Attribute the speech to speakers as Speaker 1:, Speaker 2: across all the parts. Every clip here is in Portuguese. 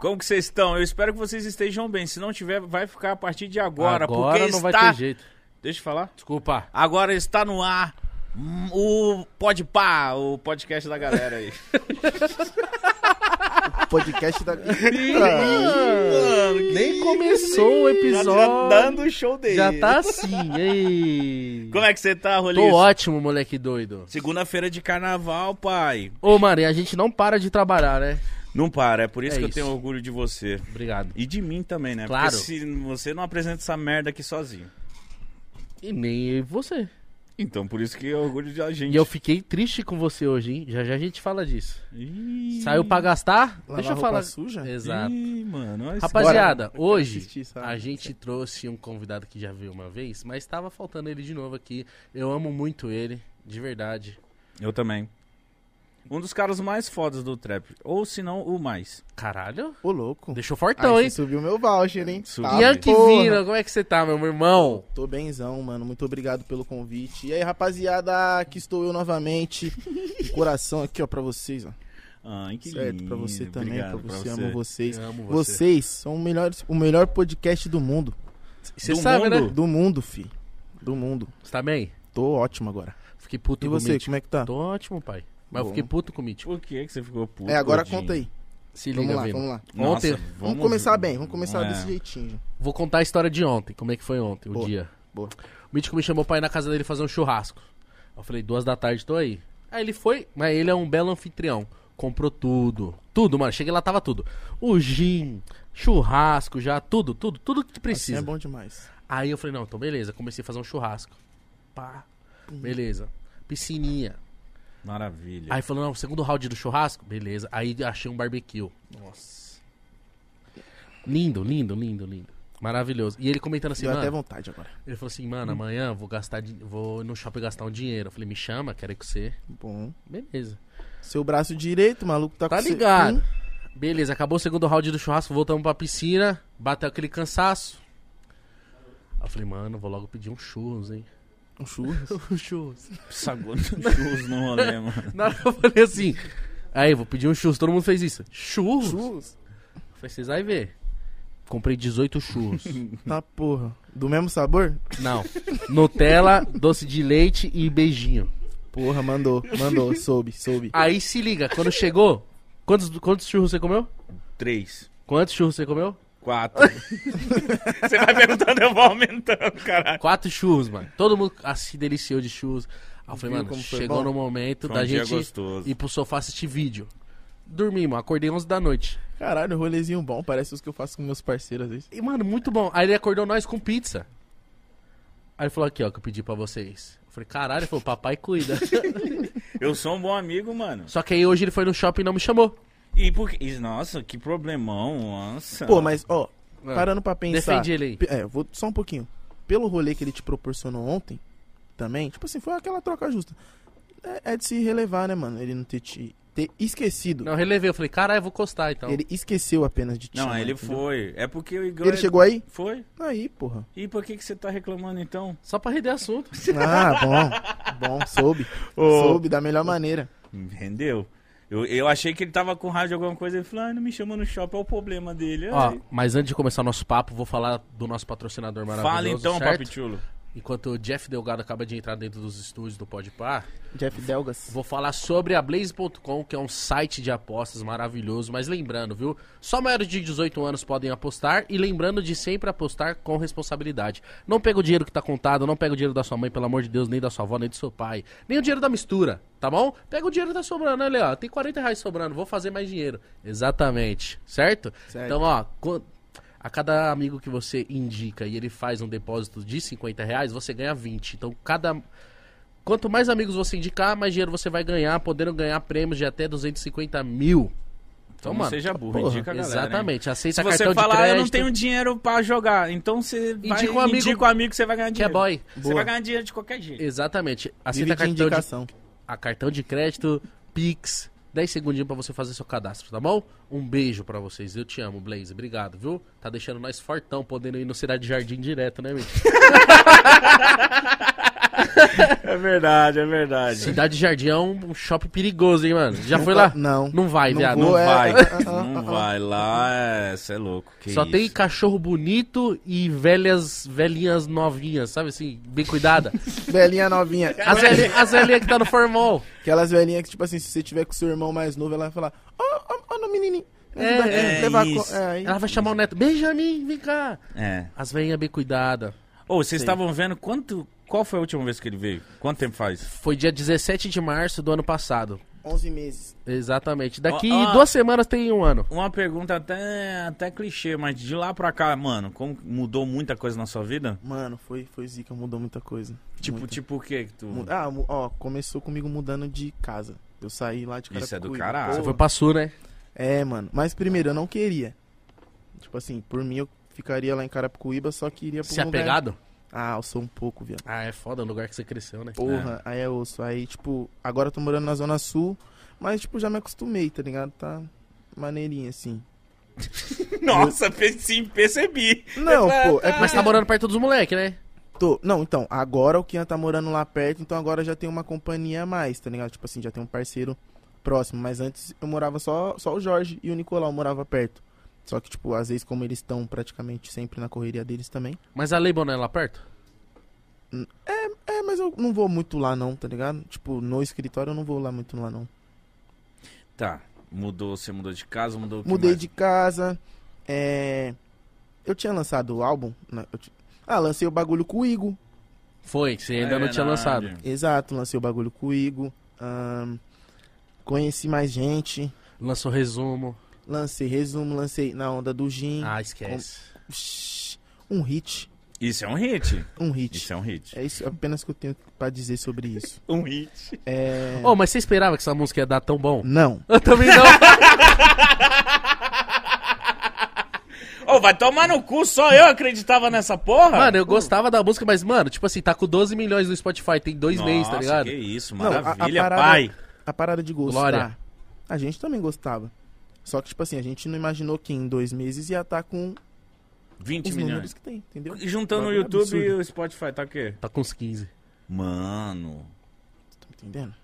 Speaker 1: Como que vocês estão? Eu espero que vocês estejam bem. Se não tiver, vai ficar a partir de agora. porque
Speaker 2: Agora não
Speaker 1: está...
Speaker 2: vai ter jeito.
Speaker 1: Deixa eu falar.
Speaker 2: Desculpa.
Speaker 1: Agora está no ar hum, o Pode Pá, o podcast da galera aí.
Speaker 3: Podcast da.
Speaker 2: Nem começou o
Speaker 1: Já- tá
Speaker 2: episódio.
Speaker 1: já dando show dele.
Speaker 2: Já tá assim, ei.
Speaker 1: Como é que você tá, Rolis?
Speaker 2: Tô ótimo, moleque doido.
Speaker 1: Segunda-feira de carnaval, pai.
Speaker 2: Ô, mano, e a gente não para de trabalhar, né?
Speaker 1: Não para, é por isso
Speaker 2: É
Speaker 1: que eu
Speaker 2: isso.
Speaker 1: tenho orgulho de você.
Speaker 2: Obrigado.
Speaker 1: E de mim também, né?
Speaker 2: Claro.
Speaker 1: Porque se você não apresenta essa merda aqui sozinho.
Speaker 2: E nem você.
Speaker 1: Então, por isso que eu orgulho de a gente.
Speaker 2: E eu fiquei triste com você hoje, hein? Já já a gente fala disso.
Speaker 1: Ih,
Speaker 2: Saiu pra gastar?
Speaker 3: Lavar
Speaker 2: Deixa eu
Speaker 3: roupa
Speaker 2: falar.
Speaker 3: suja?
Speaker 2: Exato.
Speaker 1: Ih, mano. olha esse
Speaker 2: Rapaziada,
Speaker 3: Bora.
Speaker 2: hoje
Speaker 3: Assistir, sabe?
Speaker 2: a gente trouxe um convidado que já veio uma vez, mas tava faltando ele de novo aqui. Eu amo muito ele, de verdade.
Speaker 1: cara. Eu também. Um dos caras mais fodas do trap. Ou se não, o mais.
Speaker 2: Caralho?
Speaker 3: Ô, louco.
Speaker 2: Deixou
Speaker 3: Aí
Speaker 2: fortão, hein?
Speaker 3: você subiu meu voucher, hein?
Speaker 1: Subiu.
Speaker 3: Tá,
Speaker 1: Ian
Speaker 2: Yankee
Speaker 3: porra.
Speaker 2: Vina, como é que você tá, meu irmão?
Speaker 3: Tô benzão, mano. Muito obrigado pelo convite. E aí, rapaziada, aqui estou eu novamente. O coração aqui, ó, pra vocês, ó.
Speaker 1: Ai, que
Speaker 3: certo,
Speaker 1: lindo.
Speaker 3: pra você também,
Speaker 1: Obrigado,
Speaker 3: pra você. Amo vocês.
Speaker 2: Eu amo você.
Speaker 3: Vocês são o melhor, o melhor podcast do mundo.
Speaker 2: Você
Speaker 1: Do
Speaker 2: sabe,
Speaker 1: mundo?
Speaker 2: né?
Speaker 3: Do mundo, fi. Do mundo.
Speaker 2: Você tá bem?
Speaker 3: Tô ótimo agora.
Speaker 2: Fiquei puto
Speaker 3: E
Speaker 2: com o
Speaker 3: você,
Speaker 2: Mítico.
Speaker 3: como é que tá?
Speaker 2: Tô ótimo, pai. Mas eu
Speaker 3: Bom.
Speaker 2: fiquei puto com o Mítico.
Speaker 1: Por que, que você ficou puto?
Speaker 3: É, agora
Speaker 1: Odinho?
Speaker 3: conta aí.
Speaker 2: Se
Speaker 3: vamos
Speaker 2: liga,
Speaker 3: lá,
Speaker 2: Vina.
Speaker 3: vamos lá.
Speaker 1: Nossa,
Speaker 2: Ontem,
Speaker 3: Vamos, começar bem, vamos começar
Speaker 1: É.
Speaker 3: desse jeitinho.
Speaker 2: vou contar a história de ontem, como é que foi ontem, o
Speaker 3: Boa.
Speaker 2: dia.
Speaker 3: Boa.
Speaker 2: O Mítico me chamou pra ir na casa dele fazer um churrasco. Eu falei, duas da tarde, tô aí. Aí ele foi, mas ele é um belo anfitrião. Comprou tudo. Tudo, mano. Cheguei lá, tava tudo. O gin, churrasco já, tudo, tudo, tudo que
Speaker 3: Assim
Speaker 2: precisa.
Speaker 3: é bom demais.
Speaker 2: Aí eu falei, não, então beleza. Comecei a fazer um churrasco. Pá. Beleza. Piscininha.
Speaker 1: Maravilha.
Speaker 2: Aí falou, não, segundo round do churrasco, beleza. Aí achei um barbecue.
Speaker 1: Nossa.
Speaker 2: Lindo, lindo, lindo, lindo. Maravilhoso. E ele comentando assim,
Speaker 3: Deu até Hum.
Speaker 2: mano.
Speaker 3: vontade agora.
Speaker 2: Ele falou assim, mano, amanhã vou gastar, din- vou no shopping gastar um dinheiro. Eu falei, me chama, quero ir com você.
Speaker 3: Bom.
Speaker 2: Beleza.
Speaker 3: Seu braço direito, maluco, tá,
Speaker 2: Tá
Speaker 3: com você- Hum?
Speaker 2: ligado. Beleza, acabou o segundo round do churrasco, voltamos pra piscina, bateu aquele cansaço. Aí eu falei, mano, vou logo pedir um churros, hein?
Speaker 3: Um churras.
Speaker 2: Um churros.
Speaker 1: Sagona churros no rolê, mano.
Speaker 2: Na hora eu falei assim, aí, vou pedir um churros, todo mundo fez isso. Churros?
Speaker 3: churras?
Speaker 2: Eu falei, vocês vão ver. Comprei 18 churros.
Speaker 3: Tá porra. Do mesmo sabor?
Speaker 2: Não. Nutella, doce de leite e beijinho.
Speaker 3: Porra, mandou, mandou, soube, soube.
Speaker 2: Aí se liga, quando chegou, quantos, quantos churros você comeu?
Speaker 1: Três.
Speaker 2: Quantos churros você comeu?
Speaker 1: Quatro. você vai perguntando, eu vou aumentando, caralho.
Speaker 2: Quatro churros, mano. Todo mundo ah, se deliciou de churros. Aí eu falei,
Speaker 3: Viu
Speaker 2: mano,
Speaker 3: como foi
Speaker 2: chegou
Speaker 3: bom?
Speaker 2: no momento
Speaker 1: Foi um
Speaker 2: da
Speaker 1: dia
Speaker 2: gente
Speaker 1: gostoso.
Speaker 2: ir pro sofá assistir vídeo. Dormimos, acordei 11 da noite.
Speaker 3: Caralho, um rolezinho bom, parece os que eu faço com meus parceiros às vezes.
Speaker 2: E, mano, muito bom. Aí ele acordou nós com pizza. Aí ele falou aqui, ó, que eu pedi pra vocês. Eu falei, caralho, ele falou, papai cuida.
Speaker 1: Eu sou um bom amigo, mano.
Speaker 2: Só que aí hoje ele foi no shopping e não me chamou.
Speaker 1: E por que- e, Nossa, que problemão, nossa.
Speaker 3: Pô, mas ó,
Speaker 1: É.
Speaker 2: Ah,
Speaker 3: parando pra pensar.
Speaker 2: defende ele aí.
Speaker 3: Pe- É, vou só um pouquinho. Pelo rolê que ele te proporcionou ontem, também, tipo assim, foi aquela troca justa. É, é de se relevar, né, mano? Ele não ter te ter esquecido.
Speaker 2: Não, eu relevei. Eu falei, caralho, eu vou costar então.
Speaker 3: Ele esqueceu apenas de ti.
Speaker 1: Não,
Speaker 3: mano,
Speaker 1: ele
Speaker 3: entendeu?
Speaker 1: foi. É porque o Igor.
Speaker 3: Ele
Speaker 1: é-
Speaker 3: chegou aí?
Speaker 1: Foi?
Speaker 3: Aí, porra.
Speaker 1: E por que, que você tá reclamando então?
Speaker 2: Só pra render assunto.
Speaker 3: Ah, bom. Bom, soube.
Speaker 1: Ô.
Speaker 3: Soube da melhor maneira.
Speaker 1: Entendeu? Eu, eu achei que ele tava com raiva de alguma coisa. Ele falou, ah, não me chamou no shopping, é o problema dele.
Speaker 2: Ó,
Speaker 1: Ai.
Speaker 2: mas antes de começar o nosso papo, vou falar do nosso patrocinador maravilhoso,
Speaker 1: Fala então,
Speaker 2: certo?
Speaker 1: Papitulo.
Speaker 2: Enquanto o Jeff Delgado acaba de entrar dentro dos estúdios do Podpar,
Speaker 3: Jeff Delgas.
Speaker 2: vou falar sobre a Blaze.com, que é um site de apostas maravilhoso, mas lembrando, viu? Só maiores de 18 anos podem apostar e lembrando de sempre apostar com responsabilidade. Não pega o dinheiro que tá contado, não pega o dinheiro da sua mãe, pelo amor de Deus, nem da sua avó, nem do seu pai, nem o dinheiro da mistura, tá bom? Pega o dinheiro que tá sobrando, olha, ó, tem 40 reais sobrando, vou fazer mais dinheiro. Exatamente, certo?
Speaker 3: Certo.
Speaker 2: Então, ó, quan- a cada amigo que você indica e ele faz um depósito de 50 reais, você ganha 20. Então, cada. Quanto mais amigos você indicar, mais dinheiro você vai ganhar, podendo ganhar prêmios de até 250 mil. Então,
Speaker 1: Então, não
Speaker 2: mano.
Speaker 1: seja burro,
Speaker 3: porra,
Speaker 1: indica a galera. hein?
Speaker 2: exatamente. Aceita
Speaker 1: Se você
Speaker 2: cartão
Speaker 1: falar, "Ah,
Speaker 2: de crédito.
Speaker 1: eu não tenho dinheiro pra jogar, então você vai,
Speaker 2: Indica um amigo-
Speaker 1: indica um amigo que você vai ganhar
Speaker 2: que é
Speaker 1: dinheiro.
Speaker 2: boy.
Speaker 1: Você
Speaker 3: Boa.
Speaker 1: vai ganhar dinheiro de qualquer jeito.
Speaker 2: Exatamente.
Speaker 3: Vive
Speaker 2: Aceita
Speaker 3: de
Speaker 2: cartão de,
Speaker 3: indicação.
Speaker 2: a cartão de crédito, Pix. 10 segundinhos pra você fazer seu cadastro, tá bom? Um beijo pra vocês. Eu te amo, Blaze. Obrigado, viu? Tá deixando nós fortão, podendo ir no Cidade Jardim direto, né, Mitch?
Speaker 1: É verdade, é verdade.
Speaker 2: Cidade Jardim é um um shopping perigoso, hein, mano? Já foi lá?
Speaker 3: Não.
Speaker 2: Não vai,
Speaker 3: Não
Speaker 2: viado.
Speaker 1: Não
Speaker 3: vou, é,
Speaker 1: vai,
Speaker 3: ah, ah, ah,
Speaker 1: não
Speaker 3: ah.
Speaker 1: vai. Lá é. Você é louco. que
Speaker 2: Só
Speaker 1: isso.
Speaker 2: tem cachorro bonito e velhas, velhinhas novinhas, sabe assim? Bem cuidada.
Speaker 3: Velhinha novinha.
Speaker 2: As velhinhas, as velhinhas que tá no formol.
Speaker 3: Aquelas velhinhas que, tipo assim, se você tiver com seu irmão mais novo, ela vai falar: Ó, ó, ó, no menininho.
Speaker 2: É,
Speaker 1: é
Speaker 3: Leva a co-
Speaker 1: isso.
Speaker 3: é, aí-
Speaker 2: Ela vai chamar o neto. Benjamin, vem cá.
Speaker 1: É.
Speaker 2: As velhinhas bem cuidadas.
Speaker 1: Ô, vocês estavam vendo quanto. Qual foi a última vez que ele veio? Quanto tempo faz?
Speaker 2: Foi dia 17 de março do ano passado.
Speaker 3: 11 meses.
Speaker 2: Exatamente. Daqui
Speaker 1: Ó, ó.
Speaker 2: duas semanas tem um ano.
Speaker 1: Uma pergunta até, até clichê, mas de lá pra cá, mano, como mudou muita coisa na sua vida?
Speaker 3: Mano, foi, foi zica, mudou muita coisa.
Speaker 1: Tipo,
Speaker 3: Muita.
Speaker 1: tipo o que que tu.
Speaker 3: Mu- Ah, mu- ó, começou comigo mudando de casa. Eu saí lá de
Speaker 1: Isso é do
Speaker 3: Carapicuíba.
Speaker 1: caralho.
Speaker 2: Você
Speaker 3: Pô,
Speaker 2: foi pra Sul, né?
Speaker 3: É, mano. Mas primeiro, eu não queria. Tipo assim, por mim eu ficaria lá em Carapicuíba, só que iria pra um
Speaker 2: Se
Speaker 3: lugar-
Speaker 2: apegado?
Speaker 3: Ah, eu sou um pouco, viado.
Speaker 2: Ah, é foda o lugar que você cresceu, né?
Speaker 3: Porra, aí é osso. Aí, tipo, agora eu tô morando na Zona Sul, mas, tipo, já me acostumei, tá ligado? Tá maneirinho, assim.
Speaker 1: Nossa, pe- sim, percebi.
Speaker 3: Não, pô, é
Speaker 2: Mas tá morando perto dos moleques, né?
Speaker 3: que tô... Não, então, agora o Kian tá morando lá perto, então agora já tem uma companhia a mais, tá ligado? Tipo assim, já tem um parceiro próximo. Mas antes eu morava só, só o Jorge e o Nicolau morava perto. Só que, tipo, às vezes, como eles estão praticamente sempre na correria deles também.
Speaker 2: Mas a Leibon não é lá perto?
Speaker 3: É, mas eu não vou muito lá, não, tá ligado? Tipo, no escritório eu não vou lá muito lá, não.
Speaker 1: Tá. Mudou, você mudou de casa, mudou o que
Speaker 3: Mudei
Speaker 1: mais?
Speaker 3: de casa. É... Eu tinha lançado o álbum. né? Eu ti- Ah, lancei o bagulho com o Igo.
Speaker 2: Foi, que você ainda não tinha
Speaker 1: É Verdade.
Speaker 2: lançado.
Speaker 3: Exato, lancei o bagulho com o Igo. Ahn, Conheci mais gente.
Speaker 2: Lançou resumo.
Speaker 3: Lancei resumo, lancei na onda do Gin.
Speaker 2: Ah, esquece.
Speaker 3: Shhh, Um hit.
Speaker 1: Isso é um hit.
Speaker 3: Um hit.
Speaker 1: Isso é um hit.
Speaker 3: É isso apenas que eu tenho pra dizer sobre isso.
Speaker 1: Um hit.
Speaker 3: É...
Speaker 2: Ô, mas você esperava que essa música ia dar tão bom?
Speaker 3: Não.
Speaker 2: Eu também não.
Speaker 1: Ô, vai tomar no cu, só eu acreditava nessa porra?
Speaker 2: mano, eu gostava da música, mas, mano, tipo assim, tá com 12 milhões no Spotify, tem dois
Speaker 1: Nossa,
Speaker 2: meses, tá ligado?
Speaker 1: Que isso,
Speaker 3: Não, a- a
Speaker 1: maravilha,
Speaker 3: parada- é
Speaker 1: pai.
Speaker 3: A parada de gostar.
Speaker 2: Glória.
Speaker 3: A gente também gostava. Só que, tipo assim, a gente não imaginou que em dois meses ia estar com
Speaker 1: 20
Speaker 3: os números
Speaker 1: milhões.
Speaker 3: que tem, entendeu?
Speaker 1: Juntando o
Speaker 3: Bagulho
Speaker 1: YouTube e
Speaker 3: absurdo.
Speaker 1: o Spotify, tá o quê?
Speaker 2: Tá com uns 15.
Speaker 1: Mano.
Speaker 3: Tá me entendendo?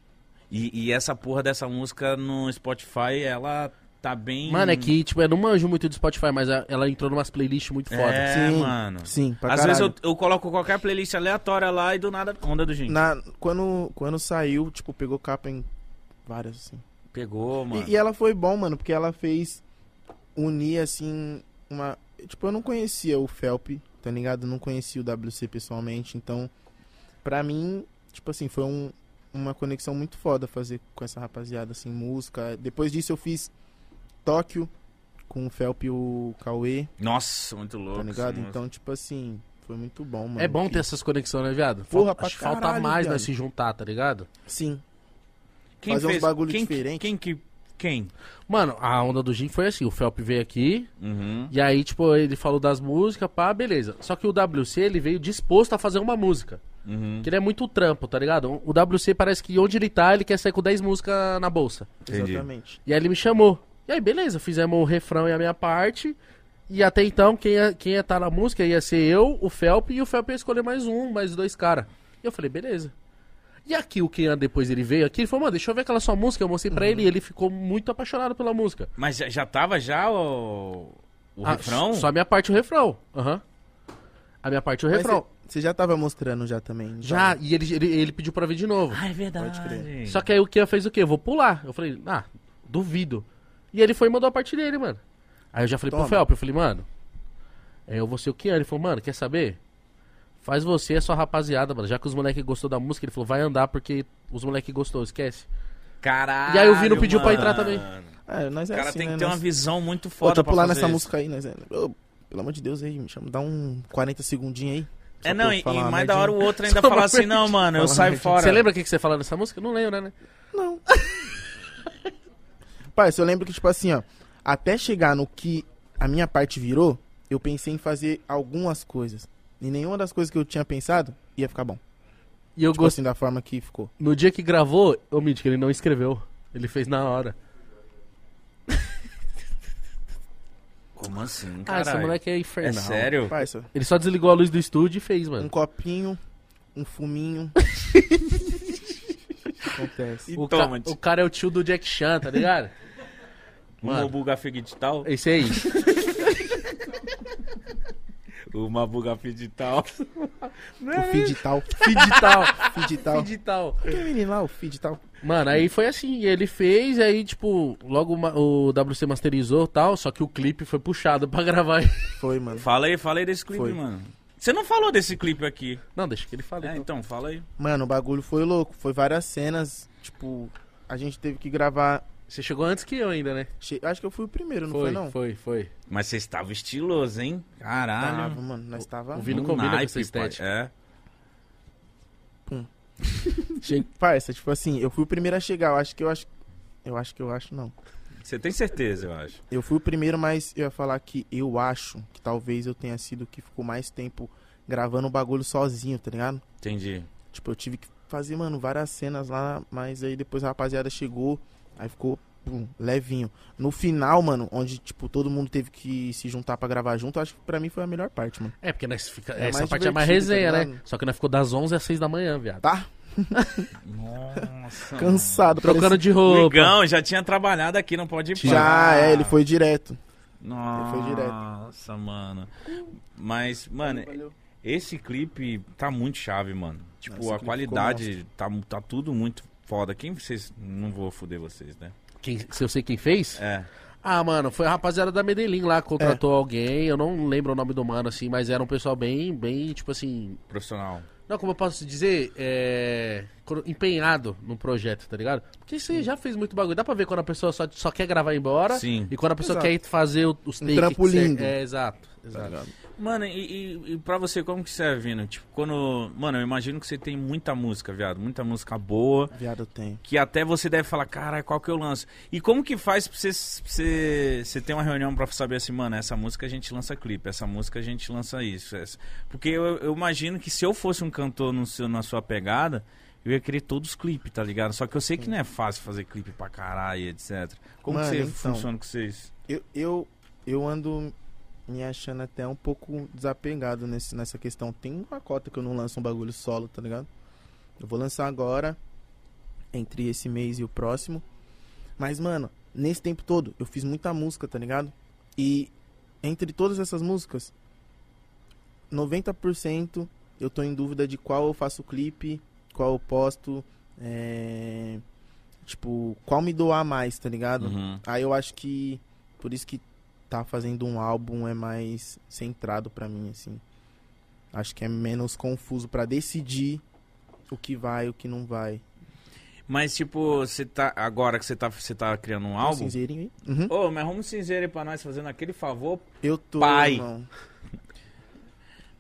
Speaker 1: E, e essa porra dessa música no Spotify, ela tá bem.
Speaker 2: Mano, é que, tipo, eu não manjo muito do Spotify, mas a- ela entrou numas playlists muito foda. assim.
Speaker 1: É,
Speaker 3: Sim,
Speaker 1: mano.
Speaker 3: Sim, pra
Speaker 1: Às
Speaker 3: caralho.
Speaker 1: vezes eu, eu coloco qualquer playlist aleatória lá e do nada. Onda do Gin.
Speaker 3: Na, quando, quando saiu, tipo, pegou capa em várias, assim.
Speaker 1: Pegou, mano.
Speaker 3: E, e ela foi bom, mano, porque ela fez unir, assim, uma... Tipo, eu não conhecia o Felp, tá ligado? Eu não conhecia o WC pessoalmente, então... Pra mim, tipo assim, foi um, uma conexão muito foda fazer com essa rapaziada, assim, música. Depois disso eu fiz Tóquio com o Felp e o Cauê,
Speaker 1: Nossa, muito louco.
Speaker 3: tá ligado?
Speaker 1: essa música.
Speaker 3: Então, tipo assim, foi muito bom, mano.
Speaker 2: É bom
Speaker 3: que-
Speaker 2: ter essas conexões, né, viado?
Speaker 3: Porra,
Speaker 2: Falta-
Speaker 3: pra
Speaker 2: acho que falta
Speaker 3: caralho,
Speaker 2: mais
Speaker 3: viado.
Speaker 2: nós se juntar, tá ligado?
Speaker 3: Sim,
Speaker 1: Quem
Speaker 3: fazer uns
Speaker 1: fez-
Speaker 3: bagulho
Speaker 1: quem,
Speaker 3: diferente.
Speaker 1: Quem que. Quem?
Speaker 2: Mano, a onda do Jim foi assim, o Felp veio aqui,
Speaker 1: Uhum.
Speaker 2: e aí, tipo, ele falou das músicas, pá, beleza. Só que o WC, ele veio disposto a fazer uma música.
Speaker 1: Uhum.
Speaker 2: Que ele é muito trampo, tá ligado? O WC parece que onde ele tá, ele quer sair com 10 músicas na bolsa.
Speaker 1: Entendi.
Speaker 3: exatamente.
Speaker 2: E aí ele me chamou. E aí, beleza, fizemos o refrão e a minha parte. E até então, quem ia, quem ia tá na música ia ser eu, o Felp, e o Felp ia escolher mais um, mais dois caras. E eu falei, beleza. E aqui o Kean, depois ele veio aqui, ele falou, mano, deixa eu ver aquela sua música, eu mostrei pra ele, e ele ficou muito apaixonado pela música.
Speaker 1: Mas já, já tava já o. O
Speaker 2: Ah,
Speaker 1: refrão?
Speaker 2: Só a minha parte e o refrão. Aham. A minha parte e o
Speaker 3: Mas é-
Speaker 2: refrão.
Speaker 3: cê- Você já tava mostrando já também? não
Speaker 2: Já,
Speaker 3: tava?
Speaker 2: e ele, ele, ele pediu pra ver de novo.
Speaker 1: Ah, é verdade.
Speaker 3: Pode crer.
Speaker 2: Só que aí o Kian fez o quê? Eu vou pular. Eu falei, ah, duvido. E ele foi e mandou a parte dele, mano. Aí eu já falei
Speaker 3: Toma.
Speaker 2: pro Felp, eu falei, mano, é, eu vou ser o Kian. Ele falou, mano, quer saber? Faz você e a sua rapaziada, mano. Já que os moleque gostou da música, ele falou, vai andar porque os moleque gostou, esquece.
Speaker 1: Caralho.
Speaker 2: E aí o Vino pediu pra
Speaker 1: mano.
Speaker 2: entrar também.
Speaker 3: É, nós
Speaker 1: O
Speaker 3: é
Speaker 1: cara
Speaker 3: assim,
Speaker 1: tem
Speaker 3: né?
Speaker 1: que ter uma
Speaker 3: nós...
Speaker 1: visão muito
Speaker 3: Pô,
Speaker 1: foda
Speaker 3: tô
Speaker 1: pra
Speaker 3: pular
Speaker 1: fazer
Speaker 3: nessa
Speaker 1: isso.
Speaker 3: música aí, nós é... Ô, pelo amor de Deus aí, me chama, dá um 40 segundinhos aí.
Speaker 1: É,
Speaker 3: Só
Speaker 1: não,
Speaker 3: pra eu
Speaker 1: e,
Speaker 3: falar
Speaker 1: e
Speaker 3: uma
Speaker 1: mais da hora o
Speaker 3: merdinha.
Speaker 1: outro ainda
Speaker 2: Só
Speaker 1: falar
Speaker 2: uma
Speaker 1: assim, não, mano, eu
Speaker 3: Fala
Speaker 1: saio
Speaker 3: uma
Speaker 1: fora.
Speaker 2: Você lembra o que que você falou nessa música? Não lembro, né?
Speaker 3: Não. Pai, eu lembro que, tipo assim, ó, até chegar no que a minha parte virou, eu pensei em fazer algumas coisas. E nenhuma das coisas que eu tinha pensado ia ficar bom.
Speaker 2: E eu
Speaker 3: Tipo
Speaker 2: gostei.
Speaker 3: assim, da forma que ficou.
Speaker 2: No dia que gravou, o Mítico, ele não escreveu. Ele fez na hora.
Speaker 1: Como assim,
Speaker 2: Ah,
Speaker 1: cara?
Speaker 2: esse moleque é
Speaker 1: É
Speaker 2: infernal.
Speaker 1: sério?
Speaker 3: Pai,
Speaker 2: Ele só desligou a luz do estúdio e fez,
Speaker 3: um
Speaker 2: mano.
Speaker 3: copinho, um fuminho, Acontece.
Speaker 1: E
Speaker 2: O, ca-
Speaker 1: toma,
Speaker 2: o cara é o tio do Jack Chan, tá ligado?
Speaker 1: o
Speaker 2: mano.
Speaker 1: Mabugafe Digital.
Speaker 2: Esse aí.
Speaker 1: O Mabugafe Digital.
Speaker 3: O
Speaker 1: é
Speaker 3: feed tal.
Speaker 2: Fidital.
Speaker 1: Ah,
Speaker 3: Feed tal.
Speaker 2: Fidital.
Speaker 3: Quem é menino lá? O feed tal.
Speaker 2: Mano, aí foi assim, ele fez, aí, tipo, logo ma- o WC masterizou e tal, só que o clipe foi puxado pra gravar.
Speaker 3: Foi, mano.
Speaker 1: Fala aí, fala aí desse clipe,
Speaker 3: Foi.
Speaker 1: mano. Você não falou desse clipe aqui.
Speaker 2: Não, deixa que ele fale.
Speaker 1: É,
Speaker 2: então.
Speaker 1: então, fala aí.
Speaker 3: Mano, o bagulho foi louco. Foi várias cenas. Tipo, a gente teve que gravar.
Speaker 2: Você chegou antes que eu ainda, né?
Speaker 3: che- Acho que eu fui o primeiro, não foi,
Speaker 2: foi,
Speaker 3: não?
Speaker 2: foi, foi.
Speaker 1: Mas você estava estiloso, hein? Caralho.
Speaker 2: Ah,
Speaker 3: Tava, mano. Nós tava.
Speaker 2: o Vini- não combina com essa
Speaker 1: pai.
Speaker 2: estética.
Speaker 1: É.
Speaker 3: Che... Parça, tipo assim, eu fui o primeiro a chegar. Eu acho que eu acho. Eu acho que eu acho, não.
Speaker 1: Você tem certeza, eu acho.
Speaker 3: Eu fui o primeiro, mas eu ia falar que eu acho que talvez eu tenha sido o que ficou mais tempo gravando o bagulho sozinho, tá ligado?
Speaker 1: Entendi.
Speaker 3: Tipo, eu tive que fazer, mano, várias cenas lá, mas aí depois a rapaziada chegou, aí ficou pum, levinho. No final, mano, onde, tipo, todo mundo teve que se juntar pra gravar junto, acho que pra mim foi a melhor parte, mano.
Speaker 2: É, porque nós fica...
Speaker 3: É
Speaker 2: essa
Speaker 3: mais
Speaker 2: parte é mais
Speaker 3: divertido,
Speaker 2: resenha,
Speaker 3: tá
Speaker 2: né?
Speaker 3: ligado?
Speaker 2: Só que nós ficou das 11 às 6 da manhã, viado.
Speaker 3: Tá?
Speaker 1: Nossa.
Speaker 3: Cansado.
Speaker 2: Trocando
Speaker 3: parecia-
Speaker 2: de
Speaker 1: mano.
Speaker 2: roupa.
Speaker 1: Ligão, já tinha trabalhado aqui, não pode ir
Speaker 3: Já, é, ele foi direto.
Speaker 1: Nossa,
Speaker 3: Ele foi direto.
Speaker 1: Nossa, mano. Mas, mano, esse clipe tá muito chave, mano. Tipo,
Speaker 3: Esse clipe
Speaker 1: a
Speaker 3: ficou
Speaker 1: qualidade tá, tá tudo muito foda. Quem vocês. Não vou foder vocês, né?
Speaker 2: Quem, se eu sei quem fez?
Speaker 1: É.
Speaker 2: Ah, mano, foi a rapaziada da Medellín lá que contratou
Speaker 3: É.
Speaker 2: alguém. Eu não lembro o nome do mano, assim, mas era um pessoal bem, bem, tipo assim.
Speaker 1: Profissional.
Speaker 2: Não, como eu posso dizer, é. cro- empenhado no projeto, tá ligado? Porque você já fez muito bagulho. Dá pra ver quando a pessoa só, só quer gravar e ir embora.
Speaker 1: Sim.
Speaker 2: E quando a pessoa
Speaker 3: Exato.
Speaker 2: quer fazer o- os
Speaker 3: Um
Speaker 2: takes.
Speaker 3: trampo
Speaker 2: que cê-
Speaker 3: lindo.
Speaker 2: É, exato.
Speaker 1: Tá
Speaker 2: exato.
Speaker 1: Mano, e, e, e pra você, como que você é vindo? Tipo, quando. Mano, eu imagino que você tem muita música, viado. Muita música boa.
Speaker 3: Viado, eu tenho.
Speaker 1: Que até você deve falar, cara, qual que eu lanço? E como que faz pra você, você, você ter uma reunião pra saber assim, mano, essa música a gente lança clipe, essa música a gente lança isso. essa- Porque eu, eu imagino que se eu fosse um cantor no seu, na sua pegada, eu ia querer todos os clipes, tá ligado? Só que eu sei que não é fácil fazer clipe pra caralho, etc. Como
Speaker 3: Mano,
Speaker 1: que você
Speaker 3: então.
Speaker 1: funciona com vocês?
Speaker 3: Eu, eu, eu ando me achando até um pouco desapegado nesse, nessa questão. Tem uma cota que eu não lanço um bagulho solo, tá ligado? Eu vou lançar agora, entre esse mês e o próximo. Mas, mano, nesse tempo todo, eu fiz muita música, tá ligado? E entre todas essas músicas, 90% eu tô em dúvida de qual eu faço clipe, qual eu posto, é... tipo, qual me doar mais, tá ligado?
Speaker 1: Uhum.
Speaker 3: Aí eu acho que por isso que tá fazendo um álbum é mais centrado pra mim assim. Acho que é menos confuso pra decidir o que vai e o que não vai.
Speaker 1: Mas, tipo, você tá. Agora que você tá, você tá criando um
Speaker 3: Tem um
Speaker 1: álbum.
Speaker 3: cinzeirinho aí? Uhum.
Speaker 1: Ô, mas arruma um cinzeiro aí pra nós fazendo aquele favor,
Speaker 3: Eu tô,
Speaker 1: Pai.
Speaker 3: irmão.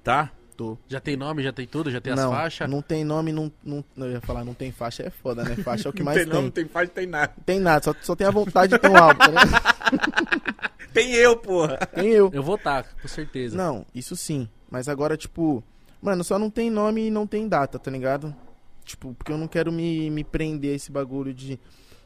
Speaker 1: tá?
Speaker 3: Tô.
Speaker 2: Já tem nome, já tem tudo, já tem
Speaker 3: não,
Speaker 2: as faixas.
Speaker 3: não tem nome, não, não, não, eu ia falar, não tem faixa, é foda, né? Faixa é o que mais
Speaker 1: tem
Speaker 3: tem.
Speaker 1: nome, tem faz, tem nada.
Speaker 3: Tem nada, só, só tem a vontade de ter um álbum, tá ligado?
Speaker 1: Tem eu, porra.
Speaker 3: Tem eu.
Speaker 2: Eu vou estar, com certeza.
Speaker 3: Não, isso sim. Mas agora, tipo, mano, só não tem nome e não tem data, tá ligado? Tipo, porque eu não quero me, me prender a esse bagulho de.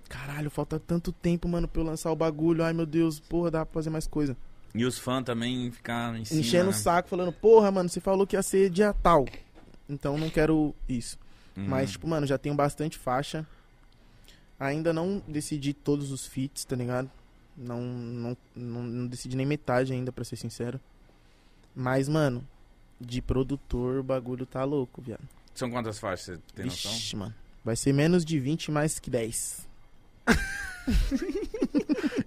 Speaker 3: Caralho, falta tanto tempo, mano, pra eu lançar o bagulho. Ai, meu Deus, porra, dá pra fazer mais coisa.
Speaker 1: E os fãs também ficaram em cima.
Speaker 3: Enchendo o
Speaker 1: né?
Speaker 3: saco, falando, porra, mano, você falou que ia ser dia tal. Então não quero isso.
Speaker 1: Uhum.
Speaker 3: Mas, tipo, mano, já tenho bastante faixa. Ainda não decidi todos os fits, tá ligado? Não, não, não, não decidi nem metade ainda, pra ser sincero. Mas, mano, de produtor o bagulho tá louco, viado.
Speaker 1: São quantas faixas você tem noção?
Speaker 3: Ixi, mano. Vai ser menos de 20 mais que 10.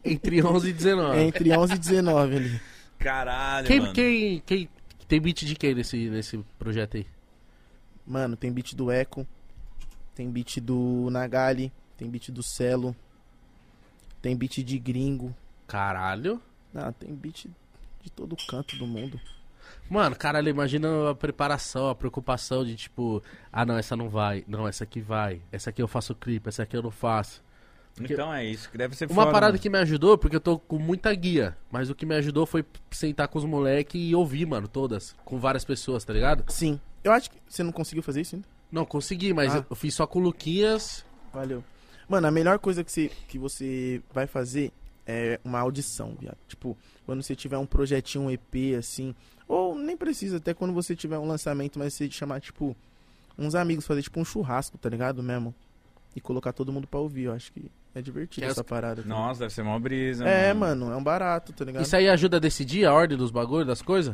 Speaker 2: Entre 11 e
Speaker 1: Ah.
Speaker 2: 19.
Speaker 3: Entre 11 e 19 ali.
Speaker 1: Caralho,
Speaker 2: Quem,
Speaker 1: mano.
Speaker 2: quem, quem tem beat de quem nesse, nesse projeto aí?
Speaker 3: Mano, tem beat do Echo. Tem beat do Nagali. Tem beat do Celo. Tem beat de gringo.
Speaker 2: Caralho.
Speaker 3: Ah, tem beat de todo canto do mundo.
Speaker 2: Mano, caralho, imagina a preparação, a preocupação de tipo, ah não, essa não vai, não, essa aqui vai, essa aqui eu faço clipe, essa aqui eu não faço.
Speaker 1: Então é isso, que deve ser
Speaker 2: Uma
Speaker 1: foda,
Speaker 2: parada
Speaker 1: mano.
Speaker 2: que me ajudou, porque eu tô com muita guia, mas o que me ajudou foi sentar com os moleques e ouvir, mano, todas, com várias pessoas, tá ligado?
Speaker 3: Sim. Eu acho que você não conseguiu fazer isso ainda.
Speaker 2: Não, consegui, mas
Speaker 3: Ah.
Speaker 2: eu- eu fiz só com o Luquinhas.
Speaker 3: Valeu. Mano, a melhor coisa que você, que você vai fazer é uma audição, viado. Tipo, quando você tiver um projetinho, um EP, assim. Ou nem precisa, até quando você tiver um lançamento, mas você chamar, tipo, uns amigos, fazer tipo um churrasco, tá ligado mesmo? e colocar todo mundo pra ouvir. Eu acho que é divertido
Speaker 2: Que as-
Speaker 3: essa parada. também.
Speaker 1: Nossa, deve ser mó brisa.
Speaker 3: É, mano, é um barato, tá ligado?
Speaker 2: Isso aí ajuda a decidir a ordem dos bagulhos, das coisas?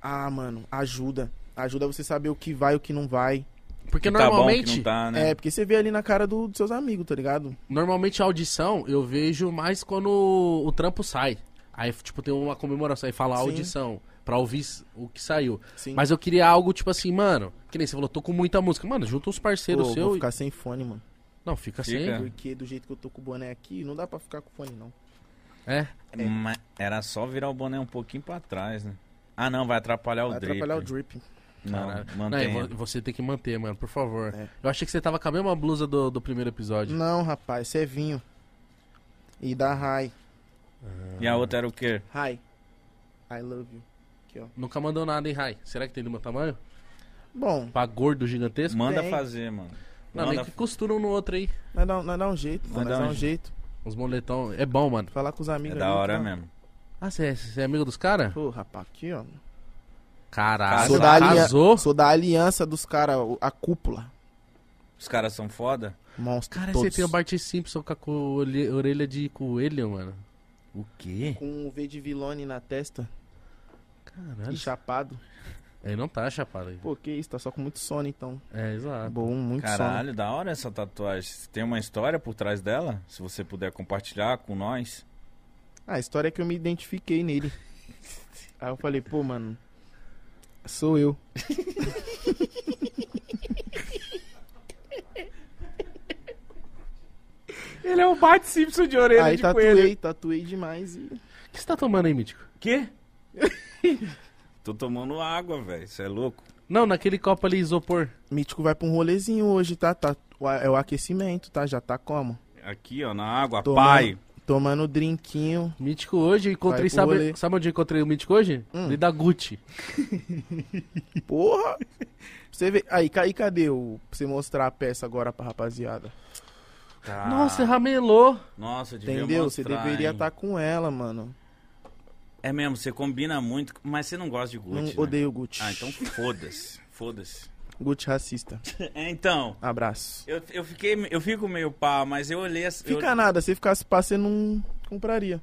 Speaker 3: Ah, mano, ajuda. Ajuda você saber o que vai e o que não vai.
Speaker 2: Porque
Speaker 1: Que tá bom, que
Speaker 2: normalmente,
Speaker 1: não tá, né?
Speaker 3: É, porque você vê ali na cara do- dos seus amigos, tá ligado?
Speaker 2: normalmente a audição eu vejo mais quando o trampo sai. Aí, tipo, tem uma comemoração, aí fala
Speaker 3: Sim.
Speaker 2: audição, pra ouvir s- o que saiu.
Speaker 3: Sim.
Speaker 2: Mas eu queria algo, tipo assim, mano, que nem você falou, tô com muita música. Mano, junta uns
Speaker 3: Pô,
Speaker 2: parceiros
Speaker 3: eu
Speaker 2: seus
Speaker 3: vou
Speaker 2: e-
Speaker 3: ficar sem fone, mano.
Speaker 2: Não, fica,
Speaker 1: Fica.
Speaker 2: sem.
Speaker 3: Porque do jeito que eu tô com o boné aqui, não dá pra ficar com fone, não.
Speaker 2: É.
Speaker 1: Mas era só virar o boné um pouquinho pra trás, né? Ah, não, vai atrapalhar o
Speaker 3: Vai
Speaker 1: drip.
Speaker 3: atrapalhar o drip.
Speaker 1: Não,
Speaker 2: Caralho.
Speaker 1: mantém.
Speaker 2: Não, e vo- você tem que manter, mano, por favor.
Speaker 3: É.
Speaker 2: Eu achei que você tava com a mesma blusa do, do primeiro episódio.
Speaker 3: Não, rapaz, isso é vinho. E da Rai.
Speaker 1: E a outra era o quê?
Speaker 3: Rai. I love you. Aqui, ó.
Speaker 2: Nunca mandou nada, hein, Rai? Será que tem do meu tamanho?
Speaker 3: Bom,
Speaker 2: Pra gordo gigantesco?
Speaker 1: Manda
Speaker 3: Tem.
Speaker 1: fazer, mano.
Speaker 2: Não,
Speaker 1: Manda
Speaker 2: nem que costura um no outro aí.
Speaker 3: nós dá, nós dá um jeito,
Speaker 1: Nós
Speaker 3: mano. Nós dá um jeito.
Speaker 2: Os moletão. É bom, mano.
Speaker 3: Falar com os
Speaker 1: É
Speaker 3: amigos
Speaker 1: da
Speaker 3: ali,
Speaker 1: hora
Speaker 3: tá?
Speaker 1: mesmo.
Speaker 2: Ah, você é, você é amigo dos caras?
Speaker 3: Pô, rapaz, aqui, ó.
Speaker 2: Caralho,
Speaker 1: Sou
Speaker 3: da alian-
Speaker 2: casou?
Speaker 3: Sou da aliança dos caras, a cúpula.
Speaker 1: Os caras são foda?
Speaker 3: Monstro.
Speaker 2: Cara,
Speaker 3: todos.
Speaker 2: você tem o Bart Simpson com a co- olhe- orelha de coelho, mano.
Speaker 1: O quê?
Speaker 3: Com o V de Vilone na testa e
Speaker 2: Caralho.
Speaker 3: chapado.
Speaker 2: Ele não tá chapado aí.
Speaker 3: Pô, que isso, tá só com muito sono, então.
Speaker 2: É, exato.
Speaker 3: Bom, muito
Speaker 1: Tá Caralho, da hora essa tatuagem. Tem uma história por trás dela? Se você puder compartilhar com nós.
Speaker 3: sono. Ah, a história é que eu me identifiquei nele. Aí eu falei, pô, mano, sou eu.
Speaker 1: Ele é o Bart Simpson de orelha
Speaker 3: Aí tatuei, tatuei demais e...
Speaker 2: O que você tá tomando aí, Mítico?
Speaker 1: Quê? Tô tomando água, velho. Você é louco?
Speaker 2: Não, naquele copo ali, isopor.
Speaker 3: Mítico vai pra um rolezinho hoje, tá? tá o- é o aquecimento, tá? Já tá como?
Speaker 1: Aqui, ó, na água,
Speaker 3: Tomando-
Speaker 1: pai.
Speaker 3: Tomando drinquinho.
Speaker 2: Mítico hoje, eu encontrei.
Speaker 3: Vai pro
Speaker 2: Sabe,
Speaker 3: rolê. Hum.
Speaker 2: sabe onde eu encontrei o Mítico hoje? Ele é da Gucci.
Speaker 3: Porra! Você vê... Aí, ca- e cadê o... Pra você mostrar a peça agora pra rapaziada? Ah.
Speaker 1: Tá.
Speaker 2: Nossa, ramelou.
Speaker 1: Nossa, eu devia
Speaker 3: Entendeu?
Speaker 1: mostrar,
Speaker 3: você deveria tá
Speaker 1: hein?
Speaker 3: estar com ela, mano.
Speaker 1: É mesmo, você combina muito, mas você não gosta de Gucci,
Speaker 3: Não
Speaker 1: né?
Speaker 3: odeio o Gucci.
Speaker 1: Ah, então foda-se. Foda-se.
Speaker 3: Gucci racista.
Speaker 1: É, então,
Speaker 3: Abraço.
Speaker 1: eu, eu, fiquei, eu fico meio pá, mas eu olhei... as-
Speaker 3: Fica
Speaker 1: eu-
Speaker 3: nada, se ficasse pá, você não compraria.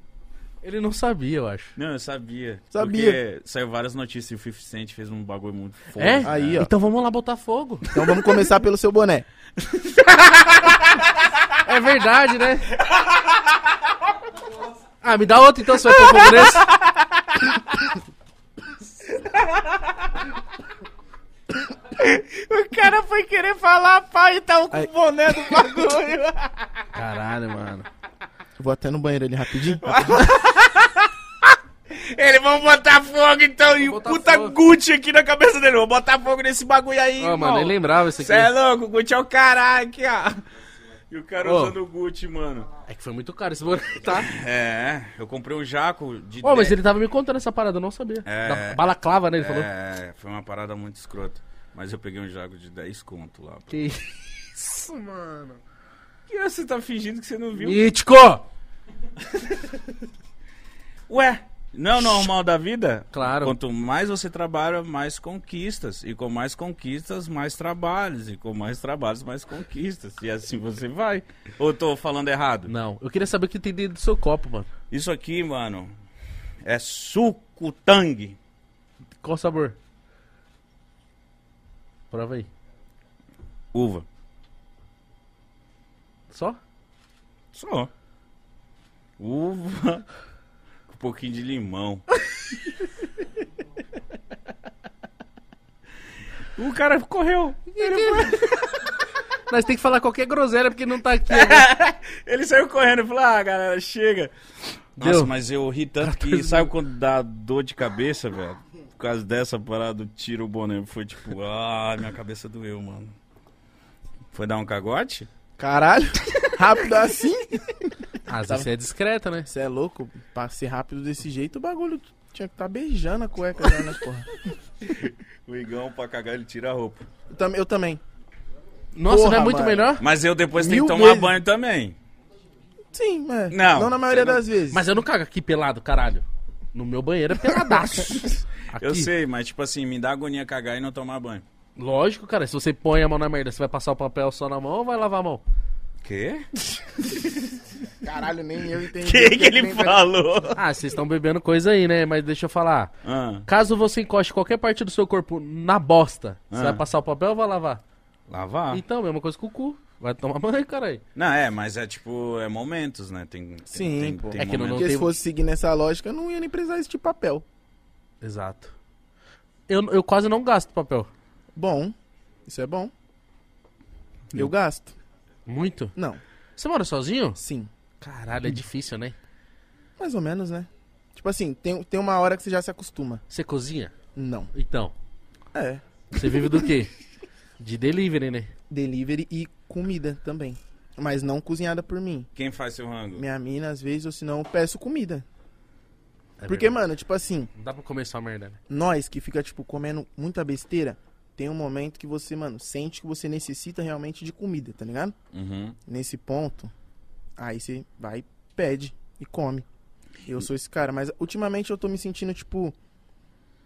Speaker 2: Ele não sabia, eu acho.
Speaker 1: Não, eu sabia.
Speaker 3: Sabia.
Speaker 1: Porque saiu várias notícias e o 50 Cent fez um bagulho muito foda.
Speaker 2: É?
Speaker 1: né?
Speaker 3: Aí, ó.
Speaker 2: Então vamos lá botar fogo.
Speaker 3: Então vamos começar pelo seu boné.
Speaker 2: É verdade, né? Ah, me dá outro então, se vai pôr fogo nesse.
Speaker 1: O cara foi querer falar, pai, tá com
Speaker 3: Aí.
Speaker 1: o boné do bagulho.
Speaker 2: Caralho, mano.
Speaker 3: Vou até no banheiro ali rapidinho.
Speaker 1: Eles vão botar fogo, então, e o
Speaker 2: botar
Speaker 1: puta
Speaker 2: fogo.
Speaker 1: Gucci aqui na cabeça dele. Vou botar fogo nesse bagulho aí,
Speaker 2: Ó, mano, nem lembrava isso aqui.
Speaker 1: Cê é louco, o Gucci é o caralho aqui, ó. E o cara
Speaker 2: Ô.
Speaker 1: usando o Gucci, mano.
Speaker 2: É que foi muito caro esse boné, tá?
Speaker 1: É, eu comprei um jaco de...
Speaker 2: Ô, mas
Speaker 1: dez-
Speaker 2: ele tava me contando essa parada, eu não sabia.
Speaker 1: É.
Speaker 2: Da balaclava, né? Ele falou.
Speaker 1: É, foi uma parada muito escrota. Mas eu peguei um jaco de 10 conto lá.
Speaker 2: Que isso, mano.
Speaker 1: Que você tá fingindo que você não viu?
Speaker 2: Mítico!
Speaker 1: Ué, não é o normal da vida?
Speaker 2: Claro.
Speaker 1: Quanto mais você trabalha, mais conquistas. E com mais conquistas, mais trabalhos. E com mais trabalhos, mais conquistas. E assim você vai. Ou tô falando errado?
Speaker 2: Não, eu queria saber o que tem dentro do seu copo, mano.
Speaker 1: Isso aqui, mano, é suco tangue.
Speaker 2: Qual o sabor? Prova aí.
Speaker 1: Uva.
Speaker 2: Só?
Speaker 1: Só. Uva. Com um pouquinho de limão. o cara correu.
Speaker 2: Nós tem que falar qualquer groselha porque não tá aqui. agora.
Speaker 1: Ele saiu correndo e falou: Ah, galera, chega. Nossa,
Speaker 2: Deu.
Speaker 1: mas eu ri tanto que. Sabe quando dá dor de cabeça, velho? Por causa dessa parada, tira o boné. Foi tipo: Ah, minha cabeça doeu, mano. Foi dar um cagote?
Speaker 3: Caralho, rápido assim?
Speaker 1: Tá
Speaker 2: Ah, às vezes você é discreta, né?
Speaker 3: Você é louco? Pra ser rápido desse jeito, o bagulho tinha que tá beijando a cueca já, né, porra?
Speaker 1: O Igão, pra cagar, ele tira a roupa.
Speaker 3: Eu, tam- eu também.
Speaker 2: Nossa,
Speaker 3: Porra,
Speaker 2: não é muito
Speaker 3: mano.
Speaker 2: melhor?
Speaker 1: Mas eu depois tenho
Speaker 3: Mil
Speaker 1: que tomar
Speaker 3: vezes.
Speaker 1: banho também.
Speaker 3: Sim, é.
Speaker 1: Não,
Speaker 3: Não na maioria
Speaker 1: você não-
Speaker 3: das vezes.
Speaker 2: Mas eu não cago aqui pelado, caralho. No meu banheiro é peladaço. Aqui,
Speaker 1: Eu sei, mas tipo assim, me dá agonia cagar e não tomar banho.
Speaker 2: Lógico, cara. Se você põe a mão na merda, você vai passar o papel só na mão ou vai lavar a mão?
Speaker 1: Quê?
Speaker 3: Caralho, nem eu entendi.
Speaker 1: O que, que ele falou?
Speaker 2: Ah, vocês estão bebendo coisa aí, né? Mas deixa eu falar.
Speaker 1: Ah,
Speaker 2: Caso você encoste qualquer parte do seu corpo na bosta, você
Speaker 1: Ah.
Speaker 2: vai passar o papel ou vai lavar?
Speaker 1: lavar?
Speaker 2: Então, mesma coisa com o cu. Vai tomar banho, caralho.
Speaker 1: Não, é, mas é tipo, é momentos, né? Tem, tem-
Speaker 3: Sim,
Speaker 1: tem,
Speaker 3: pô.
Speaker 1: tem
Speaker 2: É que não-
Speaker 1: momentos.
Speaker 3: Porque se fosse seguir nessa lógica, eu não ia nem precisar desse papel.
Speaker 2: Exato. Eu, eu quase não gasto papel.
Speaker 3: Bom, isso é bom.
Speaker 1: Hum.
Speaker 3: Eu gasto?
Speaker 2: Muito.
Speaker 3: Não,
Speaker 2: Você mora sozinho?
Speaker 3: sim.
Speaker 2: Caralho, é difícil, né?
Speaker 3: Mais ou menos, né? Tipo assim, tem, tem uma hora que você já se acostuma.
Speaker 2: Você cozinha?
Speaker 3: Não.
Speaker 2: Então,
Speaker 3: É.
Speaker 2: você vive do quê? De delivery, né?
Speaker 3: Delivery e comida também. Mas não cozinhada por mim.
Speaker 1: Quem faz seu rango?
Speaker 3: Minha mina, às vezes, ou senão, eu peço comida.
Speaker 2: É
Speaker 3: Porque,
Speaker 2: verdade.
Speaker 3: mano, tipo assim,
Speaker 2: Não dá pra comer só merda, né?
Speaker 3: nós que fica, tipo, comendo muita besteira, tem um momento que você, mano, sente que você necessita realmente de comida, tá ligado?
Speaker 1: Uhum.
Speaker 3: nesse ponto, aí você vai, pede e come. Eu sou esse cara, mas ultimamente eu tô me sentindo, tipo,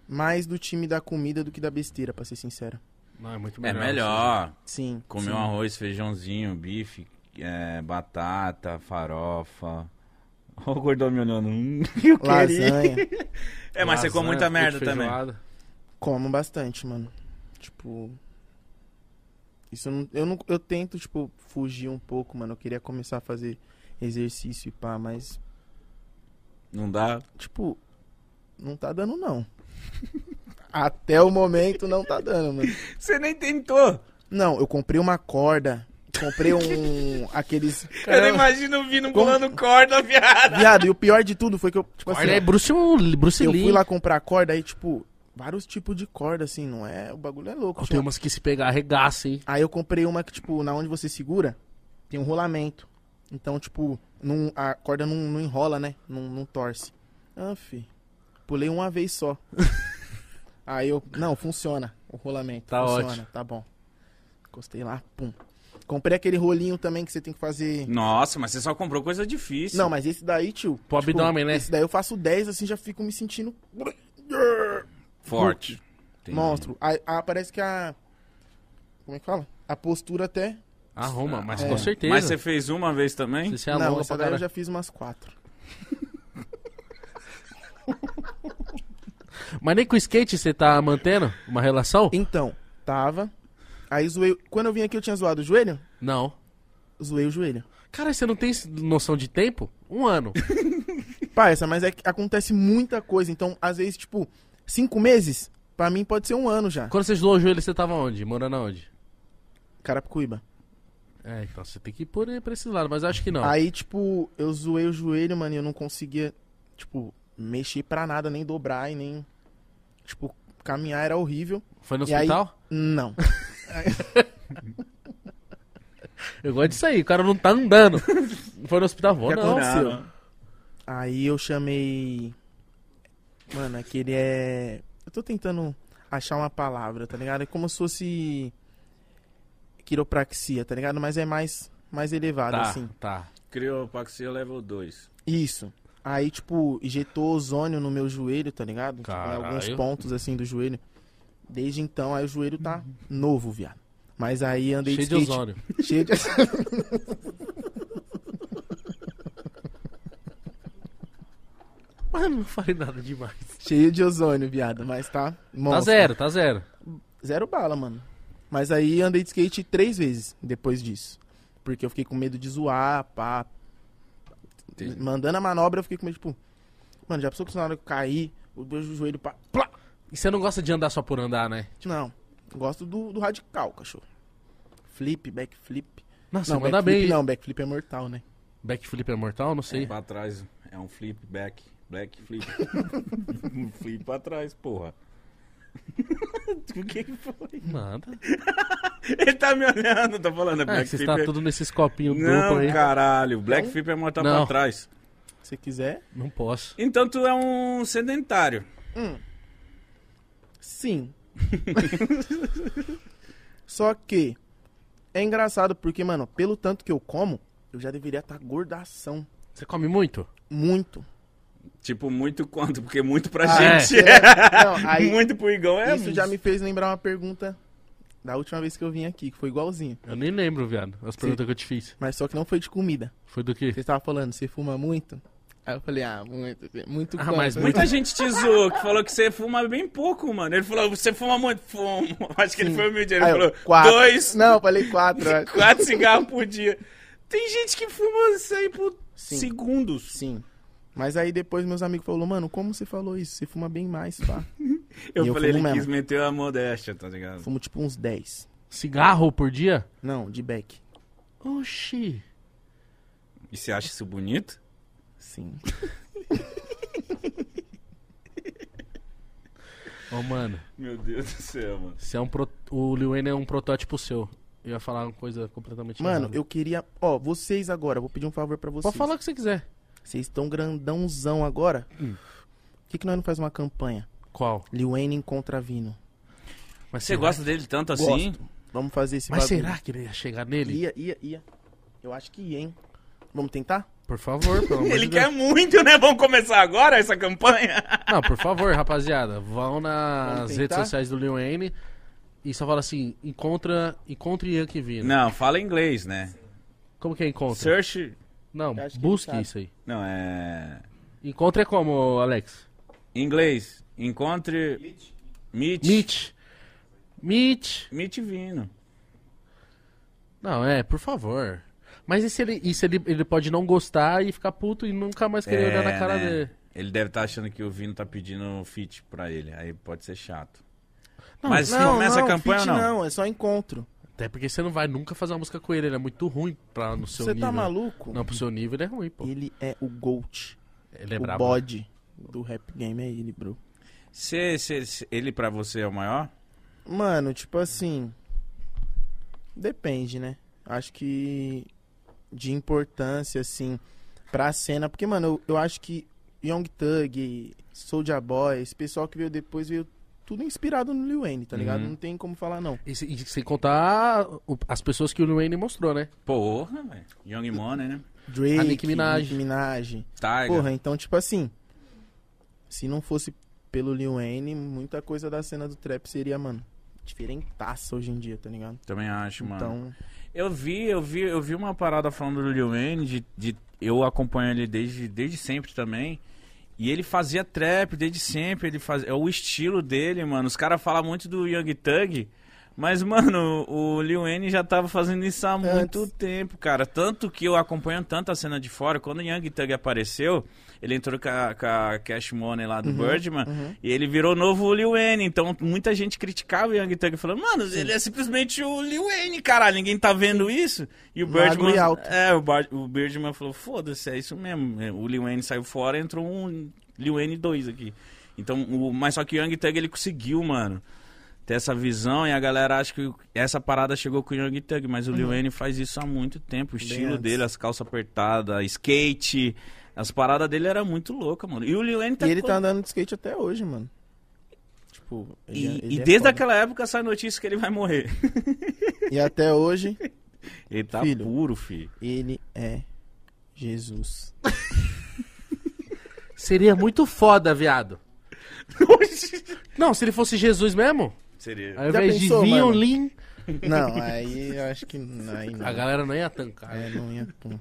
Speaker 3: mais do time da comida do que da besteira, pra ser sincero.
Speaker 2: Não, é muito
Speaker 1: É
Speaker 2: melhor.
Speaker 1: melhor.
Speaker 3: Sim.
Speaker 1: Comer
Speaker 3: sim.
Speaker 1: um arroz, feijãozinho, bife, é, batata, farofa. Olha o gordão me olhando. Hum, Eu queria.
Speaker 3: Lasanha.
Speaker 1: É, mas você come muita merda também.
Speaker 3: Como bastante, mano. Tipo. Isso não, eu não. Eu tento, tipo, fugir um pouco, mano. Eu queria começar a fazer exercício e pá, mas,
Speaker 1: Não dá?
Speaker 3: tipo, não tá dando, não. Até o momento não tá dando, mano.
Speaker 1: Você nem tentou.
Speaker 3: Não, eu comprei uma corda. Comprei um. aqueles.
Speaker 1: Eu não imagino vindo
Speaker 3: Como-
Speaker 1: pulando corda, viado.
Speaker 3: Viado, e o pior de tudo foi que eu. Tipo assim,
Speaker 2: Olha, é Bruce, Bruce
Speaker 3: eu
Speaker 2: Lee.
Speaker 3: fui lá comprar a corda, aí, tipo, vários tipos de corda, assim, não é. O bagulho é louco.
Speaker 2: Ó,
Speaker 3: tinha-
Speaker 2: Tem umas que se pegar, arregaça, hein?
Speaker 3: Aí eu comprei uma que, tipo, na onde você segura, tem um rolamento. Então, tipo, não, a corda não, não enrola, né? Não, não torce. Ah, fi. Pulei uma vez só. Aí eu. Não, funciona o rolamento.
Speaker 2: Tá
Speaker 3: funciona,
Speaker 2: ótimo.
Speaker 3: tá bom. Encostei lá, pum. Comprei aquele rolinho também que você tem que fazer.
Speaker 1: Nossa, mas você só comprou coisa difícil.
Speaker 3: Não, mas esse daí, tio. tipo,
Speaker 2: Pro abdômen, né?
Speaker 3: Esse daí eu faço 10, assim, já fico me sentindo
Speaker 1: Forte. Entendi.
Speaker 3: monstro. A, a- parece que a. Como é que fala? A postura até.
Speaker 2: Arruma, mas
Speaker 3: É.
Speaker 2: com certeza.
Speaker 1: Mas você fez uma vez também?
Speaker 2: Você se
Speaker 3: não,
Speaker 2: alonga
Speaker 3: essa
Speaker 2: É pra
Speaker 3: daí eu
Speaker 2: caralho.
Speaker 3: já fiz umas 4.
Speaker 2: Mas nem com o skate você tá mantendo uma relação?
Speaker 3: Então, tava. Aí zoei. Quando eu vim aqui, eu tinha zoado o joelho?
Speaker 2: Não.
Speaker 3: Zoei o joelho.
Speaker 2: Cara, você não tem noção de tempo? Um ano.
Speaker 3: Parça, mas é que acontece muita coisa. Então, às vezes, tipo, cinco meses, pra mim pode ser um ano já.
Speaker 2: Quando você zoou o joelho, você tava onde? Morando aonde?
Speaker 3: Carapicuíba.
Speaker 2: É, então você tem que ir por aí pra esse lado, mas acho que não.
Speaker 3: Aí, tipo, eu zoei o joelho, mano, e eu não conseguia, tipo, mexer pra nada, nem dobrar e nem. Tipo, caminhar era horrível.
Speaker 2: Foi no
Speaker 3: e aí-
Speaker 2: hospital?
Speaker 3: Não.
Speaker 2: Eu gosto disso aí, o cara não tá andando. Foi no hospital, vou
Speaker 3: Que
Speaker 2: não.
Speaker 3: acontece? Aí eu chamei. Mano, aquele é. Eu tô tentando achar uma palavra, tá ligado? É como se fosse. Quiropraxia, tá ligado? Mas é mais, mais elevado,
Speaker 2: Tá,
Speaker 3: assim.
Speaker 2: tá.
Speaker 1: Criopaxia level 2.
Speaker 3: Isso. Aí, tipo, injetou ozônio no meu joelho, tá ligado? Tipo, em alguns
Speaker 2: Caralho.
Speaker 3: pontos, assim, do joelho. Desde então, aí o joelho tá novo, viado. Mas aí andei
Speaker 2: Cheio de
Speaker 3: de skate.
Speaker 2: ozônio.
Speaker 3: Cheio de
Speaker 2: Mano, não falei nada demais.
Speaker 3: Cheio de ozônio, viado. Mas tá.
Speaker 2: Tá
Speaker 3: monstro.
Speaker 2: zero, tá zero.
Speaker 3: Zero bala, mano. Mas aí andei de skate três vezes depois disso. Porque eu fiquei com medo de zoar, pá.
Speaker 1: Entendi.
Speaker 3: Mandando a manobra, eu fiquei com medo, tipo. Mano, já pensou que na hora que eu cair, o meu joelho pá. Plá!
Speaker 2: E você não gosta de andar só por andar, né?
Speaker 3: Não. Gosto do, do radical, cachorro. Flip, backflip.
Speaker 2: Nossa,
Speaker 3: Não,
Speaker 2: manda
Speaker 3: backflip
Speaker 2: bem.
Speaker 3: não, backflip é mortal, né?
Speaker 2: Backflip é mortal? Não sei.
Speaker 1: Pra trás é um flip back. Black flip. um flip pra trás, porra. o que que foi?
Speaker 2: Nada.
Speaker 1: Ele tá me olhando, tá falando. É
Speaker 2: É,
Speaker 1: black
Speaker 2: que vocês
Speaker 1: flip.
Speaker 2: tá
Speaker 1: é-
Speaker 2: tudo nesses copinhos
Speaker 1: Não,
Speaker 2: duplo aí.
Speaker 1: caralho. Black flip é mortal
Speaker 2: Não.
Speaker 1: pra trás.
Speaker 3: Se quiser.
Speaker 2: Não posso.
Speaker 1: Então tu é um sedentário.
Speaker 3: Sim. Só que é engraçado porque, mano, pelo tanto que eu como, eu já deveria estar gordação.
Speaker 2: Você come muito?
Speaker 3: Muito.
Speaker 1: Tipo, muito quanto? Porque muito pra
Speaker 2: Ah,
Speaker 1: gente
Speaker 3: É, não, aí
Speaker 1: muito pro Igão é
Speaker 3: isso já me fez lembrar uma pergunta Da última vez que eu vim aqui, que foi igualzinho.
Speaker 2: Eu nem lembro, viado, as perguntas que eu te fiz.
Speaker 3: Mas só que não foi de comida.
Speaker 2: Foi do quê?
Speaker 3: Você tava falando, você fuma muito? Aí eu falei, ah, muito. Muito
Speaker 2: Ah,
Speaker 3: quanto?
Speaker 2: mas muito-
Speaker 1: Muita gente te zoou, que falou que você fuma bem pouco, mano. Ele falou, você fuma muito? Fumo. Acho que ele foi humilde. Ele
Speaker 3: Aí eu,
Speaker 1: falou,
Speaker 3: quatro.
Speaker 1: dois,
Speaker 3: Não, eu falei quatro. é. eu acho.
Speaker 1: quatro cigarros por dia. Tem gente que fuma isso aí por
Speaker 3: Sim.
Speaker 1: segundos.
Speaker 3: Sim. Mas aí depois meus amigos falaram, mano, como você falou isso? Você fuma bem mais, pá.
Speaker 1: Eu,
Speaker 3: E eu
Speaker 1: falei, ele
Speaker 3: fumo
Speaker 1: quis
Speaker 3: mesmo.
Speaker 1: meter a modéstia, tá ligado?
Speaker 3: Fumo tipo uns 10.
Speaker 2: Cigarro por dia?
Speaker 3: Não, de beck.
Speaker 2: Oxi.
Speaker 1: E você acha isso bonito?
Speaker 3: Sim.
Speaker 2: Ô, mano,
Speaker 1: Meu Deus do céu, mano.
Speaker 2: você é um pro... o Lil Wayne é um protótipo seu. Eu ia falar uma coisa completamente
Speaker 3: Mano,
Speaker 2: errada.
Speaker 3: eu queria. Ó, vocês agora, vou pedir um favor pra vocês.
Speaker 2: Pode falar o que você quiser.
Speaker 3: Vocês estão grandãozão agora? Por que, que nós não faz uma campanha?
Speaker 2: Qual?
Speaker 3: Lil Wayne contra Vino.
Speaker 2: Mas
Speaker 1: Você
Speaker 2: será-
Speaker 1: gosta dele tanto assim?
Speaker 3: Vamos fazer esse
Speaker 2: Mas
Speaker 3: bagulho.
Speaker 2: será que ele ia chegar nele?
Speaker 3: Ia, ia, ia. Eu acho que ia, hein? Vamos tentar?
Speaker 2: Por favor, pelo amor
Speaker 1: Ele
Speaker 2: de Deus.
Speaker 1: quer muito, né? Vamos começar agora essa campanha?
Speaker 2: Não, por favor, rapaziada, vão nas
Speaker 3: Vamos
Speaker 2: redes
Speaker 3: tentar?
Speaker 2: sociais do Lil Wayne e só fala assim, encontra, encontre Ian que vino.
Speaker 1: Não, fala inglês, né?
Speaker 2: Como que é encontra?
Speaker 1: Search.
Speaker 2: Não,
Speaker 3: Eu acho que
Speaker 2: busque
Speaker 3: ele sabe.
Speaker 2: isso aí.
Speaker 1: Não, é.
Speaker 2: Encontra é como, Alex?
Speaker 1: Inglês. Encontre. Meet.
Speaker 2: Meet. Meet.
Speaker 1: Meet Vino.
Speaker 2: Não, é, por favor. Mas e se ele, e se ele, ele pode não gostar e ficar puto e nunca mais querer olhar
Speaker 3: É,
Speaker 2: na cara
Speaker 1: né?
Speaker 2: dele?
Speaker 1: Ele deve estar achando que o Vino tá pedindo fit pra ele. Aí pode ser chato.
Speaker 2: Não,
Speaker 1: Mas começa a campanha ou
Speaker 3: feat
Speaker 1: não?
Speaker 3: Não, é só encontro.
Speaker 2: Até porque você não vai nunca fazer uma música com ele, ele é muito ruim pra, no seu
Speaker 3: Você
Speaker 2: nível.
Speaker 3: tá maluco?
Speaker 2: Não, pro seu nível ele é ruim, pô.
Speaker 3: Ele é o GOAT.
Speaker 2: Ele é
Speaker 3: o
Speaker 2: brabo.
Speaker 3: bode do rap game é ele, bro.
Speaker 1: Se, se- se- ele pra você é o maior?
Speaker 3: Mano, tipo assim. Depende, né? Acho que. De importância, assim. Pra cena. Porque, mano, eu, eu acho que Young Thug, Soulja Boy, esse pessoal que veio depois veio tudo inspirado no Lil Wayne, tá ligado? Não tem como falar, não.
Speaker 2: E, se- e sem contar o- as pessoas que o Lil Wayne mostrou, né?
Speaker 1: Porra, velho. Young Money, né?
Speaker 3: Drake,
Speaker 2: A Nicki Minaj.
Speaker 3: Nicki Minaj.
Speaker 1: Tiger.
Speaker 3: Porra, então, tipo assim. Se não fosse pelo Lil Wayne, muita coisa da cena do trap seria, mano, diferentaça hoje em dia, tá ligado?
Speaker 1: Também acho, mano.
Speaker 3: Então,
Speaker 1: Eu vi, eu vi, eu vi uma parada falando do Lil Wayne, de, de- eu acompanho ele desde, desde sempre também. E ele fazia trap desde sempre, ele faz, é o estilo dele, mano. Os caras falam muito do Young Thug, mas mano, o Lil Wayne já tava fazendo isso há muito tempo, cara. Tanto que eu acompanho tanto a cena de fora, quando o Young Thug apareceu, ele entrou com a, com a Cash Money lá do Birdman,
Speaker 3: uhum.
Speaker 1: e ele virou novo Lil Wayne. Então muita gente criticava o Young Thug, falando, mano, ele é simplesmente o Lil Wayne, caralho, ninguém tá vendo isso. E o
Speaker 3: Magro
Speaker 1: Birdman.
Speaker 3: e alto.
Speaker 1: É, o, Bar- o Birdman falou, foda-se, é isso mesmo. É, O Lil Wayne saiu fora, entrou um Lil Wayne 2 aqui. Então, o, mas só que o Young Thug ele conseguiu, mano. Ter essa visão e a galera acha que essa parada chegou com o Young Thug, mas o Lil Wayne faz isso há muito tempo. O estilo
Speaker 3: Uhum. antes.
Speaker 1: dele, as calças apertadas, skate, as paradas dele era muito louca, mano. E o Lil Wayne tá
Speaker 3: e ele
Speaker 1: co-
Speaker 3: tá andando de skate até hoje, mano. Tipo, ele
Speaker 1: e,
Speaker 3: é- ele
Speaker 1: e
Speaker 3: é
Speaker 1: desde
Speaker 3: foda.
Speaker 1: aquela época sai notícia que ele vai morrer.
Speaker 3: E até hoje,
Speaker 1: Ele tá
Speaker 3: Filho.
Speaker 1: puro, filho.
Speaker 3: ele é Jesus.
Speaker 2: Seria muito foda, viado. Não, se ele fosse Jesus mesmo,
Speaker 1: Seria.
Speaker 2: ao
Speaker 3: Já
Speaker 2: invés
Speaker 3: pensou,
Speaker 2: de vinho,
Speaker 3: mano?
Speaker 2: Lin,
Speaker 3: Não, aí eu acho que não, aí não.
Speaker 2: a galera não ia tancar.
Speaker 3: Aí não ia, pum.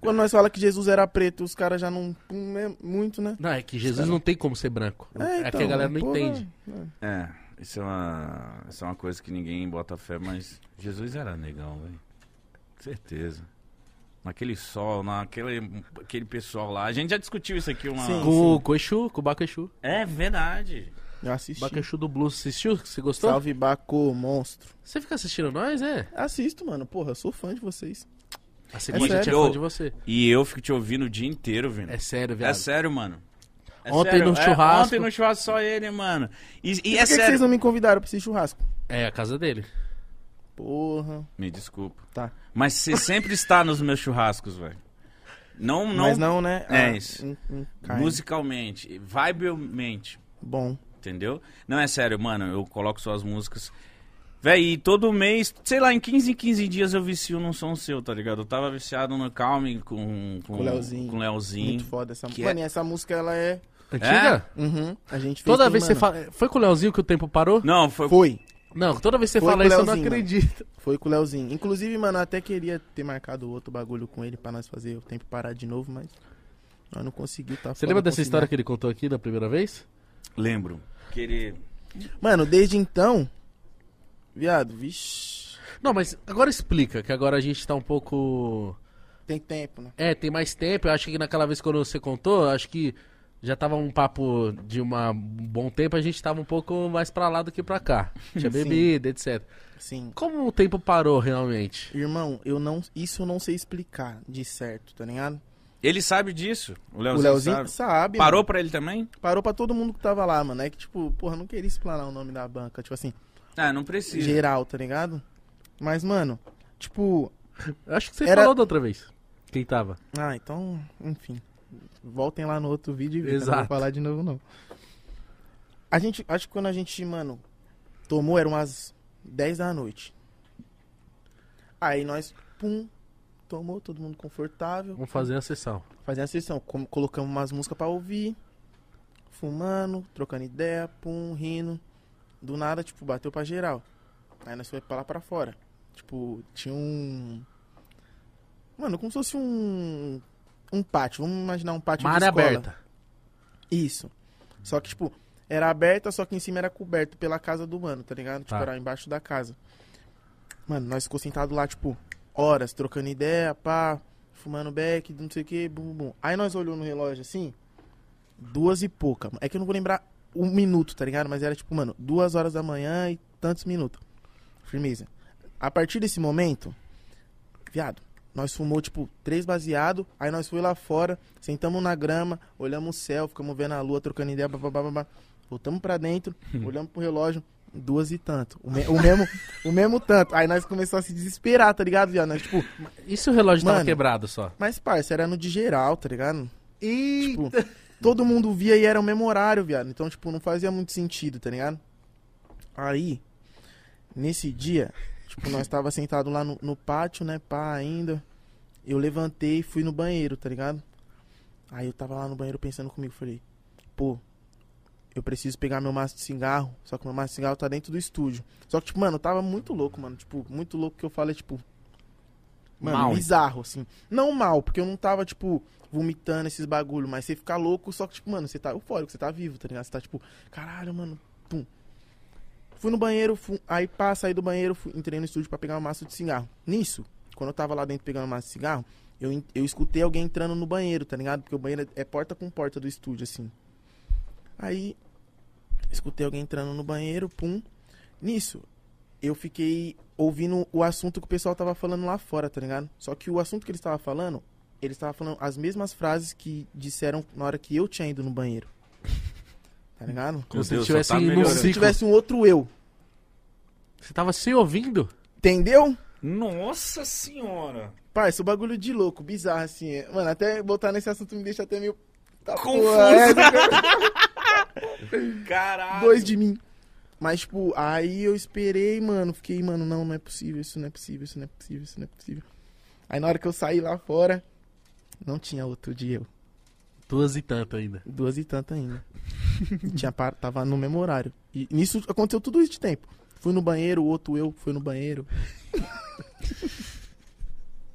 Speaker 3: Quando nós fala que Jesus era preto, os caras já não pum, é muito, né?
Speaker 2: Não, é que Jesus não tem como ser branco. É,
Speaker 3: então,
Speaker 2: que a galera não
Speaker 3: porra,
Speaker 2: entende.
Speaker 3: né?
Speaker 1: É, isso é uma, isso é uma coisa que ninguém bota fé, mas Jesus era negão, velho. Certeza. Naquele sol, naquele aquele pessoal lá. A gente já discutiu isso aqui uma.
Speaker 3: Sim.
Speaker 2: Com, o- com o Exu, com o Baco Exu.
Speaker 1: É verdade.
Speaker 3: Eu assisti.
Speaker 2: Baco Exu do Blues, você assistiu? Você gostou?
Speaker 3: Salve Baco, monstro.
Speaker 2: Você fica assistindo nós, é?
Speaker 3: Assisto, mano. Porra, eu sou fã de vocês.
Speaker 2: A seguinte,
Speaker 3: sério.
Speaker 2: é fã de você.
Speaker 1: E eu fico te ouvindo o dia inteiro, Vino.
Speaker 2: É sério,
Speaker 1: É
Speaker 2: viado.
Speaker 1: sério, mano. É
Speaker 2: Ontem
Speaker 1: sério.
Speaker 2: no
Speaker 1: É,
Speaker 2: churrasco.
Speaker 1: ontem no churrasco só ele, mano. E, e
Speaker 3: E
Speaker 1: é
Speaker 3: por que, que
Speaker 1: sério.
Speaker 3: vocês não me convidaram pra esse churrasco?
Speaker 2: É, a casa dele.
Speaker 3: Porra.
Speaker 1: Me desculpa.
Speaker 3: Tá.
Speaker 1: Mas você sempre está nos meus churrascos, velho. Não, não,
Speaker 3: Mas não, né?
Speaker 1: É isso.
Speaker 3: Um, um cara.
Speaker 1: musicalmente, vibemente.
Speaker 3: Bom.
Speaker 1: Entendeu? Não, é sério, mano, eu coloco suas músicas. Véi, e todo mês, sei lá, em 15 em 15 dias eu vicio num som seu, tá ligado? Eu tava viciado no Calm com, com,
Speaker 3: Com o Leozinho.
Speaker 1: com o Leozinho.
Speaker 3: Muito foda essa
Speaker 1: que
Speaker 3: música. Mano, e essa música ela é.
Speaker 2: Antiga?
Speaker 3: Uhum, a gente fez
Speaker 2: Toda
Speaker 3: com-
Speaker 2: vez que você
Speaker 3: mano,
Speaker 2: fala... Foi com o Leozinho que o tempo parou?
Speaker 1: Não, foi,
Speaker 3: Foi.
Speaker 2: Não, toda vez que você
Speaker 3: Foi
Speaker 2: fala
Speaker 3: com o
Speaker 2: isso, eu não
Speaker 3: Leozinho, né?
Speaker 2: acredito.
Speaker 3: Foi com o Leozinho. Inclusive, mano, eu até queria ter marcado outro bagulho com ele pra nós fazer o tempo parar de novo, mas nós não conseguiu, tá?
Speaker 2: Você
Speaker 3: foda
Speaker 2: lembra dessa
Speaker 3: conciliar.
Speaker 2: história que ele contou aqui da primeira vez?
Speaker 1: Lembro. Que ele...
Speaker 3: Mano, desde então. Viado, vixi.
Speaker 2: Não, mas agora explica, que agora a gente tá um pouco.
Speaker 3: Tem tempo, né?
Speaker 2: É, tem mais tempo. Eu acho que naquela vez quando você contou, eu acho que já tava um papo de uma um bom tempo, a gente tava um pouco mais pra lá do que pra cá. Tinha
Speaker 3: Sim.
Speaker 2: bebida, etc.
Speaker 3: Sim.
Speaker 2: Como o tempo parou realmente?
Speaker 3: Irmão, eu não. Isso eu não sei explicar de certo, tá ligado?
Speaker 1: Ele sabe disso. O
Speaker 3: O
Speaker 1: Leozinho,
Speaker 3: Leozinho
Speaker 1: sabe.
Speaker 3: sabe.
Speaker 1: Parou pra ele também?
Speaker 3: mano. Parou pra todo mundo que tava lá, mano. É que, tipo, porra, eu não queria explanar o nome da banca. Tipo assim,
Speaker 1: Ah, não precisa.
Speaker 3: geral, tá ligado? Mas, mano, tipo.
Speaker 2: Eu acho que você
Speaker 3: Era-
Speaker 2: falou da outra vez. Quem tava?
Speaker 3: Ah, então, enfim. Voltem lá no outro vídeo e vê, que eu não
Speaker 2: Exato.
Speaker 3: vou falar de novo, não. A gente, acho que quando a gente, mano, tomou, eram umas 10 da noite. Aí nós, pum, tomou, todo mundo confortável.
Speaker 2: Vamos fazer a sessão.
Speaker 3: Fazendo a sessão, com- colocamos umas músicas pra ouvir, fumando, trocando ideia, pum, rindo. Do nada, tipo, bateu pra geral. Aí nós foi pra lá pra fora. Tipo, tinha um. Mano, como se fosse um. Um pátio, vamos imaginar um pátio
Speaker 2: Uma
Speaker 3: de
Speaker 2: área
Speaker 3: escola.
Speaker 2: aberta.
Speaker 3: Isso. Só que, tipo, era aberta, só que em cima era coberto pela casa do mano, tá ligado? Tipo,
Speaker 2: Tá.
Speaker 3: era embaixo da casa. Mano, nós ficou sentado lá, tipo, horas, trocando ideia, pá, fumando beck, não sei o que, bum, bum, bum. Aí nós olhou no relógio assim, duas e pouca. É que eu não vou lembrar um minuto, tá ligado? Mas era, tipo, mano, duas horas da manhã e tantos minutos. Firmeza. A partir desse momento, viado, nós fumou, tipo, três baseado, aí nós foi lá fora, sentamos na grama, olhamos o céu, ficamos vendo a lua, trocando ideia, babá, babá. Voltamos pra dentro, olhamos pro relógio, duas e tanto. O, me- o mesmo, o mesmo tanto. Aí nós começamos a se desesperar, tá ligado, viado? Nós, tipo,
Speaker 2: E se o relógio tava
Speaker 3: Mano.
Speaker 2: quebrado só?
Speaker 3: mas, parça, era no de geral, tá ligado?
Speaker 2: E
Speaker 3: Tipo, todo mundo via e era o mesmo horário, viado. Então, tipo, não fazia muito sentido, tá ligado? Aí, nesse dia, tipo, nós tava sentado lá no, no pátio, né, pá, ainda. Eu levantei e fui no banheiro, tá ligado? Aí eu tava lá no banheiro pensando comigo, falei, pô, eu preciso pegar meu maço de cigarro, só que meu maço de cigarro tá dentro do estúdio. Só que, tipo, mano, eu tava muito louco, mano, tipo, muito louco que eu falei, tipo, mano,
Speaker 2: Mal.
Speaker 3: bizarro, assim. Não mal, porque eu não tava, tipo, vomitando esses bagulho, mas você fica louco, só que, tipo, mano, você tá eufórico, você tá vivo, tá ligado? Você tá, tipo, caralho, mano, pum. Fui no banheiro, fu- aí pá, saí do banheiro, fui, entrei no estúdio pra pegar um maço de cigarro. Nisso, quando eu tava lá dentro pegando maço de cigarro, eu, en- eu escutei alguém entrando no banheiro, tá ligado? Porque o banheiro é porta com porta do estúdio, assim. Aí, escutei alguém entrando no banheiro, pum. Nisso, eu fiquei ouvindo o assunto que o pessoal tava falando lá fora, tá ligado? Só que o assunto que eles estavam falando, eles estavam falando as mesmas frases que disseram na hora que eu tinha ido no banheiro. Tá ligado?
Speaker 2: Como
Speaker 1: Meu
Speaker 2: se
Speaker 1: Deus,
Speaker 2: tivesse
Speaker 1: só tá
Speaker 2: num
Speaker 1: melhorando.
Speaker 3: Se
Speaker 2: ciclo.
Speaker 3: tivesse um outro eu,
Speaker 2: Você tava se ouvindo?
Speaker 3: entendeu?
Speaker 1: Nossa senhora!
Speaker 3: Parça, o bagulho de louco, bizarro, assim. é- Mano, até botar nesse assunto me deixa até meio. Tá, porra,
Speaker 1: Confuso.
Speaker 3: é,
Speaker 1: Caralho!
Speaker 3: dois de mim. Mas, tipo, aí eu esperei, mano. Fiquei, mano, não, não é possível, isso não é possível, isso não é possível, isso não é possível. Aí na hora que eu saí lá fora, não tinha outro dia eu.
Speaker 2: Duas e tanto ainda.
Speaker 3: Duas e tanta ainda. E tinha par... Tava no mesmo horário. E nisso aconteceu tudo isso de tempo. Fui no banheiro, o outro eu foi no banheiro.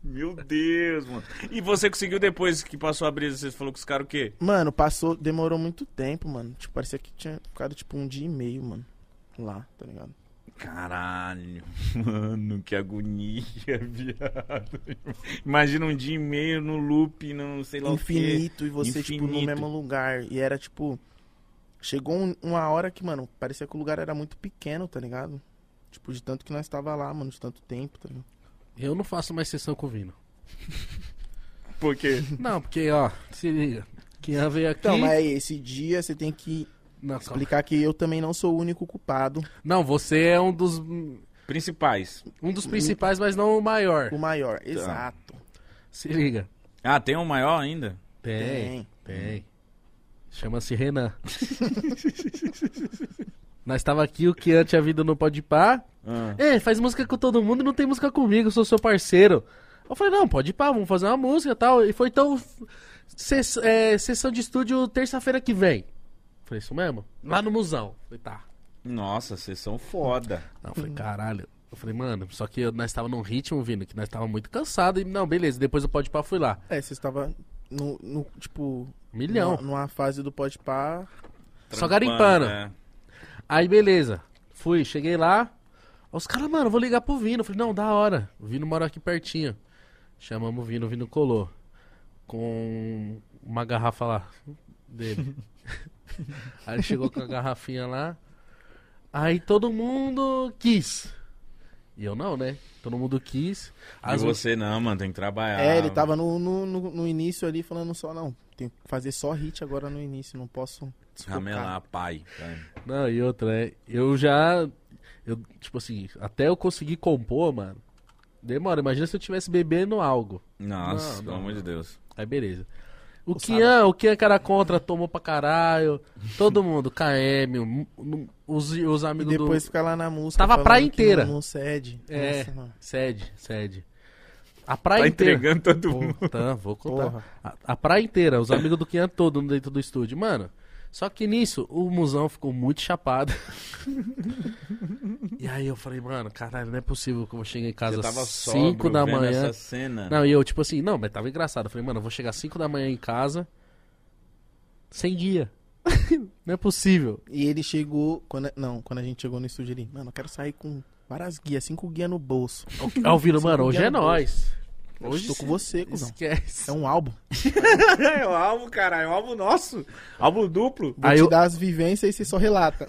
Speaker 1: Meu Deus, mano. E você conseguiu depois que passou a brisa, você falou com os caras o quê?
Speaker 3: Mano, passou, demorou muito tempo, mano. Tipo, parecia que tinha ficado, tipo, um dia e meio, mano. Lá, tá ligado?
Speaker 1: Caralho, mano, que agonia, viado. Imagina um dia e meio no loop, não sei lá o quê.
Speaker 3: infinito e você, tipo, no
Speaker 1: Infinito.
Speaker 3: mesmo lugar. E era, tipo. Chegou um- uma hora que, mano, parecia que o lugar era muito pequeno, tá ligado? Tipo, de tanto que nós tava lá, mano, de tanto tempo, tá ligado?
Speaker 2: Eu não faço mais sessão com o Vino.
Speaker 1: Por quê?
Speaker 2: Não, porque, ó, se liga. Kian veio aqui.
Speaker 3: Então, mas esse dia você tem que
Speaker 2: Não, calma.
Speaker 3: explicar que eu também não sou o único culpado,
Speaker 2: Não, você é um dos, um
Speaker 1: Principais.
Speaker 2: dos
Speaker 3: Hum,
Speaker 2: principais, mas não o maior.
Speaker 3: o maior.
Speaker 1: Tá.
Speaker 3: Exato.
Speaker 2: Se liga.
Speaker 1: Ah, tem um maior ainda?
Speaker 2: Tem,
Speaker 3: Tem.
Speaker 2: tem. Chama-se Renan. Nós tava aqui, o Kian tinha vindo no Pode Pá.
Speaker 1: Ah.
Speaker 2: É, faz música com todo mundo e não tem música comigo, eu sou seu parceiro. Eu falei, não, pode ir pá, vamos fazer uma música e tal. E foi então. ses- é, sessão de estúdio terça-feira que vem. Falei, isso mesmo? Lá no musão. Falei, tá.
Speaker 1: Nossa, vocês são foda.
Speaker 2: Não, eu falei, caralho. Eu falei, mano, só que eu- nós tava num ritmo, Vino, que nós tava muito cansado. E, não, beleza, depois do pode pá fui lá.
Speaker 3: É, você estava no, no, tipo...
Speaker 2: Milhão.
Speaker 3: numa- Numa fase do pode par.
Speaker 2: Só
Speaker 1: Trampando,
Speaker 2: garimpando.
Speaker 1: né?
Speaker 2: Aí, beleza. Fui, cheguei lá. Os caras, mano, eu vou ligar pro Vino. Eu falei, não, da hora. O Vino mora aqui pertinho. Chamamos o Vino, o Vino colou. Com uma garrafa lá dele. Aí ele chegou com a garrafinha lá. Aí todo mundo quis. E eu não, né? Todo mundo quis.
Speaker 1: E
Speaker 2: As
Speaker 1: você não, mano, tem que trabalhar.
Speaker 3: É,
Speaker 2: tá
Speaker 3: ele tava no, no, no, no início ali falando só, não, tenho que fazer só hit agora no início, não posso desfocar.
Speaker 1: Ramelar, pai. pai.
Speaker 2: Não, e outra, é, eu já. Eu, tipo assim, até eu conseguir compor, mano. Demora, imagina se eu tivesse bebendo algo.
Speaker 1: Nossa,
Speaker 2: Não,
Speaker 1: pelo
Speaker 2: não,
Speaker 1: amor de Deus.
Speaker 2: Aí beleza. O
Speaker 3: Pô,
Speaker 2: Kian, o Kian que era contra, tomou pra caralho. Todo mundo, KM, um- um- os, os
Speaker 3: E
Speaker 2: amigos
Speaker 3: depois
Speaker 2: do.
Speaker 3: ficar lá na música.
Speaker 2: Tava a
Speaker 3: falando
Speaker 2: praia
Speaker 3: que
Speaker 2: inteira.
Speaker 3: Não, não cede.
Speaker 2: É,
Speaker 3: Nossa, mano.
Speaker 2: sede, sede. A praia
Speaker 1: Tá
Speaker 2: inteira.
Speaker 1: entregando todo mundo.
Speaker 2: Puta, vou contar.
Speaker 3: Porra.
Speaker 2: A, a praia inteira, os amigos do Kian todo dentro do estúdio. Mano, só que nisso, o Musão ficou muito chapado. e aí eu falei, mano, caralho, não é possível que eu vou chegar em casa
Speaker 1: Eu tava
Speaker 2: às
Speaker 1: sóbrio
Speaker 2: 5 da
Speaker 1: vendo
Speaker 2: manhã.
Speaker 1: essa cena.
Speaker 2: Não, e eu, tipo assim, não, mas tava engraçado. Eu falei, mano, eu vou chegar às 5 da manhã em casa sem guia. não é possível.
Speaker 3: E ele chegou. Quando, não, quando a gente chegou no estúdio, ele, mano, eu quero sair com várias guias, cinco guias no bolso.
Speaker 2: Aí eu viro, mano,
Speaker 3: Sem
Speaker 2: hoje
Speaker 3: guia
Speaker 2: é
Speaker 3: no
Speaker 2: nós.
Speaker 3: Eu
Speaker 2: Hoje
Speaker 3: estou
Speaker 2: se-
Speaker 3: com você, cuzão.
Speaker 2: Esquece.
Speaker 3: É um álbum.
Speaker 1: é o álbum, caralho. É o álbum nosso. Álbum duplo.
Speaker 3: Vou
Speaker 2: Aí
Speaker 3: te
Speaker 2: eu-
Speaker 3: dar as vivências e você só relata.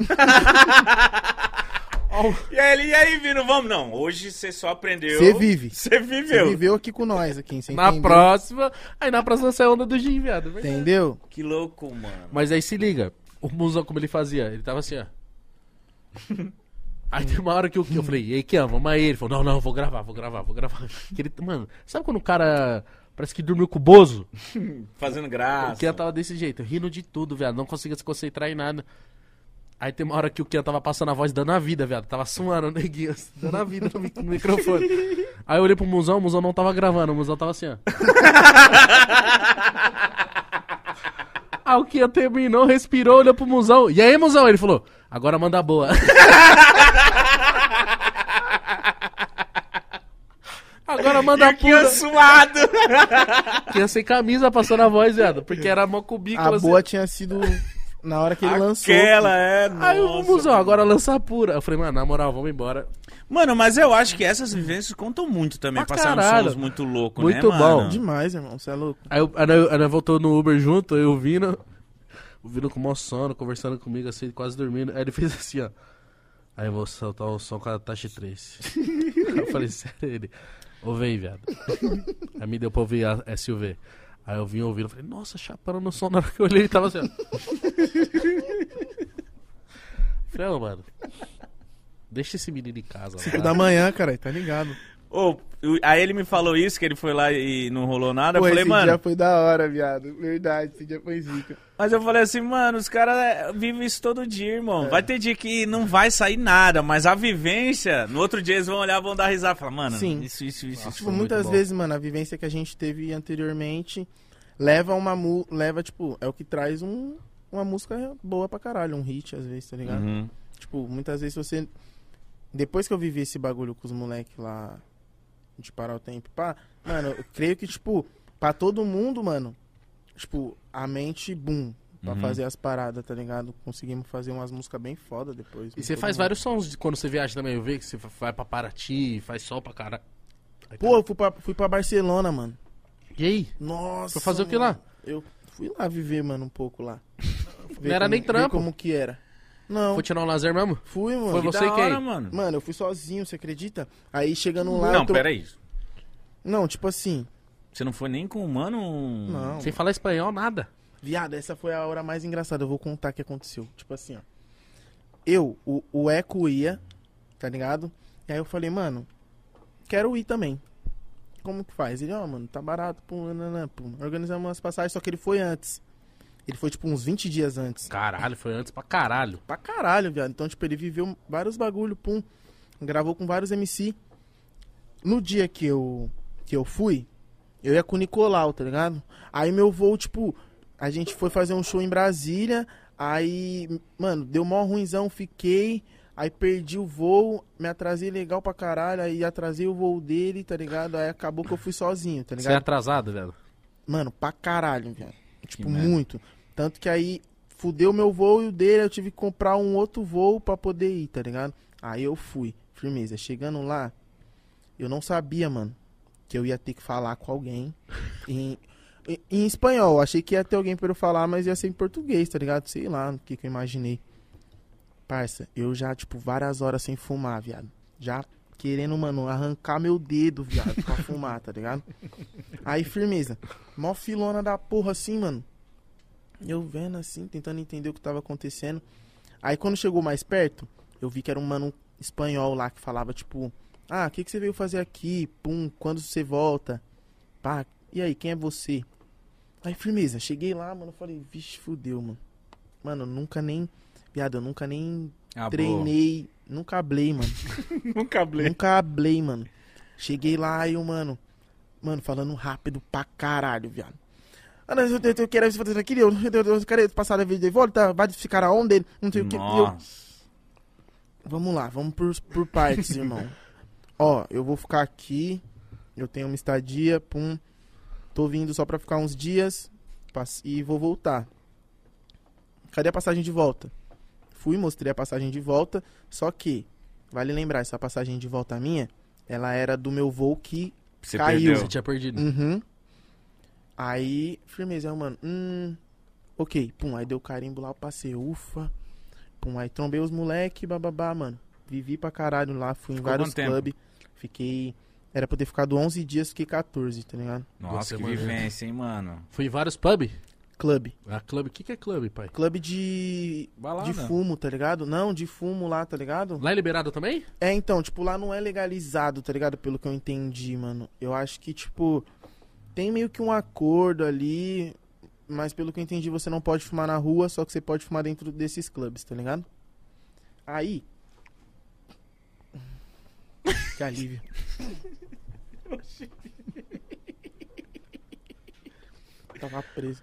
Speaker 1: E aí, ele, e aí, Vino, vamos? Não, hoje você só aprendeu.
Speaker 3: Você vive.
Speaker 1: Você
Speaker 3: Você
Speaker 1: viveu.
Speaker 3: viveu aqui com nós, aqui, você
Speaker 2: Na
Speaker 3: entendeu?
Speaker 2: próxima. Aí na próxima sai a onda do Gin, viado. é verdade.
Speaker 3: Entendeu?
Speaker 1: Que louco, mano.
Speaker 2: Mas aí se liga, o Musão como ele fazia, ele tava assim, ó. Aí tem uma hora que eu, que eu falei, e aí, Kian, vamos aí. Ele falou, não, não, vou gravar, vou gravar, vou gravar. Que Ele, mano, sabe quando o cara parece que dormiu com o Bozo?
Speaker 1: Fazendo graça.
Speaker 2: O
Speaker 3: é
Speaker 2: Kian tava desse jeito, rindo de tudo, viado, não conseguia se concentrar em nada. Aí tem uma hora que o Kian tava passando a voz dando a vida, viado. Tava suando, neguinho, assim, dando a vida no, mic- no microfone. Aí eu olhei pro Musão, o Musão não tava gravando, o Musão tava assim, ó. Aí o Kian terminou, respirou, olhou pro Musão. E aí, Musão? Ele falou, agora manda boa. agora manda
Speaker 1: Que
Speaker 2: pura.
Speaker 1: suado.
Speaker 2: Kian sem camisa passando a voz, viado. Porque era mó
Speaker 3: A
Speaker 2: cubícula. assim.
Speaker 3: boa tinha sido na hora que ele lançou.
Speaker 1: Aquela é,
Speaker 2: Aí o
Speaker 1: nossa.
Speaker 2: Musão, agora lança pura. Eu falei, mano, na moral, vamos embora.
Speaker 1: Mano, mas eu acho que essas vivências contam muito também.
Speaker 2: Pra
Speaker 1: Passaram
Speaker 2: caralho.
Speaker 1: sons muito loucos, né,
Speaker 2: Muito bom.
Speaker 1: mano?
Speaker 3: Demais, irmão, você é louco.
Speaker 2: Aí, eu, aí, nós- aí nós voltou no Uber junto, eu vindo. O Vino com o maior sono, conversando comigo, assim, quase dormindo. Aí ele fez assim, ó. Aí eu vou soltar o som com a taxa 3. eu falei, sério, ele. Ouvei, viado. aí me deu pra ouvir a SUV. Aí eu vim ouvindo, eu falei, nossa, chaparando no som. Na hora que eu olhei, ele tava assim, ó. falei, ô, mano. Deixa esse menino em casa.
Speaker 3: Cinco
Speaker 2: lá.
Speaker 3: da manhã, cara, tá ligado?
Speaker 1: Ô, eu- aí ele me falou isso, que ele foi lá e não rolou nada.
Speaker 3: Pô,
Speaker 1: eu falei,
Speaker 3: esse
Speaker 1: mano.
Speaker 3: dia foi da hora, viado. Verdade, esse dia foi zica.
Speaker 1: Mas eu falei assim, mano, os caras é, vivem isso todo dia, irmão.
Speaker 3: É.
Speaker 1: Vai ter dia que não vai sair nada, mas a vivência, no outro dia eles vão olhar, vão dar risada. Falar, mano,
Speaker 3: Sim.
Speaker 1: isso, isso, isso. isso.
Speaker 3: Tipo,
Speaker 2: muito
Speaker 3: muitas
Speaker 2: bom.
Speaker 3: vezes, mano, a vivência que a gente teve anteriormente leva uma mu leva tipo, é o que traz um uma música boa pra caralho, um hit às vezes, tá ligado?
Speaker 1: Uhum.
Speaker 3: Tipo, muitas vezes você depois que eu vivi esse bagulho com os moleques lá de parar o tempo, pá, mano, eu creio que tipo, pra todo mundo, mano, tipo, a mente boom Pra
Speaker 1: Uhum.
Speaker 3: fazer as paradas, tá ligado? Conseguimos fazer umas músicas bem foda depois.
Speaker 2: E
Speaker 3: né?
Speaker 2: você
Speaker 3: Todo
Speaker 2: faz
Speaker 3: mundo.
Speaker 2: vários sons de- quando você viaja também. Eu vejo que você fa- vai pra Paraty, faz sol pra caralho.
Speaker 3: tá. Pô, eu fui pra, fui pra Barcelona, mano.
Speaker 2: E aí?
Speaker 3: Nossa.
Speaker 2: Foi fazer o que
Speaker 3: mano.
Speaker 2: lá?
Speaker 3: Eu fui lá viver, mano, um pouco lá. Ver
Speaker 2: Não era
Speaker 3: como-
Speaker 2: nem
Speaker 3: ver
Speaker 2: trampo.
Speaker 3: como que era. Não,
Speaker 2: Foi tirar um lazer mesmo?
Speaker 3: fui, mano.
Speaker 2: Foi
Speaker 1: Que
Speaker 2: você
Speaker 1: da
Speaker 2: quem?
Speaker 1: hora, mano.
Speaker 3: Mano, eu fui sozinho, você acredita? Aí chegando lá.
Speaker 1: não,
Speaker 3: eu tro-
Speaker 1: peraí.
Speaker 3: Não, tipo assim.
Speaker 1: Você não foi nem com o humano? um
Speaker 3: Não.
Speaker 2: Sem falar espanhol, nada.
Speaker 3: Viado, essa foi a hora mais engraçada. Eu vou contar o que aconteceu. Tipo assim, ó. Eu, o, o Eco ia, tá ligado? E aí eu falei, mano, quero ir também. Como que faz? Ele, ó, mano, tá barato, pum, nananã, pum. Organizamos umas passagens, só que ele foi antes. Ele foi, tipo, uns 20 dias antes.
Speaker 2: Caralho, foi antes pra caralho.
Speaker 3: pra caralho, viado. Então, tipo, ele viveu vários bagulho, pum. Gravou com vários MC. No dia que eu, que eu fui, eu ia com o Nicolau, tá ligado? Aí meu voo, tipo, a gente foi fazer um show em Brasília. Aí, mano, deu mó ruimzão, fiquei. Aí perdi o voo, me atrasei legal pra caralho. Aí atrasei o voo dele, tá ligado? Aí acabou que eu fui sozinho, tá
Speaker 2: Você é
Speaker 3: ligado?
Speaker 2: atrasado, velho?
Speaker 3: Mano, pra caralho, velho. Tipo,
Speaker 1: merda.
Speaker 3: muito. Tanto que aí fudeu meu voo e o dele, eu tive que comprar um outro voo pra poder ir, tá ligado? Aí eu fui, firmeza. Chegando lá, eu não sabia, mano, que eu ia ter que falar com alguém em, em- em espanhol. Achei que ia ter alguém pra eu falar, mas ia ser em português, tá ligado? Sei lá o que, que eu imaginei. Parça, eu já, tipo, várias horas sem fumar, viado. Já querendo, mano, arrancar meu dedo, viado, pra fumar, tá ligado? Aí, firmeza. Mó filona da porra assim, mano. Eu vendo assim, tentando entender o que tava acontecendo. Aí quando chegou mais perto, eu vi que era um mano espanhol lá que falava tipo: Ah, o que, que você veio fazer aqui? Pum, quando você volta? Pá, e aí, quem é você? Aí, firmeza, cheguei lá, mano, eu falei: Vixe, fudeu, mano. Mano, eu nunca nem. Viado, eu nunca nem
Speaker 1: Ah,
Speaker 3: treinei, nunca hablei, mano.
Speaker 1: Nunca blei.
Speaker 3: Nunca hablei, mano. Cheguei lá e o mano. Mano, falando rápido pra caralho, viado. Ah, não, eu, eu, eu quero fazer isso aqui, eu, eu, eu quero passar a vida de volta, vai ficar aonde? Não sei o que. E eu-
Speaker 1: Nossa.
Speaker 3: Vamos lá, vamos por, por partes, irmão. Ó, eu vou ficar aqui, eu tenho uma estadia, pum. Tô vindo só pra ficar uns dias pass- e vou voltar. Cadê a passagem de volta? Fui, mostrei a passagem de volta, só que, vale lembrar, essa passagem de volta minha, ela era do meu voo que
Speaker 1: Você
Speaker 3: Caiu.
Speaker 1: perdeu.
Speaker 2: Você tinha perdido.
Speaker 3: Uhum. Aí, firmeza, eu, mano. Hum. Ok, pum, aí deu carimbo lá, eu passei, ufa. Pum, aí trombei os moleque, bababá, mano. Vivi pra caralho lá, fui em
Speaker 1: Ficou
Speaker 3: vários
Speaker 1: quanto tempo?
Speaker 3: clubes. Fiquei. Era pra eu ter ficado 11 dias, fiquei 14, tá ligado?
Speaker 1: Nossa, que
Speaker 2: semanas.
Speaker 1: vivência, hein, mano.
Speaker 2: Fui em vários pubs.
Speaker 3: Clube.
Speaker 2: Ah, clube. O que, que é clube, pai?
Speaker 3: Clube de.
Speaker 1: Balada.
Speaker 3: De fumo, tá ligado? Não, de fumo lá, tá ligado?
Speaker 2: Lá é liberado também?
Speaker 3: É, então, tipo, lá não é legalizado, tá ligado? Pelo que eu entendi, mano. Eu acho que, tipo, tem meio que um acordo ali, mas pelo que eu entendi, você não pode fumar na rua, só que você pode fumar dentro desses clubes, tá ligado? Aí. Que alívio. Tava preso.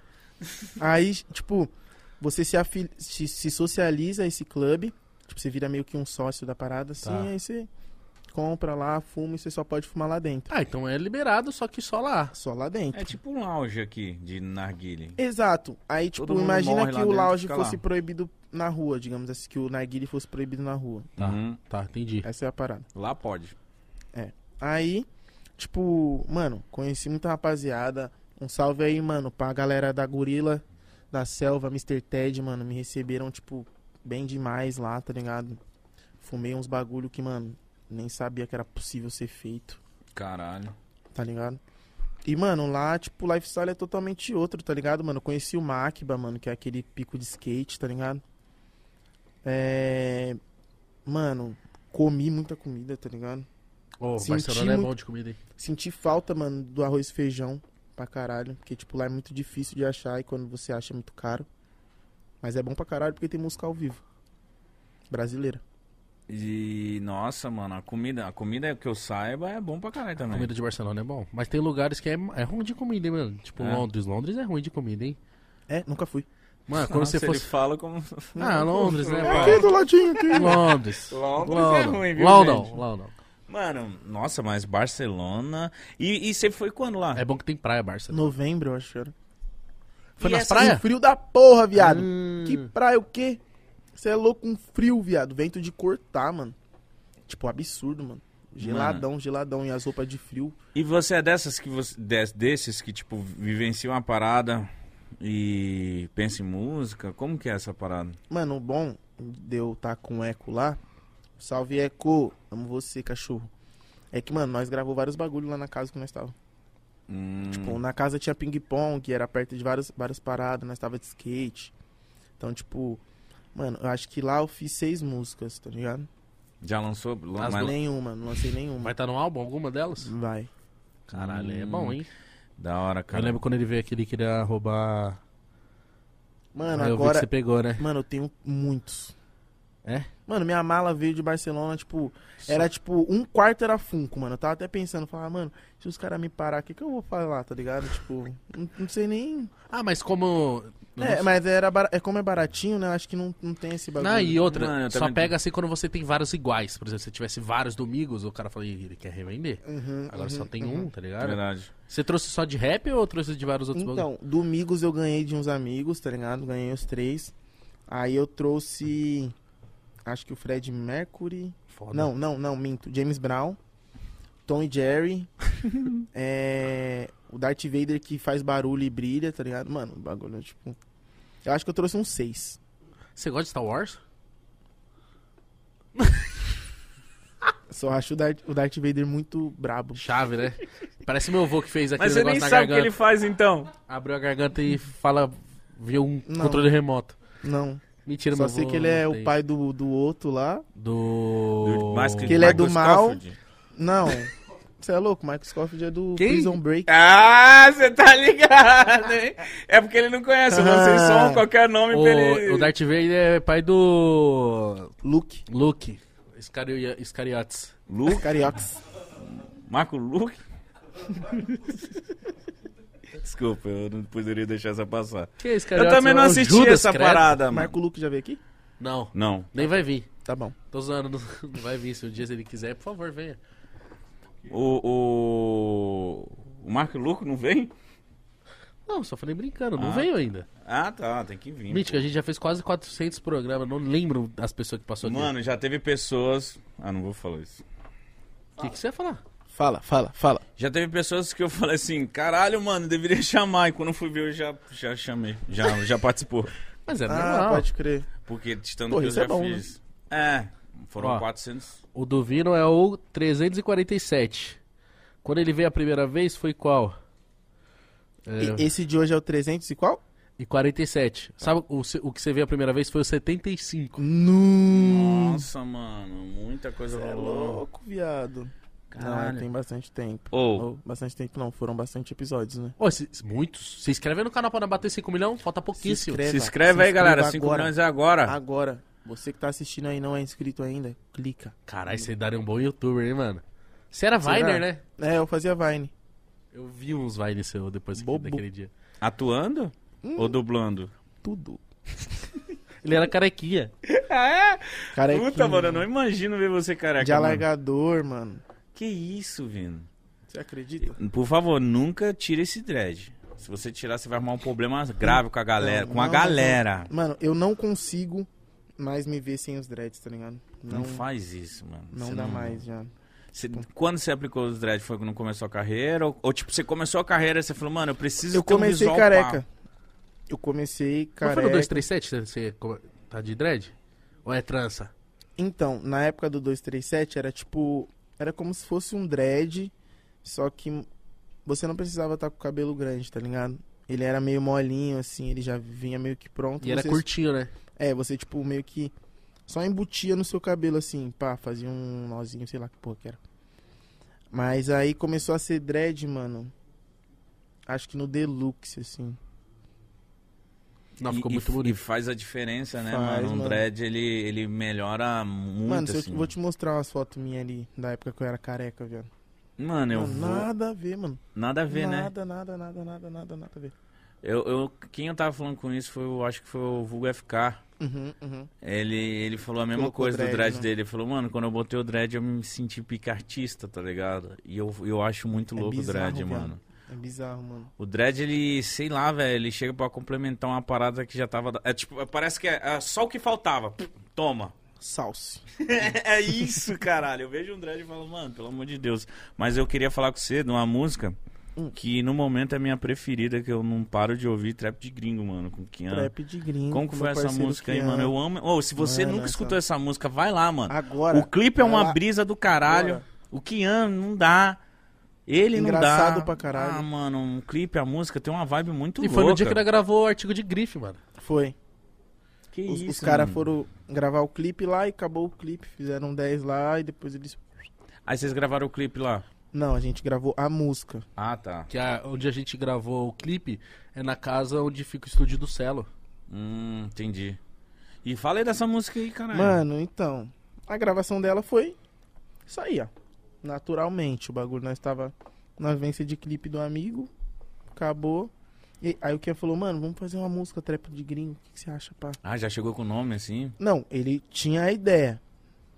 Speaker 3: Aí, tipo, você se, afili- se, se socializa a esse clube. Tipo, você vira meio que um sócio da parada, assim,
Speaker 2: Tá.
Speaker 3: aí você compra lá, fuma e você só pode fumar lá dentro.
Speaker 2: Ah, então é liberado, só que só lá.
Speaker 3: Só lá dentro.
Speaker 1: É tipo um lounge aqui de narguile.
Speaker 3: Exato. Aí, tipo,
Speaker 1: Todo mundo
Speaker 3: imagina
Speaker 1: morre
Speaker 3: que
Speaker 1: lá
Speaker 3: o
Speaker 1: dentro,
Speaker 3: lounge
Speaker 1: fica
Speaker 3: fosse
Speaker 1: lá.
Speaker 3: proibido na rua, digamos assim, que o narguile fosse proibido na rua.
Speaker 2: Tá.
Speaker 1: Uhum.
Speaker 2: Tá, entendi.
Speaker 3: Essa é a parada.
Speaker 1: Lá pode.
Speaker 3: Aí, tipo, mano, conheci muita rapaziada. Um salve aí, mano, pra galera da Gorila, da Selva, Mr. Ted, mano. Me receberam, tipo, bem demais lá, tá ligado? Fumei uns bagulho que, mano, nem sabia que era possível ser feito,
Speaker 1: Caralho.
Speaker 3: tá ligado? E, mano, lá, tipo, o lifestyle é totalmente outro, tá ligado, mano? Eu Conheci o Makiba, mano, que é aquele pico de skate, tá ligado? É. Mano, comi muita comida, tá ligado?
Speaker 2: Ô,
Speaker 3: Senti
Speaker 2: Barcelona é
Speaker 3: muito-
Speaker 2: bom de comida, hein?
Speaker 3: Senti falta, mano, do arroz e feijão pra caralho. Porque, tipo, lá é muito difícil de achar e quando você acha é muito caro. Mas é bom pra caralho porque tem música ao vivo. Brasileira.
Speaker 1: E nossa, mano, a comida, a comida que eu saiba é bom pra caralho também.
Speaker 2: Comida de Barcelona é bom. Mas tem lugares que é, é ruim de comida, hein, mano? Tipo
Speaker 1: É.
Speaker 2: Londres. Londres é ruim de comida, hein?
Speaker 3: É, nunca fui.
Speaker 1: Tá
Speaker 2: Mano, quando
Speaker 1: Nossa,
Speaker 2: você fosse.
Speaker 1: Ah, ele fala como
Speaker 2: Ah, Londres, né,
Speaker 1: É.
Speaker 3: Aqui do ladinho, aqui.
Speaker 2: Londres.
Speaker 1: Londres é ruim, viu,
Speaker 2: London,
Speaker 1: gente?
Speaker 2: London.
Speaker 1: Mano, nossa, mas Barcelona. E, e você foi quando lá?
Speaker 2: É bom que tem praia, Barcelona.
Speaker 3: Novembro, eu acho que era.
Speaker 2: Foi
Speaker 1: E
Speaker 2: nas
Speaker 1: essa-
Speaker 3: Um
Speaker 2: praias?
Speaker 3: frio da porra, viado.
Speaker 2: Hum.
Speaker 3: Que praia o quê? Você é louco, um frio, viado. Vento de cortar, mano. Tipo, absurdo, mano. Geladão, geladão. E as roupas de frio.
Speaker 1: E você é dessas que você des- desses que tipo vivenciam uma parada e pensa em música? Como que é essa parada?
Speaker 3: Mano, o bom de eu tá com o Eco lá. Salve, Eco. Amo você, cachorro. É que, mano, nós gravou vários bagulho lá na casa que nós tava.
Speaker 1: Hum,
Speaker 3: Tipo, na casa tinha ping-pong, que era perto de várias, várias paradas, nós tava de skate. Então, tipo, mano, eu acho que lá eu fiz seis músicas, tá ligado?
Speaker 1: já lançou?
Speaker 2: As
Speaker 1: mas-
Speaker 3: Nenhuma, não lancei nenhuma.
Speaker 2: Vai estar no álbum alguma delas?
Speaker 3: Vai.
Speaker 2: Caralho, é
Speaker 1: Hum,
Speaker 2: bom, hein?
Speaker 1: Da hora, cara. É
Speaker 2: Eu lembro quando ele veio aqui, ele queria roubar.
Speaker 3: Mano,
Speaker 2: Aí eu vi que
Speaker 3: agora.
Speaker 2: você pegou, né?
Speaker 3: Mano, eu tenho muitos.
Speaker 2: É?
Speaker 3: Mano, minha mala veio de Barcelona, tipo, era tipo, um quarto era Funko, mano. Eu tava até pensando, falar, mano, se os caras me parar, o que, que eu vou falar, tá ligado? Tipo, não, não sei nem.
Speaker 2: Ah, mas como.
Speaker 3: É, mas era bara- é como é baratinho, né? eu Acho que não, não tem esse bagulho.
Speaker 2: Não, e outra,
Speaker 1: Mano, eu
Speaker 2: só
Speaker 1: também-
Speaker 2: pega assim quando você tem vários iguais. Por exemplo, se tivesse vários domingos, o cara fala, "Ih, ele quer revender.
Speaker 3: Uhum,
Speaker 2: Agora só
Speaker 3: uhum,
Speaker 2: tem
Speaker 3: uhum.
Speaker 2: um, tá ligado?
Speaker 1: Verdade.
Speaker 2: Você trouxe só de rap ou trouxe de vários outros bagulho?
Speaker 3: Então, domingos eu ganhei de uns amigos, tá ligado? Ganhei os três. Aí eu trouxe. Acho que o Fred Mercury.
Speaker 2: Foda.
Speaker 3: Não, não, não, minto. James Brown. Tom e Jerry. é, o Darth Vader que faz barulho e brilha, tá ligado? Mano, o bagulho, tipo. Eu acho que eu trouxe uns seis.
Speaker 2: Você gosta de Star Wars?
Speaker 3: Só acho o Darth, o Darth Vader muito brabo.
Speaker 2: Chave, né? Parece meu avô que fez aquele
Speaker 1: Mas você
Speaker 2: negócio
Speaker 1: nem
Speaker 2: na
Speaker 1: sabe o que
Speaker 2: garganta.
Speaker 1: ele faz então.
Speaker 2: Abriu a garganta e fala, viu um
Speaker 3: Não.
Speaker 2: controle remoto.
Speaker 3: Não.
Speaker 2: Mentira,
Speaker 3: Só
Speaker 2: meu
Speaker 3: sei
Speaker 2: avô
Speaker 3: que ele é
Speaker 2: não
Speaker 3: o
Speaker 2: tem.
Speaker 3: pai do, do outro lá.
Speaker 2: do...
Speaker 1: Mas
Speaker 3: Que ele é do
Speaker 1: Michael
Speaker 3: mal.
Speaker 1: Scofield.
Speaker 3: Não. Você é louco? Michael Scofield é do
Speaker 2: Quem?
Speaker 3: Prison Break.
Speaker 1: Ah, você tá ligado, hein? É porque ele não conhece, eu lancei
Speaker 3: Ah.
Speaker 1: só um qualquer nome pra ele.
Speaker 2: O, o Darth Vader é pai do
Speaker 3: Luke.
Speaker 2: Luke Iscario- Iscariotes.
Speaker 1: Luke?
Speaker 3: Cariox.
Speaker 1: Marco Luke? Desculpa, eu não poderia deixar essa passar.
Speaker 2: Que é
Speaker 1: Eu
Speaker 2: Iscariotes?
Speaker 1: também não
Speaker 2: É o
Speaker 1: assisti
Speaker 2: Judas,
Speaker 1: essa
Speaker 2: credo.
Speaker 1: parada, mano.
Speaker 3: Marco Luke já veio aqui?
Speaker 2: Não,
Speaker 1: Não.
Speaker 2: nem vai vir.
Speaker 3: Tá bom.
Speaker 2: Tô zoando, não, não vai vir. Se um dia se ele quiser, por favor, venha.
Speaker 1: O, o... o Marco Luke não vem?
Speaker 2: Não, só falei brincando, não
Speaker 1: Ah.
Speaker 2: veio ainda.
Speaker 1: Ah, tá, tem que vir.
Speaker 2: Mítico, a gente já fez quase 400 programas, não lembro as pessoas que passou aqui.
Speaker 1: Mano, já teve pessoas. Ah, não vou falar isso.
Speaker 2: o que, que você ia falar?
Speaker 3: Fala, fala, fala.
Speaker 1: Já teve pessoas que eu falei assim, caralho, mano, deveria chamar. E quando eu fui ver, eu já, já chamei. Já, já participou.
Speaker 2: Mas é
Speaker 3: Ah,
Speaker 2: normal.
Speaker 3: pode crer.
Speaker 1: Porque de tanto
Speaker 3: Porra,
Speaker 1: que eu
Speaker 3: isso
Speaker 1: já
Speaker 3: é bom,
Speaker 1: fiz. É, foram
Speaker 2: Ó.
Speaker 1: 400.
Speaker 2: O do Vino é o 347. Quando ele veio a primeira vez, foi qual? É,
Speaker 3: E- esse de hoje é o 300 e qual?
Speaker 2: e, 47. Sabe o, se- o que você veio a primeira vez? Foi o 75.
Speaker 3: No.
Speaker 1: Nossa, mano, muita coisa
Speaker 3: É
Speaker 1: rolou.
Speaker 3: louco, viado.
Speaker 2: Caralho.
Speaker 3: Não, tem bastante tempo.
Speaker 1: Ou,
Speaker 3: Ou, bastante tempo não, foram bastante episódios, né?
Speaker 2: Ô, se- muitos. Se inscreve no canal pra bater 5 milhões? Falta pouquíssimo.
Speaker 1: se inscreve aí, galera. 5
Speaker 3: agora.
Speaker 1: milhões é agora.
Speaker 3: Agora. Você que tá assistindo aí e não é inscrito ainda, clica.
Speaker 2: Caralho, você daria um bom youtuber, hein, mano? Você era
Speaker 3: Será?
Speaker 2: Viner, né?
Speaker 3: É, eu fazia Vine.
Speaker 2: Eu vi uns Vine seu depois que-
Speaker 3: Bobo.
Speaker 2: daquele dia.
Speaker 1: Atuando
Speaker 3: Hum.
Speaker 1: ou dublando?
Speaker 3: Tudo.
Speaker 2: Ele era carequinha.
Speaker 3: Cara, é
Speaker 1: Puta, mano, eu não imagino ver você careca.
Speaker 3: De
Speaker 1: mano.
Speaker 3: alargador, mano.
Speaker 1: Que isso, Vino?
Speaker 3: Você acredita?
Speaker 1: Por favor, nunca tira esse dread. Se você tirar, você vai arrumar um problema grave com a galera.
Speaker 3: Não,
Speaker 1: com a
Speaker 3: não,
Speaker 1: galera.
Speaker 3: Mano, eu não consigo mais me ver sem os dreads, tá ligado?
Speaker 1: Não,
Speaker 3: Não,
Speaker 1: faz isso, mano.
Speaker 3: não
Speaker 1: Você
Speaker 3: dá mais já.
Speaker 1: Você- quando você aplicou os dread foi quando começou a carreira? Ou, ou, tipo, você começou a carreira e você falou, mano, eu preciso
Speaker 3: Eu
Speaker 1: ter um
Speaker 3: comecei
Speaker 1: visual
Speaker 3: careca.
Speaker 1: pá.
Speaker 3: Eu comecei
Speaker 2: Não
Speaker 3: careca.
Speaker 2: foi no 237 que você come- tá de dread? Ou é trança?
Speaker 3: Então, na época do 237 era tipo. Era como se fosse um dread, só que você não precisava estar com o cabelo grande, tá ligado? Ele era meio molinho, assim, ele já vinha meio que pronto.
Speaker 2: E era
Speaker 3: você-
Speaker 2: curtinho, né?
Speaker 3: É, você, tipo, meio que só embutia no seu cabelo, assim, pá, fazia um nozinho, sei lá que porra que era. Mas aí começou a ser dread, mano. Acho que no deluxe, assim.
Speaker 2: Não, ficou
Speaker 1: E-
Speaker 2: muito
Speaker 1: e,
Speaker 2: bonito.
Speaker 1: E faz a diferença, né,
Speaker 3: Faz,
Speaker 1: mano? Um
Speaker 3: mano.
Speaker 1: dread, ele, ele melhora muito,
Speaker 3: mano, se eu
Speaker 1: assim.
Speaker 3: vou te mostrar umas fotos minhas ali, da época que eu era careca, velho.
Speaker 1: Mano, eu
Speaker 3: Mano,
Speaker 1: vou...
Speaker 3: Nada a ver, mano.
Speaker 1: Nada a ver, né?
Speaker 3: nada, nada, nada, nada, nada, nada a ver.
Speaker 1: Eu, eu- quem eu tava falando com isso foi, o- acho que foi o Vulgo FK.
Speaker 3: Uhum, uhum.
Speaker 1: Ele, ele falou a mesma
Speaker 3: Colocou
Speaker 1: coisa
Speaker 3: dread,
Speaker 1: do dread
Speaker 3: né?
Speaker 1: dele. Ele falou, mano, quando eu botei o dread, eu me senti pica artista, tá ligado? E eu, eu acho muito
Speaker 3: É
Speaker 1: louco
Speaker 3: bizarro,
Speaker 1: o dread,
Speaker 3: viado.
Speaker 1: mano.
Speaker 3: É bizarro, mano.
Speaker 1: O dread, ele, sei lá, velho, ele chega pra complementar uma parada que já tava. da- É tipo, parece que é, é só o que faltava. Pum, Toma.
Speaker 3: Salse.
Speaker 1: é isso, caralho. Eu vejo um dread e falo, mano, pelo amor de Deus. Mas eu queria falar com você de uma música
Speaker 3: Hum.
Speaker 1: que no momento é minha preferida, que eu não paro de ouvir trap de gringo, mano, com Kian.
Speaker 3: Trap de gringo.
Speaker 1: Ah. Como que
Speaker 3: meu
Speaker 1: foi essa
Speaker 3: parceiro
Speaker 1: música aí,
Speaker 3: Kian.
Speaker 1: mano? Eu amo. Ô, se você
Speaker 3: Mano,
Speaker 1: nunca
Speaker 3: essa-
Speaker 1: escutou essa música, vai lá, mano.
Speaker 3: Agora.
Speaker 1: o clipe é
Speaker 3: vai
Speaker 1: uma
Speaker 3: lá.
Speaker 1: brisa do caralho.
Speaker 3: Bora.
Speaker 1: O Kian não dá. Ele não dá.
Speaker 3: Engraçado pra caralho.
Speaker 1: Ah, mano, um clipe, a música tem uma vibe muito
Speaker 2: E
Speaker 1: louca.
Speaker 2: foi no dia que ele gravou o artigo de grife, mano.
Speaker 3: Foi.
Speaker 1: Que
Speaker 3: Os,
Speaker 1: isso,
Speaker 3: os caras
Speaker 1: mano.
Speaker 3: foram gravar o clipe lá e acabou o clipe. Fizeram 10 lá e depois eles.
Speaker 1: Aí vocês gravaram o clipe lá.
Speaker 3: Não, a gente gravou a música.
Speaker 1: Ah, tá.
Speaker 2: Que a- onde a gente gravou o clipe é na casa onde fica o estúdio do Celo.
Speaker 1: Hum, entendi. E falei dessa música aí, caralho.
Speaker 3: Mano, então. A gravação dela foi isso aí, ó. Naturalmente, o bagulho. Nós tava na vivência de clipe do amigo. Acabou. E aí o Ken falou, mano, vamos fazer uma música trap de gringo. O que, que você acha, pá?
Speaker 1: Ah, já chegou com o nome assim?
Speaker 3: Não, ele tinha a ideia.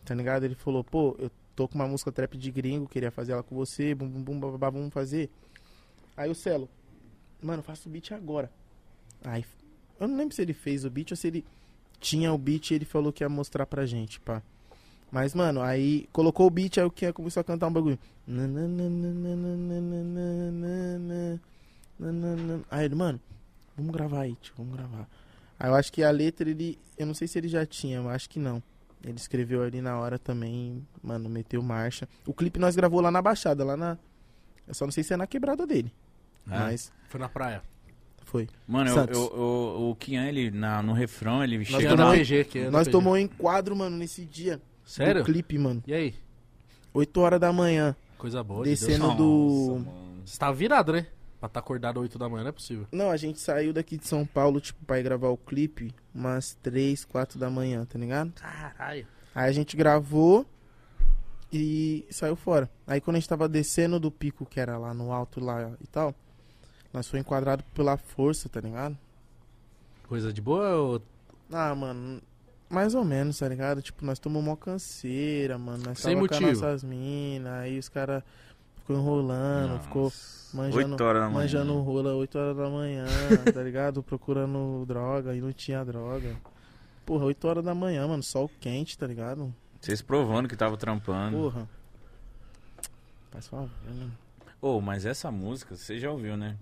Speaker 3: Tá ligado? Ele falou, pô, eu tô com uma música trap de gringo, queria fazer ela com você, bum bum bum bababá, vamos fazer. Aí o Celo, mano, faça o beat agora. Aí, eu não lembro se ele fez o beat ou se ele tinha o beat e ele falou que ia mostrar pra gente, pá. Mas, mano, aí colocou o beat, aí o Kian começou a cantar um bagulho. Nanananananananana. Nananana. Aí ele, mano, vamos gravar aí, tio, vamos gravar. Aí Ah, eu acho que a letra ele. Eu não sei se ele já tinha, eu acho que não. Ele escreveu ali na hora também, mano, meteu marcha. O clipe nós gravou lá na Baixada, lá na. Eu só não sei se é na quebrada dele.
Speaker 1: Ah.
Speaker 3: Mas
Speaker 2: Foi na praia.
Speaker 3: foi.
Speaker 1: Mano, eu,
Speaker 3: Santos.
Speaker 1: eu, eu- o Kian, ele, na, no refrão, ele
Speaker 2: Nós
Speaker 1: chega
Speaker 2: tomamos
Speaker 1: na...
Speaker 3: tomamos-
Speaker 2: PG aqui. é era
Speaker 3: Nós
Speaker 2: PG.
Speaker 3: tomamos um enquadro, mano, nesse dia.
Speaker 2: Sério?
Speaker 3: Do clipe, mano.
Speaker 2: E aí?
Speaker 3: 8 horas da manhã.
Speaker 2: Coisa boa.
Speaker 3: Descendo-
Speaker 1: Nossa,
Speaker 2: De Deus.
Speaker 3: do-
Speaker 1: mano.
Speaker 2: Você tá virado, né? Pra tá acordado 8 da manhã, não é possível.
Speaker 3: Não, a gente saiu daqui de São Paulo, tipo, pra ir gravar o clipe umas 3, 4 da manhã, tá ligado?
Speaker 2: Caralho.
Speaker 3: Aí a gente gravou e saiu fora. Aí quando a gente tava descendo do pico, que era lá no alto lá e tal, nós foi enquadrado pela força, tá ligado?
Speaker 2: Coisa de boa ou...
Speaker 3: Ah, mano, mais ou menos, tá ligado? Tipo, nós tomamos uma canseira, mano. Nós
Speaker 2: Sem
Speaker 3: tava com as
Speaker 2: motivo.
Speaker 3: nossas minas, aí os caras ficou enrolando,
Speaker 1: Nossa.
Speaker 3: ficou manjando,
Speaker 1: Oito horas da manhã.
Speaker 3: manjando rola 8 horas da manhã, tá ligado? Procurando droga e não tinha droga. Porra, 8 horas da manhã, mano, sol quente, tá ligado?
Speaker 1: Vocês provando que tava trampando.
Speaker 3: Porra. Faz favor, né?
Speaker 1: Ô, mas essa música, você já ouviu, né?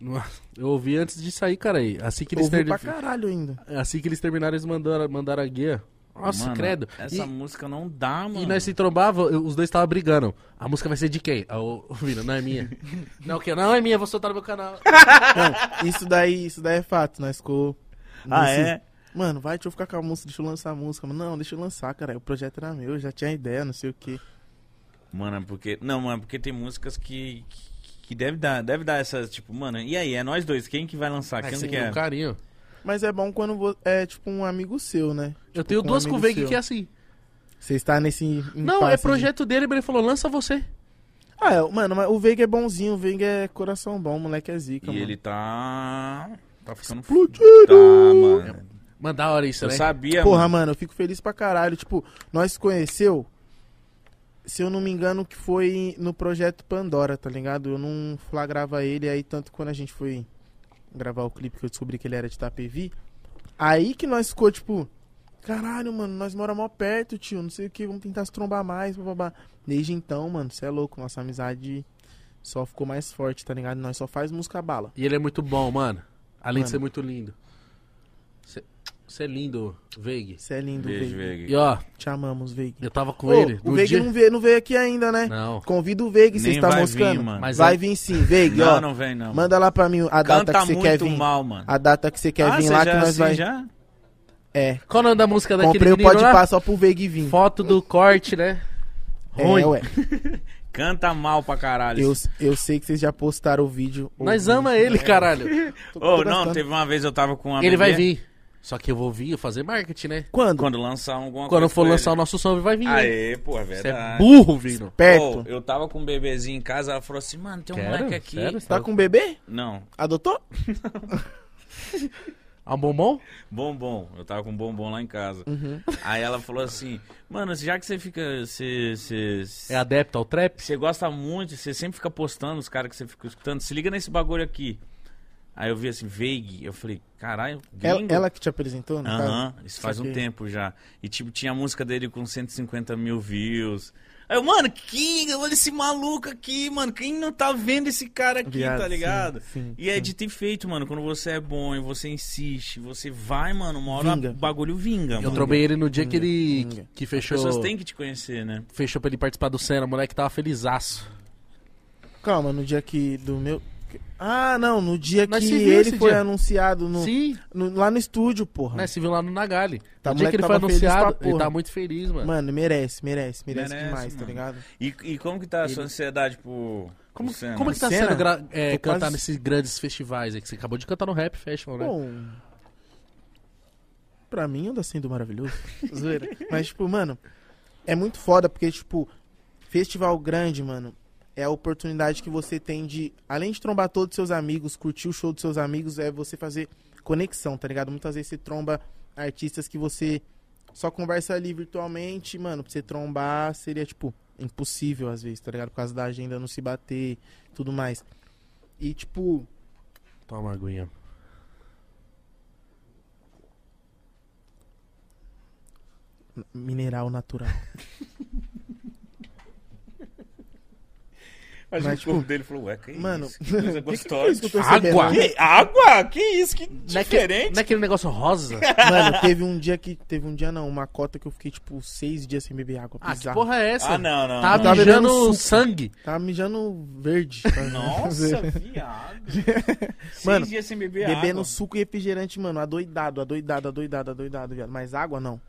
Speaker 2: Eu ouvi antes de sair, cara aí. Assim que eles,
Speaker 3: Ouvi
Speaker 2: termi-
Speaker 3: pra caralho ainda.
Speaker 2: assim que eles terminaram, eles mandaram, mandaram a guia. Nossa,
Speaker 1: Mano,
Speaker 2: credo.
Speaker 1: Essa
Speaker 2: E-
Speaker 1: música não dá, mano.
Speaker 2: E nós se trombava, eu- os dois estavam brigando. A música vai ser de quem? Ah, O o Vina, não é minha. não, que não é minha, vou soltar no meu canal.
Speaker 3: Não, isso daí, isso daí é fato, nós ficou...
Speaker 1: Ah,
Speaker 3: nesse-
Speaker 1: é?
Speaker 3: Mano, vai, deixa eu ficar com a música, deixa eu lançar a música. Mano, Não, deixa eu lançar, cara. O projeto era meu, eu já tinha ideia, não sei o quê.
Speaker 1: Mano, é porque. Não, mano, é porque tem músicas que. que- Que deve dar, deve dar essas, tipo, mano, e aí, é nós dois, quem que vai lançar?
Speaker 2: Ah,
Speaker 1: Quem
Speaker 2: isso
Speaker 1: que
Speaker 2: aqui é
Speaker 1: é?
Speaker 2: um carinho.
Speaker 3: Mas é bom quando vo- é tipo um amigo seu, né?
Speaker 2: Eu tenho
Speaker 3: com um
Speaker 2: duas
Speaker 3: amigo
Speaker 2: Cuveg
Speaker 3: seu.
Speaker 2: que é assim.
Speaker 3: Você está nesse.
Speaker 2: Não, é
Speaker 3: impasse de-
Speaker 2: projeto dele, mas ele falou, lança você.
Speaker 3: Ah, é, mano, mas o Veiga é bonzinho, o Veiga é coração bom, o moleque é zica,
Speaker 1: E
Speaker 3: mano.
Speaker 1: ele tá. Tá ficando.
Speaker 3: Explodido!
Speaker 1: Tá, mano.
Speaker 2: Mano, da hora isso,
Speaker 1: Eu
Speaker 2: né?
Speaker 1: sabia,
Speaker 3: Porra,
Speaker 1: mano.
Speaker 3: mano, eu fico feliz pra caralho. Tipo, nós se conheceu, se eu não me engano, que foi no projeto Pandora, tá ligado? Eu não flagrava ele, aí tanto quando a gente foi gravar o clipe que eu descobri que ele era de Tapevi, aí que nós ficou, tipo, caralho, mano, nós moramos mó perto, tio, não sei o que, vamos tentar se trombar mais, bababá. Desde então, mano, cê é louco, nossa amizade só ficou mais forte, tá ligado? Nós só faz música bala.
Speaker 2: E ele é muito bom, mano. Além de
Speaker 3: Mano.
Speaker 2: ser muito lindo. Você é lindo, Veig.
Speaker 3: Você é lindo,
Speaker 1: Beijo,
Speaker 3: Veig.
Speaker 1: Veg.
Speaker 2: E ó,
Speaker 3: Te amamos, Veig.
Speaker 2: eu tava com
Speaker 3: Ô,
Speaker 2: ele.
Speaker 3: o
Speaker 2: no
Speaker 3: Veig
Speaker 2: dia...
Speaker 3: não, veio, não veio aqui ainda, né?
Speaker 2: Não.
Speaker 3: Convida o Veig, você
Speaker 1: Nem
Speaker 3: está
Speaker 1: vai
Speaker 3: moscando.
Speaker 1: vir, mano.
Speaker 2: Mas
Speaker 3: vai
Speaker 2: eu-
Speaker 3: vir sim, Veig, ó.
Speaker 1: Não, não vem, não.
Speaker 3: Manda lá pra mim a data
Speaker 1: Canta
Speaker 3: que você
Speaker 1: muito
Speaker 3: quer vir.
Speaker 1: mal, mano.
Speaker 3: A data que você quer
Speaker 1: ah,
Speaker 3: vir
Speaker 1: você
Speaker 3: lá
Speaker 1: já
Speaker 3: que nós
Speaker 1: assim,
Speaker 3: vai.
Speaker 1: já?
Speaker 3: É.
Speaker 2: Qual o nome da música daquele
Speaker 3: Comprei um o
Speaker 2: menino
Speaker 3: pode
Speaker 2: lá?
Speaker 3: passar pro Veig vir.
Speaker 2: Foto do corte, né? Ruim.
Speaker 3: É, ué.
Speaker 1: Canta mal pra caralho.
Speaker 3: Eu, eu sei que vocês já postaram o vídeo.
Speaker 2: Nós
Speaker 3: amamos.
Speaker 2: ama ele, caralho.
Speaker 3: Tô- tô
Speaker 1: Ô, não,
Speaker 3: gastando.
Speaker 1: teve uma vez eu tava com um amigo
Speaker 2: ele vai
Speaker 3: é?
Speaker 1: meu,
Speaker 2: vir. Só que eu vou vir fazer marketing, né?
Speaker 3: Quando?
Speaker 1: Quando lançar alguma
Speaker 2: Quando
Speaker 1: coisa.
Speaker 2: for
Speaker 1: com
Speaker 2: lançar o
Speaker 1: ele.
Speaker 2: nosso som, ele vai vir. né?
Speaker 1: Aê, pô, é
Speaker 2: Você é
Speaker 1: verdade.
Speaker 2: burro, Vino.
Speaker 3: Perto.
Speaker 1: Pô, eu tava com um bebezinho em casa, ela falou assim, mano, tem um
Speaker 2: Sério?
Speaker 1: moleque aqui.
Speaker 2: Sério?
Speaker 3: Tá com o bebê?
Speaker 1: Não,
Speaker 3: Adotou?
Speaker 2: Ah, um bombom?
Speaker 1: bombom. Eu tava com um bombom lá em casa.
Speaker 3: Uhum.
Speaker 1: Aí ela falou assim, mano, já que você fica. Você, você,
Speaker 2: É adepto ao trap?
Speaker 1: você gosta muito, você sempre fica postando os caras que você fica escutando, se liga nesse bagulho aqui. Aí eu vi assim, vague. Eu falei, caralho,
Speaker 3: Ela,
Speaker 1: gringo?
Speaker 3: ela que te apresentou, no
Speaker 1: Aham,
Speaker 3: caso?
Speaker 1: isso faz um
Speaker 3: Saquei.
Speaker 1: tempo já. E, tipo, tinha a música dele com 150 mil views. Aí eu, mano, que... Olha esse maluco aqui, mano. Quem não tá vendo esse cara aqui,
Speaker 3: Viado,
Speaker 1: tá
Speaker 3: sim,
Speaker 1: ligado?
Speaker 3: sim,
Speaker 1: e é de ter feito, mano. Quando você é bom e você insiste, você vai, mano, uma hora
Speaker 3: Vinga.
Speaker 1: o bagulho vinga,
Speaker 2: Eu
Speaker 1: mano.
Speaker 2: trombei ele no dia que ele.
Speaker 3: Vinga.
Speaker 2: Que
Speaker 1: As
Speaker 2: fechou.
Speaker 1: pessoas têm que te conhecer, né?
Speaker 2: Fechou pra ele participar do Senna, o moleque tava felizaço.
Speaker 3: Calma, no dia que do meu. Ah, não, no dia
Speaker 2: Nós
Speaker 3: que
Speaker 2: se viu
Speaker 3: ele
Speaker 2: esse
Speaker 3: foi
Speaker 2: dia.
Speaker 3: anunciado no,
Speaker 2: Sim,
Speaker 3: no- lá no estúdio, porra.
Speaker 2: né? Se viu lá no Nagali.
Speaker 3: Tá,
Speaker 2: no dia que
Speaker 3: moleque
Speaker 2: ele foi
Speaker 3: tava feliz pra
Speaker 2: anunciado, ele
Speaker 3: porra.
Speaker 2: tá muito feliz, mano.
Speaker 3: Mano, merece, merece, merece,
Speaker 1: Merece,
Speaker 3: demais,
Speaker 1: mano.
Speaker 3: tá ligado?
Speaker 1: E, e como que tá a sua ansiedade por...
Speaker 2: como,
Speaker 1: por cena?
Speaker 2: como que tá
Speaker 3: Senna?
Speaker 2: sendo gra- é,
Speaker 3: Tô
Speaker 2: cantar
Speaker 3: quase-
Speaker 2: né? nesses grandes festivais aí? Que você acabou de cantar no Rap Festival, né?
Speaker 3: Bom. pra mim anda sendo maravilhoso. Zoeira. Mas, tipo, mano, é muito foda porque, tipo, festival grande, mano, é a oportunidade que você tem de, além de trombar todos os seus amigos, curtir o show dos seus amigos, é você fazer conexão, tá ligado? Muitas vezes você tromba artistas que você só conversa ali virtualmente, mano, pra você trombar seria, tipo, impossível às vezes, tá ligado? Por causa da agenda não se bater tudo mais. E, tipo,
Speaker 2: Toma aguinha.
Speaker 3: mineral natural.
Speaker 1: Mas,
Speaker 3: Mas,
Speaker 1: o corpo
Speaker 3: tipo,
Speaker 1: dele falou, ué, que
Speaker 3: mano,
Speaker 1: isso? Que coisa
Speaker 3: que que
Speaker 1: gostosa.
Speaker 3: foi isso que eu tô sabendo?
Speaker 2: Água?
Speaker 1: Que- É Ah, água? Que isso? Que
Speaker 2: Não é que-
Speaker 1: diferente.
Speaker 2: não é aquele negócio rosa?
Speaker 3: Mano, teve um dia que. Teve um dia não, uma cota que eu fiquei, tipo, seis dias sem beber água.
Speaker 2: Ah, que
Speaker 3: bizarro.
Speaker 2: porra é essa?
Speaker 1: Ah, não, não.
Speaker 2: Tá
Speaker 1: não.
Speaker 3: Tá bebendo
Speaker 2: mijando
Speaker 3: suco.
Speaker 2: sangue.
Speaker 3: Tava mijando verde.
Speaker 1: Nossa, viado.
Speaker 3: Mano,
Speaker 1: Seis dias sem beber água.
Speaker 3: Bebendo suco e refrigerante, mano. Adoidado, adoidado, adoidado, adoidado, viado. Mas água não.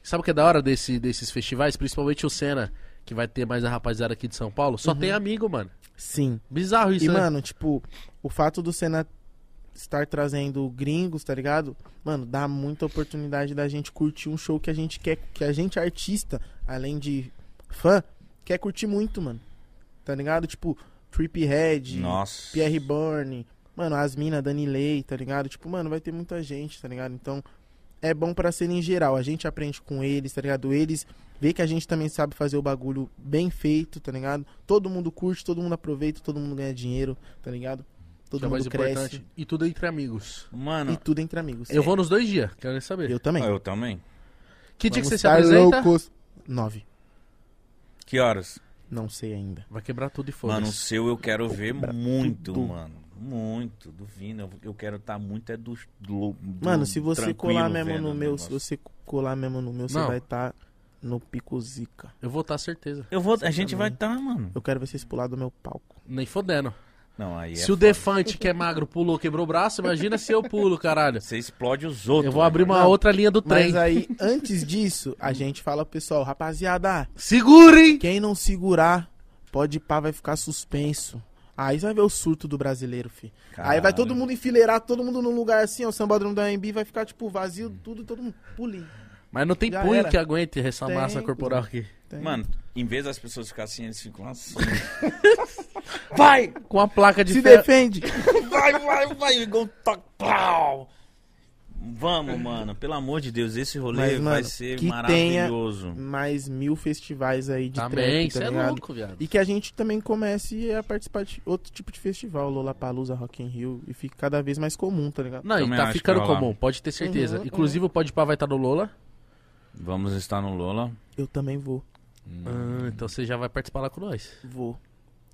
Speaker 2: Sabe o que é da hora desse, desses festivais? Principalmente o Senna, que vai ter mais a rapaziada aqui de São Paulo. Só tem amigo, mano.
Speaker 3: Sim.
Speaker 2: Bizarro isso,
Speaker 3: Uhum. E,
Speaker 2: né?
Speaker 3: mano, tipo, o fato do Senna estar trazendo gringos, tá ligado? Mano, dá muita oportunidade da gente curtir um show que a gente quer, que a gente artista, além de fã, quer curtir muito, mano. Tá ligado? Tipo, Trip Head,
Speaker 1: Nossa.
Speaker 3: Pierre Bourne, mano, as mina, Dani Lei, tá ligado? Tipo, mano, vai ter muita gente, tá ligado? Então, é bom pra ser em geral. A gente aprende com eles, tá ligado? Eles vê que a gente também sabe fazer o bagulho bem feito, tá ligado? Todo mundo curte, todo mundo aproveita, todo mundo ganha dinheiro, tá ligado? Todo
Speaker 2: que é o mais
Speaker 3: mundo cresce.
Speaker 2: importante. E tudo entre amigos.
Speaker 1: Mano,
Speaker 3: E tudo entre amigos.
Speaker 2: Eu vou Ah, nos dois dias, quero saber.
Speaker 3: Eu também.
Speaker 1: eu também.
Speaker 2: Que dia que você
Speaker 3: Vamos
Speaker 2: se
Speaker 3: estar
Speaker 2: apresenta?
Speaker 3: loucos. Nove.
Speaker 1: Que horas?
Speaker 3: Não sei ainda.
Speaker 2: Vai quebrar tudo e
Speaker 1: Mano, o
Speaker 2: foda-se.
Speaker 1: seu eu quero ver
Speaker 3: Cobra
Speaker 1: muito,
Speaker 3: tudo.
Speaker 1: mano. Muito, duvido. Eu- Eu quero estar muito é do, do- do-
Speaker 3: Mano, se você
Speaker 1: tranquilo
Speaker 3: colar mesmo
Speaker 1: vendo
Speaker 3: no
Speaker 1: o
Speaker 3: meu, se
Speaker 1: negócio.
Speaker 3: você colar mesmo no meu, você
Speaker 2: Não.
Speaker 3: vai estar no pico zica.
Speaker 2: Eu vou estar certeza.
Speaker 1: Eu vou, a
Speaker 3: Você tá
Speaker 1: gente
Speaker 3: também.
Speaker 1: vai estar, mano.
Speaker 3: Eu quero ver vocês pular do meu palco.
Speaker 2: Nem fodendo.
Speaker 1: Não, aí é
Speaker 2: se o
Speaker 1: foda.
Speaker 2: Defante, que é magro, pulou, quebrou o braço, imagina se eu pulo, caralho.
Speaker 1: Você explode os outros.
Speaker 2: Eu vou abrir uma outra linha do trem. Hum.
Speaker 3: Mas aí, antes disso, a gente fala pro pessoal, rapaziada,
Speaker 2: Segurem!
Speaker 3: quem não segurar, pode pá, vai ficar suspenso. Aí você vai ver o surto do brasileiro, fi. Aí vai todo mundo enfileirar, todo mundo num lugar assim, ó, o sambódromo da AMB vai ficar, tipo, vazio,
Speaker 2: Hum.
Speaker 3: tudo, todo mundo pulinho.
Speaker 2: Mas não tem
Speaker 3: Já
Speaker 2: punho
Speaker 3: era.
Speaker 2: que aguente essa
Speaker 3: Tem,
Speaker 2: massa corporal aqui.
Speaker 1: Mano, em vez das pessoas ficarem assim, eles ficam assim.
Speaker 2: Vai! Com a placa de Hum.
Speaker 3: se
Speaker 2: ferro.
Speaker 3: defende!
Speaker 1: vai, vai, vai, igual um toque. pau. Vamos, mano. Pelo amor de Deus, esse rolê
Speaker 3: Mas,
Speaker 1: vai
Speaker 3: mano,
Speaker 1: ser
Speaker 3: que
Speaker 1: maravilhoso.
Speaker 3: Mais mil festivais aí de
Speaker 2: Amém,
Speaker 3: trap,
Speaker 2: você
Speaker 3: tá
Speaker 2: é
Speaker 3: ligado?
Speaker 2: louco, viado.
Speaker 3: E que a gente também comece a participar de outro tipo de festival, Lollapalooza, Rock in Rio, e fica cada vez mais comum, tá ligado?
Speaker 2: Não,
Speaker 1: Também
Speaker 2: e tá
Speaker 1: acho que
Speaker 2: ficando
Speaker 1: vai rolar.
Speaker 2: comum, pode ter certeza.
Speaker 3: Uhum,
Speaker 2: Inclusive o Pode Pá vai estar no Lola.
Speaker 1: Vamos estar no Lola.
Speaker 3: Eu também vou,
Speaker 2: Ah, então você já vai participar lá com nós.
Speaker 3: vou.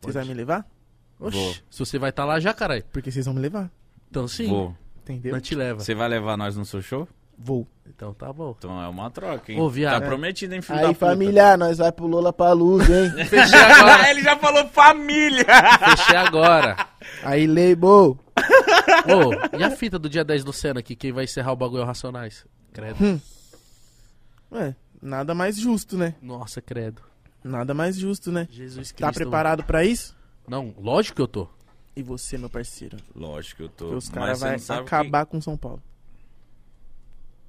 Speaker 3: Vocês vão me levar?
Speaker 2: Oxi,
Speaker 1: Vou.
Speaker 2: se você vai estar lá já, caralho.
Speaker 3: Porque vocês vão me levar,
Speaker 2: Então sim,
Speaker 1: Vou.
Speaker 3: entendeu?
Speaker 2: não te leva.
Speaker 1: Você vai levar nós no seu show?
Speaker 3: Vou.
Speaker 2: Então tá bom.
Speaker 1: Então é uma troca, hein?
Speaker 2: Ô, viado.
Speaker 1: Tá prometido, hein, filho da
Speaker 3: Aí,
Speaker 1: puta.
Speaker 3: família, nós vai pro Lola Palusa, hein?
Speaker 2: Fechei agora,
Speaker 1: Ele já falou família.
Speaker 2: fechei agora.
Speaker 3: Aí, Leibo.
Speaker 2: Ô, e a fita do dia 10 do Senna aqui, quem vai encerrar o bagulho é o Racionais? Credo.
Speaker 3: Ué, É, nada mais justo, né?
Speaker 2: Nossa, credo.
Speaker 3: Nada mais justo, né?
Speaker 2: Jesus Cristo.
Speaker 3: Tá preparado pra isso?
Speaker 2: Não, lógico que eu tô.
Speaker 3: E você, meu parceiro?
Speaker 1: Lógico que eu tô.
Speaker 3: Porque os
Speaker 1: mas
Speaker 3: caras
Speaker 1: você
Speaker 3: vão
Speaker 1: não sabe
Speaker 3: acabar com São Paulo.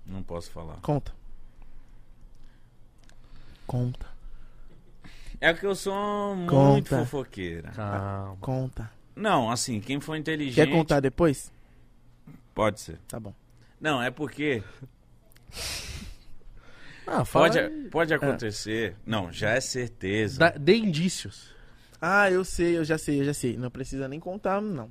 Speaker 1: quem- Não posso falar.
Speaker 3: Conta. Conta,
Speaker 1: É que eu sou muito
Speaker 3: Conta.
Speaker 1: fofoqueira.
Speaker 2: Calma.
Speaker 3: conta.
Speaker 1: Não, assim, quem for
Speaker 3: Quer
Speaker 1: inteligente...
Speaker 3: contar depois?
Speaker 1: Pode ser.
Speaker 3: Tá bom.
Speaker 1: Não, é porque
Speaker 2: Ah, fala.
Speaker 1: pode,
Speaker 3: É.
Speaker 1: pode acontecer. Não, já é certeza.
Speaker 2: Dá- dê indícios.
Speaker 3: Ah, eu sei, eu já sei, eu já sei. Não precisa nem contar, não.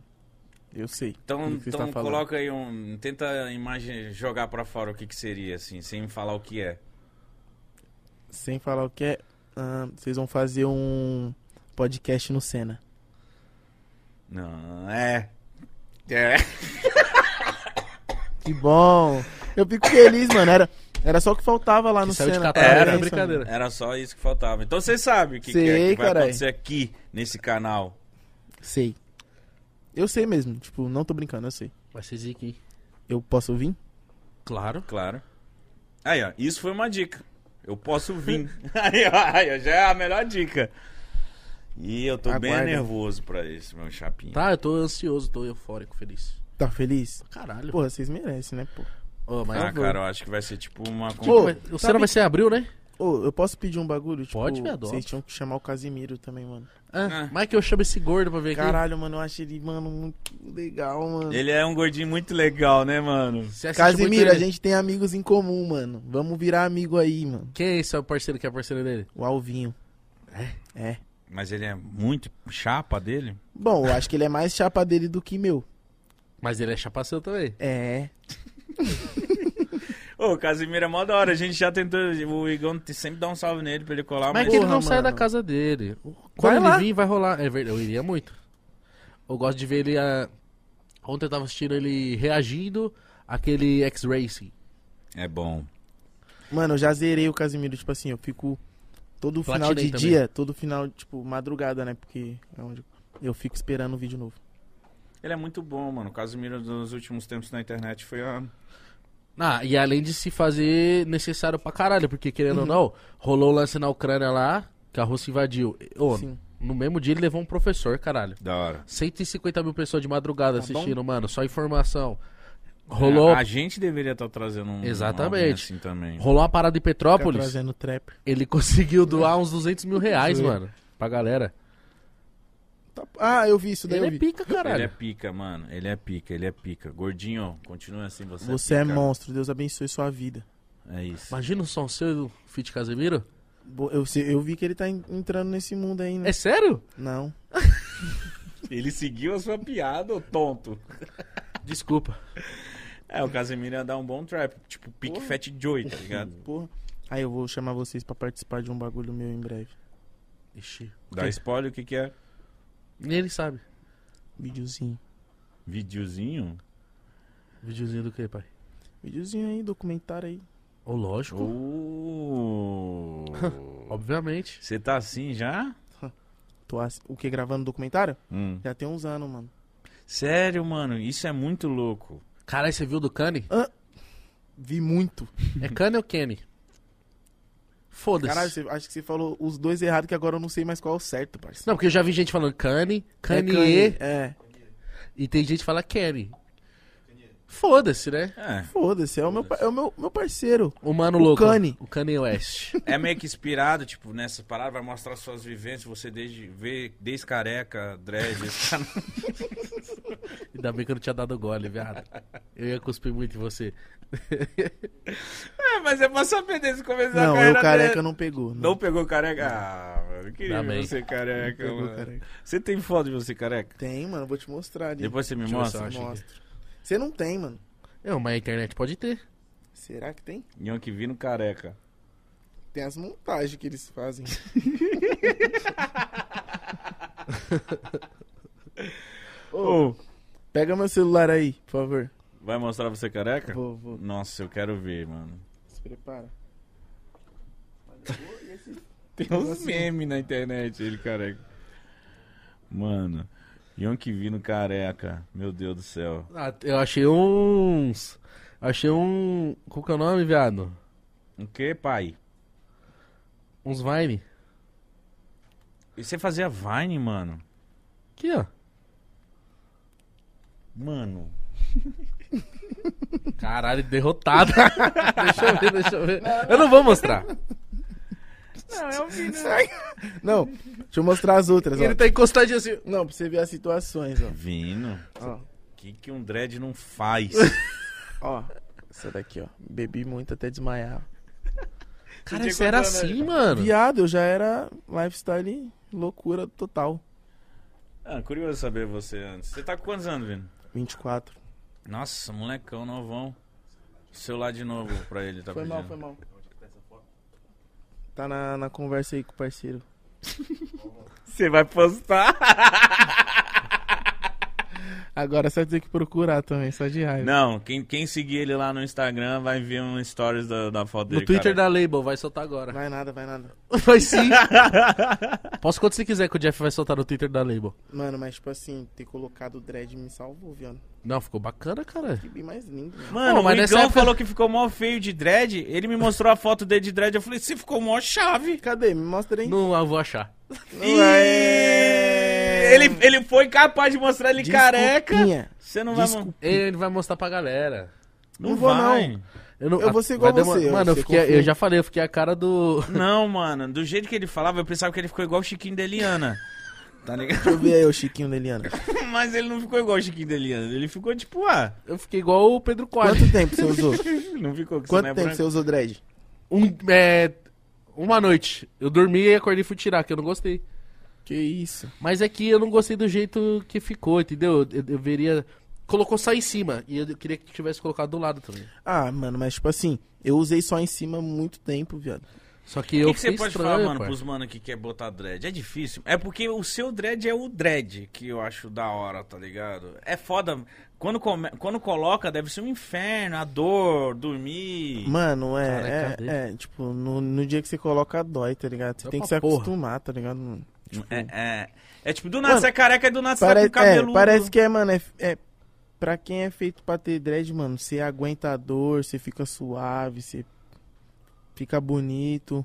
Speaker 3: Eu sei.
Speaker 1: Então,
Speaker 3: do que você
Speaker 1: então
Speaker 3: tá falando.
Speaker 1: coloca aí um... Tenta imagem jogar pra fora o que que seria, assim, sem falar o que é.
Speaker 3: Sem falar o que é. ah, vocês vão fazer um podcast no Senna.
Speaker 1: Não, é... É...
Speaker 3: Que bom! Eu fico feliz, mano. Era, era só o que faltava lá
Speaker 2: Que
Speaker 3: no É,
Speaker 2: saiu de
Speaker 3: Senna.
Speaker 2: catarro,
Speaker 3: Parabéns,
Speaker 1: era
Speaker 3: mano.
Speaker 2: brincadeira.
Speaker 1: Era só isso que faltava. Então vocês sabem o que, que é
Speaker 3: Sei,
Speaker 1: que vai
Speaker 3: carai.
Speaker 1: acontecer aqui nesse canal.
Speaker 3: Sei. Eu sei mesmo, tipo, não tô brincando, eu sei.
Speaker 2: Vai ser zica, hein?
Speaker 3: Eu posso ouvir?
Speaker 2: Claro.
Speaker 1: Claro. Aí, ó, isso foi uma dica. Eu posso vir. aí, ó, aí, ó, já é a melhor dica. E eu tô bem
Speaker 3: Aguardem.
Speaker 1: nervoso pra esse meu chapinho.
Speaker 2: Tá, eu tô ansioso, tô eufórico, feliz.
Speaker 3: Tá feliz?
Speaker 2: Caralho.
Speaker 3: Porra, vocês merecem, né, pô?
Speaker 2: Ô, mas
Speaker 1: Ah,
Speaker 3: favor.
Speaker 1: cara, eu acho que vai ser tipo uma...
Speaker 2: Tipo,
Speaker 3: Ô,
Speaker 2: vai- o Senna
Speaker 3: sabe-
Speaker 2: vai ser em abril, né?
Speaker 3: Ô, eu posso pedir um bagulho? Tipo,
Speaker 2: Pode, viado.
Speaker 3: Vocês tinham que chamar o Casimiro também, mano.
Speaker 2: Ah,
Speaker 1: Ah.
Speaker 2: Mas que eu chamo esse gordo pra ver aqui.
Speaker 3: Caralho, mano, eu acho ele, mano, muito legal, mano.
Speaker 1: Ele é um gordinho muito legal, né, mano?
Speaker 2: Você assiste muito
Speaker 3: Casimiro,
Speaker 2: ele?
Speaker 3: a gente tem amigos em comum, mano. Vamos virar amigo aí, mano.
Speaker 2: Quem é esse é o parceiro que é parceiro dele?
Speaker 3: O Alvinho. É? É.
Speaker 1: Mas ele é muito chapa dele.
Speaker 3: Bom, eu acho que ele é mais chapa dele do que meu.
Speaker 2: Mas ele é chapaceu também.
Speaker 3: É.
Speaker 1: Ô, o Casimiro é mó da hora. A gente já tentou... O Igão te- sempre dá um salve nele pra ele colar, mas...
Speaker 2: mas é que ele não
Speaker 3: Porra,
Speaker 2: sai da
Speaker 3: mano.
Speaker 2: casa dele.
Speaker 3: Vai
Speaker 2: Quando
Speaker 3: lá.
Speaker 2: ele vir, vai rolar. É verdade, eu iria muito. Eu gosto de ver ele. ah, Ontem eu tava assistindo ele reagindo àquele X-Racing.
Speaker 1: É bom.
Speaker 3: Mano, eu já zerei o Casimiro, tipo assim, eu fico todo final
Speaker 2: Platinei
Speaker 3: de
Speaker 2: também.
Speaker 3: dia, todo final, tipo, madrugada, né? Porque é onde eu fico esperando um vídeo novo.
Speaker 1: Ele é muito bom, mano. O Casimiro nos últimos tempos na internet foi a...
Speaker 2: Ah, e além de se fazer necessário pra caralho, porque querendo ou
Speaker 3: Uhum.
Speaker 2: não, rolou o lance na Ucrânia lá, que a Rússia invadiu. Ô,
Speaker 3: Sim.
Speaker 2: no mesmo dia ele levou um professor, caralho.
Speaker 1: Da hora.
Speaker 2: 150 mil pessoas de madrugada
Speaker 3: Tá É,
Speaker 2: assistindo, mano, só informação. Rolou,
Speaker 1: A gente deveria estar trazendo um...
Speaker 2: Exatamente.
Speaker 1: alguém assim também.
Speaker 2: rolou uma parada em
Speaker 3: Fica
Speaker 2: Petrópolis,
Speaker 3: trazendo trap.
Speaker 2: ele conseguiu doar uns 200 mil reais,
Speaker 3: Juro.
Speaker 2: mano, pra galera.
Speaker 3: Tá- Ah, eu vi isso daí,
Speaker 2: Ele
Speaker 3: eu
Speaker 2: é
Speaker 3: vi.
Speaker 2: pica, caralho.
Speaker 1: Ele é pica, mano. Ele é pica, ele é pica. Gordinho, continua assim você.
Speaker 3: Você é
Speaker 1: pica.
Speaker 3: monstro, Deus abençoe sua vida.
Speaker 1: É isso.
Speaker 2: Imagina o som seu e do Fit Casemiro.
Speaker 3: Bo- Eu, sei- eu vi que ele tá en- entrando nesse mundo aí, né?
Speaker 2: É sério?
Speaker 3: Não.
Speaker 1: Ele seguiu a sua piada, ô tonto.
Speaker 2: Desculpa.
Speaker 1: É, o Casemiro ia dar um bom trap. Tipo, pique Fat Joy, tá ligado?
Speaker 3: Porra. Aí eu vou chamar vocês pra participar de um bagulho meu em breve.
Speaker 2: Ixi.
Speaker 1: Dá spoiler o que que é?
Speaker 2: Nem ele sabe.
Speaker 3: Videozinho.
Speaker 1: Videozinho?
Speaker 2: Videozinho do que, pai?
Speaker 3: Videozinho aí, documentário aí.
Speaker 2: Ô,
Speaker 3: Tipo-
Speaker 2: lógico.
Speaker 1: Ô.
Speaker 2: Oh. Obviamente.
Speaker 1: Você tá assim já?
Speaker 3: Tô ass- O que? Gravando documentário?
Speaker 1: Hum.
Speaker 3: Já tem uns anos, mano.
Speaker 1: Sério, mano, isso é muito louco.
Speaker 2: Caralho, você viu do Kanye?
Speaker 3: Vi muito.
Speaker 2: É Kanye ou Kenny?
Speaker 3: Caralho,
Speaker 2: Foda-se.
Speaker 3: você- acho que você falou os dois errados que agora eu não sei mais qual é o certo, parceiro.
Speaker 2: Não, porque eu já vi gente falando Kanye, Kanye,
Speaker 3: É.
Speaker 2: e tem gente que fala Kenny. Foda-se, né?
Speaker 1: É,
Speaker 3: Foda-se, é o, meu, pa- é o meu, meu parceiro.
Speaker 2: O mano
Speaker 3: O
Speaker 2: louco.
Speaker 3: Kanye.
Speaker 2: O Kanye West.
Speaker 1: é meio que inspirado, tipo, nessa parada, vai mostrar suas vivências, você desde, vê, desde careca, dread, esse cara-
Speaker 2: Ainda bem que eu não tinha dado gole, viado. Eu ia cuspir muito em você.
Speaker 1: É, mas é pra saber desse começo da
Speaker 3: Não, eu
Speaker 1: carreira
Speaker 3: careca
Speaker 1: dele.
Speaker 3: é- não pegou.
Speaker 1: Não pegou careca? Ah, mano, eu queria
Speaker 2: Ainda
Speaker 1: ver
Speaker 2: bem.
Speaker 1: você careca,
Speaker 3: pegou
Speaker 1: mano.
Speaker 3: careca.
Speaker 1: Você tem foto de você careca?
Speaker 3: Tem, mano, vou te mostrar ali.
Speaker 1: Depois você me
Speaker 2: Deixa eu ver se eu
Speaker 1: mostra?
Speaker 2: acho.
Speaker 3: Mostro. Você não tem, mano.
Speaker 2: Não, mas a internet pode ter.
Speaker 3: Será que tem?
Speaker 1: Nhão um que vino careca.
Speaker 3: Tem as montagens que eles fazem. Ô,
Speaker 1: Ô,
Speaker 3: pega meu celular aí, por favor.
Speaker 1: vai mostrar você careca?
Speaker 3: Vou, vou.
Speaker 1: Nossa, eu quero ver, mano.
Speaker 3: Se prepara.
Speaker 1: Tem
Speaker 2: assim?
Speaker 1: uns memes na internet, ele careca. Mano, Nhão que vino careca. Meu Deus do céu.
Speaker 2: Ah, eu achei uns. Achei um. Qual que é o nome, viado?
Speaker 1: O que, pai?
Speaker 2: Uns Vine.
Speaker 1: E você fazia Vine, mano?
Speaker 2: Aqui, ó.
Speaker 1: Mano.
Speaker 2: Caralho, derrotado. deixa eu ver, deixa eu ver. Eu não vou mostrar.
Speaker 1: Não, eu vi,
Speaker 3: Não, deixa eu mostrar as outras,
Speaker 2: Ele
Speaker 3: ó.
Speaker 2: tá encostadinho assim.
Speaker 3: Não, pra você ver as situações, ó.
Speaker 1: Vino.
Speaker 3: Ó,
Speaker 1: O que, que um dread não faz?
Speaker 3: ó. Essa daqui, ó. Bebi muito até desmaiar.
Speaker 2: Cara, você era
Speaker 3: né?
Speaker 2: assim, mano.
Speaker 3: Viado, eu já era lifestyle loucura total.
Speaker 1: ah, curioso saber você antes. Você tá com quantos anos, Vino?
Speaker 3: 24.
Speaker 1: Nossa, molecão novão. O celular de novo pra ele, tá
Speaker 3: Foi
Speaker 1: pedindo.
Speaker 3: mal, foi mal. Tá na, na conversa aí com o parceiro.
Speaker 1: Você vai postar?
Speaker 3: Agora é só ter que procurar também, só de raiva.
Speaker 1: Não, quem, quem seguir ele lá no Instagram vai ver um stories da, da foto dele.
Speaker 2: No Twitter
Speaker 1: cara.
Speaker 2: da Label, vai soltar agora.
Speaker 3: Vai nada, vai nada.
Speaker 2: Vai sim. Posso quando você quiser que o Jeff vai soltar no Twitter da Label.
Speaker 3: Mano, mas tipo assim, ter colocado o dread me salvou, viado.
Speaker 2: Não, ficou bacana, cara.
Speaker 3: Que bem mais lindo, né? mano.
Speaker 1: Mano,
Speaker 2: Pô, mas
Speaker 1: o
Speaker 2: nessa
Speaker 1: Igão
Speaker 2: época-
Speaker 1: falou que ficou mó feio de dread. Ele me mostrou a foto dele de dread. Eu falei, você ficou mó chave.
Speaker 3: Cadê? Me mostra aí.
Speaker 2: Não, eu vou achar.
Speaker 1: Ih, ele, ele foi capaz de mostrar ele careca.
Speaker 3: Desculpinha.
Speaker 1: Você não
Speaker 3: Desculpa.
Speaker 1: vai.
Speaker 2: Ele vai mostrar pra galera.
Speaker 3: Não vou,
Speaker 1: vai.
Speaker 3: não.
Speaker 2: Eu, não,
Speaker 3: Eu vou ser igual
Speaker 2: vai
Speaker 3: você, eu
Speaker 2: Mano, eu,
Speaker 3: ser
Speaker 2: fiquei,
Speaker 3: confiante.
Speaker 2: eu já falei, eu fiquei a cara do.
Speaker 1: Não, mano. Do jeito que ele falava, eu pensava que ele ficou igual o Chiquinho da Eliana. Tá ligado?
Speaker 3: Deixa eu ver aí o Chiquinho da Eliana.
Speaker 1: Mas ele não ficou igual o Chiquinho da Eliana. Ele ficou tipo, ah.
Speaker 2: Eu fiquei igual o Pedro Quadro.
Speaker 3: Quanto tempo você usou?
Speaker 1: Não ficou que
Speaker 3: Quanto
Speaker 1: você não é
Speaker 3: tempo
Speaker 1: branco.
Speaker 3: você usou dread?
Speaker 2: Um, é, uma noite. Eu dormi e acordei e fui tirar, que eu não gostei.
Speaker 3: Que isso.
Speaker 2: Mas é que eu não gostei do jeito que ficou, entendeu? Eu eu deveria. Colocou só em cima. E eu queria que tivesse colocado do lado também.
Speaker 3: Ah, mano, mas tipo assim, eu usei só em cima muito tempo, viado.
Speaker 2: Só que
Speaker 1: O
Speaker 2: eu
Speaker 1: que, que você
Speaker 2: fiquei
Speaker 1: pode
Speaker 2: estranho,
Speaker 1: falar, mano,
Speaker 2: parça.
Speaker 1: pros mano que quer botar dread? É difícil. É porque o seu dread é o dread que eu acho da hora, tá ligado? É foda. Quando, come- Quando coloca, deve ser um inferno, a dor, dormir.
Speaker 3: Mano, é,
Speaker 2: Careca
Speaker 3: é, é, tipo, no, no dia que você coloca dói, tá ligado? Você
Speaker 2: Dói
Speaker 3: tem que se
Speaker 2: pra porra.
Speaker 3: acostumar, tá ligado? Tipo,
Speaker 1: É, é. É tipo, do nada
Speaker 3: Mano,
Speaker 1: você é careca e do nada você tá
Speaker 3: parece,
Speaker 1: com cabelo.
Speaker 3: é, parece que é, mano, é, é- pra quem é feito pra ter dread, mano, você aguenta a dor, você fica suave, você fica bonito.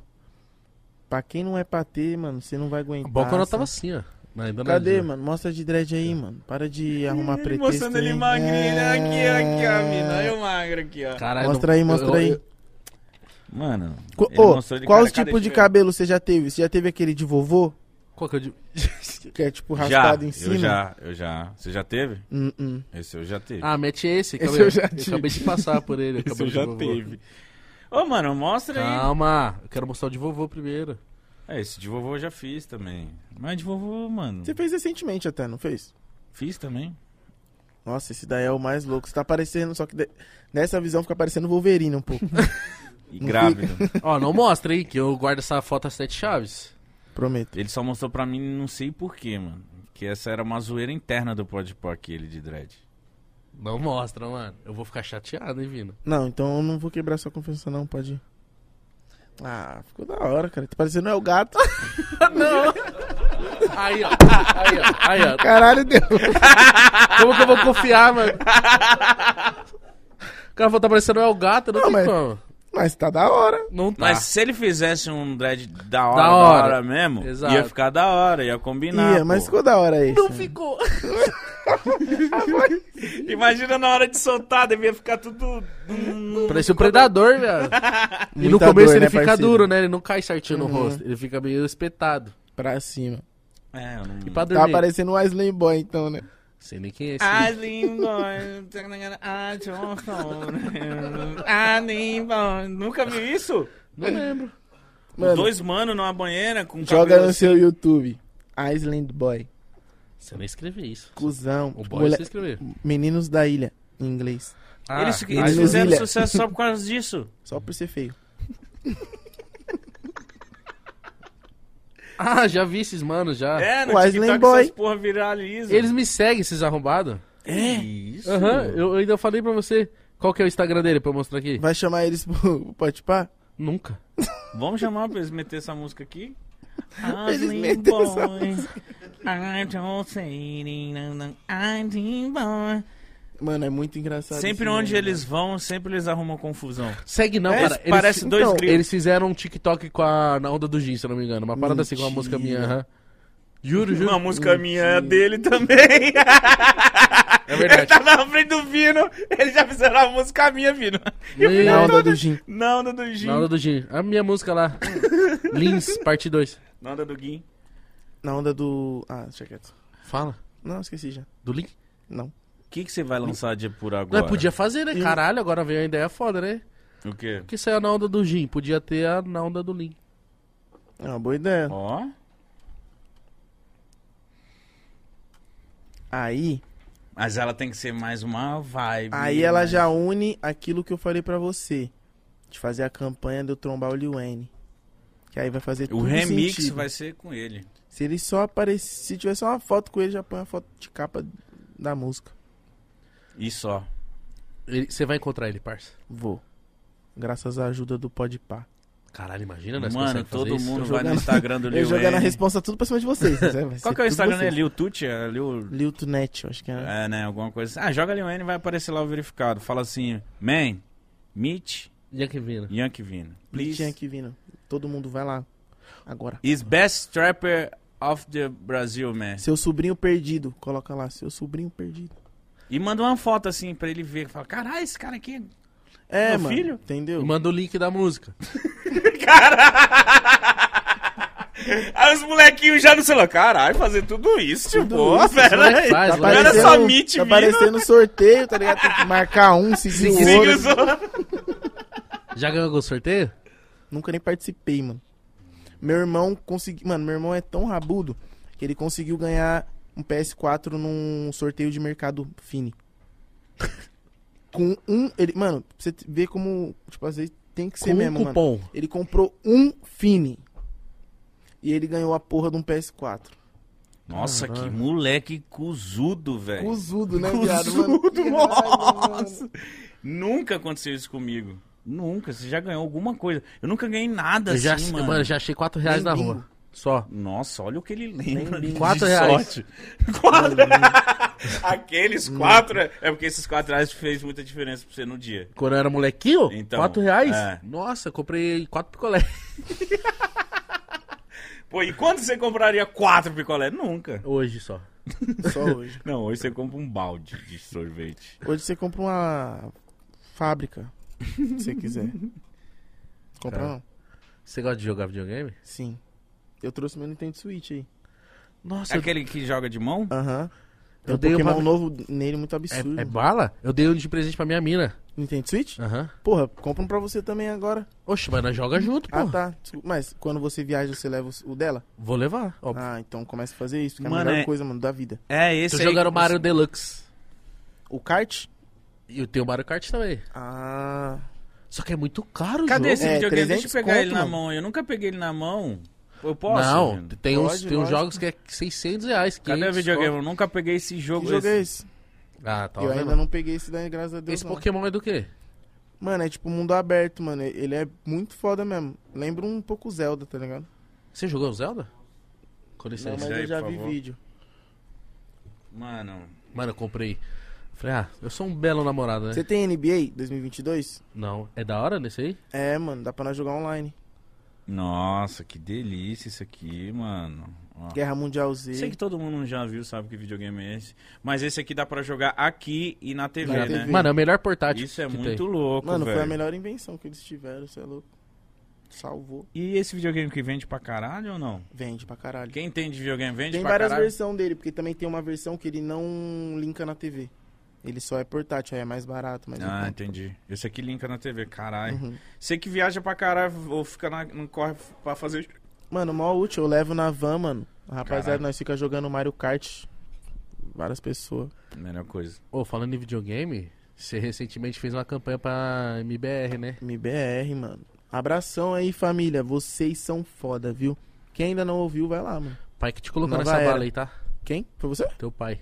Speaker 3: Pra quem não é pra ter, mano, você não vai aguentar.
Speaker 2: Bom, quando eu
Speaker 3: sabe?
Speaker 1: né?
Speaker 2: tava assim, ó. Na- ainda na-
Speaker 3: Cadê, mano? Mostra de dread aí, mano. Para de arrumar
Speaker 1: Ele
Speaker 3: pretexto.
Speaker 1: mostrando ele
Speaker 3: hein?
Speaker 1: magrinho, né? aqui, aqui, ó, mina.
Speaker 3: É.
Speaker 1: Olha o magro aqui, ó.
Speaker 2: Caralho,
Speaker 3: Mostra
Speaker 2: não-
Speaker 3: aí, mostra
Speaker 2: eu-
Speaker 3: aí.
Speaker 2: eu-
Speaker 1: Mano,
Speaker 3: Co-
Speaker 1: ele
Speaker 3: ô,
Speaker 1: mostrou de
Speaker 3: qual
Speaker 1: cara-
Speaker 3: os
Speaker 1: cadê?
Speaker 3: tipos de
Speaker 1: Deixa eu
Speaker 3: cabelo você já teve? Você já teve aquele de vovô?
Speaker 2: qual que eu digo?
Speaker 3: Que é tipo
Speaker 1: ver.
Speaker 3: raspado
Speaker 1: já,
Speaker 3: em cima?
Speaker 1: Eu já, eu já. Você já teve?
Speaker 3: Hum, hum.
Speaker 1: Esse eu já teve.
Speaker 2: Ah, mete esse. que
Speaker 3: Esse eu já tive.
Speaker 2: acabei de passar por ele.
Speaker 1: Esse
Speaker 2: acabei
Speaker 1: eu
Speaker 2: de
Speaker 1: já
Speaker 2: vovô.
Speaker 1: teve. Ô, mano, mostra aí.
Speaker 2: Calma, eu quero mostrar o de vovô primeiro.
Speaker 1: É, esse de vovô eu já fiz também. Mas de vovô, mano,
Speaker 3: Você fez recentemente até, não fez?
Speaker 1: fiz também.
Speaker 3: Nossa, esse daí é o mais louco. Você tá parecendo, só que de- nessa visão fica parecendo Wolverine um pouco.
Speaker 1: E
Speaker 3: Não
Speaker 1: grávido.
Speaker 2: Ó, não mostra, hein, que eu guardo essa foto às sete chaves.
Speaker 3: Prometo.
Speaker 1: Ele só mostrou pra mim, não sei porquê, mano. Que essa era uma zoeira interna do Pode Pó, aquele de dread.
Speaker 2: Tá. Não mostra, mano. Eu vou ficar chateado, hein, Vino?
Speaker 3: Não, então eu não vou quebrar sua confiança, não, pode ir. Ah, ficou da hora, cara. Tá parecendo é o gato.
Speaker 2: Não! Aí, ó. Aí, ó. Aí, ó.
Speaker 3: Caralho, deu.
Speaker 2: Como que eu vou confiar, mano? O cara falou, tá parecendo é o gato, não, tem
Speaker 3: Não, mas-
Speaker 2: como.
Speaker 3: Mas tá da hora.
Speaker 2: Não tá.
Speaker 1: Mas se ele fizesse um dread da hora,
Speaker 2: Da
Speaker 1: da
Speaker 2: hora.
Speaker 1: hora, mesmo,
Speaker 2: Exato.
Speaker 1: ia ficar da hora, ia combinar.
Speaker 3: Ia, mas
Speaker 1: pô.
Speaker 3: ficou da hora né? aí.
Speaker 2: Não ficou.
Speaker 1: Imagina na hora de soltar, devia ficar tudo.
Speaker 2: Parece um predador, velho. E no
Speaker 3: Muita
Speaker 2: começo
Speaker 3: dor,
Speaker 2: ele
Speaker 3: né,
Speaker 2: fica
Speaker 3: parceiro?
Speaker 2: duro, né? Ele não cai certinho no
Speaker 3: Uhum.
Speaker 2: rosto. Ele fica meio espetado.
Speaker 3: Pra cima.
Speaker 1: É, eu não.
Speaker 2: E pra
Speaker 3: Tá
Speaker 2: dormir.
Speaker 3: parecendo o Wesley Boy, então, né?
Speaker 1: Tá
Speaker 2: Sei nem quem é esse.
Speaker 1: Ah, lindo. Ah, Ah, lindo. Nunca vi isso?
Speaker 2: Não lembro.
Speaker 3: Mano,
Speaker 1: Dois mano numa banheira com
Speaker 3: joga
Speaker 1: cabelo
Speaker 3: no
Speaker 1: assim.
Speaker 3: seu YouTube. Island Boy.
Speaker 2: Você não escreveu isso.
Speaker 3: Cusão.
Speaker 2: O boy
Speaker 3: Mole-
Speaker 2: você escreveu.
Speaker 3: Meninos da ilha, em inglês.
Speaker 1: Eles,
Speaker 2: Ah,
Speaker 1: eles
Speaker 3: Island
Speaker 1: fizeram
Speaker 3: Ilha.
Speaker 1: sucesso só por causa disso.
Speaker 3: Só por ser feio.
Speaker 2: Ah, já vi esses manos já.
Speaker 1: É, no
Speaker 3: O Island
Speaker 1: TikTok
Speaker 3: Boy.
Speaker 1: essas porra viralizam.
Speaker 2: Eles me seguem, esses arrombados.
Speaker 1: É. Isso.
Speaker 2: Aham, eu ainda falei pra você. Qual que é o Instagram dele pra eu mostrar aqui?
Speaker 3: Vai chamar eles pro participar?
Speaker 2: Nunca.
Speaker 1: Vamos chamar pra eles meter essa música aqui?
Speaker 3: Eles
Speaker 1: Island
Speaker 3: meteram essa
Speaker 1: Boy. I don't say it, não, não, Island Ah, Boy.
Speaker 3: Mano, é muito engraçado. né?
Speaker 1: Sempre
Speaker 3: esse
Speaker 1: onde
Speaker 3: meme,
Speaker 1: eles vão, sempre eles arrumam confusão.
Speaker 2: Segue não,
Speaker 3: É,
Speaker 2: cara.
Speaker 1: eles parecem dois
Speaker 2: então,
Speaker 1: grilos.
Speaker 2: Eles fizeram um TikTok com a, na onda do Gin, se eu não me engano. Uma parada assim com uma música
Speaker 3: Mentira.
Speaker 2: minha. aham. Juro, juro.
Speaker 1: Uma música minha é dele também.
Speaker 2: É
Speaker 1: Ele
Speaker 2: verdade.
Speaker 1: tá na frente do Vino, ele já fizeram a música minha, Vino. E o
Speaker 2: Meu-
Speaker 1: Vino
Speaker 3: Na onda
Speaker 1: todo-
Speaker 3: do Jim.
Speaker 1: Na onda do Gin.
Speaker 2: Na onda do Gin. A minha música lá. Lins, parte 2.
Speaker 1: Na onda do Gin.
Speaker 3: Na onda do. Ah, deixa quieto.
Speaker 2: Fala.
Speaker 3: Não, esqueci já.
Speaker 2: Do Lin?
Speaker 3: Não.
Speaker 1: O que, que você vai lançar de por agora?
Speaker 2: Não, podia fazer, né? Caralho, agora veio a ideia foda, né?
Speaker 1: O quê?
Speaker 2: Porque saiu na onda do Gin. Podia ter a na onda do Lin.
Speaker 3: É uma boa ideia.
Speaker 1: Ó.
Speaker 3: Aí,
Speaker 1: Mas ela tem que ser mais uma vibe. né?
Speaker 3: aí ela
Speaker 1: mais-
Speaker 3: já une aquilo que eu falei pra você. De fazer a campanha de eu trombar o Lil Wayne. Que aí vai fazer
Speaker 1: O
Speaker 3: tudo
Speaker 1: remix
Speaker 3: sentido.
Speaker 1: vai ser com ele.
Speaker 3: Se ele só aparecer. Se tiver só uma foto com ele, já põe a foto de capa da música.
Speaker 1: E só.
Speaker 2: Ele- Você vai encontrar ele, parça.
Speaker 3: Vou. Graças à ajuda do Podpah.
Speaker 2: Caralho, imagina, nós
Speaker 1: Mano,
Speaker 2: conseguimos fazer
Speaker 1: todo
Speaker 2: isso?
Speaker 1: mundo
Speaker 3: Eu
Speaker 1: vai no
Speaker 3: jogando-
Speaker 1: Instagram do
Speaker 3: Eu
Speaker 1: Lil
Speaker 3: jogando a
Speaker 1: Wayne.
Speaker 3: responsa tudo pra cima de vocês. né?
Speaker 1: Qual
Speaker 3: Vai ser
Speaker 1: que é o
Speaker 3: tudo
Speaker 1: Instagram, né?
Speaker 3: vocês.
Speaker 1: Lil Tucci? É Lil...
Speaker 3: Lil Tunete, eu acho que é.
Speaker 1: É, né? Alguma coisa assim. Ah, joga Lil Wayne e vai aparecer lá o verificado. Fala assim, man, meet
Speaker 2: Yankee Vina.
Speaker 1: Yankee Vino.
Speaker 3: Please. Tinha
Speaker 1: Please.
Speaker 3: que vindo. Todo mundo vai lá. Agora.
Speaker 1: Is best trapper of the Brazil, man.
Speaker 3: Seu sobrinho perdido. Coloca lá, seu sobrinho perdido.
Speaker 1: E manda uma foto assim pra ele ver. Fala, caralho, esse cara aqui
Speaker 3: É,
Speaker 1: Meu
Speaker 3: mano.
Speaker 1: filho?
Speaker 3: Entendeu?
Speaker 2: E manda o link da música.
Speaker 1: Aí os molequinhos já no celular, caralho, fazer tudo isso, tipo,
Speaker 3: Tudo
Speaker 1: pô,
Speaker 3: isso, né?
Speaker 1: pera aí.
Speaker 2: Faz,
Speaker 1: Não era
Speaker 2: leva.
Speaker 1: só Meet
Speaker 3: tá
Speaker 1: Me, né?
Speaker 3: parecendo sorteio, tá ligado? Tem que marcar um, seguir o
Speaker 1: Siga
Speaker 3: outro.
Speaker 1: os outros.
Speaker 2: Já ganhou algum sorteio?
Speaker 3: Nunca nem participei, mano. Meu irmão conseguiu. Mano, meu irmão é tão rabudo que ele conseguiu ganhar um PS4 num sorteio de mercado Fini. Com um. Ele, mano, pra você ver como. Tipo, às vezes tem que ser
Speaker 2: Com um
Speaker 3: mesmo, mano.
Speaker 2: cupom.
Speaker 3: Ele comprou um Fini. E ele ganhou a porra de um PS4.
Speaker 1: Nossa, que moleque cuzudo, velho.
Speaker 3: Cuzudo, né, viado? Mano,
Speaker 1: Cuzudo,
Speaker 3: que raiva, mano.
Speaker 1: nossa. Nunca aconteceu isso comigo. Nunca, você já ganhou alguma coisa. Eu nunca ganhei nada
Speaker 2: Eu
Speaker 1: assim,
Speaker 2: já,
Speaker 1: mano.
Speaker 2: mano. já achei 4 reais
Speaker 3: Nem
Speaker 2: na
Speaker 3: bingo.
Speaker 2: rua. Só.
Speaker 1: Nossa, olha o que ele lembra.
Speaker 3: Nem
Speaker 1: de
Speaker 2: Quatro reais.
Speaker 1: sorte. Quatro. Aqueles quatro. É porque esses quatro reais fez muita diferença pra você no dia.
Speaker 2: Quando eu era molequinho,
Speaker 1: Então,
Speaker 2: 4 reais?
Speaker 1: é.
Speaker 2: Nossa, eu comprei 4 picolé.
Speaker 1: Pô, e quando você compraria quatro picolé? Nunca.
Speaker 2: Hoje só.
Speaker 3: Só hoje.
Speaker 1: Não, hoje você compra um balde de sorvete.
Speaker 3: Hoje você compra uma fábrica, se você quiser. Compra
Speaker 2: Tá.
Speaker 3: não?
Speaker 2: Você gosta de jogar videogame?
Speaker 3: Sim. Eu trouxe meu Nintendo Switch aí.
Speaker 2: Nossa, eu-
Speaker 1: Aquele que joga de mão?
Speaker 3: Aham. Tem
Speaker 2: Eu
Speaker 3: um
Speaker 2: dei
Speaker 3: Pokémon
Speaker 2: uma-
Speaker 3: novo nele muito absurdo.
Speaker 2: é, é bala? Eu dei um de presente pra minha mina.
Speaker 3: Nintendo Switch?
Speaker 2: Aham.
Speaker 3: Porra, compra um pra você também agora.
Speaker 2: Oxe, mas nós joga junto, pô.
Speaker 3: Ah, tá. Desculpa, Mas quando você viaja, você leva o- o dela?
Speaker 2: Vou levar, óbvio.
Speaker 3: Ah, então começa a fazer isso, que é a
Speaker 1: Mano,
Speaker 3: melhor
Speaker 1: é-
Speaker 3: coisa, mano, da vida.
Speaker 1: É,
Speaker 2: Tô
Speaker 1: esse aí.
Speaker 2: jogando Mario Deluxe.
Speaker 3: O kart?
Speaker 2: E eu tenho Mario Kart também.
Speaker 3: Ah.
Speaker 2: Só que é muito caro o
Speaker 1: Cadê
Speaker 2: jogo.
Speaker 1: esse
Speaker 3: É,
Speaker 1: videogame? Deixa eu
Speaker 3: 300
Speaker 1: pegar ele
Speaker 3: conto,
Speaker 1: na
Speaker 3: mano.
Speaker 1: mão. Eu nunca peguei ele na mão. Eu posso?
Speaker 2: Não,
Speaker 1: Vino?
Speaker 2: tem, uns,
Speaker 3: Pode,
Speaker 2: tem uns
Speaker 3: lógico.
Speaker 2: jogos que é 600 reais.
Speaker 1: Cadê
Speaker 2: 500
Speaker 1: o videogame?
Speaker 2: conto.
Speaker 1: Eu nunca peguei esse jogo.
Speaker 3: Que jogo é
Speaker 1: esse.
Speaker 3: esse?
Speaker 2: Ah, tá.
Speaker 3: eu
Speaker 2: vendo?
Speaker 3: ainda não peguei esse daí, graças a Deus.
Speaker 2: Esse
Speaker 3: não.
Speaker 2: Pokémon é do quê?
Speaker 3: Mano, é tipo mundo aberto, mano. Ele é muito foda mesmo. Lembra um pouco Zelda, tá ligado?
Speaker 2: Você jogou o Zelda? Com
Speaker 3: Não,
Speaker 2: licença.
Speaker 3: mas
Speaker 1: aí,
Speaker 3: eu já
Speaker 1: por
Speaker 3: vi
Speaker 1: favor.
Speaker 3: vídeo.
Speaker 1: Mano,
Speaker 2: Mano, eu comprei. Falei, ah, eu sou um belo namorado, né?
Speaker 3: Você tem NBA 2022?
Speaker 2: Não, é da hora nesse aí?
Speaker 3: É, mano, dá pra nós jogar online.
Speaker 1: nossa, que delícia isso aqui, mano. Ó.
Speaker 3: Guerra Mundial Z.
Speaker 1: Sei que todo mundo já viu, sabe que videogame é esse. Mas esse aqui dá pra jogar aqui e na TV, né?
Speaker 3: Na TV.
Speaker 2: Mano, é o melhor portátil.
Speaker 1: Isso é
Speaker 2: que
Speaker 1: muito
Speaker 2: tem.
Speaker 1: louco,
Speaker 3: Mano,
Speaker 1: velho.
Speaker 3: foi a melhor invenção que eles tiveram, você é louco. Salvou.
Speaker 1: E esse videogame que vende pra caralho ou não?
Speaker 3: Vende pra caralho.
Speaker 1: Quem tem de videogame vende
Speaker 3: tem
Speaker 1: pra
Speaker 3: várias
Speaker 1: caralho?
Speaker 3: versões dele, porque também tem uma versão que ele não linka na TV. Ele só é portátil, aí é mais barato, mas.
Speaker 1: Ah,
Speaker 3: então-
Speaker 1: entendi. Esse aqui linka na TV, caralho.
Speaker 3: Uhum.
Speaker 1: Você que viaja pra caralho ou fica na, não corre pra fazer...
Speaker 3: Mano, mó útil, eu levo na van, mano. Rapaziada,
Speaker 1: Caralho.
Speaker 3: nós fica jogando Mario Kart. Várias pessoas.
Speaker 1: Melhor coisa.
Speaker 2: Ô, falando em videogame, você recentemente fez uma campanha pra MBR, né?
Speaker 3: MBR, mano. Abração aí, família. Vocês são foda, viu? Quem ainda não ouviu, vai lá, mano.
Speaker 2: Pai que te colocou
Speaker 3: Nova
Speaker 2: nessa
Speaker 3: era.
Speaker 2: bala aí, tá?
Speaker 3: Quem? Foi você?
Speaker 2: Teu pai.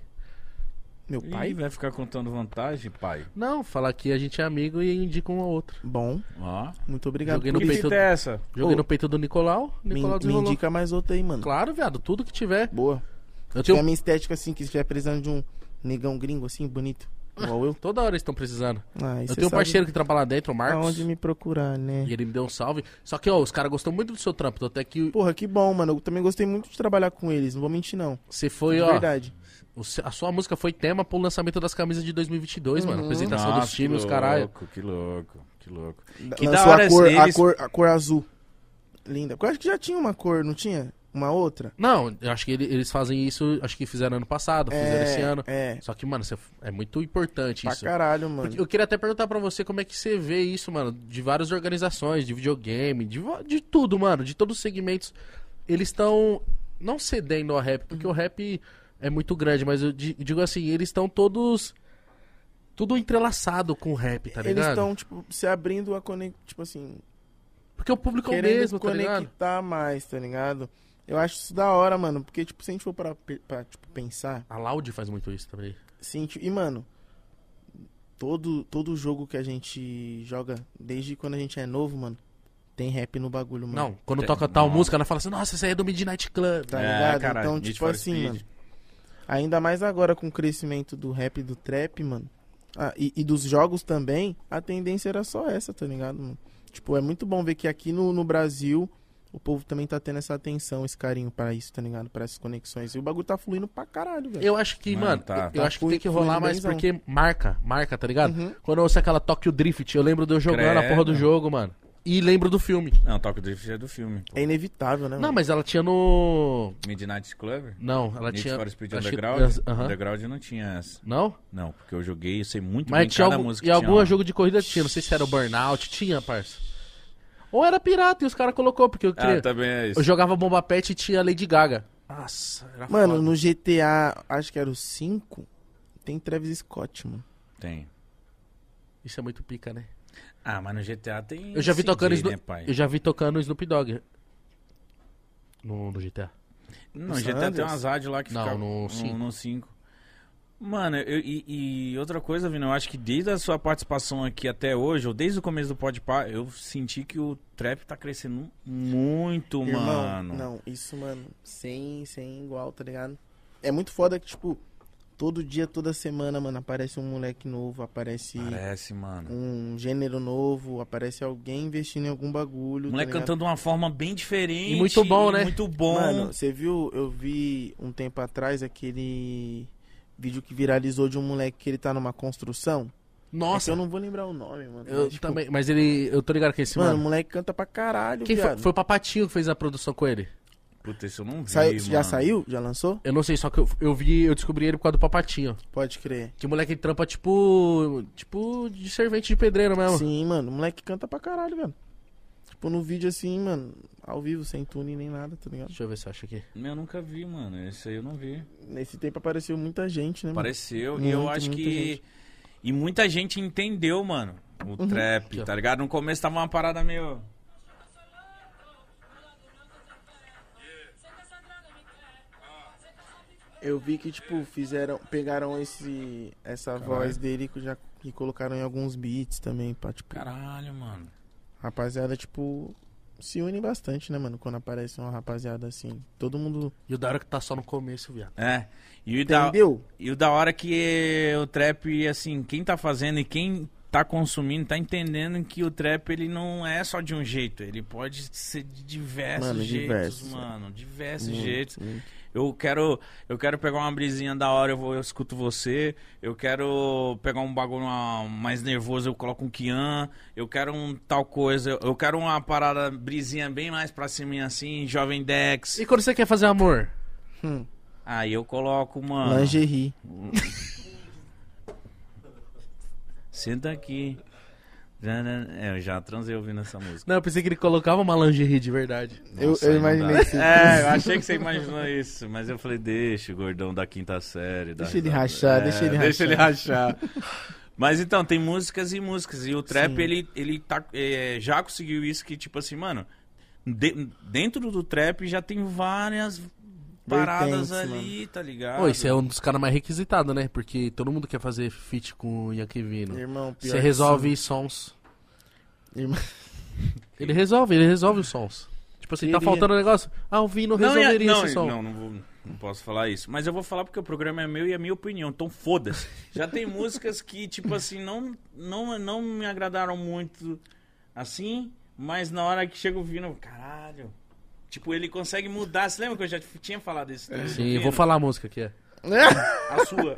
Speaker 3: Meu
Speaker 1: Pai?
Speaker 3: pai?
Speaker 1: vai ficar contando vantagem, pai?
Speaker 2: Não, falar que a gente é amigo e indica um ao outro.
Speaker 3: Bom,
Speaker 1: Ó.
Speaker 3: muito obrigado.
Speaker 2: Joguei
Speaker 1: Que
Speaker 2: no
Speaker 3: por isso.
Speaker 2: peito-
Speaker 1: fita é essa?
Speaker 2: Joguei
Speaker 3: Ô,
Speaker 2: no peito do Nicolau,
Speaker 3: me,
Speaker 2: Nicolau
Speaker 3: me
Speaker 2: desenrolou.
Speaker 3: indica mais outra aí, mano.
Speaker 2: Claro, viado, tudo que tiver.
Speaker 3: Boa.
Speaker 2: Eu
Speaker 3: Tem a
Speaker 2: tenho...
Speaker 3: minha estética assim, que estiver precisando de um negão gringo assim, bonito, igual eu.
Speaker 2: Toda hora eles estão precisando.
Speaker 3: Ah, aí
Speaker 2: eu
Speaker 3: cê
Speaker 2: tenho um
Speaker 3: sabe
Speaker 2: parceiro que trabalha lá dentro, o Marcos.
Speaker 3: Aonde me procurar, né?
Speaker 2: E ele me deu um salve. Só que, ó, os caras gostam muito do seu trampo. Tô até que
Speaker 3: Porra, que bom, mano. Eu também gostei muito de trabalhar com eles, não vou mentir, não.
Speaker 2: você foi,
Speaker 3: De
Speaker 2: ó.
Speaker 3: verdade.
Speaker 2: o se- A sua música foi tema pro lançamento das camisas de 2022,
Speaker 3: Uhum.
Speaker 2: mano. Apresentação dos
Speaker 1: Nossa, que
Speaker 2: times, caralho.
Speaker 1: louco, que louco, que louco. Que
Speaker 3: Que
Speaker 1: da
Speaker 3: Lançou
Speaker 1: hora
Speaker 3: a cor,
Speaker 1: eles-
Speaker 3: a, cor, a cor azul. Linda. Porque eu acho que já tinha uma cor, não tinha? Uma outra?
Speaker 2: Não, eu acho que ele- eles fazem isso, acho que fizeram ano passado, fizeram esse ano.
Speaker 3: É.
Speaker 2: Só que, mano, você- é muito importante
Speaker 3: Pra
Speaker 2: isso.
Speaker 3: caralho, mano.
Speaker 2: Porque eu queria até perguntar pra você como é que você vê isso, mano, de várias organizações, de videogame, de, va- de tudo, mano, de todos os segmentos. Eles estão não cedendo ao rap,
Speaker 3: Uhum.
Speaker 2: porque o rap é muito grande, mas eu di- digo assim, eles estão todos. Tudo entrelaçado com o rap, tá
Speaker 3: eles
Speaker 2: ligado?
Speaker 3: estão, tipo, se abrindo a conectar, tipo assim,
Speaker 2: Porque o público é o
Speaker 3: querendo
Speaker 2: mesmo, tá ligado?
Speaker 3: conectar mais, tá ligado? Eu acho isso da hora, mano. Porque, tipo, se a gente for pra, pe- pra, tipo, pensar,
Speaker 2: A Loud faz muito isso também.
Speaker 3: Sim, ti- e mano, todo, todo jogo que a gente joga, desde quando a gente é novo, mano, tem rap no bagulho, mano.
Speaker 2: Não, quando
Speaker 1: Tem-
Speaker 2: toca tal
Speaker 1: não.
Speaker 2: música, ela fala assim, nossa, isso aí é do Midnight Club.
Speaker 3: Tá
Speaker 1: É,
Speaker 3: ligado?
Speaker 1: caralho,
Speaker 3: então,
Speaker 1: Need
Speaker 3: tipo
Speaker 1: for
Speaker 3: assim,
Speaker 1: Speed.
Speaker 3: mano. Ainda mais agora com o crescimento do rap e do trap, mano. Ah, e, e dos jogos também, a tendência era só essa, tá ligado, mano? Tipo, é muito bom ver que aqui no, no Brasil o povo também tá tendo essa atenção, esse carinho pra isso, tá ligado? Pra essas conexões. E o bagulho tá fluindo pra caralho, velho.
Speaker 2: Eu acho que,
Speaker 1: Mano,
Speaker 2: mano,
Speaker 1: tá-
Speaker 2: eu
Speaker 1: tá
Speaker 2: acho que tem que
Speaker 3: fluindo
Speaker 2: rolar mais
Speaker 3: bemzão.
Speaker 2: porque marca, marca, tá ligado?
Speaker 3: Uhum.
Speaker 2: Quando eu ouço aquela Tokyo Drift, eu lembro de eu jogando a porra do
Speaker 1: Credo.
Speaker 2: jogo, mano. E lembro do filme.
Speaker 1: Não, Tokyo Drift é do filme. pô.
Speaker 3: É inevitável, né?
Speaker 2: Não,
Speaker 3: mano?
Speaker 2: mas ela tinha no.
Speaker 1: Midnight Club?
Speaker 2: Não, ela
Speaker 1: Need
Speaker 2: tinha.
Speaker 1: for Speed
Speaker 2: acho que-
Speaker 1: Underground?
Speaker 2: Aham.
Speaker 1: Underground não tinha essa.
Speaker 2: Não?
Speaker 1: Não, porque eu joguei, eu sei muito bem
Speaker 2: Mas tinha
Speaker 1: cada
Speaker 2: algum,
Speaker 1: música.
Speaker 2: e
Speaker 1: que tinha
Speaker 2: algum
Speaker 1: lá.
Speaker 2: jogo de corrida tinha, não sei se era o Burnout, tinha, parça. Ou era pirata e os caras colocou, porque eu queria.
Speaker 1: Ah, também é isso.
Speaker 2: Eu jogava Bomba Pet e tinha Lady Gaga. Nossa, era
Speaker 3: Mano,
Speaker 2: foda.
Speaker 3: no GTA, acho que era o 5, tem Travis Scott, mano.
Speaker 1: Tem.
Speaker 2: Isso é muito pica, né?
Speaker 1: Ah, mas no GTA tem.
Speaker 2: Eu já vi
Speaker 1: CD,
Speaker 2: tocando Snoop-
Speaker 1: né, pai?
Speaker 2: Eu já vi tocando Snoop Dogg. No, no GTA.
Speaker 1: Não,
Speaker 3: San
Speaker 1: GTA tem
Speaker 3: Andreas?
Speaker 1: umas rádios lá que
Speaker 2: Não,
Speaker 1: ficava
Speaker 2: no cinco.
Speaker 1: no 5. Mano, eu- e, e outra coisa, Vino, eu acho que desde a sua participação aqui até hoje, ou desde o começo do Podpah, eu senti que o trap tá crescendo muito, tipo, mano.
Speaker 3: não, isso, mano, sem, sem igual, tá ligado? É muito foda que, tipo, todo dia, toda semana, mano, aparece um moleque novo, aparece
Speaker 1: Parece, mano.
Speaker 3: um gênero novo, aparece alguém investindo em algum bagulho.
Speaker 1: O
Speaker 3: tá
Speaker 1: moleque
Speaker 3: ligado?
Speaker 1: cantando de uma forma bem diferente.
Speaker 2: E muito bom, né?
Speaker 1: Muito bom.
Speaker 3: Mano, você viu? Eu vi um tempo atrás aquele vídeo que viralizou de um moleque que ele tá numa construção.
Speaker 2: Nossa,
Speaker 3: É que eu não vou lembrar o nome, mano.
Speaker 2: eu,
Speaker 3: Mas, tipo,
Speaker 2: também. Mas ele. Eu tô ligado que esse
Speaker 3: Mano,
Speaker 2: mano.
Speaker 3: o moleque canta pra caralho,
Speaker 2: Quem foi,
Speaker 3: viado.
Speaker 2: foi o Papatinho que fez a produção com ele?
Speaker 1: Puta, isso eu não vi.
Speaker 3: Saiu- já
Speaker 1: mano.
Speaker 3: saiu? Já lançou?
Speaker 2: Eu não sei, só que eu, eu vi, eu descobri ele por causa do Papatinho.
Speaker 3: Pode crer.
Speaker 2: Que o moleque trampa tipo. Tipo de servente de pedreiro mesmo.
Speaker 3: Sim, mano. O moleque canta pra caralho, velho. Tipo, no vídeo assim, mano, ao vivo, sem tune nem nada, tá ligado?
Speaker 2: Deixa eu ver se eu acho aqui.
Speaker 1: Eu nunca vi, mano. Esse aí eu não vi.
Speaker 3: Nesse tempo apareceu muita gente, né, mano?
Speaker 1: Apareceu. e
Speaker 3: Hum. Muito,
Speaker 1: eu acho
Speaker 3: muita
Speaker 1: que.
Speaker 3: gente. Uhum.
Speaker 1: E muita gente entendeu, mano. O trap, tá ligado? No começo tava uma parada meio.
Speaker 3: Eu vi que, tipo, fizeram. Pegaram esse, essa voz dele que já, e colocaram em alguns beats também, pra, tipo,
Speaker 1: Caralho, mano.
Speaker 3: rapaziada, tipo, se une bastante, né, mano? Quando aparece uma rapaziada assim. Todo mundo.
Speaker 2: E o da hora que tá só no começo, viado.
Speaker 1: É. E o, da,
Speaker 3: Entendeu?
Speaker 1: e o da hora que o trap, assim, quem tá fazendo e quem tá consumindo, tá entendendo que o trap ele não é só de um jeito. Ele pode ser de diversos
Speaker 3: Mano,
Speaker 1: jeitos,
Speaker 3: diversos,
Speaker 1: mano. Diversos
Speaker 3: Muito,
Speaker 1: jeitos.
Speaker 3: muito.
Speaker 1: Eu quero, eu quero pegar uma brisinha da hora, eu, vou, eu escuto você. Eu quero pegar um bagulho uma- mais nervoso, eu coloco um Kian. Eu quero um tal coisa. Eu, eu quero uma parada brisinha bem mais pra cima assim, Jovem Dex.
Speaker 2: E quando você quer fazer amor?
Speaker 3: Hum.
Speaker 1: Aí eu coloco, mano.
Speaker 3: Lingerie.
Speaker 1: Senta aqui. É, eu já transei ouvindo essa música.
Speaker 2: Não, eu pensei que ele colocava uma lingerie de verdade.
Speaker 3: Eu,
Speaker 1: Nossa,
Speaker 3: eu
Speaker 1: aí não
Speaker 3: imaginei
Speaker 1: dá.
Speaker 3: isso.
Speaker 1: É, eu achei que você imaginou isso, mas eu falei, deixa o gordão da quinta série. da
Speaker 3: Deixa ele
Speaker 1: risada.
Speaker 2: É,
Speaker 3: rachar, deixa ele
Speaker 1: Deixa ele rachar. Mas então, tem músicas e músicas. E o trap,
Speaker 3: Sim.
Speaker 1: ele, ele tá, é, já conseguiu isso que, tipo assim, mano, de- dentro do trap já tem várias paradas
Speaker 3: Vertentes,
Speaker 1: ali, tá ligado?
Speaker 2: Pô, esse é um dos caras mais requisitados, né? Porque todo mundo quer fazer feat com o Yankevino.
Speaker 3: Irmão, É, pior
Speaker 2: Você
Speaker 3: que
Speaker 2: resolve sons.
Speaker 3: Irmão.
Speaker 2: Ele resolve, ele resolve os sons. Tipo assim, tá
Speaker 3: Queria.
Speaker 2: faltando um negócio? Ah, o Vino
Speaker 1: Não, é-
Speaker 2: resolveria
Speaker 1: não,
Speaker 2: esse som.
Speaker 1: Não, não, vou- não posso falar isso. Mas eu vou falar porque o programa é meu e é minha opinião, então foda-se. Já tem músicas que, tipo assim, não, não, não me agradaram muito assim, mas na hora que chega o Vino, caralho. Tipo, ele consegue mudar. Você lembra que eu já te- tinha falado
Speaker 3: É.
Speaker 1: isso? né?
Speaker 2: Sim, eu
Speaker 1: Vino,
Speaker 2: vou falar a música que é.
Speaker 1: A sua.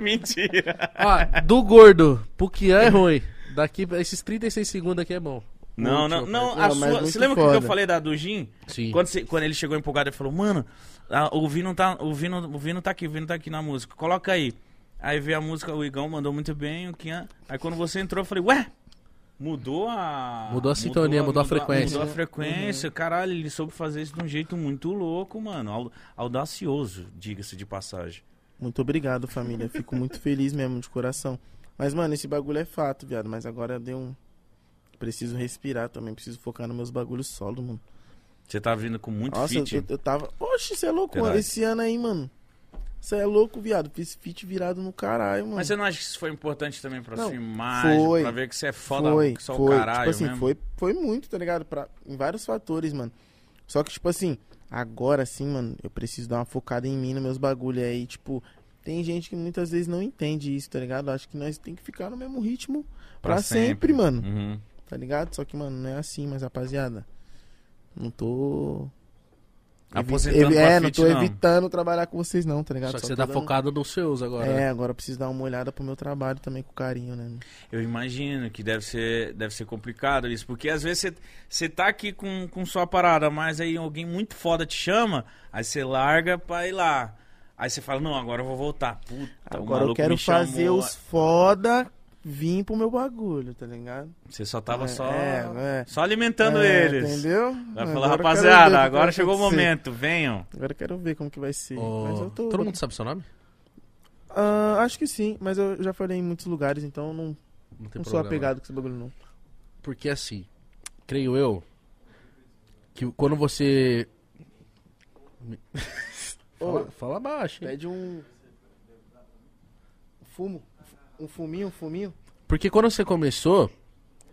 Speaker 1: Mentira.
Speaker 2: Ó, Ah, do gordo, Pukian é ruim. Daqui, esses 36 segundos aqui é bom.
Speaker 1: Não, não,
Speaker 2: Último,
Speaker 1: não.
Speaker 3: cara.
Speaker 1: A
Speaker 3: Não, mas
Speaker 1: sua.
Speaker 3: muito
Speaker 1: Você lembra o que eu
Speaker 3: foda.
Speaker 1: falei da do Jim?
Speaker 2: Sim.
Speaker 1: Quando, você- quando ele chegou empolgado, ele falou, mano, a- o, Vino tá, o, Vino, o Vino tá aqui, o Vino tá aqui na música, coloca aí. Aí veio a música, o Igão mandou muito bem, o Kian. Aí quando você entrou, eu falei, ué, mudou a.
Speaker 2: Mudou a sintonia, mudou a frequência.
Speaker 1: Mudou a frequência, caralho, ele soube fazer isso de um jeito muito louco, mano. au- Audacioso, diga-se de passagem.
Speaker 3: Muito obrigado, família. Fico muito feliz mesmo, de coração. Mas, mano, esse bagulho é fato, viado. Mas agora deu um. Preciso respirar também. Preciso focar nos meus bagulhos solo, mano.
Speaker 1: Você tá vindo com muito
Speaker 3: Nossa, eu,
Speaker 1: fit.
Speaker 3: eu- eu tava. Oxe, você é louco,
Speaker 1: Verdade.
Speaker 3: mano. Esse ano aí, mano. Você é louco, viado. Fiz fit virado no caralho, mano.
Speaker 1: Mas você não acha que isso foi importante também pra
Speaker 3: Não,
Speaker 1: sua imagem?
Speaker 3: foi,
Speaker 1: pra ver que você é foda, que só o
Speaker 3: tipo
Speaker 1: caralho
Speaker 3: assim,
Speaker 1: mesmo?
Speaker 3: foi, foi muito, tá ligado? Pra, em vários fatores, mano. Só que, tipo assim, agora sim, mano, eu preciso dar uma focada em mim, nos meus bagulho aí, tipo, tem gente que muitas vezes não entende isso, tá ligado? Acho que nós tem que ficar no mesmo ritmo pra, sempre, mano.
Speaker 1: Uhum.
Speaker 3: tá ligado? Só que, mano, não é assim, mas rapaziada, não tô. evi-
Speaker 1: Aposentando
Speaker 3: evi-
Speaker 1: pra
Speaker 3: É, não
Speaker 1: fit,
Speaker 3: tô
Speaker 1: não.
Speaker 3: evitando trabalhar com vocês, não, tá ligado?
Speaker 2: Só que
Speaker 3: Só
Speaker 2: você
Speaker 3: tô
Speaker 2: tá
Speaker 3: dando-
Speaker 2: focado nos seus agora. né?
Speaker 3: É, agora eu preciso dar uma olhada pro meu trabalho também com carinho, né?
Speaker 1: Eu imagino que deve ser, deve ser complicado isso, porque às vezes você- você tá aqui com, com sua parada, mas aí alguém muito foda te chama, aí você larga pra ir lá. Aí você fala, não, agora eu vou voltar. Puta, Tá, o
Speaker 3: Agora
Speaker 1: maluco
Speaker 3: eu quero
Speaker 1: me chamou.
Speaker 3: fazer os foda vir pro meu bagulho, tá ligado?
Speaker 1: Você só tava
Speaker 3: É,
Speaker 1: só,
Speaker 3: é, é.
Speaker 1: só alimentando
Speaker 3: É,
Speaker 1: eles.
Speaker 3: Entendeu?
Speaker 1: Vai
Speaker 3: Agora
Speaker 1: falar,
Speaker 3: eu quero ver o que
Speaker 1: rapaziada,
Speaker 3: vai
Speaker 1: agora chegou o
Speaker 3: acontecer.
Speaker 1: momento, venham.
Speaker 3: Agora eu quero ver como que vai ser.
Speaker 2: Ô,
Speaker 3: Mas eu tô.
Speaker 2: Todo mundo sabe seu nome?
Speaker 3: Ah, acho que sim, mas eu já falei em muitos lugares, então eu não,
Speaker 2: Não tem
Speaker 3: não sou
Speaker 2: problema. né?
Speaker 3: apegado com esse bagulho, não.
Speaker 2: Porque assim, creio eu, que quando você. Fala,
Speaker 3: Ô,
Speaker 2: fala baixo, hein?
Speaker 3: Pede um. Fumo. Um fuminho, um fuminho.
Speaker 2: Porque quando você começou,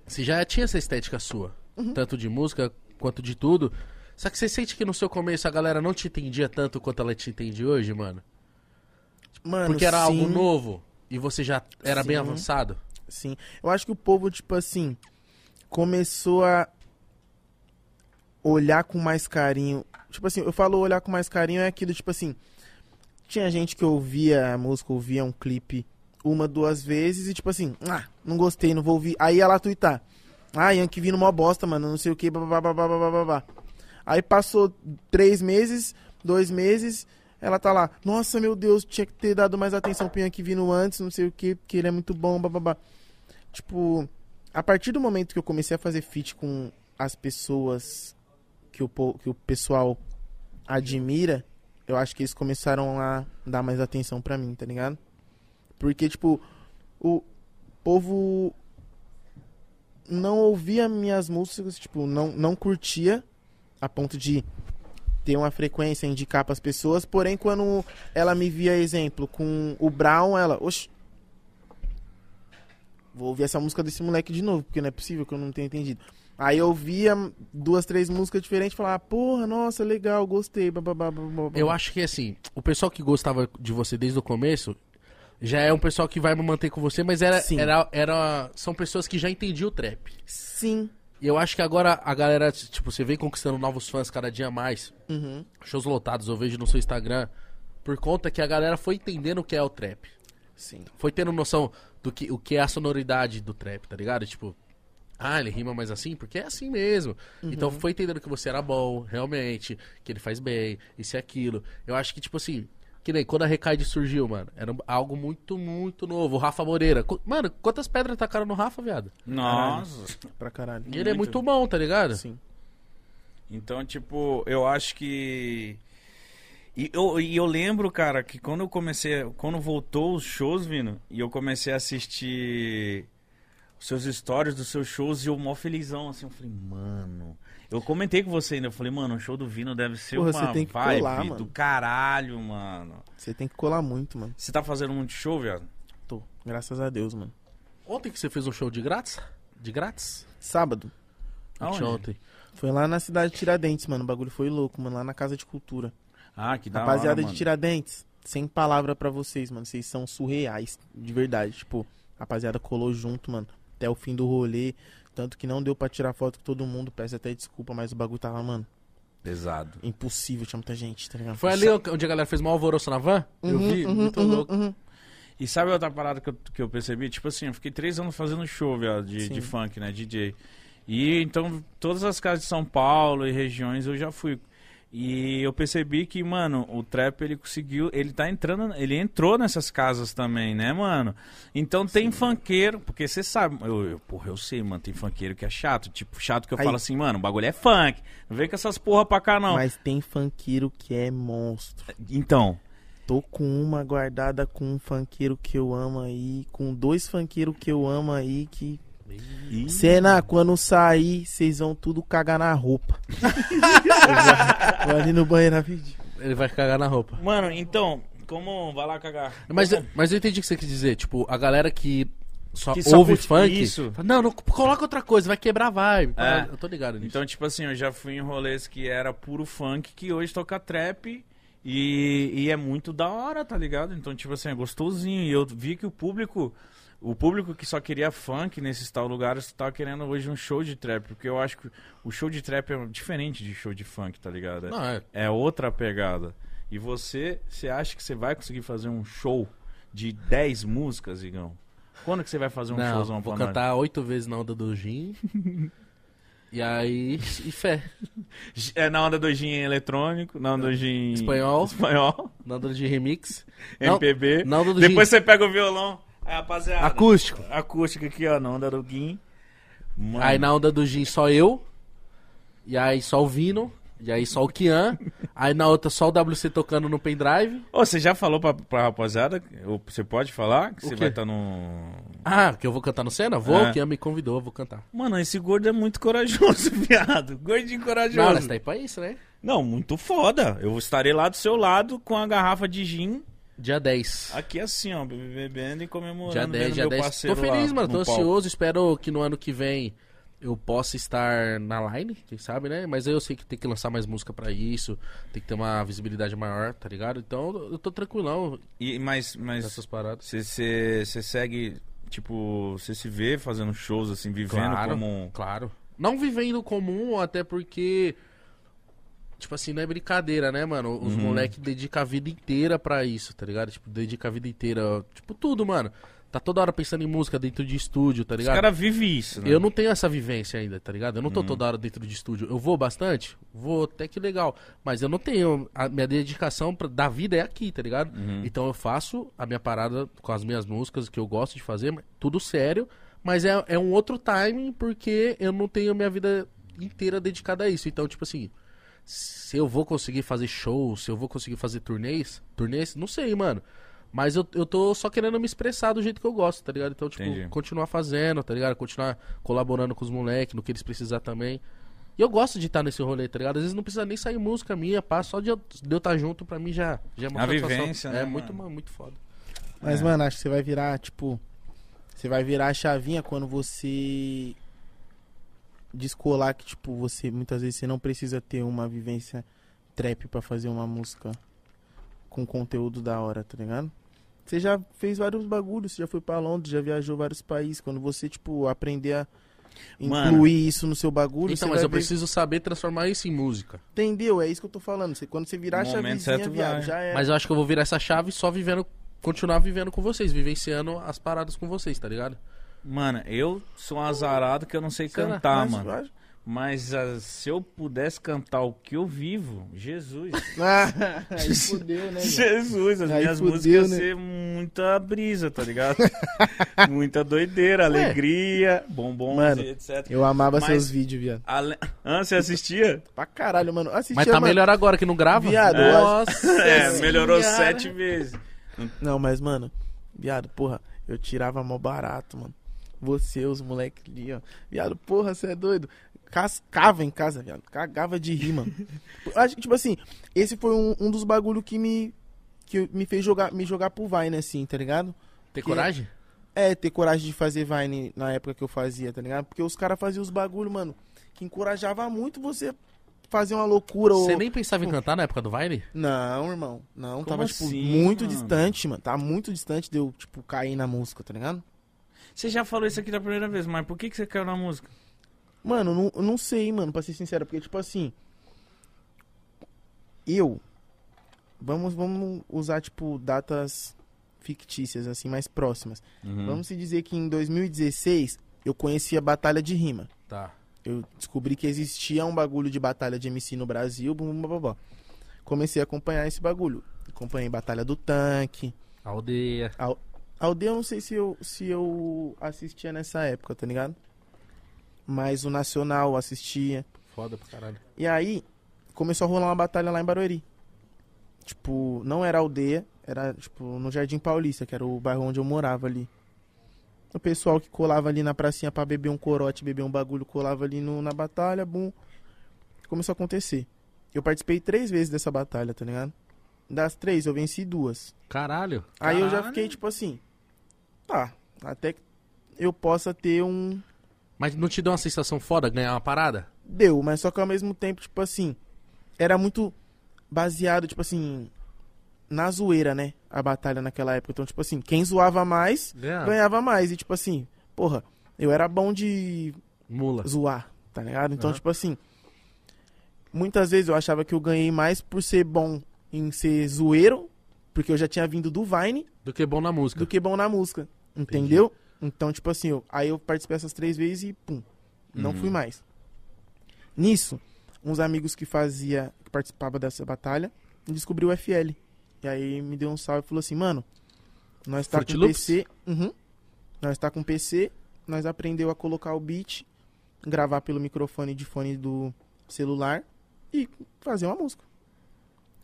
Speaker 2: você já tinha essa estética sua. Tanto de música quanto de tudo. Só que você sente que no seu começo a galera não te entendia tanto quanto ela te entende hoje, mano?
Speaker 3: Mano,
Speaker 2: Porque era
Speaker 3: sim,
Speaker 2: algo novo e você já era bem
Speaker 3: Sim.
Speaker 2: avançado.
Speaker 3: Sim. Eu acho que o povo, tipo assim, começou a olhar com mais carinho. Tipo assim, eu falo olhar com mais carinho é aquilo, tipo assim. Tinha gente que ouvia a música, ouvia um clipe uma, duas vezes e tipo assim, ah, não gostei, não vou ouvir. Aí ia lá tuitar. Ah, Yankee vindo mó bosta, mano, não sei o que, babá. Aí passou três meses, dois meses, ela tá lá, nossa, meu Deus, tinha que ter dado mais atenção pro Yankee vindo antes, não sei o que, porque ele é muito bom, babá. Tipo, a partir do momento que eu comecei a fazer feat com as pessoas que o, po- que o pessoal admira, eu acho que eles começaram a dar mais atenção pra mim, tá ligado? Porque, tipo, o povo não ouvia minhas músicas, tipo, não, não curtia a ponto de ter uma frequência, indicar pras pessoas. Porém, quando ela me via, exemplo, com o Brown, ela, oxe, vou ouvir essa música desse moleque de novo, porque não é possível que eu não tenha entendido. Aí eu ouvia duas, três músicas diferentes e falava, porra, nossa, legal, gostei, bababá, bababá.
Speaker 2: Eu acho que assim, o pessoal que gostava de você desde o começo já é um pessoal que vai me manter com você, mas era,
Speaker 3: Sim.
Speaker 2: era, era são pessoas que já entendiam o trap.
Speaker 3: Sim.
Speaker 2: E eu acho que agora a galera, tipo, você vem conquistando novos fãs cada dia mais.
Speaker 3: Uhum.
Speaker 2: shows lotados, eu vejo no seu Instagram, por conta que a galera foi entendendo o que é o trap.
Speaker 3: Sim.
Speaker 2: Foi tendo noção do que, o que é a sonoridade do trap, tá ligado? Tipo, ah, ele rima mais assim, porque é assim mesmo. Então foi entendendo que você era bom, realmente, que ele faz bem, isso e aquilo. Eu acho que, tipo assim, que nem quando a Recaide surgiu, mano, era um, algo muito, muito novo. O Rafa Moreira. co- Mano, quantas pedras tacaram no Rafa, viado?
Speaker 1: Nossa.
Speaker 3: Pra caralho.
Speaker 2: E ele é
Speaker 1: Muito.
Speaker 2: muito bom, tá ligado?
Speaker 3: Sim.
Speaker 1: Então, tipo, eu acho que. E eu, e eu lembro, cara, que quando eu comecei. Quando voltou os shows, Vino, e eu comecei a assistir os seus stories dos seus shows e eu mó felizão, assim, eu falei, mano. Eu comentei com você ainda, eu falei, mano, o show do Vino deve ser
Speaker 3: Porra,
Speaker 1: uma
Speaker 3: você tem que
Speaker 1: vibe
Speaker 3: colar,
Speaker 1: do
Speaker 3: mano.
Speaker 1: caralho, mano.
Speaker 3: Você tem que colar muito, mano.
Speaker 1: Você tá fazendo muito show, viado?
Speaker 3: Tô. Graças a Deus, mano.
Speaker 2: Ontem que você fez um show de grátis? De grátis?
Speaker 3: Sábado.
Speaker 1: Aonde?
Speaker 2: Ontem.
Speaker 3: Foi lá na cidade de Tiradentes, mano. O bagulho foi louco, mano. Lá na Casa de Cultura.
Speaker 1: Ah, que da hora,
Speaker 3: Rapaziada
Speaker 1: mano.
Speaker 3: de Tiradentes, sem palavra pra vocês, mano. Vocês são surreais, de verdade. Tipo, rapaziada colou junto, mano. Até o fim do rolê. Tanto que não deu pra tirar foto com todo mundo. Peço até desculpa, mas o bagulho tava, mano,
Speaker 1: Pesado.
Speaker 3: impossível. Tinha muita gente, tá ligado?
Speaker 2: Foi ali onde a galera fez mal alvoroço na van? eu vi, muito louco.
Speaker 1: E sabe outra parada que eu, que eu percebi? Tipo assim, eu fiquei três anos fazendo show, viado, de,
Speaker 3: Sim.
Speaker 1: de funk, né? DJ. E então, todas as casas de São Paulo e regiões eu já fui. E eu percebi que, mano, o trap ele conseguiu. Ele tá entrando. Ele entrou nessas casas também, né, mano? Então tem funkeiro, porque você sabe. Eu, eu- porra, eu sei, mano. Tem funkeiro que é chato. Tipo, chato que eu
Speaker 3: Aí.
Speaker 1: falo assim, mano, o bagulho é funk. Não vem com essas porra pra cá, não.
Speaker 3: Mas tem funkeiro que é monstro.
Speaker 1: Então.
Speaker 3: Tô com uma guardada com um funkeiro que eu amo aí, com dois funkeiros que eu amo aí, que...
Speaker 1: e-
Speaker 3: Cena, quando sair, vocês vão tudo cagar na roupa. Eu vou- vou ali no banheiro rapidinho.
Speaker 2: Ele vai cagar na roupa.
Speaker 1: Mano, então, como. Vai lá cagar.
Speaker 2: Mas, mas eu entendi o que você quis dizer. Tipo, a galera que só
Speaker 1: Que só
Speaker 2: ouve
Speaker 1: curte
Speaker 2: funk.
Speaker 1: isso.
Speaker 2: fala, não, não, coloca outra coisa, vai quebrar a vibe.
Speaker 1: É.
Speaker 2: Eu tô ligado nisso.
Speaker 1: Então, tipo assim, eu já fui em rolês que era puro funk, que hoje toca trap. E, e é muito da hora, tá ligado? Então, tipo assim, é gostosinho. E eu vi que o público O público que só queria funk nesses tal lugares tá querendo hoje um show de trap, porque eu acho que o show de trap é diferente de show de funk, tá ligado?
Speaker 2: Não, é.
Speaker 1: É outra pegada. E você, você acha que você vai conseguir fazer um show de 10 músicas, Igão? Quando que você vai fazer um
Speaker 2: Não,
Speaker 1: showzão
Speaker 2: vou
Speaker 1: pra nós?
Speaker 2: cantar oito vezes na onda do Gin. e aí. E fé.
Speaker 1: É na onda do gin eletrônico, na onda do gin...
Speaker 2: Espanhol.
Speaker 1: Espanhol,
Speaker 2: Na onda do Gin Remix. Não,
Speaker 1: MPB.
Speaker 2: na onda do
Speaker 1: Depois
Speaker 2: Gin.
Speaker 1: você pega o violão, aí, rapaziada...
Speaker 2: Acústico.
Speaker 1: acústica aqui, ó, na onda do Gin. Mano,
Speaker 2: Aí na onda do Gin só eu. E aí só o Vino. E aí só o Kian. aí na outra só o WC tocando no pendrive.
Speaker 1: Ô, você já falou pra, pra rapaziada? Ou Você pode falar que
Speaker 2: O
Speaker 1: você
Speaker 2: quê?
Speaker 1: vai estar no.
Speaker 2: Ah, que eu vou cantar no cena? Vou,
Speaker 1: É.
Speaker 2: o Kian me convidou, eu vou cantar.
Speaker 1: Mano, esse gordo é muito corajoso, viado. Gordinho
Speaker 2: Não,
Speaker 1: corajoso.
Speaker 2: mas tá aí pra isso, né?
Speaker 1: Não, muito foda. Eu estarei lá do seu lado com a garrafa de gin,
Speaker 2: Dia 10.
Speaker 1: aqui assim, ó, be- bebendo e comemorando.
Speaker 2: Dia 10,
Speaker 1: vendo
Speaker 2: dia
Speaker 1: meu
Speaker 2: 10. Tô
Speaker 1: parceiro
Speaker 2: feliz,
Speaker 1: lá
Speaker 2: mano. Tô
Speaker 1: no palco.
Speaker 2: ansioso. Espero que no ano que vem eu possa estar na line, quem sabe, né? Mas eu sei que tem que lançar mais música pra isso. Tem que ter uma visibilidade maior, tá ligado? Então eu tô tranquilão
Speaker 1: E, mas mas
Speaker 2: nessas paradas.
Speaker 1: você você- você segue, tipo, você se vê fazendo shows, assim, vivendo
Speaker 2: Claro,
Speaker 1: como.
Speaker 2: claro. Não vivendo comum, até porque. Tipo assim, não é brincadeira, né, mano? Os
Speaker 1: Uhum.
Speaker 2: moleques dedicam a vida inteira pra isso, tá ligado? Tipo, dedica a vida inteira. Tipo, tudo, mano. Tá toda hora pensando em música dentro de estúdio, tá
Speaker 1: Os
Speaker 2: ligado?
Speaker 1: caras vivem isso, né? Hum.
Speaker 2: Eu não tenho essa vivência ainda, tá ligado? Eu não tô toda hora dentro de estúdio. Eu vou bastante? Vou, até que legal. Mas eu não tenho. A minha dedicação pra, da vida é aqui, tá ligado?
Speaker 1: Uhum.
Speaker 2: Então eu faço a minha parada com as minhas músicas que eu gosto de fazer, mas- tudo sério. Mas é, é um outro timing porque eu não tenho minha vida inteira dedicada a isso. Então, tipo assim. Se eu vou conseguir fazer shows, se eu vou conseguir fazer turnês, turnês, não sei, mano. Mas eu, eu tô só querendo me expressar do jeito que eu gosto, tá ligado? Então, tipo,
Speaker 1: Entendi.
Speaker 2: continuar fazendo, tá ligado? Continuar colaborando com os moleques, no que eles precisar também. E eu gosto de estar nesse rolê, tá ligado? Às vezes não precisa nem sair música minha, pá, só de eu de eu estar junto pra mim já, já é uma
Speaker 1: A
Speaker 2: satisfação.
Speaker 1: vivência,
Speaker 2: É
Speaker 1: né,
Speaker 2: muito,
Speaker 1: mano?
Speaker 2: ma- muito foda.
Speaker 3: Mas,
Speaker 1: É.
Speaker 3: mano, acho que você vai virar, tipo. Você vai virar a chavinha quando você descolar que, tipo, você muitas vezes você não precisa ter uma vivência trap pra fazer uma música com conteúdo da hora, tá ligado? Você já fez vários bagulhos, você já foi pra Londres, já viajou vários países. Quando você, tipo, aprender a
Speaker 1: Mano.
Speaker 3: incluir isso no seu bagulho,
Speaker 2: Então,
Speaker 3: você
Speaker 2: mas
Speaker 3: vai
Speaker 2: eu
Speaker 3: ver-
Speaker 2: preciso saber transformar isso em música.
Speaker 3: Entendeu? É isso que eu tô falando. Você, quando você virar a
Speaker 1: No momento
Speaker 3: chavezinha,
Speaker 1: certo,
Speaker 3: viado,
Speaker 1: vai.
Speaker 3: já é.
Speaker 2: Mas eu acho que eu vou virar essa chave só vivendo, continuar vivendo com vocês, vivenciando as paradas com vocês, tá ligado?
Speaker 1: Mano, eu sou um azarado que eu não sei
Speaker 2: Será?
Speaker 1: cantar,
Speaker 3: Mas-
Speaker 1: tá, mano. Mas ah, se eu pudesse cantar o que eu vivo, Jesus.
Speaker 3: Ah, aí fodeu, né? viado?
Speaker 1: Jesus, as
Speaker 3: Aí
Speaker 1: minhas
Speaker 3: fudeu,
Speaker 1: músicas
Speaker 3: né?
Speaker 1: iam ser muita brisa, tá ligado? muita doideira,
Speaker 2: Ué.
Speaker 1: alegria, bombons
Speaker 3: Mano,
Speaker 1: e etc.
Speaker 3: Eu amava
Speaker 1: Mas-
Speaker 3: seus vídeos, viado.
Speaker 1: Ale... Ah, você assistia?
Speaker 3: Pra caralho, mano. Assistia,
Speaker 2: Mas tá
Speaker 3: mano.
Speaker 2: melhor agora que não grava?
Speaker 3: Viado, eu
Speaker 2: Nossa!
Speaker 1: É,
Speaker 2: senhora.
Speaker 1: melhorou sete vezes.
Speaker 3: Não, mas, mano, viado, porra, eu tirava mó barato, mano. Você, os moleques ali, ó. Viado, porra, você é doido. Cascava em casa, viado. Cagava de rir, mano. Acho que, tipo assim, esse foi um, um dos bagulho que me. Que me fez jogar, me jogar pro Vine, assim, tá ligado?
Speaker 2: Tem coragem?
Speaker 3: É, ter coragem de fazer Vine na época que eu fazia, tá ligado? Porque os caras faziam os bagulho, mano, que encorajava muito você fazer uma loucura
Speaker 2: Você
Speaker 3: ou.
Speaker 2: nem pensava em cantar na época do Vine?
Speaker 3: Não, irmão. Não,
Speaker 1: Como
Speaker 3: tava, tipo,
Speaker 1: assim,
Speaker 3: muito
Speaker 1: mano?
Speaker 3: distante, mano. Tá muito distante de eu, tipo, cair na música, tá ligado?
Speaker 1: Você já falou isso aqui da primeira vez, mas por que, que você caiu na música?
Speaker 3: Mano, eu não, eu não sei, mano, pra ser sincero, porque, tipo assim. Eu. Vamos, vamos usar, tipo, datas fictícias, assim, mais próximas.
Speaker 1: Hum.
Speaker 3: Vamos se dizer que em 2016 eu conheci a Batalha de Rima.
Speaker 2: Tá.
Speaker 3: Eu descobri que existia um bagulho de batalha de MC no Brasil, blá, blá, blá, blá. Comecei a acompanhar esse bagulho. Acompanhei Batalha do Tanque,
Speaker 2: Aldeia.
Speaker 3: Al- Aldeia, eu não sei se eu, se eu assistia nessa época, tá ligado? Mas o Nacional eu assistia.
Speaker 2: Foda pra caralho.
Speaker 3: E aí, começou a rolar uma batalha lá em Barueri. Tipo, não era aldeia, era tipo no Jardim Paulista, que era o bairro onde eu morava ali. O pessoal que colava ali na pracinha pra beber um corote, beber um bagulho, colava ali no- na batalha, bum. Começou a acontecer. Eu participei três vezes dessa batalha, tá ligado? Das três, eu venci duas.
Speaker 2: Caralho.
Speaker 3: Aí eu já
Speaker 1: Caralho.
Speaker 3: fiquei tipo assim, tá, até que eu possa ter um
Speaker 2: Mas não te deu uma sensação foda ganhar uma parada?
Speaker 3: deu, mas só que ao mesmo tempo tipo assim, era muito baseado tipo assim na zoeira, né? A batalha naquela época. Então, tipo assim, quem zoava mais,
Speaker 2: Ganhava.
Speaker 3: ganhava mais. E, tipo assim, porra, eu era bom de
Speaker 2: Mula.
Speaker 3: zoar, tá ligado? Então,
Speaker 2: Aham.
Speaker 3: tipo assim, muitas vezes eu achava que eu ganhei mais por ser bom em ser zoeiro, porque eu já tinha vindo do Vine,
Speaker 2: Do que bom na música.
Speaker 3: do que bom na música. Entendeu? Então, tipo assim, eu- aí eu participei essas três vezes e pum, não
Speaker 1: Uhum.
Speaker 3: fui mais. Nisso, uns amigos que fazia, que participava dessa batalha, descobriu o FL. E aí me deu um salve e falou assim, mano, nós tá
Speaker 2: Fruit
Speaker 3: com
Speaker 2: Loops?
Speaker 3: PC. Uhum. nós tá com PC, nós aprendeu a colocar o beat, gravar pelo microfone de fone do celular e fazer uma música.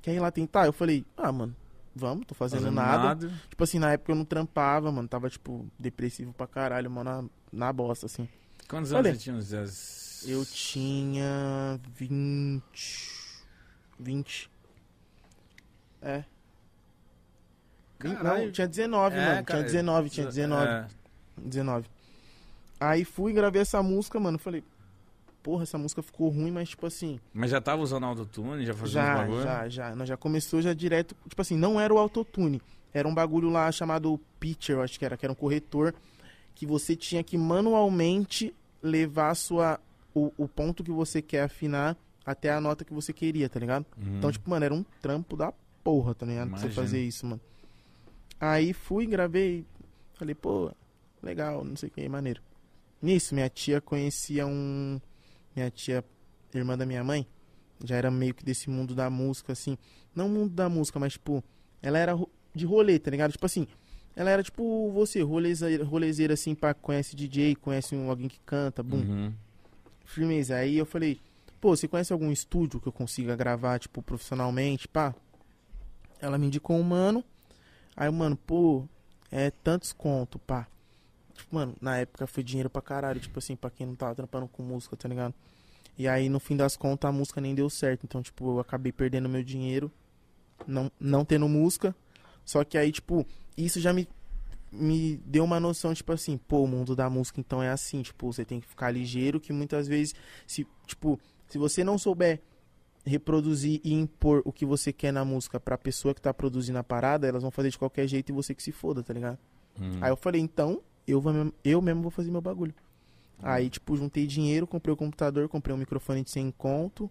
Speaker 3: Quer ir lá tentar? Eu falei, ah, mano, vamos, tô fazendo, nada. Tipo assim, na época eu não trampava, mano. Tava, tipo, depressivo pra caralho, mano, na, na bosta, assim.
Speaker 1: Quantos
Speaker 3: Olha.
Speaker 1: anos você tinha? Zez?
Speaker 3: Eu tinha 20. 20. É. Vin-
Speaker 1: Caralho.
Speaker 3: Não, tinha 19,
Speaker 1: É,
Speaker 3: mano.
Speaker 1: cara,
Speaker 3: tinha 19, tinha 19.
Speaker 1: É.
Speaker 3: 19. Aí fui e gravei essa música, mano. Falei, porra, essa música ficou ruim, mas, tipo assim.
Speaker 1: Mas já tava usando autotune, já fazendo os
Speaker 3: Já,
Speaker 1: bagulho?
Speaker 3: já, já. Nós já começou já direto. Tipo assim, não era o autotune. Era um bagulho lá chamado pitcher, eu acho que era, que era um corretor. Que você tinha que manualmente levar a sua, o, o ponto que você quer afinar até a nota que você queria, tá ligado?
Speaker 1: Uhum.
Speaker 3: Então, tipo, mano, era um trampo da porra, tá ligado? Pra você
Speaker 1: Imagino.
Speaker 3: fazer isso, mano. Aí fui, gravei. Falei, pô, legal, não sei o que, maneiro. Nisso, minha tia conhecia um. Minha tia, irmã da minha mãe, já era meio que desse mundo da música, assim. Não mundo da música, mas, tipo, ela era ro- de rolê, tá ligado? Tipo assim, ela era tipo você, rolezeira, rolezeira assim, pá, conhece DJ, conhece um, alguém que canta, bum
Speaker 1: Uhum.
Speaker 3: firmeza. Aí eu falei, pô, você conhece algum estúdio que eu consiga gravar, tipo, profissionalmente, pá? Ela me indicou um mano. Aí, o mano, pô, é tantos conto, pá. Tipo, mano, na época foi dinheiro pra caralho, tipo assim, pra quem não tava trampando com música, tá ligado? E aí, no fim das contas, a música nem deu certo. Então, tipo, eu acabei perdendo meu dinheiro, não, não tendo música. Só que aí, tipo, isso já me, me deu uma noção, tipo assim, pô, o mundo da música então é assim, tipo, você tem que ficar ligeiro, que muitas vezes, se, tipo, se você não souber reproduzir e impor o que você quer na música pra pessoa que tá produzindo a parada, elas vão fazer de qualquer jeito e você que se foda, tá ligado?
Speaker 1: Uhum.
Speaker 3: Aí eu falei, então, eu, vou mesmo, eu mesmo vou fazer meu bagulho. Aí, tipo, juntei dinheiro, comprei o computador, comprei um microfone de 100 conto,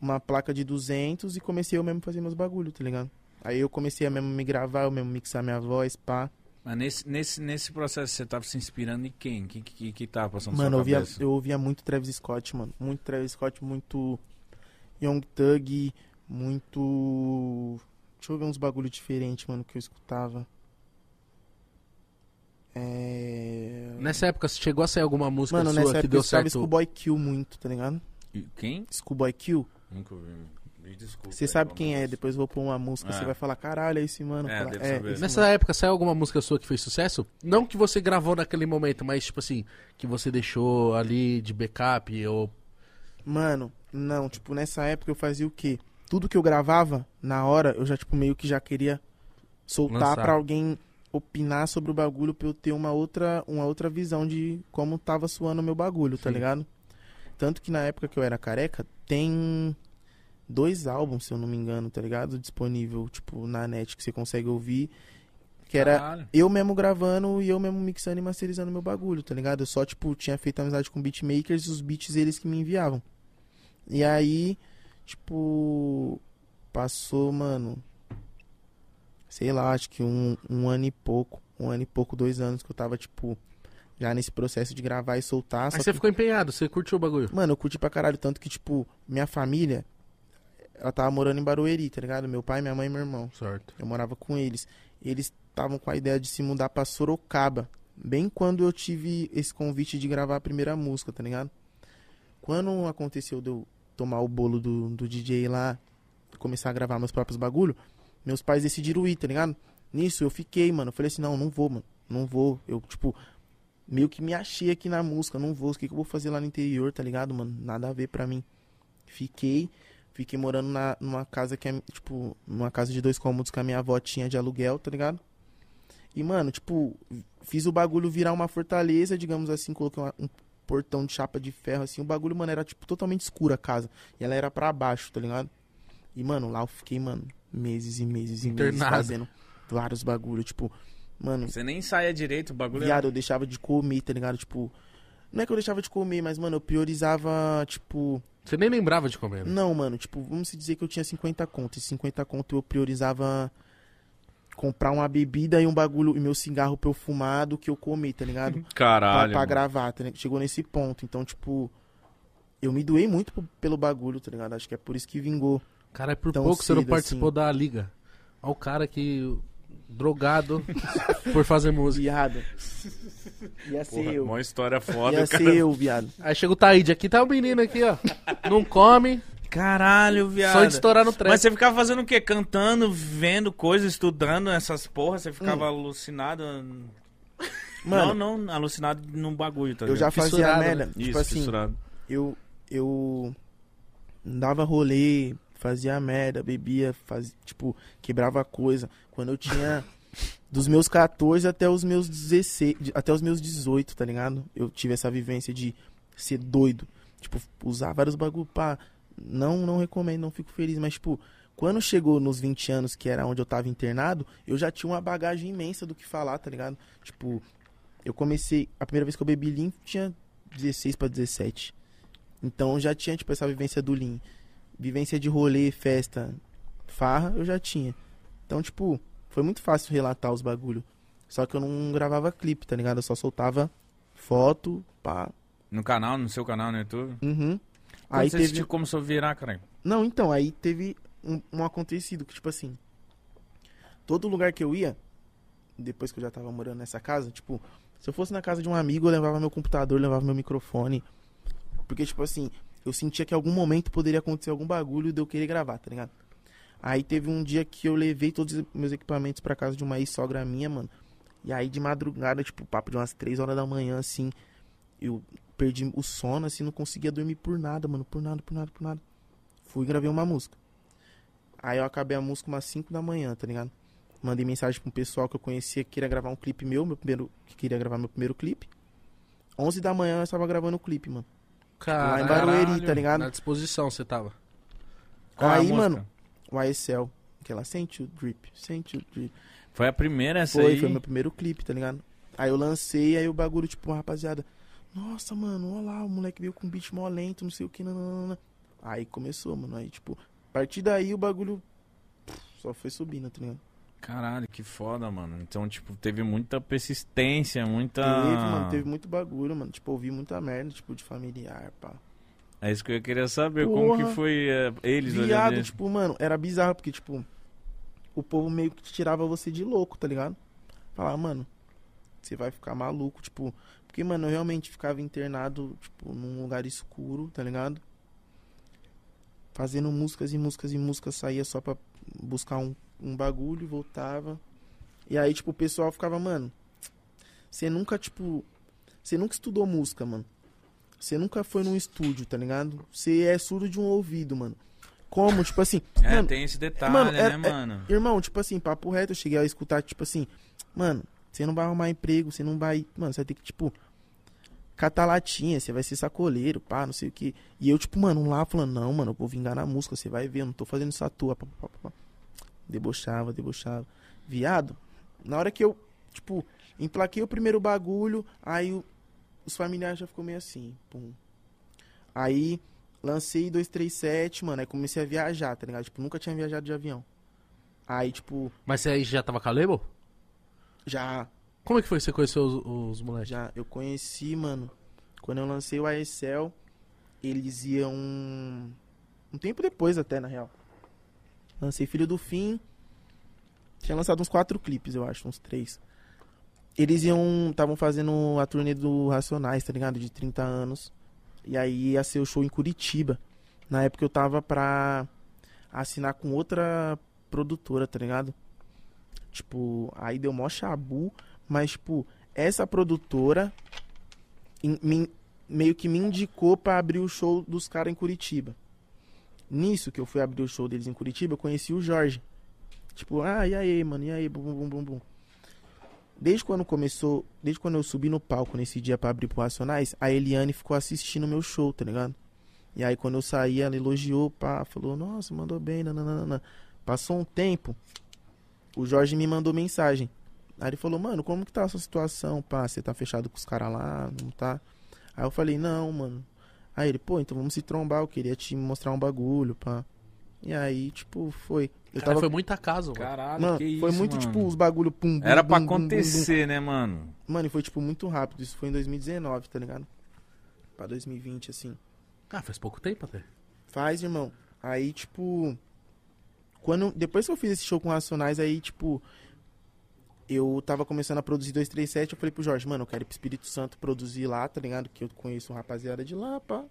Speaker 3: uma placa de 200 e comecei eu mesmo fazer meus bagulho, tá ligado? Aí eu comecei a mesmo me gravar, eu mesmo mixar minha voz, pá.
Speaker 1: Mas nesse, nesse, nesse processo você tava se inspirando em quem? Que, que, que tava passando
Speaker 3: Mano, eu
Speaker 1: na sua
Speaker 3: ouvia,
Speaker 1: cabeça?
Speaker 3: eu ouvia muito Travis Scott, mano. Muito Travis Scott, muito Young Thug, muito. Deixa eu ver uns bagulho diferente, mano, que eu escutava. É.
Speaker 2: Nessa época, chegou a sair alguma música
Speaker 3: Mano,
Speaker 2: sua
Speaker 3: nessa
Speaker 2: que
Speaker 3: época eu
Speaker 2: deu
Speaker 3: escutava
Speaker 2: certo?
Speaker 3: Schoolboy Q muito, tá ligado?
Speaker 1: E Quem?
Speaker 3: Schoolboy Q.
Speaker 1: Nunca ouvi. Me desculpa.
Speaker 3: Você
Speaker 1: aí,
Speaker 3: sabe
Speaker 1: pelo amor
Speaker 3: quem é,
Speaker 1: de Deus.
Speaker 3: depois eu vou pôr uma música,
Speaker 1: É.
Speaker 3: você vai falar, caralho, é esse mano.
Speaker 1: É,
Speaker 3: Fala,
Speaker 1: deve saber.
Speaker 3: esse
Speaker 2: Nessa
Speaker 3: mano."
Speaker 2: época, saiu alguma música sua que fez sucesso? Não que você gravou naquele momento, mas tipo assim, que você deixou ali de backup ou...
Speaker 3: Mano, não, tipo, nessa época eu fazia o quê? Tudo que eu gravava, na hora, eu já, tipo, meio que já queria soltar
Speaker 2: Lançar.
Speaker 3: pra alguém opinar sobre o bagulho pra eu ter uma outra, uma outra visão de como tava suando o meu bagulho, tá
Speaker 2: Sim.
Speaker 3: ligado? Tanto que na época que eu era careca, tem dois álbuns, se eu não me engano, tá ligado? Disponível, tipo, na net que você consegue ouvir. Que era
Speaker 1: Caralho.
Speaker 3: eu mesmo gravando e eu mesmo mixando e masterizando meu bagulho, tá ligado? Eu só, tipo, tinha feito amizade com beatmakers e os beats eles que me enviavam. E aí, tipo, passou, mano, sei lá, acho que um, um ano e pouco, um ano e pouco, dois anos que eu tava, tipo, já nesse processo de gravar e soltar. só
Speaker 2: Aí você
Speaker 3: que-
Speaker 2: ficou empenhado, você curtiu o bagulho.
Speaker 3: Mano, eu curti pra caralho, tanto que, tipo, minha família, ela tava morando em Barueri, tá ligado? Meu pai, minha mãe e meu irmão.
Speaker 2: Certo.
Speaker 3: Eu morava com eles. Eles estavam com a ideia de se mudar pra Sorocaba. Bem quando eu tive esse convite de gravar a primeira música, tá ligado? Quando aconteceu de eu tomar o bolo do, do DJ lá, começar a gravar meus próprios bagulho, meus pais decidiram ir, tá ligado? Nisso eu fiquei, mano. Eu falei assim, não, não vou, mano. Não vou. Eu, tipo, meio que me achei aqui na música. Não vou. O que, que eu vou fazer lá no interior, tá ligado, mano? Nada a ver pra mim. Fiquei. Fiquei morando na, numa casa que é, tipo, numa casa de dois cômodos que a minha avó tinha de aluguel, tá ligado? E, mano, tipo, fiz o bagulho virar uma fortaleza, digamos assim, coloquei uma- um portão de chapa de ferro, assim. O bagulho, mano, era, tipo, totalmente escura a casa. E ela era pra baixo, tá ligado? E, mano, lá eu fiquei, mano, meses e meses e meses
Speaker 2: Internado.
Speaker 3: fazendo vários bagulho, tipo, mano,
Speaker 1: Você nem saia direito, o bagulho é
Speaker 3: viado, eu deixava de comer, tá ligado? Tipo, não é que eu deixava de comer, mas mano, eu priorizava, tipo,
Speaker 2: Você nem lembrava de comer. né?
Speaker 3: não, mano, tipo, vamos se dizer que eu tinha 50 conto, e 50 conto eu priorizava comprar uma bebida e um bagulho e meu cigarro pra eu fumar do que eu comer, tá ligado?
Speaker 1: é...
Speaker 3: pra,
Speaker 1: Caralho.
Speaker 3: pra
Speaker 1: mano.
Speaker 3: gravar, tá ligado? Chegou nesse ponto. Então, tipo, eu me doei muito p- pelo bagulho, tá ligado? Acho que é por isso que vingou.
Speaker 2: Cara, é por
Speaker 3: Tão
Speaker 2: pouco que você não
Speaker 3: cedo,
Speaker 2: participou
Speaker 3: Então, assim.
Speaker 2: da liga. Olha o cara que. drogado por fazer música.
Speaker 3: Viado. Ia ser
Speaker 1: Porra,
Speaker 3: eu.
Speaker 1: Uma história foda,
Speaker 3: Ia
Speaker 1: cara.
Speaker 3: ser eu, viado.
Speaker 2: Aí chega o Taíde, aqui tá o menino aqui, ó. Não come,
Speaker 1: Caralho, viado.
Speaker 2: só de estourar no trem.
Speaker 1: Mas você ficava fazendo o quê? Cantando, vendo coisas, estudando essas porras? Você ficava alucinado?
Speaker 3: Hum. Mano,
Speaker 1: não, não, alucinado num bagulho, tá
Speaker 3: eu já
Speaker 1: ligado?
Speaker 3: fazia
Speaker 2: Fissurado,
Speaker 3: merda.
Speaker 2: né?
Speaker 1: Isso,
Speaker 3: tipo assim,
Speaker 1: fissurado.
Speaker 3: eu. Eu. Dava rolê, fazia merda, bebia, faz, tipo, quebrava coisa. Quando eu tinha. Dos meus 14 até os meus 16. de- Até os meus 18, tá ligado? Eu tive essa vivência de ser doido. Tipo, usar vários bagulho pra. Não, não recomendo, não fico feliz, mas, tipo, quando chegou nos 20 anos, que era onde eu tava internado, eu já tinha uma bagagem imensa do que falar, tá ligado? Tipo, eu comecei. A primeira vez que eu bebi Lean tinha 16 pra 17. Então eu já tinha, tipo, essa vivência do Lean. Vivência de rolê, festa, farra, eu já tinha. Então, tipo, foi muito fácil relatar os bagulho. Só que eu não gravava clipe, tá ligado? Eu só soltava foto, pá.
Speaker 1: No canal, no seu canal no YouTube?
Speaker 3: Uhum.
Speaker 1: Como
Speaker 3: Aí
Speaker 1: você
Speaker 3: teve.
Speaker 1: assistiu como só virar, caralho?
Speaker 3: Não, então, aí teve um, um acontecido que, tipo assim, todo lugar que eu ia, depois que eu já tava morando nessa casa, tipo, se eu fosse na casa de um amigo, eu levava meu computador, levava meu microfone. Porque, tipo assim, eu sentia que em algum momento poderia acontecer algum bagulho de eu querer gravar, tá ligado? Aí teve um dia que eu levei todos os meus equipamentos pra casa de uma ex-sogra minha, mano. E aí de madrugada, tipo, papo de umas 3 horas da manhã, assim, eu perdi o sono, assim, não conseguia dormir por nada, mano, por nada, por nada, por nada. Fui e gravei uma música. Aí eu acabei a música umas 5 da manhã, tá ligado? Mandei mensagem pra um pessoal que eu conhecia que queria gravar um clipe meu, meu primeiro, que queria gravar meu primeiro clipe. 11 da manhã eu estava gravando o clipe, mano. lá em Barueri, tá ligado?
Speaker 2: Na disposição você tava.
Speaker 1: Qual é a
Speaker 3: aí,
Speaker 1: música?
Speaker 3: mano, o ASL, que é ela sente o drip, sente o drip.
Speaker 1: Foi a primeira essa
Speaker 3: Foi,
Speaker 1: aí.
Speaker 3: foi meu primeiro clipe, tá ligado? Aí eu lancei, aí o bagulho, tipo, uma rapaziada. Nossa, mano, olha lá, o moleque veio com um beat mó lento, não sei o que, nananana. Aí começou, mano. Aí, tipo, a partir daí o bagulho pff, só foi subindo, tá ligado?
Speaker 1: Caralho, que foda, mano. Então, tipo, teve muita persistência, muita.
Speaker 3: Teve, mano, teve muito bagulho, mano. Tipo, ouvi muita merda, tipo, de familiar, pá.
Speaker 1: É isso que eu queria saber, como
Speaker 3: Porra.
Speaker 1: que foi eh, eles
Speaker 3: Viado,
Speaker 1: olhando-
Speaker 3: tipo, mano, era bizarro, porque, tipo, o povo meio que tirava você de louco, tá ligado? Falar, mano, você vai ficar maluco, tipo. Porque, mano, eu realmente ficava internado, tipo, num lugar escuro, tá ligado? Fazendo músicas e músicas e músicas, saía só pra buscar um, um bagulho, voltava. E aí, tipo, o pessoal ficava, mano, você nunca, tipo, você nunca estudou música, mano. Você nunca foi num estúdio, tá ligado? Você é surdo de um ouvido, mano. Como? Tipo assim.
Speaker 1: É,
Speaker 3: mano,
Speaker 1: tem esse detalhe,
Speaker 3: mano,
Speaker 1: né,
Speaker 3: é- é-
Speaker 1: mano?
Speaker 3: Irmão, tipo assim, papo reto, eu cheguei a escutar, tipo assim, mano, você não vai arrumar emprego, você não vai. Mano, você vai ter que, tipo, catar latinha, você vai ser sacoleiro, pá, não sei o que. E eu, tipo, mano, lá falando, não, mano, eu vou vingar na música, você vai ver, eu não tô fazendo isso à toa, pá, pá, pá, pá. Debochava, debochava. Viado, na hora que eu, tipo, emplaquei o primeiro bagulho, aí o- os familiares já ficou meio assim, pum. Aí lancei 237, mano, aí comecei a viajar, tá ligado? Tipo, nunca tinha viajado de avião. Aí, tipo,
Speaker 2: Mas você aí já tava com a label?
Speaker 3: já,
Speaker 2: Como é que foi que você conheceu os, os moleques?
Speaker 3: já, eu conheci, mano, quando eu lancei o ASL, eles iam um tempo depois até, na real. Lancei Filho do Fim, tinha lançado uns quatro clipes, eu acho, uns três. Eles iam, estavam fazendo a turnê do Racionais, tá ligado? De 30 anos. E aí ia ser o show em Curitiba. Na época eu tava pra assinar com outra produtora, tá ligado? Tipo, aí deu mó chabu, mas tipo, essa produtora in- me- meio que me indicou pra abrir o show dos caras em Curitiba. Nisso que eu fui abrir o show deles em Curitiba, eu conheci o Jorge. Tipo, ah, e aí, mano, e aí, bum, bum, bum, bum, bum. Desde quando começou, desde quando eu subi no palco nesse dia pra abrir pro Racionais, a Eliane ficou assistindo o meu show, tá ligado? E aí quando eu saí, ela elogiou, pá, falou, nossa, mandou bem, nananana. Passou um tempo, o Jorge me mandou mensagem. Aí ele falou, mano, como que tá a sua situação, pá? Você tá fechado com os caras lá, não tá? Aí eu falei, não, mano. Aí ele, pô, então vamos se trombar, eu queria te mostrar um bagulho, pá. E aí, tipo, foi. Eu
Speaker 2: Cara,
Speaker 3: tava...
Speaker 2: foi muita casa, mano.
Speaker 1: Caralho,
Speaker 3: mano,
Speaker 1: que isso,
Speaker 3: foi muito,
Speaker 1: mano.
Speaker 3: tipo, os bagulho pum, bum,
Speaker 1: Era pra
Speaker 3: bum, bum, bum, bum.
Speaker 1: acontecer, né, mano?
Speaker 3: Mano, e foi, tipo, muito rápido. Isso foi em 2019, tá ligado? Pra 2020, assim.
Speaker 2: Ah, faz pouco tempo até.
Speaker 3: Faz, irmão. Aí, tipo. Quando, depois que eu fiz esse show com Racionais, aí, tipo. Eu tava começando a produzir 237. Eu falei pro Jorge, mano, eu quero ir pro Espírito Santo produzir lá, tá ligado? Que eu conheço um rapaziada de lá, pá.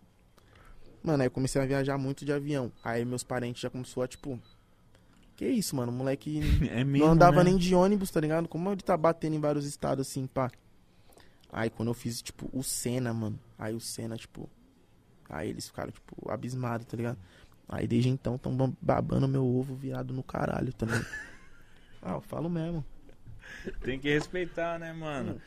Speaker 3: Mano, aí eu comecei a viajar muito de avião. Aí meus parentes já começou a, tipo. Que isso, mano? O moleque
Speaker 1: É mesmo,
Speaker 3: não andava
Speaker 1: né?
Speaker 3: nem de ônibus, tá ligado? Como ele tá batendo em vários estados assim, pá. Aí quando eu fiz, tipo, o Senna, mano. Aí o Senna, tipo. Aí eles ficaram, tipo, abismados, tá ligado? Aí desde então tão bam- babando meu ovo virado no caralho, tá ligado? ah, eu falo mesmo.
Speaker 1: Tem que respeitar, né, mano?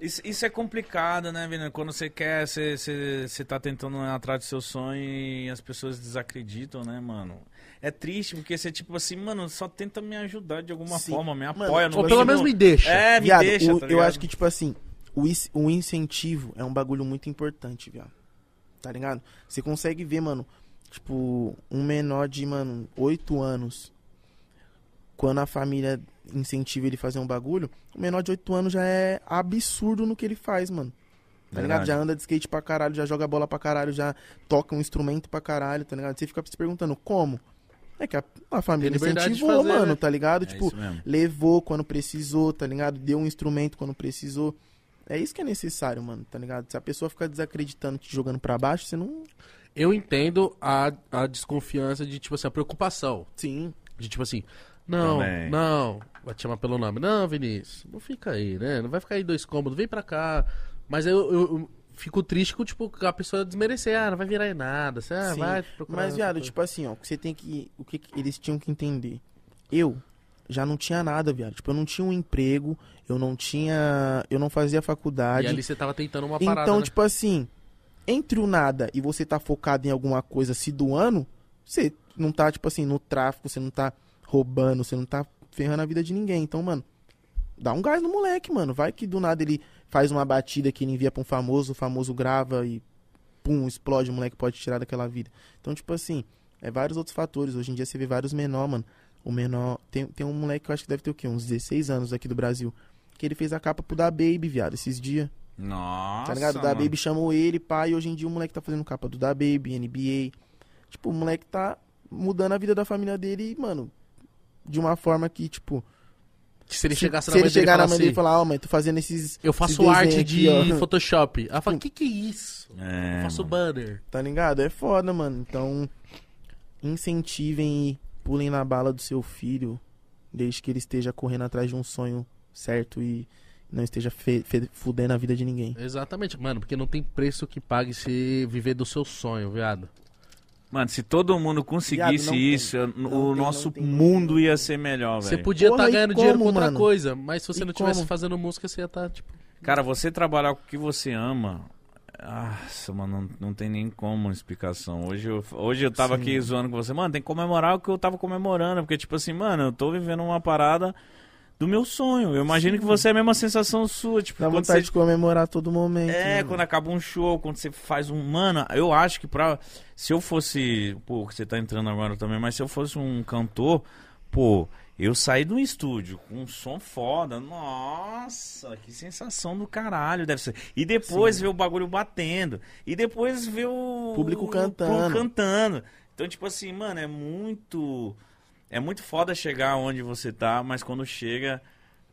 Speaker 1: Isso, isso é complicado, né, Vina? Quando você quer, você, você, você tá tentando ir atrás do seu sonho e as pessoas desacreditam, né, mano? É triste, porque você, tipo assim, mano, só tenta me ajudar de alguma
Speaker 3: Sim.
Speaker 1: forma, me
Speaker 3: Mano,
Speaker 1: apoia.
Speaker 3: tipo
Speaker 1: não
Speaker 2: Ou pelo
Speaker 1: fico-
Speaker 2: menos me deixa.
Speaker 1: É, me
Speaker 3: viado,
Speaker 1: deixa,
Speaker 3: o-
Speaker 1: tá
Speaker 3: eu
Speaker 1: ligado?
Speaker 3: acho que, tipo assim, o, is- o incentivo é um bagulho muito importante, viado. Tá ligado? Você consegue ver, mano, tipo, um menor de, mano, 8 anos. Quando a família incentiva ele a fazer um bagulho, o menor de 8 anos já é absurdo no que ele faz, mano. Tá ligado?
Speaker 1: Verdade.
Speaker 3: Já anda de skate pra caralho, já joga bola pra caralho, já toca um instrumento pra caralho, tá ligado? Você fica se perguntando como? É que a, a família
Speaker 2: Tem liberdade de
Speaker 3: incentivou,
Speaker 2: fazer,
Speaker 3: mano,
Speaker 2: né?
Speaker 3: tá ligado?
Speaker 1: É
Speaker 3: tipo,
Speaker 1: isso mesmo.
Speaker 3: levou quando precisou, tá ligado? Deu um instrumento quando precisou. É isso que é necessário, mano, tá ligado? Se a pessoa ficar desacreditando, te jogando pra baixo, você não.
Speaker 2: Eu entendo a, a desconfiança de, tipo assim, a preocupação.
Speaker 3: Sim.
Speaker 2: De tipo assim, não,
Speaker 1: Também.
Speaker 2: não, vai te chamar pelo nome. Não, Vinícius, não fica aí, né? Não vai ficar aí dois cômodos, vem pra cá. Mas eu, eu- eu fico triste com, tipo, a pessoa desmerecer, ah, não vai virar em nada. Você, ah,
Speaker 3: Sim.
Speaker 2: vai procurar.
Speaker 3: Mas,
Speaker 2: outra
Speaker 3: viado,
Speaker 2: coisa.
Speaker 3: tipo assim, ó, o que você tem que. O que que eles tinham que entender? Eu já não tinha nada, viado. Tipo, eu não tinha um emprego, eu não tinha. Eu não fazia faculdade.
Speaker 2: E ali você tava tentando uma
Speaker 3: Então,
Speaker 2: parada. né?
Speaker 3: tipo assim, entre o nada e você tá focado em alguma coisa se doando, você não tá, tipo assim, no tráfico, você não tá roubando, você não tá ferrando a vida de ninguém. Então, mano, dá um gás no moleque, mano. Vai que do nada ele faz uma batida que ele envia pra um famoso, o famoso grava e pum, explode, o moleque pode tirar daquela vida. Então, tipo assim, é vários outros fatores. Hoje em dia você vê vários menor, mano. O menor. Tem, tem um moleque que eu acho que deve ter o quê? Uns 16 anos aqui do Brasil. Que ele fez a capa pro da Baby, viado, esses dias.
Speaker 1: Nossa,
Speaker 3: Tá ligado? O Da
Speaker 1: mano.
Speaker 3: Baby chamou ele, pai, e hoje em dia o moleque tá fazendo capa do Da Baby, NBA. Tipo, o moleque tá mudando a vida da família dele, e, mano, de uma forma que, tipo,
Speaker 2: se ele
Speaker 3: se-
Speaker 2: chegasse
Speaker 3: se
Speaker 2: na mãe
Speaker 3: ele
Speaker 2: dele e
Speaker 3: chegar na mãe
Speaker 2: falasse,
Speaker 3: dele e falar, ó, mãe, tô fazendo esses.
Speaker 2: eu
Speaker 3: esse
Speaker 2: faço
Speaker 3: desenho
Speaker 2: arte
Speaker 3: aqui,
Speaker 2: de
Speaker 3: ó."
Speaker 2: Photoshop. Ela fala, o que que é isso?
Speaker 1: É,
Speaker 2: eu faço
Speaker 1: mano.
Speaker 2: banner.
Speaker 3: Tá ligado? É foda, mano. Então, incentivem e pulem na bala do seu filho, desde que ele esteja correndo atrás de um sonho certo e não esteja fe- fe- fudendo a vida de ninguém.
Speaker 2: Exatamente, mano, porque não tem preço que pague se viver do seu sonho, viado.
Speaker 1: Mano, se todo mundo
Speaker 3: Viado,
Speaker 1: conseguisse
Speaker 3: não tem.
Speaker 1: isso, eu- o
Speaker 3: Não tem, não
Speaker 1: nosso
Speaker 3: tem, não
Speaker 1: mundo
Speaker 3: tem.
Speaker 1: ia ser melhor,
Speaker 2: Você
Speaker 1: velho.
Speaker 2: podia estar
Speaker 3: Porra, e
Speaker 2: ganhando dinheiro com
Speaker 3: como,
Speaker 2: outra
Speaker 3: mano?
Speaker 2: coisa, mas se você
Speaker 3: E
Speaker 2: não estivesse
Speaker 3: como?
Speaker 2: fazendo música, você ia estar, tipo.
Speaker 1: Cara, você trabalhar com o que você ama. Nossa, mano, não, não tem nem como explicação. Hoje eu, hoje eu tava
Speaker 3: Sim.
Speaker 1: aqui zoando com você, mano, tem que comemorar o que eu tava comemorando. Porque, tipo assim, mano, eu tô vivendo uma parada do meu sonho. Eu imagino que você é a mesma sensação sua. Tipo,
Speaker 3: Dá
Speaker 1: quando
Speaker 3: vontade
Speaker 1: você
Speaker 3: de comemorar a todo momento. né,
Speaker 1: É,
Speaker 3: mano?
Speaker 1: quando acaba um show, quando você faz um. Mano, eu acho que pra. Se eu fosse. Pô, que você tá entrando agora também, mas se eu fosse um cantor, pô, eu saí de um estúdio com um som foda. Nossa, que sensação do caralho deve ser. E depois ver o bagulho batendo. E depois ver o.
Speaker 3: Público
Speaker 1: o
Speaker 3: cantando.
Speaker 1: público cantando. Então, tipo assim, mano, é muito. É muito foda chegar onde você tá, mas quando chega.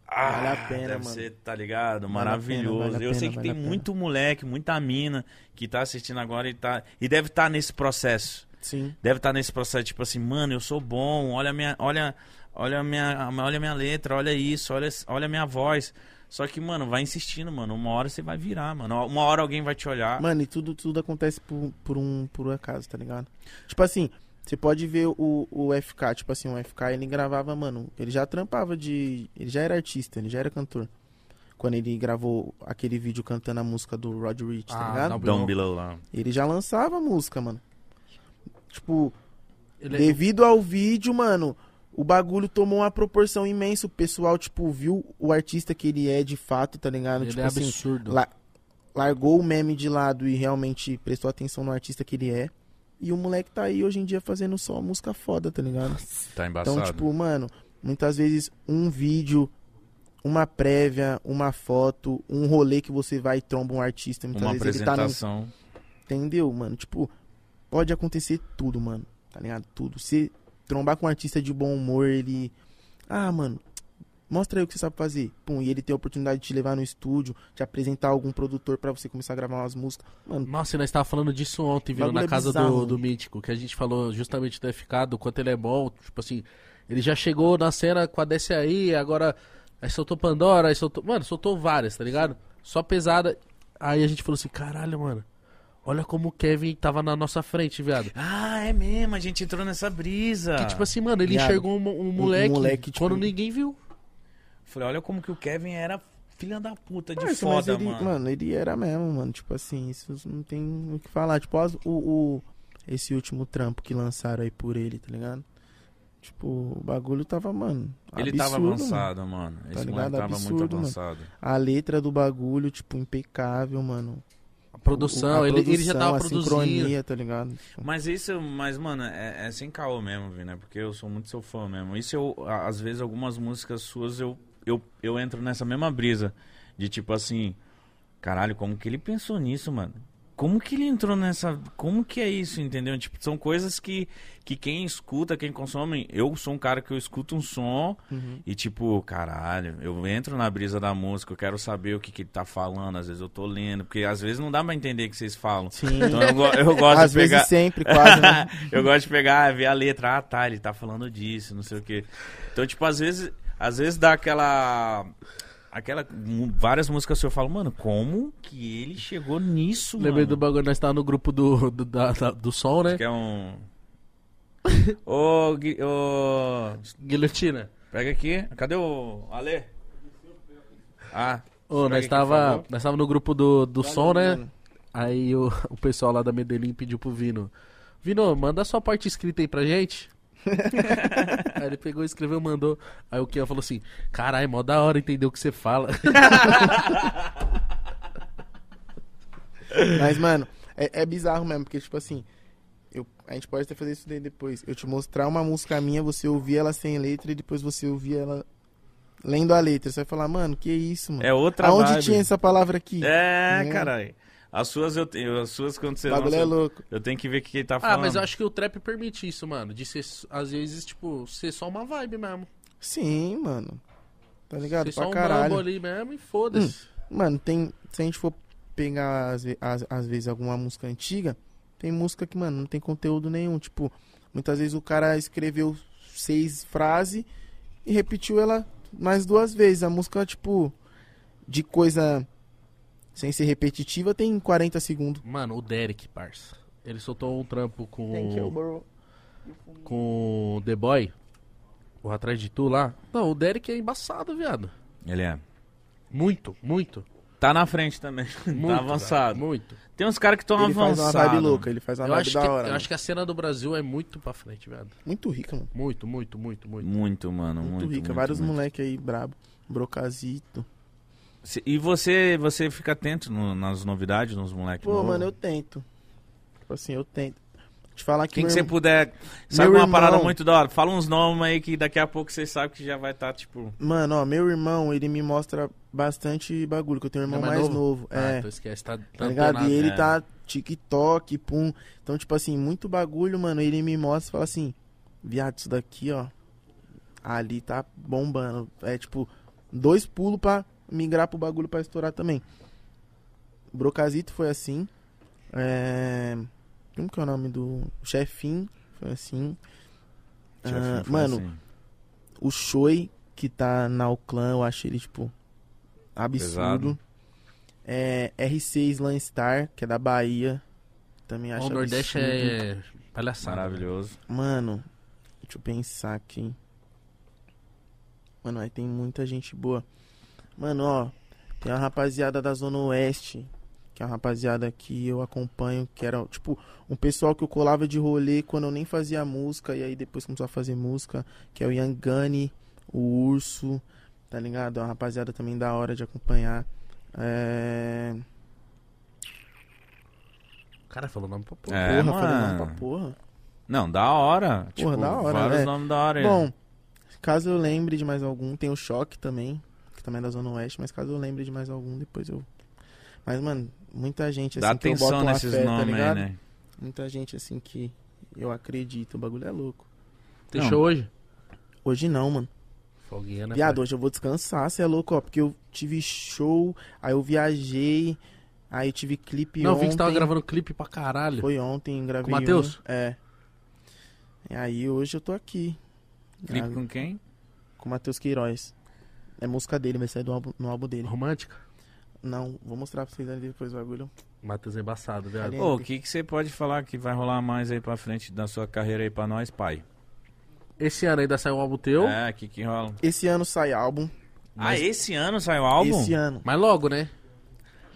Speaker 1: Ah,
Speaker 3: Vale a pena,
Speaker 1: deve
Speaker 3: mano.
Speaker 1: ser, tá ligado?
Speaker 3: Vale a
Speaker 1: Maravilhoso.
Speaker 3: pena, vale a
Speaker 1: Eu sei
Speaker 3: pena,
Speaker 1: que
Speaker 3: vale
Speaker 1: tem
Speaker 3: a pena.
Speaker 1: muito moleque, muita mina que tá assistindo agora e, tá, e deve estar nesse processo.
Speaker 3: Sim.
Speaker 1: Deve estar nesse processo, tipo assim, mano, eu sou bom, olha a minha, olha, olha a minha, olha a minha letra, olha isso, olha, olha a minha voz. Só que, mano, vai insistindo, mano. Uma hora você vai virar, mano. Uma hora alguém vai te
Speaker 2: Ah.
Speaker 1: olhar.
Speaker 3: Mano, e tudo, tudo acontece por, por, um, por um acaso, tá ligado? Tipo assim, você pode ver o, o FK, tipo assim, o FK ele gravava, mano, ele já trampava de. Ele já era artista, ele já era cantor. Quando ele gravou aquele vídeo cantando a música do Rod Rich, tá
Speaker 2: Ah,
Speaker 3: ligado?
Speaker 2: não.
Speaker 1: Down below lá.
Speaker 3: Ele já lançava a música, mano. Tipo,
Speaker 2: Ele é-
Speaker 3: devido ao vídeo, mano, o bagulho tomou uma proporção imensa. O pessoal, tipo, viu o artista que ele é de fato, tá ligado?
Speaker 2: Ele
Speaker 3: tipo
Speaker 2: é
Speaker 3: assim,
Speaker 2: absurdo.
Speaker 3: la- largou o meme de lado e realmente prestou atenção no artista que ele é. E o moleque tá aí hoje em dia fazendo só música foda, tá ligado?
Speaker 1: Tá embaçado.
Speaker 3: Então, tipo, mano, muitas vezes um vídeo, uma prévia, uma foto, um rolê que você vai e tromba um artista, muitas
Speaker 1: uma
Speaker 3: vezes ele tá num
Speaker 1: apresentação.
Speaker 3: Entendeu, mano? Tipo, pode acontecer tudo, mano. Tá ligado? Tudo. Você trombar com um artista de bom humor, ele. Ah, mano, mostra aí o que você sabe fazer. Pum, e ele tem a oportunidade de te levar no estúdio, te apresentar algum produtor pra você começar a gravar umas músicas. Mano,
Speaker 2: Nossa, e nós estávamos falando disso ontem, viu?
Speaker 3: Bagulho
Speaker 2: Na
Speaker 3: é
Speaker 2: casa do,
Speaker 3: bizarro.
Speaker 2: do Mítico, que a gente falou justamente do FK, do quanto ele é bom. Tipo assim, ele já chegou na cena com a desse aí, agora aí soltou Pandora, aí soltou. Mano, soltou várias, tá ligado? Só pesada. Aí a gente falou assim: caralho, mano, olha como o Kevin tava na nossa frente, viado.
Speaker 1: Ah, é mesmo, a gente entrou nessa brisa.
Speaker 2: Que tipo assim, mano, ele
Speaker 3: Ah, Viado.
Speaker 2: enxergou um, um moleque,
Speaker 3: moleque, tipo-
Speaker 2: quando ninguém viu.
Speaker 1: Falei, olha como que o Kevin era filha da puta de
Speaker 3: parça, mas
Speaker 1: foda,
Speaker 3: ele,
Speaker 1: mano.
Speaker 3: ele era mesmo, mano. Tipo assim, isso não tem o que falar. Tipo, as- o, o- esse último trampo que lançaram aí por ele, tá ligado? Tipo, o bagulho tava, mano.
Speaker 1: ele
Speaker 3: absurdo,
Speaker 1: tava
Speaker 3: mano. Tá
Speaker 1: avançado, mano. Esse moleque
Speaker 3: ligado?
Speaker 1: tava muito
Speaker 3: Absurdo, mano.
Speaker 1: avançado.
Speaker 3: A letra do bagulho, tipo, impecável, mano.
Speaker 2: A produção,
Speaker 3: O- a
Speaker 2: ele, ele já
Speaker 3: produção,
Speaker 2: tava
Speaker 3: a
Speaker 2: produzindo.
Speaker 3: sincronia, tá ligado? Tipo,
Speaker 1: Mas isso, mas, mano, é, é sem caô mesmo, Vi, né? Porque eu sou muito seu fã mesmo. Isso eu, a- às vezes, algumas músicas suas eu, eu, eu entro nessa mesma brisa. De tipo assim, caralho, como que ele pensou nisso, mano? Como que ele entrou nessa. Como que é isso, entendeu? Tipo, são coisas que, que quem escuta, quem consome. Eu sou um cara que eu escuto um som e, tipo, caralho, eu entro na brisa da música, eu quero saber o que, que ele tá falando. Às vezes eu tô lendo, porque às vezes não dá pra entender o que vocês falam.
Speaker 3: Sim.
Speaker 1: Então eu, go- eu gosto
Speaker 3: Às
Speaker 1: de pegar.
Speaker 3: vezes sempre, quase, né?
Speaker 1: eu gosto de pegar, ver a letra, ah tá, ele tá falando disso, não sei o quê. Então, tipo, às vezes, às vezes dá aquela. Aquela. mu- Várias músicas eu falo, mano, como que ele chegou nisso,
Speaker 2: Lembrei do
Speaker 1: mano?
Speaker 2: bagulho, nós tava no grupo do, do, da- da- do som, né?
Speaker 1: Que é um. Ô, Gui- ô.
Speaker 2: Guilhotina.
Speaker 1: Pega aqui. Cadê o. Ale? Ah.
Speaker 2: Ô,
Speaker 1: pega
Speaker 2: nós
Speaker 1: aqui, por
Speaker 2: tava,
Speaker 1: favor.
Speaker 2: nós tava no grupo do, do som, né?
Speaker 3: mano.
Speaker 2: Aí o, o pessoal lá da Medellín pediu pro Vino. Vino, manda sua parte escrita aí pra gente. aí ele pegou, escreveu, mandou. Aí o Kian falou assim, caralho, mó da hora entender o que você fala.
Speaker 3: Mas, mano, é, é bizarro mesmo, porque, tipo assim, eu, a gente pode até fazer isso daí depois. Eu te mostrar uma música minha, você ouvir ela sem letra e depois você ouvir ela lendo a letra. Você vai falar, mano, que isso, mano?
Speaker 1: É outra
Speaker 3: Aonde
Speaker 1: vibe.
Speaker 3: tinha essa palavra aqui?
Speaker 1: É,
Speaker 3: Né?
Speaker 1: caralho. As suas eu tenho. As suas quando
Speaker 3: o
Speaker 1: você
Speaker 3: bagulho é
Speaker 1: lança,
Speaker 3: louco.
Speaker 1: Eu tenho que ver o que que ele tá
Speaker 2: ah,
Speaker 1: falando.
Speaker 2: mas eu acho que o trap permite isso, mano. De ser, às vezes, tipo, ser só uma vibe mesmo.
Speaker 3: Sim, mano. Tá ligado?
Speaker 2: Ser só
Speaker 3: Pra
Speaker 2: um
Speaker 3: caralho.
Speaker 2: mambo ali mesmo e foda-se.
Speaker 3: Mano, tem. Se a gente for pegar, às, ve- às, às vezes, alguma música antiga, tem música que, mano, não tem conteúdo nenhum. Tipo, muitas vezes o cara escreveu seis frases e repetiu ela mais duas vezes. A música, tipo, de coisa sem ser repetitiva, tem 40 segundos.
Speaker 2: Mano, o Derek, parça. Ele soltou um trampo com...
Speaker 3: bro.
Speaker 2: com o The Boy, o Atrás de Tu lá. Não, o Derek é embaçado, viado.
Speaker 1: Ele é.
Speaker 2: Muito, muito.
Speaker 1: Tá na frente também.
Speaker 2: muito
Speaker 1: tá avançado.
Speaker 2: cara, muito.
Speaker 1: Tem uns caras que estão
Speaker 3: Ele faz uma
Speaker 1: avançados.
Speaker 3: vibe louca, ele faz uma
Speaker 2: Eu
Speaker 3: vibe
Speaker 2: acho, que,
Speaker 3: Tá da hora. né?
Speaker 2: eu
Speaker 3: mano.
Speaker 2: acho que a cena do Brasil é muito pra frente, viado.
Speaker 3: Muito rica, mano.
Speaker 2: Muito, muito, muito, muito.
Speaker 1: Muito, mano.
Speaker 3: Muito,
Speaker 1: Muito,
Speaker 3: rica.
Speaker 1: muito,
Speaker 3: Vários
Speaker 1: muito.
Speaker 3: moleque aí brabo. Brocasito.
Speaker 1: Cê- E você, você fica atento no- nas novidades, nos moleques.
Speaker 3: Pô, mano, eu tento. Tipo assim, eu tento. Te falar que
Speaker 1: Quem que
Speaker 3: meu
Speaker 1: você
Speaker 3: irmão-
Speaker 1: puder. Sabe
Speaker 3: meu
Speaker 1: uma parada
Speaker 3: irmão-
Speaker 1: muito da hora? Fala uns nomes aí que daqui a pouco vocês sabem que já vai estar, tipo.
Speaker 3: Mano, ó, meu irmão, ele me mostra bastante bagulho, que eu tenho um irmão
Speaker 2: É mais
Speaker 3: mais,
Speaker 2: novo?
Speaker 3: novo.
Speaker 2: Ah,
Speaker 3: é,
Speaker 2: então esquece, tá, tá
Speaker 3: tá ligado?
Speaker 2: antenado.
Speaker 3: E ele
Speaker 1: é.
Speaker 3: tá TikTok, pum. Então, tipo assim, muito bagulho, mano. Ele me mostra e fala assim, viado, isso daqui, ó. Ali tá bombando. É tipo, dois pulos pra migrar pro bagulho pra estourar também. Brocasito foi assim. É. Como que é o nome do. Chefim foi assim. Ah,
Speaker 1: chefinho, foi
Speaker 3: mano,
Speaker 1: assim.
Speaker 3: o Choi, que tá na Oclan, eu acho ele, tipo, absurdo.
Speaker 1: Pesado.
Speaker 3: É, R6 Lanstar, que é da Bahia. Também
Speaker 2: Ó,
Speaker 3: acho
Speaker 2: O Nordeste
Speaker 3: absurdo.
Speaker 2: é palhaçada.
Speaker 1: assim, Maravilhoso.
Speaker 3: Mano, deixa eu pensar aqui. Mano, aí tem muita gente boa. Mano, ó, tem uma rapaziada da Zona Oeste, que é uma rapaziada que eu acompanho, que era, tipo, um pessoal que eu colava de rolê quando eu nem fazia música, e aí depois começou a fazer música, que é o Yangani, o Urso, tá ligado? É uma rapaziada também da hora de acompanhar. É...
Speaker 2: O cara falou nome pra porra.
Speaker 1: É,
Speaker 3: porra, falei nome
Speaker 1: mano.
Speaker 3: pra porra.
Speaker 1: Não, da hora. tipo,
Speaker 3: da hora,
Speaker 1: vários
Speaker 3: né?
Speaker 1: nomes da hora. aí.
Speaker 3: Bom, caso eu lembre de mais algum, tem o Choque também, que também é da Zona Oeste, mas caso eu lembre de mais algum, depois eu. Mas, mano, muita gente assim
Speaker 1: Dá
Speaker 3: que eu
Speaker 1: atenção
Speaker 3: boto uma
Speaker 1: nesses
Speaker 3: fé, tá
Speaker 1: nomes aí,
Speaker 3: ligado?
Speaker 1: né?
Speaker 3: Muita gente assim que eu acredito, o bagulho é louco.
Speaker 2: Tem
Speaker 1: Não.
Speaker 2: show hoje?
Speaker 3: Hoje não, mano.
Speaker 1: É
Speaker 2: Folguinha, né?
Speaker 3: Viado, hoje eu vou descansar, você é louco, ó, porque eu tive show, aí eu viajei, aí eu tive clipe
Speaker 2: pai? Não, eu
Speaker 3: ontem.
Speaker 2: vi que você tava gravando clipe pra caralho.
Speaker 3: Foi ontem, gravei.
Speaker 2: Com o Matheus?
Speaker 3: um, É. E aí hoje eu tô aqui.
Speaker 1: Clipe
Speaker 3: Ah,
Speaker 1: com quem?
Speaker 3: com o Matheus Queiroz. É música dele, vai sair do álbum, no álbum dele.
Speaker 2: Romântica?
Speaker 3: Não, vou mostrar pra vocês ali depois o bagulho.
Speaker 2: Matheus é embaçado, viado.
Speaker 3: Ali-
Speaker 1: Ô, o que que você pode falar que vai rolar mais aí pra frente da sua carreira aí pra nós, pai?
Speaker 3: é-
Speaker 2: Esse ano ainda saiu um álbum teu,
Speaker 1: É, o que que rola?
Speaker 3: Esse ano sai álbum.
Speaker 1: Ah, esse ano saiu o álbum?
Speaker 3: Esse ano.
Speaker 2: mas logo, né?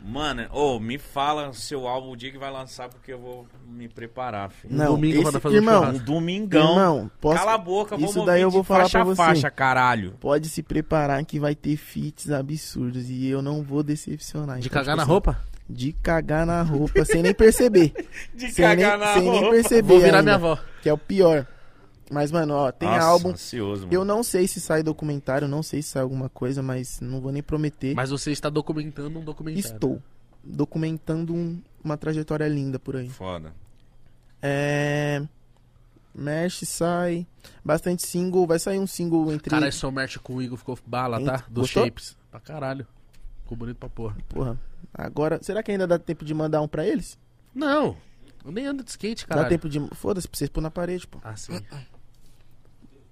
Speaker 1: Mano, ô, me fala o seu álbum, o dia que vai lançar, porque eu vou me preparar, filho.
Speaker 3: Não,
Speaker 2: domingo
Speaker 3: esse-
Speaker 2: pra nós fazer um
Speaker 3: irmão,
Speaker 1: Um
Speaker 2: churrasco.
Speaker 1: domingão.
Speaker 3: irmão, posso...
Speaker 1: Cala a boca, vamos
Speaker 3: Isso
Speaker 1: ouvir
Speaker 3: daí eu
Speaker 1: de
Speaker 3: vou falar
Speaker 1: faixa
Speaker 3: pra
Speaker 1: a
Speaker 3: você.
Speaker 1: faixa, caralho.
Speaker 3: Pode se preparar que vai ter feats absurdos e eu não vou decepcionar.
Speaker 2: De
Speaker 3: Então,
Speaker 2: cagar
Speaker 3: tipo
Speaker 2: na
Speaker 3: assim,
Speaker 2: roupa?
Speaker 3: De cagar na roupa, sem nem perceber.
Speaker 1: De
Speaker 3: sem nem, sem nem perceber
Speaker 2: Vou virar
Speaker 3: ainda,
Speaker 2: minha avó.
Speaker 3: Que é o pior. Mas, mano, ó, tem
Speaker 1: Nossa,
Speaker 3: álbum.
Speaker 1: ansioso, mano.
Speaker 3: Eu não sei se sai documentário, não sei se sai alguma coisa, mas não vou nem prometer.
Speaker 2: Mas você está documentando um documentário.
Speaker 3: Estou documentando um- uma trajetória linda por aí.
Speaker 1: Foda.
Speaker 3: É. Mexe, sai. Bastante single. Vai sair um single entre.
Speaker 2: Cara, esse seu merch com o Igor ficou bala, tá?
Speaker 3: Ent-
Speaker 2: Dos
Speaker 3: gostou?
Speaker 2: shapes. Pra caralho. Ficou bonito pra porra.
Speaker 3: Porra. Agora. Será que ainda dá tempo de mandar um pra eles?
Speaker 2: Não, eu nem ando de skate, caralho.
Speaker 3: Dá tempo de. Foda-se, pra vocês pôr na parede, pô.
Speaker 2: Ah, sim.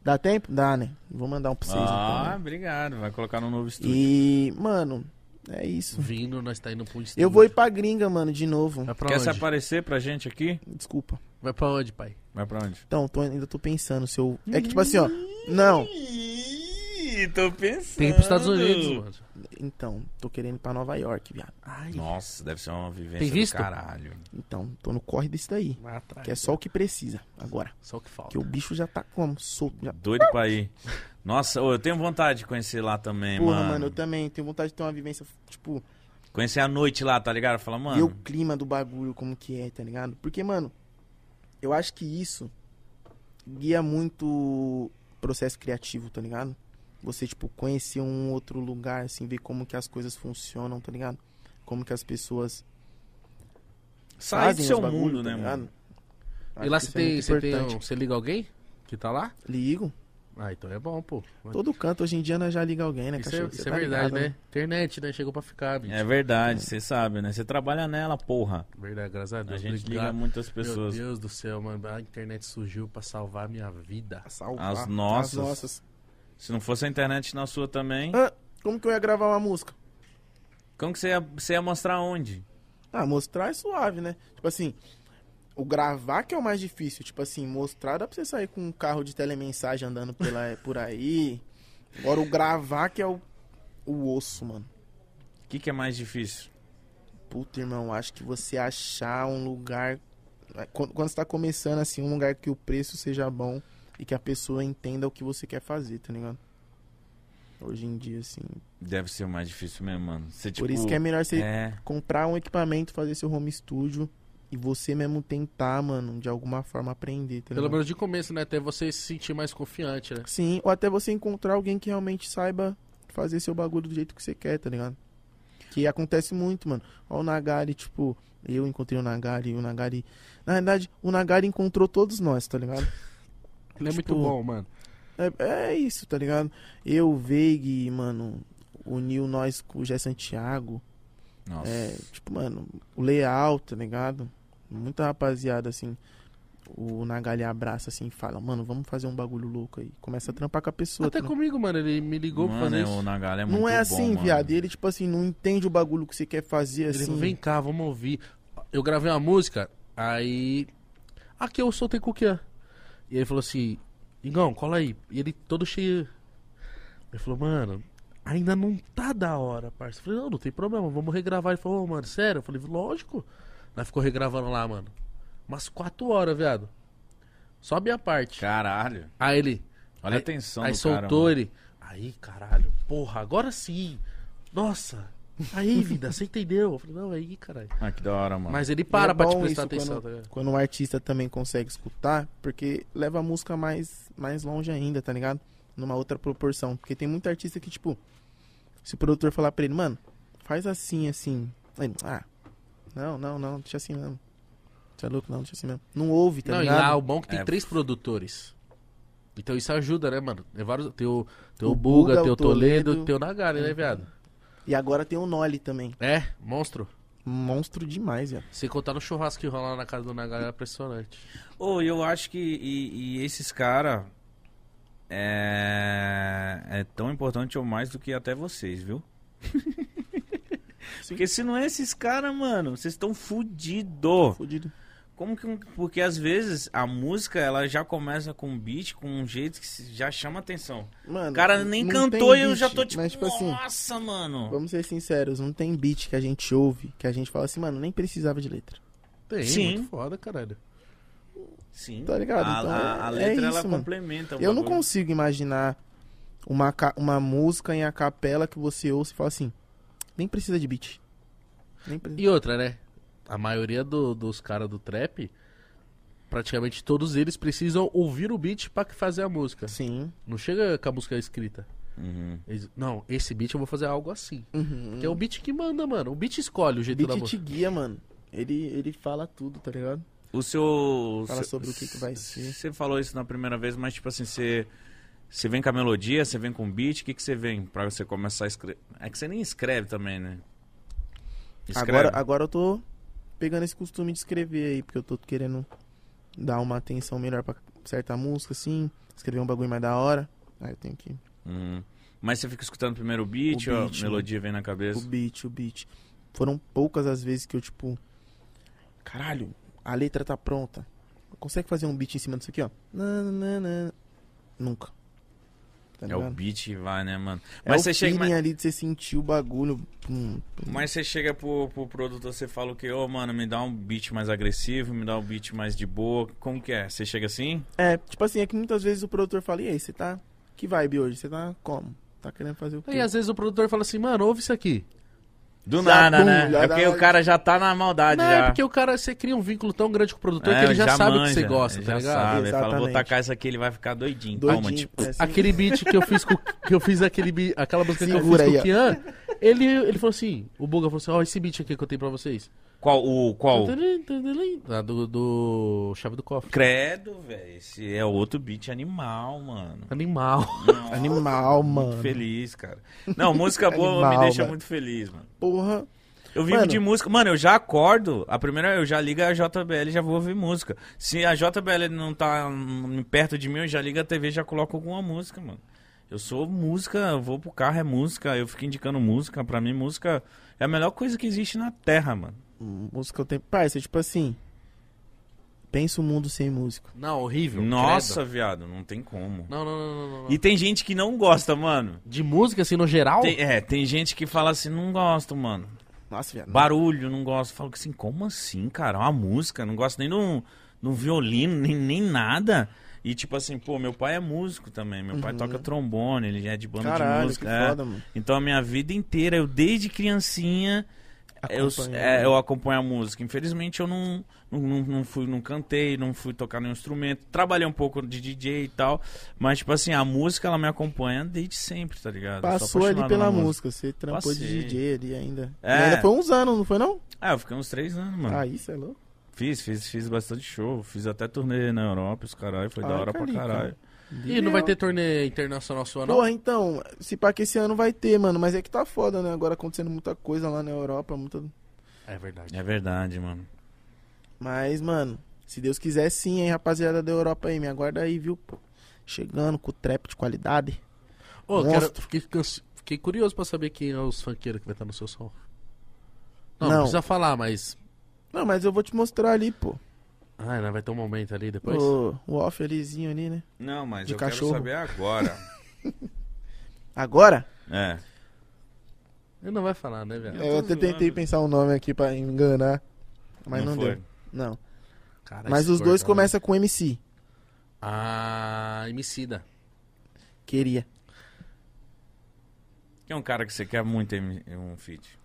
Speaker 3: Dá tempo? Dá, né? Vou mandar um pra vocês.
Speaker 1: Ah,
Speaker 3: então, né?
Speaker 1: obrigado. Vai colocar no novo estúdio.
Speaker 3: E. Mano, é isso.
Speaker 2: Vindo, nós tá indo pro estúdio.
Speaker 3: Eu vou ir pra gringa, mano, de novo.
Speaker 2: Vai pra
Speaker 1: Quer se
Speaker 2: onde?
Speaker 1: aparecer pra gente aqui?
Speaker 3: Desculpa.
Speaker 2: Vai pra onde, pai?
Speaker 1: Vai pra onde?
Speaker 3: Então, tô- ainda tô pensando se eu. É que tipo assim, ó. Não.
Speaker 1: Ih, tô pensando.
Speaker 2: Tem ir pros Estados Unidos, mano.
Speaker 3: Então, tô querendo ir pra Nova York, viado.
Speaker 2: Ai,
Speaker 1: Nossa, deve ser uma vivência
Speaker 2: Tem visto?
Speaker 1: do caralho.
Speaker 3: Então, tô no corre desse daí.
Speaker 2: vai atrás.
Speaker 3: Que é só o que precisa agora.
Speaker 2: Só o que falta.
Speaker 3: Que o bicho já tá como? Solto. Já...
Speaker 1: Doido pra ir. Nossa, ô, eu tenho vontade de conhecer lá também,
Speaker 3: Porra,
Speaker 1: É, mano.
Speaker 3: mano. eu também tenho vontade de ter uma vivência, tipo,
Speaker 1: Conhecer a noite lá, tá ligado? Fala, mano.
Speaker 3: ver o clima do bagulho, como que é, tá ligado? Porque, mano, eu acho que isso guia muito o processo criativo, tá ligado? Você, tipo, conhecer um outro lugar, assim, ver como que as coisas funcionam, tá ligado? Como que as pessoas
Speaker 1: Sair do
Speaker 3: fazem
Speaker 1: seu
Speaker 3: os bagulho,
Speaker 1: mundo,
Speaker 3: tá
Speaker 1: né,
Speaker 3: ligado?
Speaker 1: mano?
Speaker 2: E
Speaker 3: Acho
Speaker 2: lá
Speaker 3: que
Speaker 2: você
Speaker 3: isso
Speaker 2: tem, você
Speaker 3: é muito
Speaker 2: tem.
Speaker 3: importante.
Speaker 2: um- Você liga alguém que tá lá?
Speaker 3: Ligo.
Speaker 2: Ah, então é bom, pô.
Speaker 3: Todo canto hoje em dia nós já liga alguém, né,
Speaker 2: Isso é,
Speaker 3: cachorro?
Speaker 2: isso
Speaker 3: Você
Speaker 2: é
Speaker 3: tá
Speaker 2: verdade,
Speaker 3: ligado,
Speaker 2: né? Internet, né? Chegou pra ficar, bicho.
Speaker 1: É verdade, você sabe, né? Você trabalha nela, porra.
Speaker 2: Verdade, graças a
Speaker 1: A
Speaker 2: Deus.
Speaker 1: gente liga
Speaker 2: Obrigado.
Speaker 1: muitas
Speaker 2: Meu
Speaker 1: pessoas.
Speaker 2: Deus do céu, mano. A internet surgiu pra salvar a minha vida.
Speaker 3: Salvar.
Speaker 1: As nossas.
Speaker 3: As nossas.
Speaker 1: Se não fosse a internet na sua também,
Speaker 3: Ah, como que eu ia gravar uma música?
Speaker 1: como que você ia, você ia mostrar onde?
Speaker 3: Ah, mostrar é suave, né? Tipo assim, o gravar que é o mais difícil. Tipo assim, mostrar dá pra você sair com um carro de telemensagem andando pela, por aí. Agora o gravar que é o, o osso, mano.
Speaker 1: O que, que é mais difícil?
Speaker 3: Puta, irmão, acho que você achar um lugar. Quando, quando você tá começando, assim, um lugar que o preço seja bom e que a pessoa entenda o que você quer fazer, tá ligado? Hoje em dia, assim.
Speaker 1: Deve ser o mais difícil mesmo, mano. Você, tipo,
Speaker 3: por isso que é melhor você
Speaker 1: É,
Speaker 3: comprar um equipamento, fazer seu home studio e você mesmo tentar, mano, de alguma forma aprender, tá
Speaker 2: Pelo
Speaker 3: ligado?
Speaker 2: menos de começo, né? Até você se sentir mais confiante, né?
Speaker 3: Sim, ou até você encontrar alguém que realmente saiba fazer seu bagulho do jeito que você quer, tá ligado? Que acontece muito, mano. Ó, o Nagari, tipo, eu encontrei o Nagari, o Nagari. Na verdade, o Nagari encontrou todos nós, tá ligado?
Speaker 2: Ele é muito
Speaker 3: Tipo,
Speaker 2: bom, mano.
Speaker 3: É, é isso, tá ligado? Eu, o Veig, mano, uniu nós com o Jé Santiago.
Speaker 1: nossa.
Speaker 3: É, tipo, mano, o Leal, tá ligado? Muita rapaziada, assim, o Nagali abraça, assim, e fala, mano, vamos fazer um bagulho louco aí. Começa a trampar com a pessoa.
Speaker 2: Até
Speaker 3: tá ligado?
Speaker 2: comigo, mano. Ele me ligou
Speaker 1: mano,
Speaker 2: pra fazer
Speaker 1: é,
Speaker 2: isso.
Speaker 1: o Nagalha é muito
Speaker 3: Não é
Speaker 1: bom,
Speaker 3: assim,
Speaker 1: mano.
Speaker 3: viado. Ele, tipo assim, não entende o bagulho que você quer fazer,
Speaker 2: Ele
Speaker 3: assim.
Speaker 2: falou, vem cá, vamos ouvir. Eu gravei uma música, aí. Aqui eu soltei com o Kian. E ele falou assim, Igão, cola aí. E ele todo cheio. Ele falou, mano, ainda não tá da hora, parça. Eu falei, não, não tem problema, vamos regravar. Ele falou, ô, mano, sério? Eu falei, lógico. Nós ficou regravando lá, mano. Umas quatro horas, viado. Só a minha parte.
Speaker 1: Caralho.
Speaker 2: Aí ele.
Speaker 1: Olha
Speaker 2: aí,
Speaker 1: a tensão
Speaker 2: Aí
Speaker 1: do cara,
Speaker 2: soltou
Speaker 1: mano.
Speaker 2: ele. Aí, caralho, porra, agora sim. Nossa. Aí, vida, você entendeu? Eu falei, não, aí, caralho.
Speaker 1: Ah, que da hora, mano.
Speaker 2: Mas ele para
Speaker 3: E é
Speaker 2: pra te
Speaker 3: bom
Speaker 2: prestar
Speaker 3: isso
Speaker 2: atenção,
Speaker 3: quando,
Speaker 2: tá ligado?
Speaker 3: Quando o artista também consegue escutar, porque leva a música mais, mais longe ainda, tá ligado? Numa outra proporção. Porque tem muito artista que, tipo, se o produtor falar pra ele, mano, faz assim, assim. Ele, ah, não, não, não, deixa assim mesmo. Você é louco, não, deixa assim mesmo. Não ouve, tá
Speaker 2: não, e
Speaker 3: ligado?
Speaker 2: lá o bom é que tem
Speaker 1: É.
Speaker 2: três produtores. Então isso ajuda, né, mano? Tem, vários, tem, o, tem o
Speaker 3: O
Speaker 2: Buga,
Speaker 3: Buga,
Speaker 2: tem o
Speaker 3: o
Speaker 2: Toledo,
Speaker 3: Toledo.
Speaker 2: tem o Nagari, né, viado?
Speaker 3: E agora tem o Nolly também.
Speaker 2: É, monstro.
Speaker 3: Monstro demais, velho.
Speaker 2: Sem contar no churrasco que rola lá na casa do Nagari, é impressionante.
Speaker 1: Ô, eu acho que e, e esses caras é, é tão importante ou mais do que até vocês, viu? Porque se não é esses caras, mano, vocês estão fudido.
Speaker 3: Fudido.
Speaker 1: Como que um- porque às vezes a música ela já começa com um beat, com um jeito que se- já chama atenção.
Speaker 3: Mano,
Speaker 1: O cara nem
Speaker 3: não
Speaker 1: cantou
Speaker 3: tem
Speaker 1: e eu já
Speaker 3: beat,
Speaker 1: tô tipo,
Speaker 3: Mas, tipo assim,
Speaker 1: nossa, mano.
Speaker 3: vamos ser sinceros, não tem beat que a gente ouve que a gente fala assim, mano, nem precisava de letra.
Speaker 2: Tem,
Speaker 1: Sim.
Speaker 2: muito foda, caralho.
Speaker 1: Sim.
Speaker 3: Tá ligado?
Speaker 1: A,
Speaker 3: Então,
Speaker 1: a- a
Speaker 3: é
Speaker 1: letra ela
Speaker 3: isso, mano.
Speaker 1: complementa. o
Speaker 3: Eu não
Speaker 1: bagulho.
Speaker 3: consigo imaginar uma, ca- uma música em a capela que você ouça e fala assim, nem precisa de beat. Nem precisa.
Speaker 2: E outra, né? A maioria do- dos caras do trap, praticamente todos eles precisam ouvir o beat pra que fazer a música.
Speaker 3: Sim.
Speaker 2: Não chega com a música escrita.
Speaker 1: Uhum.
Speaker 2: Eles, não, esse beat eu vou fazer algo assim.
Speaker 3: Uhum.
Speaker 2: Que é o beat que manda, mano. O beat escolhe o jeito da
Speaker 3: beat te
Speaker 2: música.
Speaker 3: guia, mano. Ele, ele fala tudo, tá ligado?
Speaker 1: O seu.
Speaker 3: Fala
Speaker 1: se-
Speaker 3: sobre o que que vai ser.
Speaker 1: Você falou isso na primeira vez, mas tipo assim, você. Você vem com a melodia, você vem com o beat, o que, que você vem pra você começar a escrever? É que você nem escreve também, né?
Speaker 3: Agora, agora eu tô pegando esse costume de escrever aí, porque eu tô querendo dar uma atenção melhor pra certa música, assim, escrever um bagulho mais da hora. Aí eu tenho que.
Speaker 1: Uhum. Mas você fica escutando primeiro o beat,
Speaker 3: O
Speaker 1: ó,
Speaker 3: beat,
Speaker 1: a melodia vem na
Speaker 3: O
Speaker 1: cabeça.
Speaker 3: beat, o beat. Foram poucas as vezes que eu, tipo. Caralho, a letra tá pronta. Consegue fazer um beat em cima disso aqui, ó? Na, na, na, na. Nunca. Tá
Speaker 1: é o
Speaker 3: ligado?
Speaker 1: beat que vai, né, mano?
Speaker 3: É
Speaker 1: Mas
Speaker 3: o
Speaker 1: você chega.
Speaker 3: feeling
Speaker 1: Mas,
Speaker 3: ali de você sentir o bagulho. hum. Pum, pum.
Speaker 1: mas você chega pro, pro produtor, você fala o quê? Ô, mano, me dá um beat mais agressivo, me dá um beat mais de boa. Como que é? Você chega assim?
Speaker 3: É, tipo assim, é que muitas vezes o produtor fala, e aí, você tá. Que vibe hoje? Você tá como? Tá querendo fazer o quê?
Speaker 2: E às vezes o produtor fala assim, mano, ouve isso aqui.
Speaker 1: Do
Speaker 3: Já,
Speaker 1: nada,
Speaker 3: bum,
Speaker 1: né?
Speaker 3: já
Speaker 1: É
Speaker 3: dá
Speaker 1: porque o
Speaker 3: uma-
Speaker 1: cara já tá na maldade
Speaker 2: Não,
Speaker 1: já.
Speaker 2: é porque o cara, você cria um vínculo tão grande com o produtor
Speaker 1: É,
Speaker 2: que ele já, sabe o que
Speaker 1: manja,
Speaker 2: você gosta,
Speaker 1: ele
Speaker 2: tá
Speaker 1: já
Speaker 2: ligado?
Speaker 1: Sabe, ele fala, vou
Speaker 3: Exatamente.
Speaker 1: tacar isso aqui, ele vai ficar doidinho. Toma,
Speaker 3: Doidinho.
Speaker 1: tipo,
Speaker 3: É assim.
Speaker 2: Aquele beat que eu fiz com, que eu fiz aquele bi- aquela música que eu fiz
Speaker 3: Segura
Speaker 2: com
Speaker 3: aí,
Speaker 2: o
Speaker 3: ó.
Speaker 2: Kian, ele, ele falou assim, o Buga falou assim, ó, esse beat aqui que eu tenho pra vocês.
Speaker 1: qual o qual?
Speaker 2: Ah, do, do Chave do Cofre.
Speaker 1: Credo, velho. Esse é outro beat animal, mano.
Speaker 2: Animal.
Speaker 3: Animal,
Speaker 1: Muito
Speaker 3: mano.
Speaker 1: feliz, cara. Não, música boa me
Speaker 3: Animal,
Speaker 1: deixa
Speaker 3: mano.
Speaker 1: muito feliz, mano.
Speaker 3: Porra.
Speaker 1: Eu vivo
Speaker 3: Mano.
Speaker 1: de música. Mano, eu já acordo. A primeira eu já ligo a JBL e já vou ouvir música. Se a JBL não tá hum, perto de mim, eu já ligo a TV e já coloco alguma música, mano. Eu sou música, eu vou pro carro, é música, eu fico indicando música. Pra mim, música é a melhor coisa que existe na Terra, mano.
Speaker 3: Música eu tenho. Parça, tipo assim. Pensa o mundo sem música.
Speaker 2: Não, horrível.
Speaker 1: Nossa,
Speaker 2: credo.
Speaker 1: viado, não tem como.
Speaker 2: Não, não, não, não, não, não.
Speaker 1: E tem gente que não gosta, mano.
Speaker 2: De música, assim, no geral?
Speaker 1: Tem- é, tem gente que fala assim, não gosto, mano.
Speaker 3: Nossa, viado.
Speaker 1: Barulho, não gosto. Falo assim, como assim, cara? Uma música, não gosto nem do, do um violino, nem, nem nada. E tipo assim, pô, meu pai é músico também. Meu pai
Speaker 3: Uhum.
Speaker 1: toca trombone, ele é de banda de
Speaker 3: Caralho, que
Speaker 1: música. é.
Speaker 3: foda, mano.
Speaker 1: Então a minha vida inteira, eu desde criancinha, eu,
Speaker 3: Acompanhou.
Speaker 1: é, eu acompanho a música. Infelizmente eu não, não, não, não fui, não cantei, não fui tocar nenhum instrumento. Trabalhei um pouco de DJ e tal. Mas, tipo assim, a música ela me acompanha desde sempre, tá ligado? Eu sou
Speaker 3: Passou ali
Speaker 1: apaixonado na
Speaker 3: pela música. Você trampou
Speaker 1: Passei.
Speaker 3: de DJ ali ainda.
Speaker 1: É.
Speaker 3: E ainda foi uns anos, não foi não?
Speaker 1: Ah, eu fiquei uns três anos, mano.
Speaker 3: Aí, cê é louco.
Speaker 1: Fiz, fiz, fiz bastante show. Fiz até turnê na Europa, os caralho. Foi da
Speaker 3: Ai,
Speaker 1: hora pra
Speaker 3: Ah, é carica.
Speaker 1: caralho.
Speaker 2: E não vai ter torneio internacional sua, não?
Speaker 3: Porra, então, se pá que esse ano vai ter, mano. Mas é que tá foda, né? Agora acontecendo muita coisa lá na Europa, muita.
Speaker 2: É verdade.
Speaker 1: É verdade, mano.
Speaker 3: Mas, mano, se Deus quiser sim, hein, rapaziada da Europa aí. Me aguarda aí, viu? pô? Chegando com o trap de qualidade.
Speaker 2: Ô, quero-
Speaker 3: Monstro.
Speaker 2: fiquei, canse- fiquei curioso pra saber quem é os funkeiros que vai estar no seu som. Não, não,
Speaker 3: Não.
Speaker 2: precisa falar, mas...
Speaker 3: Não, mas eu vou te mostrar ali, pô.
Speaker 2: Ah, não, vai ter um momento ali depois.
Speaker 3: O, o off alizinho ali, né?
Speaker 1: Não, mas
Speaker 3: De
Speaker 1: eu
Speaker 3: cachorro.
Speaker 1: quero saber agora.
Speaker 3: Agora,
Speaker 1: é.
Speaker 2: Ele não vai falar, né, velho?
Speaker 1: Eu
Speaker 3: Eu
Speaker 1: tô
Speaker 3: até
Speaker 1: zoando.
Speaker 3: tentei pensar um nome aqui pra enganar, mas não,
Speaker 1: foi.
Speaker 3: deu. Não.
Speaker 2: Cara,
Speaker 3: mas
Speaker 2: esse
Speaker 3: os dois
Speaker 2: gordão. né?
Speaker 3: começam com MC.
Speaker 2: Ah, Emicida.
Speaker 3: Queria.
Speaker 1: Quem é um cara que você quer muito em em um feat?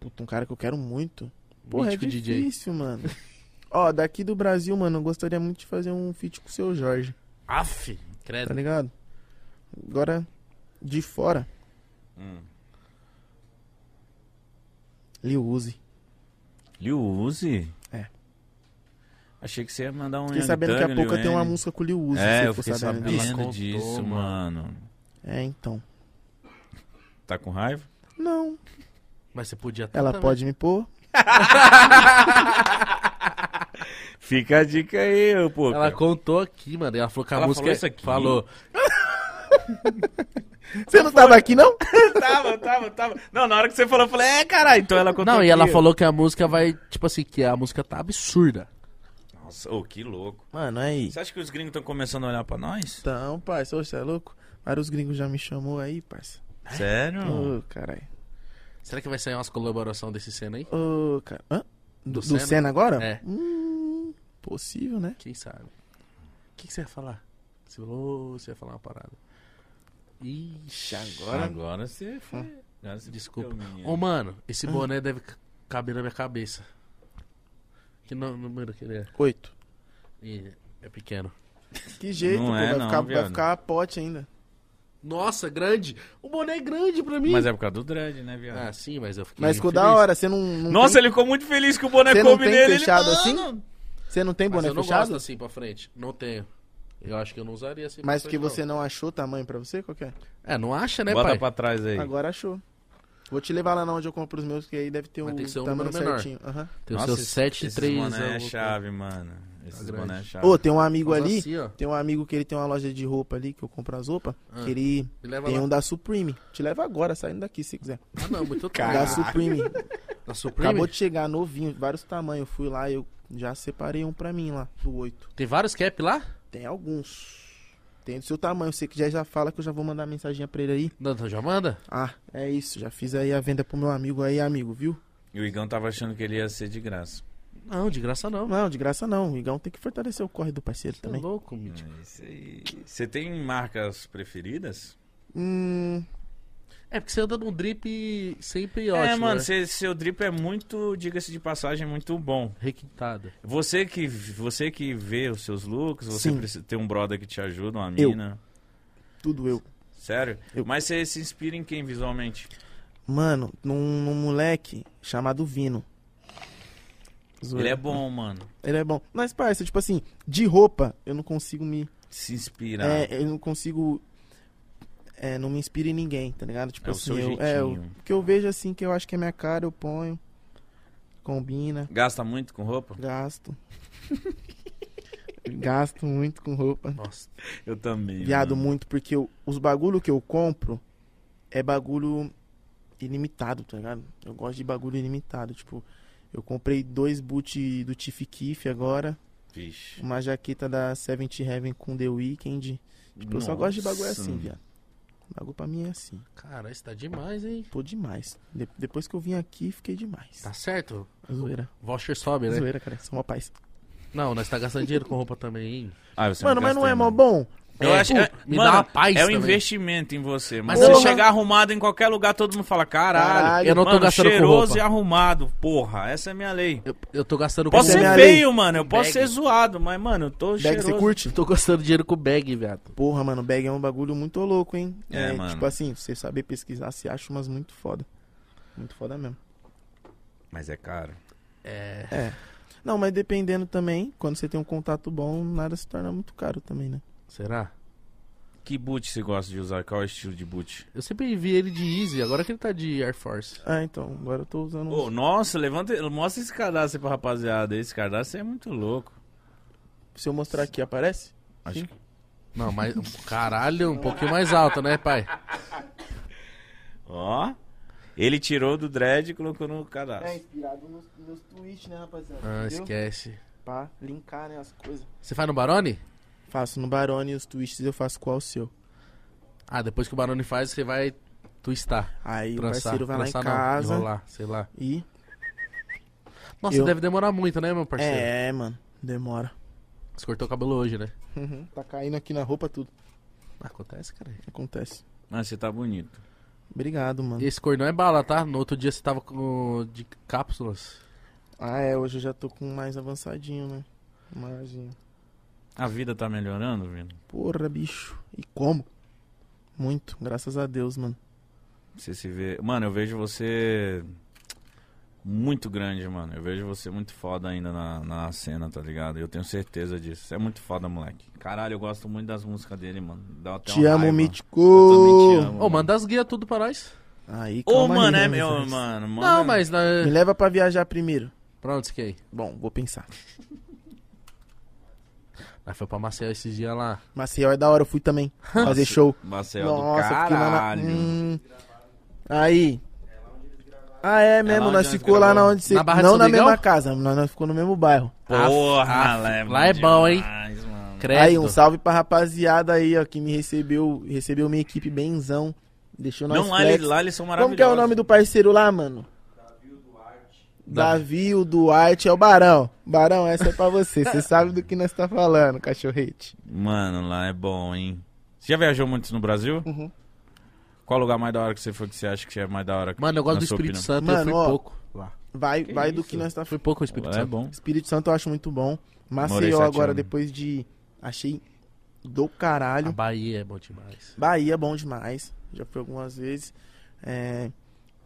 Speaker 3: Puta, um cara que eu quero muito. Porra, é
Speaker 2: Mítico DJ.
Speaker 3: difícil, mano. Ó, daqui do Brasil, mano, eu gostaria muito de fazer um feat com o seu Jorge,
Speaker 2: Aff,
Speaker 3: tá
Speaker 1: É.
Speaker 2: credo.
Speaker 3: ligado? Agora, de fora,
Speaker 1: Hum.
Speaker 3: Lil Uzi.
Speaker 1: Lil Uzi?
Speaker 3: É.
Speaker 1: Achei que você ia mandar um
Speaker 3: Fiquei
Speaker 1: Young
Speaker 3: sabendo que a
Speaker 1: Thug,
Speaker 3: pouco
Speaker 1: Lil
Speaker 3: tem uma
Speaker 1: Wayne.
Speaker 3: música com o Lil Uzi.
Speaker 1: É,
Speaker 3: você
Speaker 1: eu
Speaker 3: ficou
Speaker 1: fiquei sabendo,
Speaker 2: disso? Ela contou,
Speaker 1: disso,
Speaker 2: mano.
Speaker 1: mano.
Speaker 3: É, então.
Speaker 1: Tá com raiva?
Speaker 3: Não,
Speaker 2: Mas você podia tá
Speaker 3: ela
Speaker 2: também.
Speaker 3: pode me pôr.
Speaker 1: Fica a dica aí, ô, pô.
Speaker 2: Ela contou aqui, mano. e Ela falou que a
Speaker 1: Ela
Speaker 2: música.
Speaker 1: falou isso aqui?
Speaker 2: Falou.
Speaker 3: Você não tava aqui, não?
Speaker 1: tava, tava, tava. Não, na hora que você falou, eu falei, é, caralho. Então ela contou
Speaker 2: Não, e ela
Speaker 1: aqui.
Speaker 2: falou que a música vai. Tipo assim, que a música tá absurda.
Speaker 1: Nossa, ô, que louco.
Speaker 3: Mano, aí.
Speaker 1: Você acha que os gringos estão começando a olhar pra nós?
Speaker 3: Então, parça, ô, você é louco? Vários gringos já me chamou aí, parça.
Speaker 1: Sério?
Speaker 2: Hum.
Speaker 3: Ô, caralho.
Speaker 2: Será que vai sair umas colaborações desse cena aí?
Speaker 3: Ô, cara. Hã? Do,
Speaker 2: Do
Speaker 3: do
Speaker 2: Senna?
Speaker 3: Senna agora?
Speaker 2: É.
Speaker 3: Hum, possível, né?
Speaker 2: Quem sabe? O que, que você ia falar? Você falou, você ia falar uma parada. Ixi,
Speaker 1: Agora, agora você foi. Agora você
Speaker 2: Desculpa.
Speaker 1: ficou, menino.
Speaker 2: Ô, mano, esse boné deve c- caber na minha cabeça. Que nu- número que ele é?
Speaker 3: Oito.
Speaker 2: Ih, É pequeno.
Speaker 3: Que jeito,
Speaker 1: Não
Speaker 3: pô.
Speaker 1: é,
Speaker 3: vai,
Speaker 1: não,
Speaker 3: ficar,
Speaker 1: viado.
Speaker 3: vai ficar pote ainda.
Speaker 2: Nossa, grande! O boné é grande pra mim!
Speaker 1: Mas é por causa do dread, né, viado?
Speaker 2: Ah, sim, mas eu fiquei.
Speaker 3: Mas ficou
Speaker 2: feliz.
Speaker 3: da hora, você não, não
Speaker 1: Nossa,
Speaker 3: tem,
Speaker 1: ele ficou muito feliz que o boné
Speaker 3: Você não
Speaker 1: coube
Speaker 3: tem
Speaker 1: nele.
Speaker 3: fechado
Speaker 1: ele, mano,
Speaker 3: você não tem
Speaker 2: Mas
Speaker 3: boné
Speaker 2: eu não
Speaker 3: fechado?
Speaker 2: gosto assim pra frente. Não tenho. Eu acho que eu não usaria assim
Speaker 3: Mas
Speaker 2: pra
Speaker 3: porque
Speaker 2: frente,
Speaker 3: você não achou o tamanho pra você? Qual que é?
Speaker 2: não. É, não acha, né,
Speaker 1: Bota
Speaker 2: pai?
Speaker 1: pra trás aí.
Speaker 3: Agora achou. Vou te levar lá na onde eu compro os meus, que aí deve ter
Speaker 2: Mas
Speaker 3: o
Speaker 2: tem que ser um
Speaker 3: tamanho
Speaker 2: número menor.
Speaker 3: certinho. Aham.
Speaker 2: Tem o
Speaker 1: Nossa,
Speaker 2: seu
Speaker 1: esses-
Speaker 2: 7 e 3
Speaker 1: Esses boné é chave, mano. Esses
Speaker 2: grande.
Speaker 1: boné é chave.
Speaker 3: Ô, tem um amigo
Speaker 2: Faz
Speaker 3: ali,
Speaker 2: Tá. assim, ó.
Speaker 3: tem um amigo que ele tem uma loja de roupa ali, que eu compro as roupas,
Speaker 2: Ah.
Speaker 3: que ele
Speaker 2: Me leva
Speaker 3: tem
Speaker 2: lá.
Speaker 3: um da Supreme. Te leva agora, saindo daqui, se quiser. Um
Speaker 2: Ah, não, muito
Speaker 3: Da
Speaker 2: tarde.
Speaker 3: Supreme.
Speaker 2: Da Supreme?
Speaker 3: Acabou de chegar, novinho, vários tamanhos. Eu fui lá, eu já separei um pra mim lá, do 8.
Speaker 2: Tem vários cap lá?
Speaker 3: Tem alguns. Tem do seu tamanho. Você que já, já fala que eu já vou mandar mensagem pra ele aí.
Speaker 2: Não, então já manda?
Speaker 3: Ah, é isso. Já fiz aí a venda pro meu amigo aí, amigo, viu?
Speaker 1: E o Igão tava achando que ele ia ser de graça.
Speaker 2: Não, de graça não.
Speaker 3: Não, de graça não. O Igão tem que fortalecer o corre do parceiro
Speaker 2: Tá
Speaker 3: também.
Speaker 2: louco, Mítico.
Speaker 1: É isso aí. Você tem marcas preferidas?
Speaker 3: Hum,
Speaker 2: É porque você anda num drip sempre ótimo.
Speaker 1: é, mano,
Speaker 2: né?
Speaker 1: cê- seu drip é muito, diga-se de passagem, muito bom.
Speaker 2: Requintado.
Speaker 1: Você que, você que vê os seus looks, você
Speaker 3: Sim.
Speaker 1: precisa ter um brother que te ajuda, uma
Speaker 3: Eu.
Speaker 1: mina.
Speaker 3: tudo eu.
Speaker 1: Sério?
Speaker 3: Eu.
Speaker 1: Mas você se inspira em quem visualmente?
Speaker 3: Mano, num, num moleque chamado Vino. Zoeira.
Speaker 1: Ele é bom, mano.
Speaker 3: Ele é bom. Mas, parça, tipo assim, de roupa, eu não consigo me.
Speaker 1: Se inspirar. É,
Speaker 3: É, eu não consigo. É, não me inspiro em ninguém, tá ligado? Tipo
Speaker 1: o
Speaker 3: assim,
Speaker 1: seu
Speaker 3: eu,
Speaker 1: jeitinho.
Speaker 3: é, eu- Porque eu vejo assim que eu acho que é minha cara, eu ponho. Combina,
Speaker 1: Gasta muito com roupa?
Speaker 3: gasto. gasto muito com roupa.
Speaker 2: Nossa.
Speaker 1: Eu também.
Speaker 3: Viado
Speaker 1: mano.
Speaker 3: muito, porque eu- os bagulho que eu compro é bagulho ilimitado, tá ligado? Eu gosto de bagulho ilimitado. Tipo, eu comprei dois boot do Tiff Kiff agora,
Speaker 1: Vixe.
Speaker 3: uma jaqueta da Seventy Heaven com The Weeknd. Tipo, eu só gosto de bagulho assim, viado. Bagulho pra mim é assim.
Speaker 2: Cara, isso tá demais, hein?
Speaker 3: Tô demais. De- depois que eu vim aqui, fiquei demais. É
Speaker 2: Tá certo?
Speaker 3: Zoeira.
Speaker 2: Voucher sobe, né?
Speaker 3: Zoeira, cara. Sou uma paz.
Speaker 2: Não, nós tá gastando dinheiro com roupa também, hein?
Speaker 1: Ah, você
Speaker 3: Mano, mas não é
Speaker 1: gasta,
Speaker 3: mó
Speaker 1: né?
Speaker 3: bom?
Speaker 1: Eu
Speaker 2: É,
Speaker 1: acho,
Speaker 2: pô,
Speaker 1: é,
Speaker 2: me
Speaker 1: mano,
Speaker 2: dá uma paz
Speaker 1: É um
Speaker 2: também.
Speaker 1: investimento em você,
Speaker 2: Mas
Speaker 1: mano. Mas
Speaker 3: porra.
Speaker 1: você chegar arrumado em qualquer lugar, todo mundo fala, caralho.
Speaker 3: Caralho,
Speaker 2: eu não tô
Speaker 1: mano,
Speaker 2: gastando com
Speaker 1: cheiroso
Speaker 2: roupa.
Speaker 1: e arrumado, porra. Essa é a minha lei.
Speaker 2: Eu, eu tô gastando
Speaker 1: Posso
Speaker 3: Essa é
Speaker 1: ser
Speaker 3: minha
Speaker 1: feio, mano. Eu posso
Speaker 2: Bag.
Speaker 1: ser zoado, mas, mano, eu tô
Speaker 3: Bag, você
Speaker 1: cheiroso.
Speaker 3: curte?
Speaker 2: Eu tô gastando dinheiro com bag, viado.
Speaker 3: Porra, mano, bag é um bagulho muito louco, hein?
Speaker 1: É, mano.
Speaker 3: Tipo assim, você saber pesquisar, você acha umas muito foda. Muito foda mesmo.
Speaker 1: Mas é caro.
Speaker 2: É.
Speaker 3: Não, mas dependendo também, quando você tem um contato bom, nada se torna muito caro também, né?
Speaker 2: Será?
Speaker 1: Que boot você gosta de usar? Qual é o estilo de boot?
Speaker 2: Eu sempre vi ele de Easy, agora que ele tá de Air Force.
Speaker 3: Ah, então, agora eu tô usando
Speaker 1: Ô,
Speaker 3: uns-
Speaker 1: nossa, levanta, mostra esse cadastro aí pra rapaziada. Esse cadastro é muito louco.
Speaker 3: Se eu mostrar aqui, aparece?
Speaker 1: Acho
Speaker 3: Sim.
Speaker 1: que...
Speaker 2: Não, mas. Caralho, um pouquinho mais alto, né, pai?
Speaker 1: Ó. Ele tirou do dread e colocou no cadastro.
Speaker 3: É, inspirado nos, nos tweets, né, rapaziada?
Speaker 2: Ah, esquece.
Speaker 3: Pra linkar, né, as coisas.
Speaker 2: Você faz no Barone?
Speaker 3: Faço no Barone e os tweets eu faço qual o seu.
Speaker 2: Ah, depois que o Barone faz, você vai Tu está.
Speaker 3: Aí o
Speaker 2: Trançar,
Speaker 3: parceiro vai lá em
Speaker 2: trançar não,
Speaker 3: casa
Speaker 2: enrolar, sei lá.
Speaker 3: e.
Speaker 2: Nossa,
Speaker 3: Eu-
Speaker 2: deve demorar muito, né, meu parceiro?
Speaker 3: É, mano, demora.
Speaker 2: Você cortou o cabelo hoje, né?
Speaker 3: Uhum, Tá caindo aqui na roupa tudo.
Speaker 2: Acontece, cara.
Speaker 3: Acontece.
Speaker 1: Mas você tá bonito.
Speaker 3: Obrigado, mano.
Speaker 2: E esse cordão é bala, tá? No outro dia você tava com... de cápsulas.
Speaker 3: Ah, é, hoje eu já tô com mais avançadinho, né? Maiorzinho.
Speaker 1: A vida tá melhorando, Vino?
Speaker 3: Porra, bicho. E como? Muito, graças a Deus, mano.
Speaker 1: Você se vê. Mano, eu vejo você muito grande, mano. Eu vejo você muito foda ainda na, na cena, tá ligado? Eu tenho certeza disso. Você é muito foda, moleque. Caralho, eu gosto muito das músicas dele, mano. Dá até
Speaker 3: te
Speaker 1: uma
Speaker 3: amo,
Speaker 1: raiva.
Speaker 3: Mítico.
Speaker 1: Eu também te amo.
Speaker 2: Ô, manda as guias tudo pra nós.
Speaker 3: Aí,
Speaker 1: Ô,
Speaker 3: calma aí,
Speaker 1: mano,
Speaker 3: né,
Speaker 1: é meu,
Speaker 3: Moisés?
Speaker 1: mano.
Speaker 2: Não,
Speaker 1: manda-
Speaker 2: mas... né, Na...
Speaker 3: Me leva pra viajar primeiro.
Speaker 2: Pronto, esquei.
Speaker 3: Bom, vou pensar.
Speaker 2: Aí foi pra Maceió esses dias lá.
Speaker 3: Maceió é da hora, eu fui também. Fazer show.
Speaker 1: Marcel do
Speaker 3: Nossa, fiquei lá na...
Speaker 1: caralho.
Speaker 3: Hum. Aí. Ah, é mesmo,
Speaker 1: Tá onde
Speaker 3: nós
Speaker 1: nós
Speaker 3: ficou lá na
Speaker 1: gravamos.
Speaker 3: onde você...
Speaker 2: Na Barra do
Speaker 3: Não
Speaker 2: São
Speaker 3: na
Speaker 2: Miguel?
Speaker 3: mesma casa, nós, nós ficou no mesmo bairro.
Speaker 1: Porra,
Speaker 2: Af-
Speaker 1: lá é bom,
Speaker 2: lá é bom, hein?
Speaker 1: demais, mano.
Speaker 2: Crédito.
Speaker 3: Aí, um salve pra rapaziada aí, ó, que me recebeu, recebeu minha equipe benzão. Deixou nós
Speaker 1: Não, lá,
Speaker 3: flex.
Speaker 1: eles- lá eles são
Speaker 3: Como
Speaker 1: maravilhosos.
Speaker 3: que é o nome do parceiro lá, mano? Davi o Duarte é o Barão. Barão, essa é pra você. Você sabe do que nós tá falando, cachorrete.
Speaker 1: Mano, lá é bom, hein? Você já viajou muito no Brasil?
Speaker 3: Uhum.
Speaker 1: Qual lugar mais da hora que você foi que você acha que é mais da hora?
Speaker 2: Mano, eu gosto
Speaker 1: na
Speaker 2: do
Speaker 1: sua
Speaker 2: Espírito
Speaker 1: opinião?
Speaker 2: Santo, eu
Speaker 3: Mano,
Speaker 2: fui
Speaker 3: ó.
Speaker 2: pouco lá.
Speaker 3: Vai, vai do
Speaker 1: isso?
Speaker 3: que nós tá
Speaker 2: Fui pouco o Espírito
Speaker 1: Lá é
Speaker 2: Santo.
Speaker 1: bom.
Speaker 3: Espírito Santo eu acho muito bom.
Speaker 1: Morei
Speaker 3: Maceió
Speaker 1: sete
Speaker 3: agora,
Speaker 1: anos. né?
Speaker 3: depois de. Achei do
Speaker 2: A
Speaker 3: caralho.
Speaker 2: Bahia é bom demais.
Speaker 3: Bahia é bom demais. Já fui algumas vezes. É,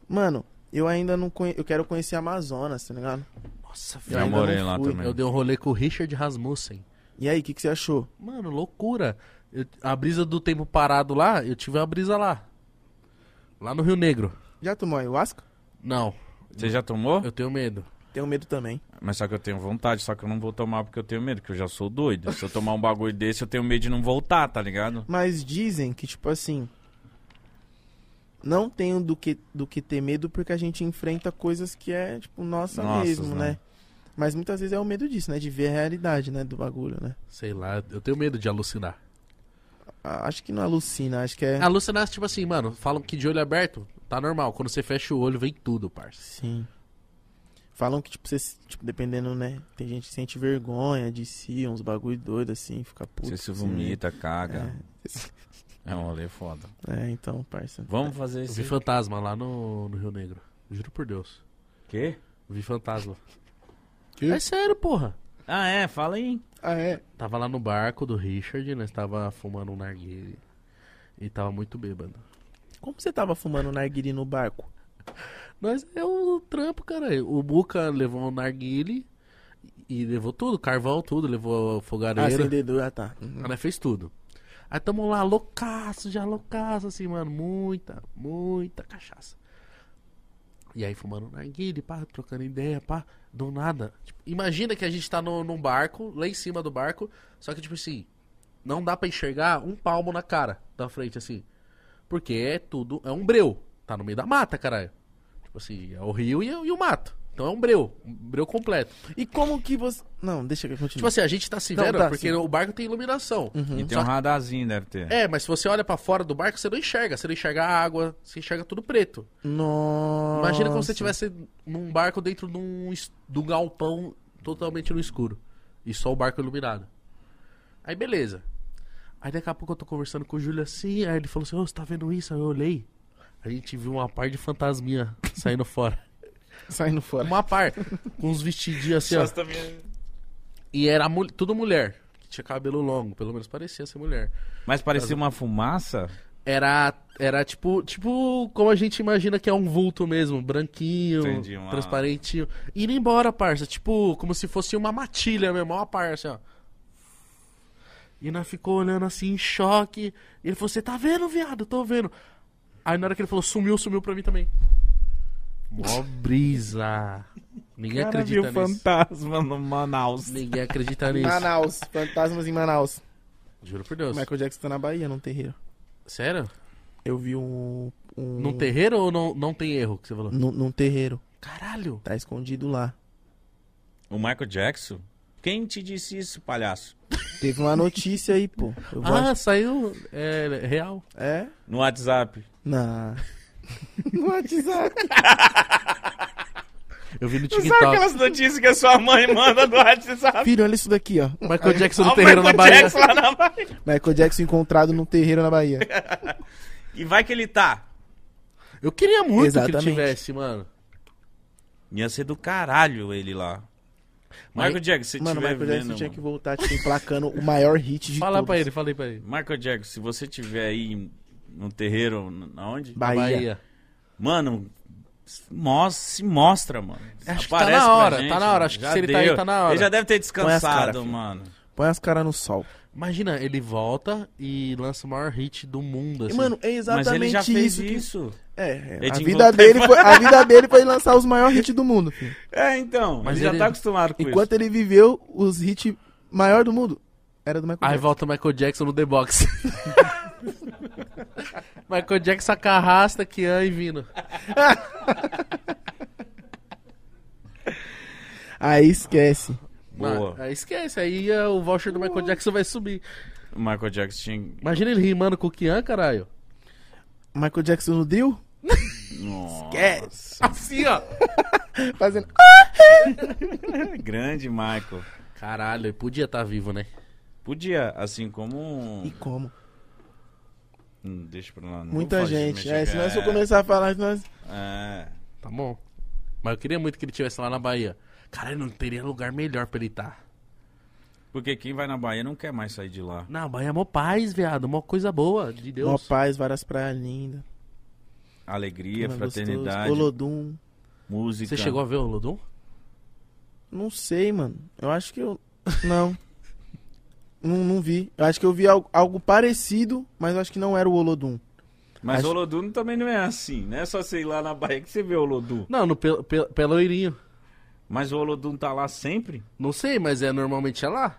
Speaker 3: Mano, eu ainda não conheço. Eu quero conhecer Amazonas, tá ligado?
Speaker 2: Nossa,
Speaker 3: Eu
Speaker 1: Já
Speaker 3: ainda
Speaker 1: morei
Speaker 3: não
Speaker 1: lá
Speaker 3: fui.
Speaker 1: também.
Speaker 2: Eu dei um rolê com o Richard Rasmussen.
Speaker 3: E aí, o que, que você achou?
Speaker 2: Mano, loucura. Eu- a brisa do tempo parado lá, eu tive uma brisa lá. Lá no Rio Negro.
Speaker 3: Já tomou ayahuasca?
Speaker 2: Não,
Speaker 1: Você já tomou?
Speaker 2: eu tenho medo.
Speaker 3: Tenho medo também.
Speaker 1: Mas só que eu tenho vontade, só que eu não vou tomar porque eu tenho medo, que eu já sou doido. Se eu tomar um bagulho desse, eu tenho medo de não voltar, tá ligado?
Speaker 3: Mas dizem que, tipo assim. Não tenho do que, do que ter medo porque a gente enfrenta coisas que é, tipo, nossa,
Speaker 1: Nossas,
Speaker 3: mesmo,
Speaker 1: né?
Speaker 3: né? Mas muitas vezes é o medo disso, né? De ver a realidade, né? Do bagulho, né?
Speaker 2: Sei lá, eu tenho medo de alucinar.
Speaker 3: Ah, Acho que não alucina, acho que é.
Speaker 2: Alucinar, tipo assim, mano, falam que de olho aberto tá normal. Quando você fecha o olho, vem tudo, parça.
Speaker 3: Sim. Falam que, tipo, você, se- tipo, dependendo, né? Tem gente que sente vergonha de si, uns bagulho doido assim, fica puto.
Speaker 1: Você se
Speaker 3: assim,
Speaker 1: vomita, caga. É. um rolê foda.
Speaker 3: né? É, então, parça.
Speaker 1: Vamos fazer
Speaker 2: Eu vi
Speaker 1: esse...
Speaker 2: fantasma lá no, no Rio Negro. Juro por Deus.
Speaker 1: Quê?
Speaker 2: Eu vi fantasma.
Speaker 3: Que?
Speaker 2: É sério, porra.
Speaker 1: Ah, é? Fala aí.
Speaker 3: Ah, é?
Speaker 2: Tava lá no barco do Richard, nós tava fumando um narguilé. E tava muito bêbado.
Speaker 3: Como você tava fumando narguiri no barco?
Speaker 2: Nós é um trampo, cara. O Buca levou um narguile e levou tudo, carvão, tudo, levou
Speaker 3: Ah,
Speaker 2: fogareiro.
Speaker 3: acendedor, ah, tá.
Speaker 2: Aí nós fez tudo. Aí tamo lá, loucaço, já loucaço, assim, mano. Muita, muita cachaça. E aí fumando narguile, pá, trocando ideia, pá, do nada. Tipo, imagina que a gente tá no, num barco, lá em cima do barco, só que, tipo assim, não dá pra enxergar um palmo na cara da frente, assim. Porque é tudo, é um breu. Tá no meio da mata, caralho. Tipo assim, é o rio e, e o mato. Então é um breu, um breu completo.
Speaker 3: E como que você. Não, deixa que eu
Speaker 2: Tipo
Speaker 3: continue.
Speaker 2: assim, a gente tá se
Speaker 3: Hum. Não,
Speaker 2: vendo
Speaker 3: tá,
Speaker 2: porque
Speaker 3: sim.
Speaker 2: o barco tem iluminação.
Speaker 1: E tem um radarzinho, deve ter.
Speaker 2: Uhum. É, mas se você olha pra fora do barco, você não enxerga. Você não enxerga a água, você enxerga tudo preto.
Speaker 3: Nossa.
Speaker 2: assim, Imagina como se você estivesse num barco dentro de um, es- de um galpão totalmente no escuro. E só o barco iluminado. Aí beleza. Aí daqui a pouco eu tô conversando com o Júlio assim, aí ele falou assim, ô, você tá vendo isso? Aí eu olhei. A gente viu uma par de fantasminha saindo fora.
Speaker 3: saindo fora.
Speaker 2: Uma par. Com uns vestidinhos assim, ó.
Speaker 1: tá
Speaker 2: E era mul- tudo mulher. Que tinha cabelo longo, pelo menos parecia ser mulher.
Speaker 1: Mas parecia uma fumaça?
Speaker 2: Era, era tipo, tipo como a gente imagina que é um vulto mesmo, branquinho,
Speaker 1: Entendi, uma-
Speaker 2: transparentinho. Indo embora, parça, tipo, como se fosse uma matilha mesmo, ó, parça, ó. E nós ficou olhando assim, em choque. E ele falou, você tá vendo, viado? Tô vendo. Aí na hora que ele falou, sumiu, sumiu pra mim também. Mó brisa. Ninguém acredita nisso.
Speaker 1: fantasma no Manaus.
Speaker 2: Ninguém
Speaker 3: é
Speaker 2: acredita nisso.
Speaker 3: Manaus, fantasmas em Manaus.
Speaker 2: Juro por Deus.
Speaker 3: Michael Jackson tá na Bahia, num terreiro.
Speaker 2: Sério?
Speaker 3: Eu vi um. um
Speaker 2: Num terreiro ou não, não tem erro que você falou?
Speaker 3: num- num terreiro.
Speaker 2: Caralho.
Speaker 3: Tá escondido lá.
Speaker 1: O Michael Jackson? Quem te disse isso, palhaço?
Speaker 3: Teve uma notícia aí, pô. Eu vou
Speaker 2: Ah, saiu Ah, é, real.
Speaker 3: É?
Speaker 1: No WhatsApp.
Speaker 3: Não. no WhatsApp.
Speaker 2: Eu vi no
Speaker 1: Sabe
Speaker 2: TikTok.
Speaker 1: aquelas notícias que a sua mãe manda do WhatsApp?
Speaker 3: Filho, olha isso daqui, ó.
Speaker 2: Michael Jackson
Speaker 1: Olha
Speaker 2: no
Speaker 1: o
Speaker 2: terreiro na
Speaker 1: Michael
Speaker 2: Bahia.
Speaker 1: Jackson lá na Bahia.
Speaker 3: Michael Jackson encontrado no terreiro na Bahia.
Speaker 1: E vai que ele tá.
Speaker 2: Eu queria muito que
Speaker 3: Exatamente.
Speaker 2: ele tivesse, mano.
Speaker 1: Ia ser do caralho ele lá.
Speaker 2: Mas-
Speaker 1: Michael Jackson, se
Speaker 3: Mano, o
Speaker 1: tiver
Speaker 3: Michael Jackson
Speaker 1: vendo,
Speaker 3: tinha
Speaker 1: mano.
Speaker 3: que voltar, tipo, emplacando o maior hit de
Speaker 2: Fala
Speaker 3: todos.
Speaker 2: pra ele, falei pra ele.
Speaker 1: Michael Jackson, se você tiver aí no terreiro, n- na onde?
Speaker 3: Bahia.
Speaker 2: Bahia.
Speaker 1: Mano, se mos- se mostra, mano.
Speaker 2: Acho que tá
Speaker 1: Aparece
Speaker 2: na
Speaker 1: pra
Speaker 2: hora, tá na hora. Acho que
Speaker 1: Já
Speaker 2: se ele tá aí,
Speaker 1: deu.
Speaker 2: tá na hora.
Speaker 1: Ele já deve ter
Speaker 3: as cara,
Speaker 1: descansado,
Speaker 3: filho.
Speaker 1: mano.
Speaker 3: Põe as caras no sol.
Speaker 2: Imagina, ele volta e lança o maior hit do mundo,
Speaker 3: E,
Speaker 2: assim.
Speaker 3: mano, é exatamente
Speaker 1: Mas ele já fez
Speaker 3: isso. que-
Speaker 1: isso.
Speaker 3: É,
Speaker 1: Ele
Speaker 3: a,
Speaker 1: te
Speaker 3: vida
Speaker 1: encontrou-
Speaker 3: dele foi, a vida dele foi lançar os maiores hits do mundo. filho.
Speaker 1: É, então.
Speaker 2: Mas
Speaker 1: Mas
Speaker 2: ele-
Speaker 1: ele já tá acostumado com
Speaker 3: Enquanto ele viveu, os hits maiores do mundo era do Michael
Speaker 2: Aí
Speaker 3: Jackson.
Speaker 2: volta o Michael Jackson no The Box. Michael Jackson a carrasta, Kian e Vino.
Speaker 3: Aí esquece.
Speaker 1: isso. Boa.
Speaker 2: Mano, aí esquece, aí ah, o voucher do Michael Jackson vai subir.
Speaker 1: O Michael Jackson tinha...
Speaker 2: Imagina ele rimando com o Kian, caralho.
Speaker 3: Michael Jackson no drill,
Speaker 1: Nossa.
Speaker 2: Assim, ó.
Speaker 3: fazendo...
Speaker 1: Grande Michael.
Speaker 2: Caralho, ele podia estar vivo, né?
Speaker 1: Podia, assim como... um-
Speaker 3: E como?
Speaker 1: Hum, Deixa pra lá. não
Speaker 3: Muita
Speaker 1: vou fazer
Speaker 3: gente.
Speaker 1: mexer-
Speaker 3: É, se nós
Speaker 1: é,
Speaker 3: for começar a falar, nós...
Speaker 1: É.
Speaker 2: Tá bom. Mas eu queria muito que ele estivesse lá na Bahia. Caralho, não teria lugar melhor pra ele tá. estar.
Speaker 1: Porque quem vai na Bahia não quer mais sair de lá.
Speaker 2: Na Bahia é mó paz, viado. Mó coisa boa, de Deus.
Speaker 3: Mó paz, várias praias lindas.
Speaker 1: Alegria,
Speaker 3: clima é gostoso,
Speaker 1: fraternidade,
Speaker 3: Olodum.
Speaker 1: música.
Speaker 2: Você chegou a ver o Lodum?
Speaker 3: Não sei, mano. Eu acho que eu. Não. não, não vi. Eu acho que eu vi algo, algo parecido, mas eu acho que não era o Olodum.
Speaker 1: Mas
Speaker 3: Acho-
Speaker 1: o Olodum também não é assim, né? Só sei lá na Bahia que você vê o Olodum.
Speaker 2: Não, no Pel- Pel- Pelourinho.
Speaker 1: Mas o Olodum tá lá sempre?
Speaker 2: Não sei, mas é normalmente é lá.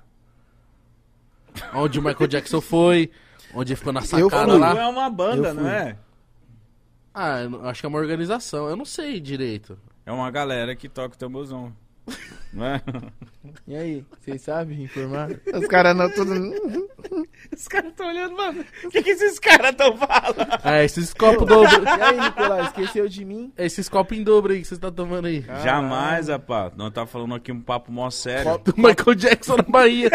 Speaker 2: Onde o Michael Jackson foi, onde ele ficou na
Speaker 3: Eu
Speaker 2: sacada
Speaker 3: fui.
Speaker 1: Olodum
Speaker 2: lá.
Speaker 1: é uma banda,
Speaker 3: Tá Eu
Speaker 1: não
Speaker 3: fui.
Speaker 1: é?
Speaker 2: Ah, eu não- acho que é uma organização. Eu não sei direito.
Speaker 1: É uma galera que toca o tamborzão. Não é?
Speaker 3: E aí, vocês sabem informar? Os caras não tudo.
Speaker 1: Os caras estão olhando, mano. O que, que esses caras estão falando?
Speaker 2: É, esses copos dobro.
Speaker 3: E aí, Nicolau, esqueceu de mim?
Speaker 2: é Esses copos em dobro aí que você tá tomando aí.
Speaker 1: Jamais, rapaz. Nós tá falando aqui um papo mó sério.
Speaker 2: Do Michael Jackson na Bahia.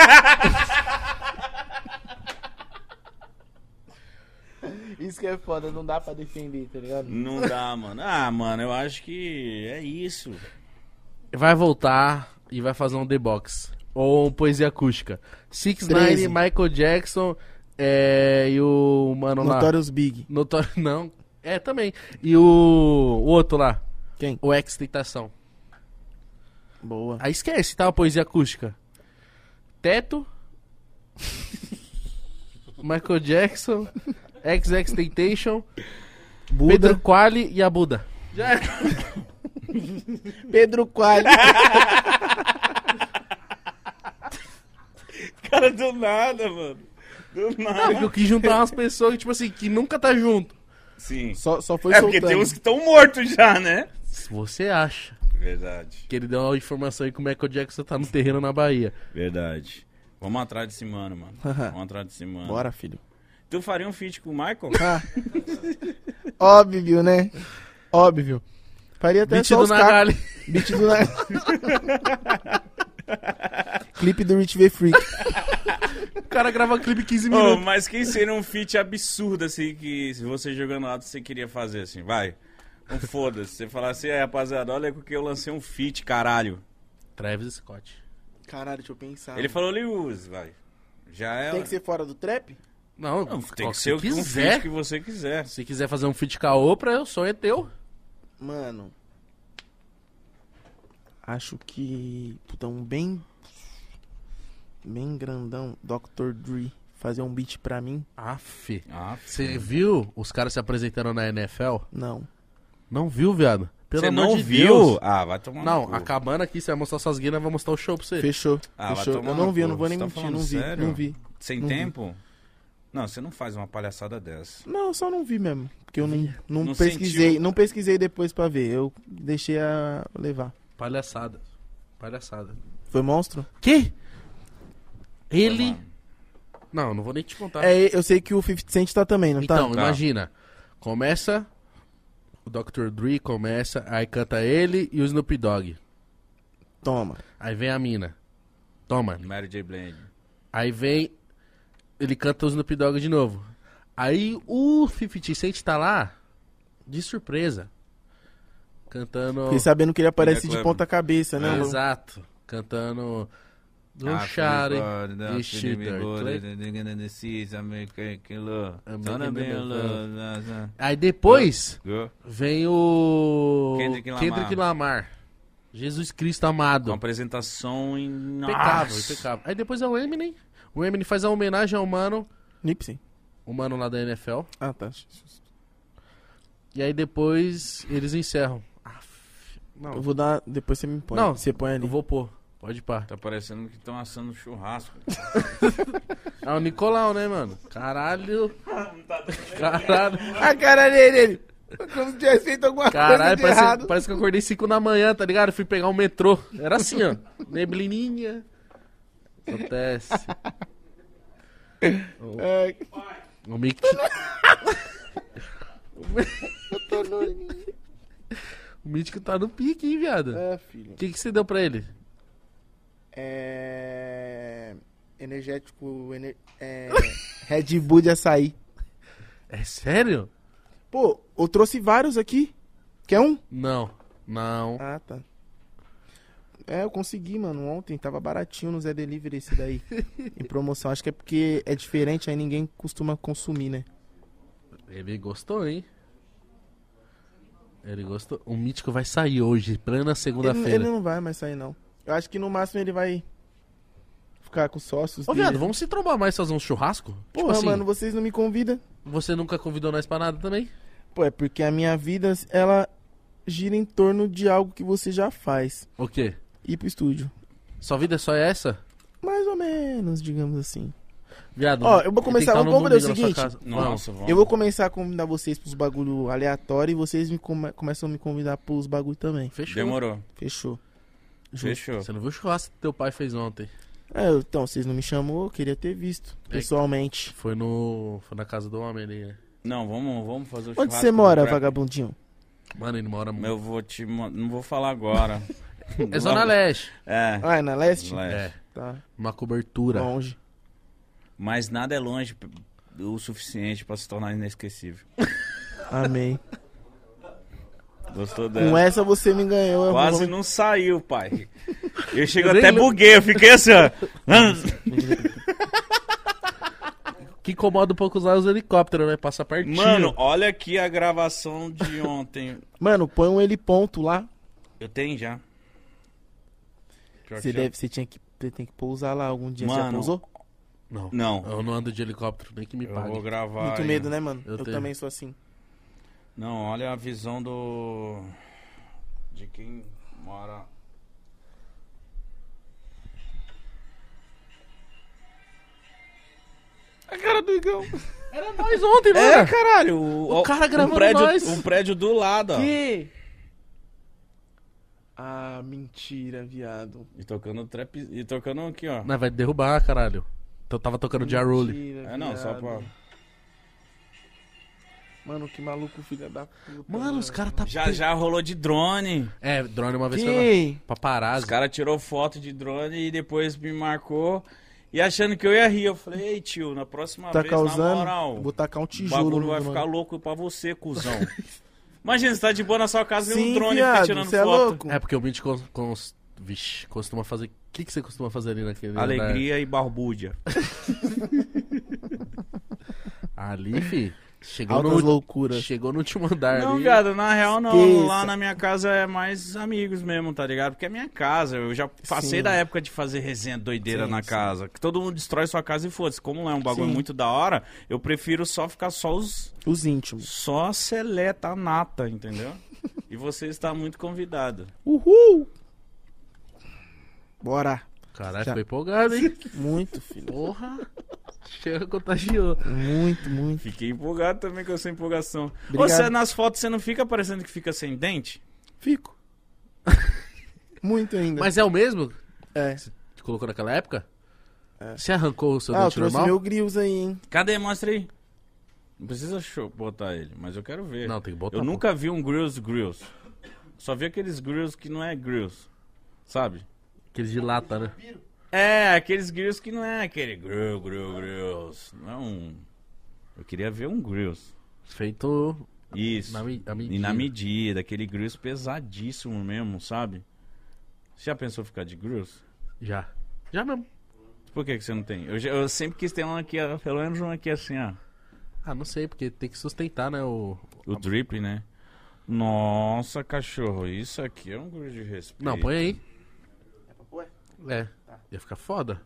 Speaker 3: Isso que é foda, não dá pra defender, tá ligado?
Speaker 1: Não dá, mano. Ah, mano, eu acho que é isso.
Speaker 2: Vai voltar e vai fazer um The Box. Ou um poesia acústica. Six Nine,
Speaker 3: Treze.
Speaker 2: Michael Jackson é, e o mano lá.
Speaker 3: Notorious Big.
Speaker 2: Notório não. É, também. E o, o outro lá.
Speaker 3: Quem?
Speaker 2: O Ex Tentação.
Speaker 3: Boa.
Speaker 2: Aí esquece, tá? A poesia acústica. Teto. Michael Jackson. Ex Tentation. Pedro
Speaker 3: Buda.
Speaker 2: Quali e a Buda.
Speaker 3: Pedro, Pedro Quali.
Speaker 1: Cara, do nada, mano. Do
Speaker 2: Ah,
Speaker 1: nada.
Speaker 2: porque eu quis juntar umas pessoas, tipo assim, que nunca tá junto.
Speaker 1: Sim.
Speaker 3: só, só foi
Speaker 1: É porque
Speaker 3: soltando.
Speaker 1: tem uns que estão mortos já, né?
Speaker 2: Se você acha
Speaker 1: Verdade.
Speaker 2: que ele deu uma informação aí que o Michael Jackson tá no terreno na Bahia.
Speaker 1: Verdade. Vamos atrás desse mano, mano. Vamos atrás desse mano.
Speaker 3: Bora, filho.
Speaker 1: Tu faria um feat com o Michael?
Speaker 3: Ah. Óbvio, né? Óbvio. Faria até
Speaker 2: Beat
Speaker 3: só
Speaker 2: do
Speaker 3: os cacos.
Speaker 2: Nagali.
Speaker 3: Beat do Nag... Clipe do Rich V Freak.
Speaker 2: O cara grava clipe 15
Speaker 1: Ô,
Speaker 2: minutos.
Speaker 1: mas quem seria um feat absurdo, assim, que se você jogando lá, você queria fazer, assim, vai. Um foda-se. Você falar assim, é, rapaziada, olha que eu lancei um feat, caralho.
Speaker 2: Travis Scott.
Speaker 3: Caralho, deixa eu pensar.
Speaker 1: Ele falou Lewis, vai. Já é...
Speaker 3: Ah. Tem que ser fora do trap?
Speaker 2: Não,
Speaker 1: Não, tem
Speaker 2: qual
Speaker 1: que ser o
Speaker 2: você
Speaker 1: um feat que você quiser.
Speaker 2: Se quiser fazer um feat com a Oprah, o sonho é teu.
Speaker 3: Mano. Acho que. Puta, um bem. Bem grandão. Dr. Dre. Fazer um beat pra mim?
Speaker 2: Aff.
Speaker 1: Ah,
Speaker 2: Você viu os caras se apresentando na NFL?
Speaker 3: Não.
Speaker 2: Não viu, viado? Pelo
Speaker 1: você
Speaker 2: amor
Speaker 1: não
Speaker 2: de
Speaker 1: viu?
Speaker 2: Deus.
Speaker 1: Ah, vai tomar no
Speaker 2: Não,
Speaker 1: cu.
Speaker 2: acabando aqui, você vai mostrar suas guinas, vai mostrar o show pra você.
Speaker 3: Fechou.
Speaker 1: Ah, vai
Speaker 3: fechou.
Speaker 1: tomar
Speaker 3: Eu
Speaker 1: no
Speaker 3: não vi, eu não
Speaker 1: cu.
Speaker 3: vou nem
Speaker 1: Você tá
Speaker 3: mentir.
Speaker 1: falando
Speaker 3: não vi,
Speaker 1: sério?
Speaker 3: não vi.
Speaker 1: Sem
Speaker 3: Não vi.
Speaker 1: tempo? Não, você não faz uma palhaçada dessa.
Speaker 3: Não, eu só não vi mesmo. Porque eu não, não,
Speaker 1: Não
Speaker 3: pesquisei.
Speaker 1: sentiu.
Speaker 3: Não pesquisei depois pra ver. Eu deixei a levar.
Speaker 2: Palhaçada. Palhaçada.
Speaker 3: Foi monstro?
Speaker 2: Que? Ele. Não, não vou nem te contar.
Speaker 3: É, eu sei que o 50 Cent tá também, não tá?
Speaker 2: Então,
Speaker 1: Tá.
Speaker 2: imagina. Então, Começa O Dr. Dre começa, aí canta ele e o Snoop Dogg.
Speaker 3: Toma.
Speaker 2: Aí vem a mina. Toma.
Speaker 1: Mary J. Blige.
Speaker 2: Aí vem. Ele canta o Snoop Dogg de novo. Aí o 50 Cent tá lá, de surpresa. Cantando.
Speaker 3: Fiquei sabendo que ele aparece de
Speaker 1: Club.
Speaker 3: ponta cabeça, né? mano?
Speaker 2: É. Exato. Cantando.
Speaker 1: Ah,
Speaker 2: Luchare.
Speaker 1: Felipe, não,
Speaker 2: Ixi,
Speaker 1: Felipe,
Speaker 2: Dirk
Speaker 1: Gordon,
Speaker 2: Clay.
Speaker 1: Gordon, Cis, America, Kilo,
Speaker 2: American
Speaker 1: Donna
Speaker 2: Beauty.
Speaker 1: Bello, Zaza,
Speaker 2: Aí depois
Speaker 1: Go.
Speaker 2: vem o.
Speaker 1: Kendrick Lamar.
Speaker 2: Kendrick Lamar. Jesus Cristo amado.
Speaker 1: Uma apresentação em...
Speaker 2: Impecável,
Speaker 1: Nossa.
Speaker 2: impecável. Aí depois é o Eminem. O Eminem faz a homenagem ao mano,
Speaker 3: Nipsey.
Speaker 2: o mano lá da NFL.
Speaker 3: Ah, tá.
Speaker 2: E aí depois eles encerram. Aff,
Speaker 3: Eu
Speaker 2: Não,
Speaker 3: vou dar. Depois você me põe.
Speaker 2: Não,
Speaker 3: você põe ali.
Speaker 2: eu vou pôr. Pode pá.
Speaker 1: Tá parecendo que estão assando churrasco.
Speaker 2: É o Nicolau, né, mano? Caralho.
Speaker 3: tá
Speaker 2: Caralho.
Speaker 3: A cara dele! ele- Como se tivesse feito alguma
Speaker 2: Caralho,
Speaker 3: coisa de
Speaker 2: parece,
Speaker 3: errado.
Speaker 2: parece que eu acordei 5 da manhã, tá ligado? Fui pegar o metrô. Era assim, ó. Neblininha. Acontece.
Speaker 3: É,
Speaker 2: O Mick.
Speaker 3: tô no-
Speaker 2: O Mítico tá no pique, hein, viado?
Speaker 3: É, filho.
Speaker 2: O que, que você deu pra ele?
Speaker 3: É. Energético. ener- É... Red Bull de açaí.
Speaker 2: É sério?
Speaker 3: Pô, eu trouxe vários aqui. Quer um?
Speaker 2: Não. Não.
Speaker 3: Ah, tá. É, eu consegui, mano. Ontem tava baratinho no Zé Delivery esse daí. em promoção. Acho que é porque é diferente, aí ninguém costuma consumir, né?
Speaker 2: Ele gostou, hein? Ele gostou. O Mítico vai sair hoje, plena
Speaker 3: Ele, ele
Speaker 2: segunda-feira.
Speaker 3: não vai mais sair, não. Eu acho que no máximo ele vai ficar com sócios.
Speaker 2: Ô,
Speaker 3: dele.
Speaker 2: viado, vamos se trombar mais fazer um churrasco?
Speaker 3: Pô,
Speaker 2: Tipo assim,
Speaker 3: mano, vocês não me convidam.
Speaker 2: você nunca convidou nós pra nada também?
Speaker 3: Pô, é porque a minha vida, ela gira em torno de algo que você já faz.
Speaker 2: O quê?
Speaker 3: Ir pro estúdio.
Speaker 2: Sua vida é só essa?
Speaker 3: Mais ou menos, digamos assim.
Speaker 2: Viado.
Speaker 3: Ó, eu
Speaker 2: tem
Speaker 3: vou
Speaker 2: que
Speaker 3: começar,
Speaker 2: estar
Speaker 3: vamos
Speaker 2: no
Speaker 3: combinar o
Speaker 2: domingo na sua
Speaker 3: seguinte.
Speaker 2: casa. Vamos.
Speaker 1: Nossa, vamos.
Speaker 3: Eu vou começar a convidar vocês pros bagulho aleatório e vocês me come- começam a me convidar pros bagulho também.
Speaker 2: Fechou.
Speaker 1: Demorou.
Speaker 3: Fechou.
Speaker 1: Fechou.
Speaker 2: Você não viu o churrasco que teu pai fez ontem?
Speaker 3: É, eu- então, vocês não me chamou, eu queria ter visto, pessoalmente.
Speaker 2: Foi no. Foi na casa do homem ali, né?
Speaker 1: Não, vamos, vamos fazer o churrasco.
Speaker 3: Onde você mora,
Speaker 1: pra-
Speaker 3: vagabundinho?
Speaker 2: Mano, ele mora muito.
Speaker 1: Eu vou te... mo- Não vou falar agora.
Speaker 2: É Zona Leste.
Speaker 1: É.
Speaker 3: Ah, é na leste?
Speaker 1: Leste.
Speaker 2: É.
Speaker 3: Tá,
Speaker 2: Uma cobertura.
Speaker 3: longe.
Speaker 1: Mas nada é longe p- o suficiente pra se tornar inesquecível.
Speaker 3: Amém.
Speaker 1: Gostou dela?
Speaker 3: Com essa você me ganhou. eu
Speaker 1: É. Quase
Speaker 3: é, vou-
Speaker 1: não saiu, pai. Eu chego
Speaker 2: Eu nem
Speaker 1: até
Speaker 2: lembro.
Speaker 1: buguei, eu fiquei assim, ó.
Speaker 2: Que incomoda um pouco usar os helicópteros, né? Passa pertinho.
Speaker 1: Mano, olha aqui a gravação de ontem.
Speaker 3: Mano, põe um ele ponto lá.
Speaker 1: Eu tenho já. Pior que
Speaker 2: é.
Speaker 3: Você
Speaker 1: já.
Speaker 3: deve, você tinha que, você tem que pousar lá algum dia. você já
Speaker 1: Mano,
Speaker 3: pousou?
Speaker 2: Não.
Speaker 1: Não,
Speaker 2: Eu não ando de helicóptero, nem que me
Speaker 1: eu
Speaker 2: pague.
Speaker 1: vou gravar.
Speaker 3: Muito
Speaker 1: aí.
Speaker 3: medo, né, mano?
Speaker 2: Eu
Speaker 3: Eu,
Speaker 2: tenho.
Speaker 3: também sou assim.
Speaker 1: Não, olha a visão do. De quem mora.
Speaker 3: A cara do Igão.
Speaker 2: Era nós ontem, né, mano.
Speaker 1: É, caralho! O,
Speaker 2: O cara gravando
Speaker 1: um prédio,
Speaker 2: nós.
Speaker 1: Um prédio do lado, ó.
Speaker 3: Que? Ah, mentira, viado.
Speaker 1: E tocando trap. E tocando aqui, ó.
Speaker 2: Não, vai derrubar, caralho. Então Eu tava tocando de Arule.
Speaker 3: Mentira,
Speaker 1: É, não, só
Speaker 3: viado.
Speaker 1: pra.
Speaker 3: Mano, que maluco, filha da puta.
Speaker 2: Mano, os caras tá...
Speaker 1: Já já rolou de drone.
Speaker 2: É, drone uma vez foi
Speaker 3: Que?
Speaker 2: na... Paparazzi.
Speaker 1: Os caras tirou foto de drone e depois me marcou. E achando que eu ia rir. Eu falei, ei, tio, na próxima
Speaker 3: Tá
Speaker 1: vez, na
Speaker 3: causando.
Speaker 1: moral,
Speaker 3: Vou tacar um
Speaker 1: o
Speaker 3: tijolo.
Speaker 1: bagulho vai
Speaker 3: no
Speaker 1: ficar
Speaker 3: mano.
Speaker 1: louco pra você, cuzão. Imagina, você tá de boa na sua casa e um
Speaker 3: Sim,
Speaker 1: drone fica
Speaker 3: viado,
Speaker 1: tirando
Speaker 3: cê
Speaker 1: foto.
Speaker 3: é louco.
Speaker 2: É, porque o Mint cons... cons- Vixe, costuma fazer... O que, que você costuma fazer ali naquele andar?
Speaker 1: Alegria e barbúdia.
Speaker 2: Ali, fi. Chegou
Speaker 3: Altas
Speaker 2: no...
Speaker 3: loucuras.
Speaker 2: Chegou no último andar
Speaker 1: Não,
Speaker 2: ali.
Speaker 1: viado, na real não.
Speaker 3: Esqueça.
Speaker 1: Lá na minha casa é mais amigos mesmo, tá ligado? Porque é minha casa. Eu já passei
Speaker 3: Sim.
Speaker 1: da época de fazer resenha doideira
Speaker 3: Sim,
Speaker 1: na
Speaker 3: sim.
Speaker 1: casa. Que todo mundo destrói sua casa e foda-se. Como lá é um bagulho
Speaker 3: Sim.
Speaker 1: muito da hora, eu prefiro só ficar só os.
Speaker 3: Os íntimos.
Speaker 1: Só a seleta a nata, entendeu? e você está muito convidado.
Speaker 3: Uhul! Bora.
Speaker 2: Caralho,
Speaker 3: Já.
Speaker 2: ficou empolgado, hein?
Speaker 3: Muito, filho.
Speaker 2: Porra. Chega, contagiou.
Speaker 3: Né? Muito, muito.
Speaker 1: Fiquei empolgado também com essa empolgação.
Speaker 3: Obrigado.
Speaker 1: Você nas fotos você não fica parecendo que fica sem dente?
Speaker 3: Fico. Muito ainda.
Speaker 2: Mas é o mesmo
Speaker 3: É.
Speaker 2: que colocou naquela
Speaker 1: É.
Speaker 2: época? Você arrancou o seu
Speaker 3: Ah, eu
Speaker 2: dente
Speaker 3: trouxe
Speaker 2: normal?
Speaker 3: meu grills aí, hein?
Speaker 1: Cadê? Mostra aí. Não precisa show- botar ele, mas eu quero ver.
Speaker 2: Não, tem que botar.
Speaker 1: eu
Speaker 2: pô.
Speaker 1: nunca vi um grills grills. Só vi aqueles grills que não é grills, sabe?
Speaker 2: Aqueles de lata, né?
Speaker 1: É, aqueles grills que não é aquele grill, grill, grills. Não é um... Eu queria ver um grills.
Speaker 2: Feito
Speaker 1: Isso.
Speaker 2: na, me- a medida.
Speaker 1: E na medida, aquele grills pesadíssimo mesmo, sabe? Você já pensou ficar de grills?
Speaker 2: Já. Já mesmo.
Speaker 1: Por que, que você não tem? Eu, já- eu sempre quis ter um aqui, ó, pelo menos um aqui assim, ó.
Speaker 2: Ah, não sei, porque tem que sustentar, né? O...
Speaker 1: O drip, né? Nossa, cachorro, isso aqui é um guru de respeito.
Speaker 2: Não, põe aí.
Speaker 3: pôr?
Speaker 2: É. Ia ficar foda.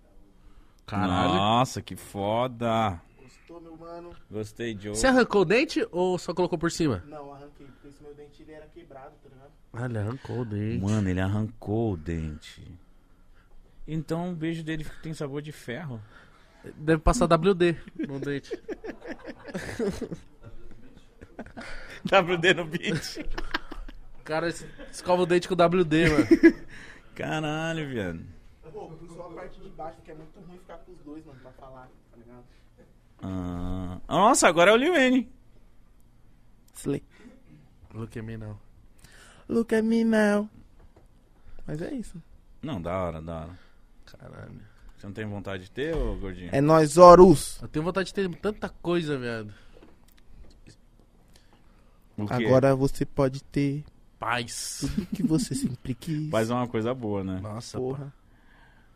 Speaker 2: Caralho.
Speaker 1: Nossa, que foda.
Speaker 3: Gostou, meu mano?
Speaker 1: Gostei de
Speaker 2: Você arrancou o dente ou só colocou por cima?
Speaker 3: Não, arranquei, porque esse meu dente ele era quebrado, tá ligado?
Speaker 2: Ah, ele arrancou o dente.
Speaker 1: Mano, ele arrancou o dente. Então o beijo dele tem sabor de ferro.
Speaker 2: Deve passar WD no dente.
Speaker 1: WD no beat.
Speaker 2: O cara es- escova o dente com WD, mano.
Speaker 1: Caralho, viado.
Speaker 3: Pô, só a parte de baixo, que é muito ruim ficar com os dois, mano, pra falar, tá ligado?
Speaker 1: Ah, nossa, agora é o Liwene.
Speaker 3: Slay.
Speaker 2: Look at me não.
Speaker 3: Look at me now. Mas é isso.
Speaker 1: Não, da hora, da hora.
Speaker 2: Caralho.
Speaker 1: Você não tem vontade de ter, ô gordinho?
Speaker 3: É nós, Horus.
Speaker 2: Eu tenho vontade de ter tanta coisa, viado.
Speaker 1: O quê?
Speaker 3: Agora você pode ter
Speaker 2: Paz.
Speaker 3: tudo que você sempre quis.
Speaker 1: Faz uma coisa boa, né?
Speaker 2: Nossa, porra.
Speaker 3: Porra.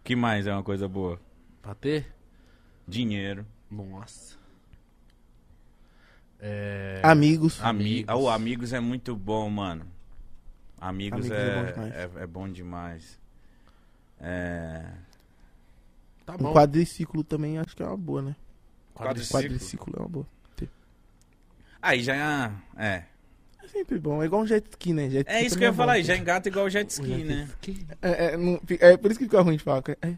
Speaker 1: O que mais é uma coisa boa?
Speaker 2: Pra ter?
Speaker 1: Dinheiro.
Speaker 2: Nossa. É.
Speaker 3: Amigos.
Speaker 1: Ami
Speaker 2: Amigos.
Speaker 1: amigos. amigos é muito bom, mano. Amigos,
Speaker 3: Amigos é bom
Speaker 1: é,
Speaker 3: demais.
Speaker 1: é, é bom demais. É,
Speaker 2: Tá
Speaker 3: Um
Speaker 2: bom.
Speaker 3: quadriciclo também acho que é uma boa, né?
Speaker 1: Quadriciclo.
Speaker 3: Quadriciclo é uma boa.
Speaker 1: Aí Ah, já. É.
Speaker 3: É sempre bom. É igual um jet ski, né? Jet
Speaker 1: É
Speaker 3: ski
Speaker 1: isso que
Speaker 3: também
Speaker 1: eu ia
Speaker 3: bom,
Speaker 1: falar aí.
Speaker 3: pô.
Speaker 1: Já engata igual o jet ski, né?
Speaker 2: né?
Speaker 3: É, é, não- é por isso que fica ruim de falar. É,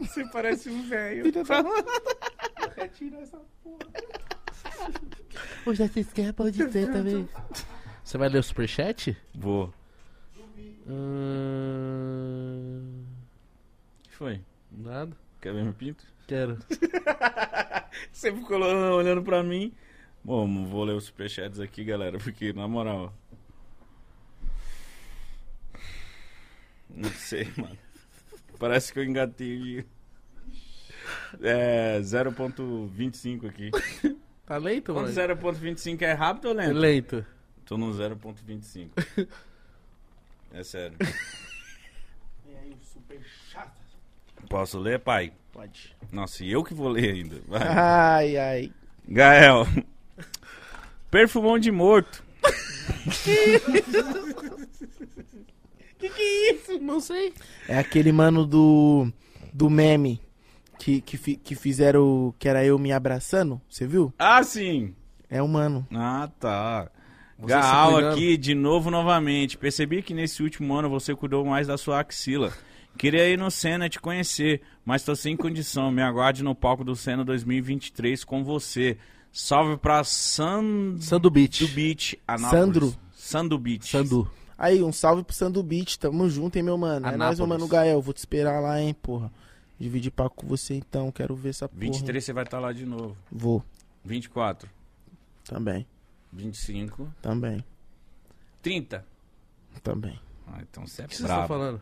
Speaker 1: Você parece um velho.
Speaker 3: Filha da Retira essa porra. Hoje a Cisquer é, pode ser também.
Speaker 2: Você vai ler o superchat?
Speaker 1: Vou.
Speaker 2: Hum...
Speaker 1: O que foi?
Speaker 2: Nada.
Speaker 1: Quer ver meu pinto?
Speaker 2: Quero.
Speaker 1: Você ficou olhando olhando pra mim. Bom, não vou ler os superchats aqui, galera, porque na moral. Não sei, mano. Parece que eu engatei de. É. 0.25 aqui.
Speaker 2: Tá lento,
Speaker 1: Quando
Speaker 2: mano?
Speaker 1: 0.25 é rápido ou lento?
Speaker 2: Lento.
Speaker 1: Tô no 0.25. É sério.
Speaker 3: E aí, o super chato.
Speaker 1: Posso ler, pai?
Speaker 3: Pode.
Speaker 1: Nossa, e eu que vou ler ainda. Vai.
Speaker 3: Ai, ai.
Speaker 1: Gael. Perfumão de morto.
Speaker 3: Que que é isso?
Speaker 2: Não sei.
Speaker 3: É aquele mano do. do meme. Que, que, fi- que fizeram. que era eu me abraçando. Você viu?
Speaker 1: Ah, sim!
Speaker 3: É o mano.
Speaker 1: Ah, tá.
Speaker 2: Você se
Speaker 1: Gaal
Speaker 2: cuidando.
Speaker 1: aqui, de novo, novamente. Percebi que nesse último ano você cuidou mais da sua axila. Queria ir no Senna te conhecer, mas tô sem condição. Me aguarde no palco do Senna 2023 com você. Salve pra Sandu
Speaker 2: Sandu Beach.
Speaker 1: Beach, Anápolis.
Speaker 3: Sandro?
Speaker 1: Sandu Beach.
Speaker 2: Sandu.
Speaker 3: Aí, um salve pro Sandu Beach. Tamo junto, hein, meu mano. É nóis,
Speaker 2: Anápolis.
Speaker 3: meu mano Gael. Vou te esperar lá, hein, porra. Dividir papo com você então. Quero ver essa porra.
Speaker 1: 23 você vai estar lá de novo.
Speaker 3: Vou.
Speaker 1: 24,
Speaker 3: Também.
Speaker 1: 25,
Speaker 3: Também.
Speaker 1: 30.
Speaker 3: Também.
Speaker 1: Ah, então você é
Speaker 2: O que vocês estão
Speaker 1: brabo.
Speaker 2: falando?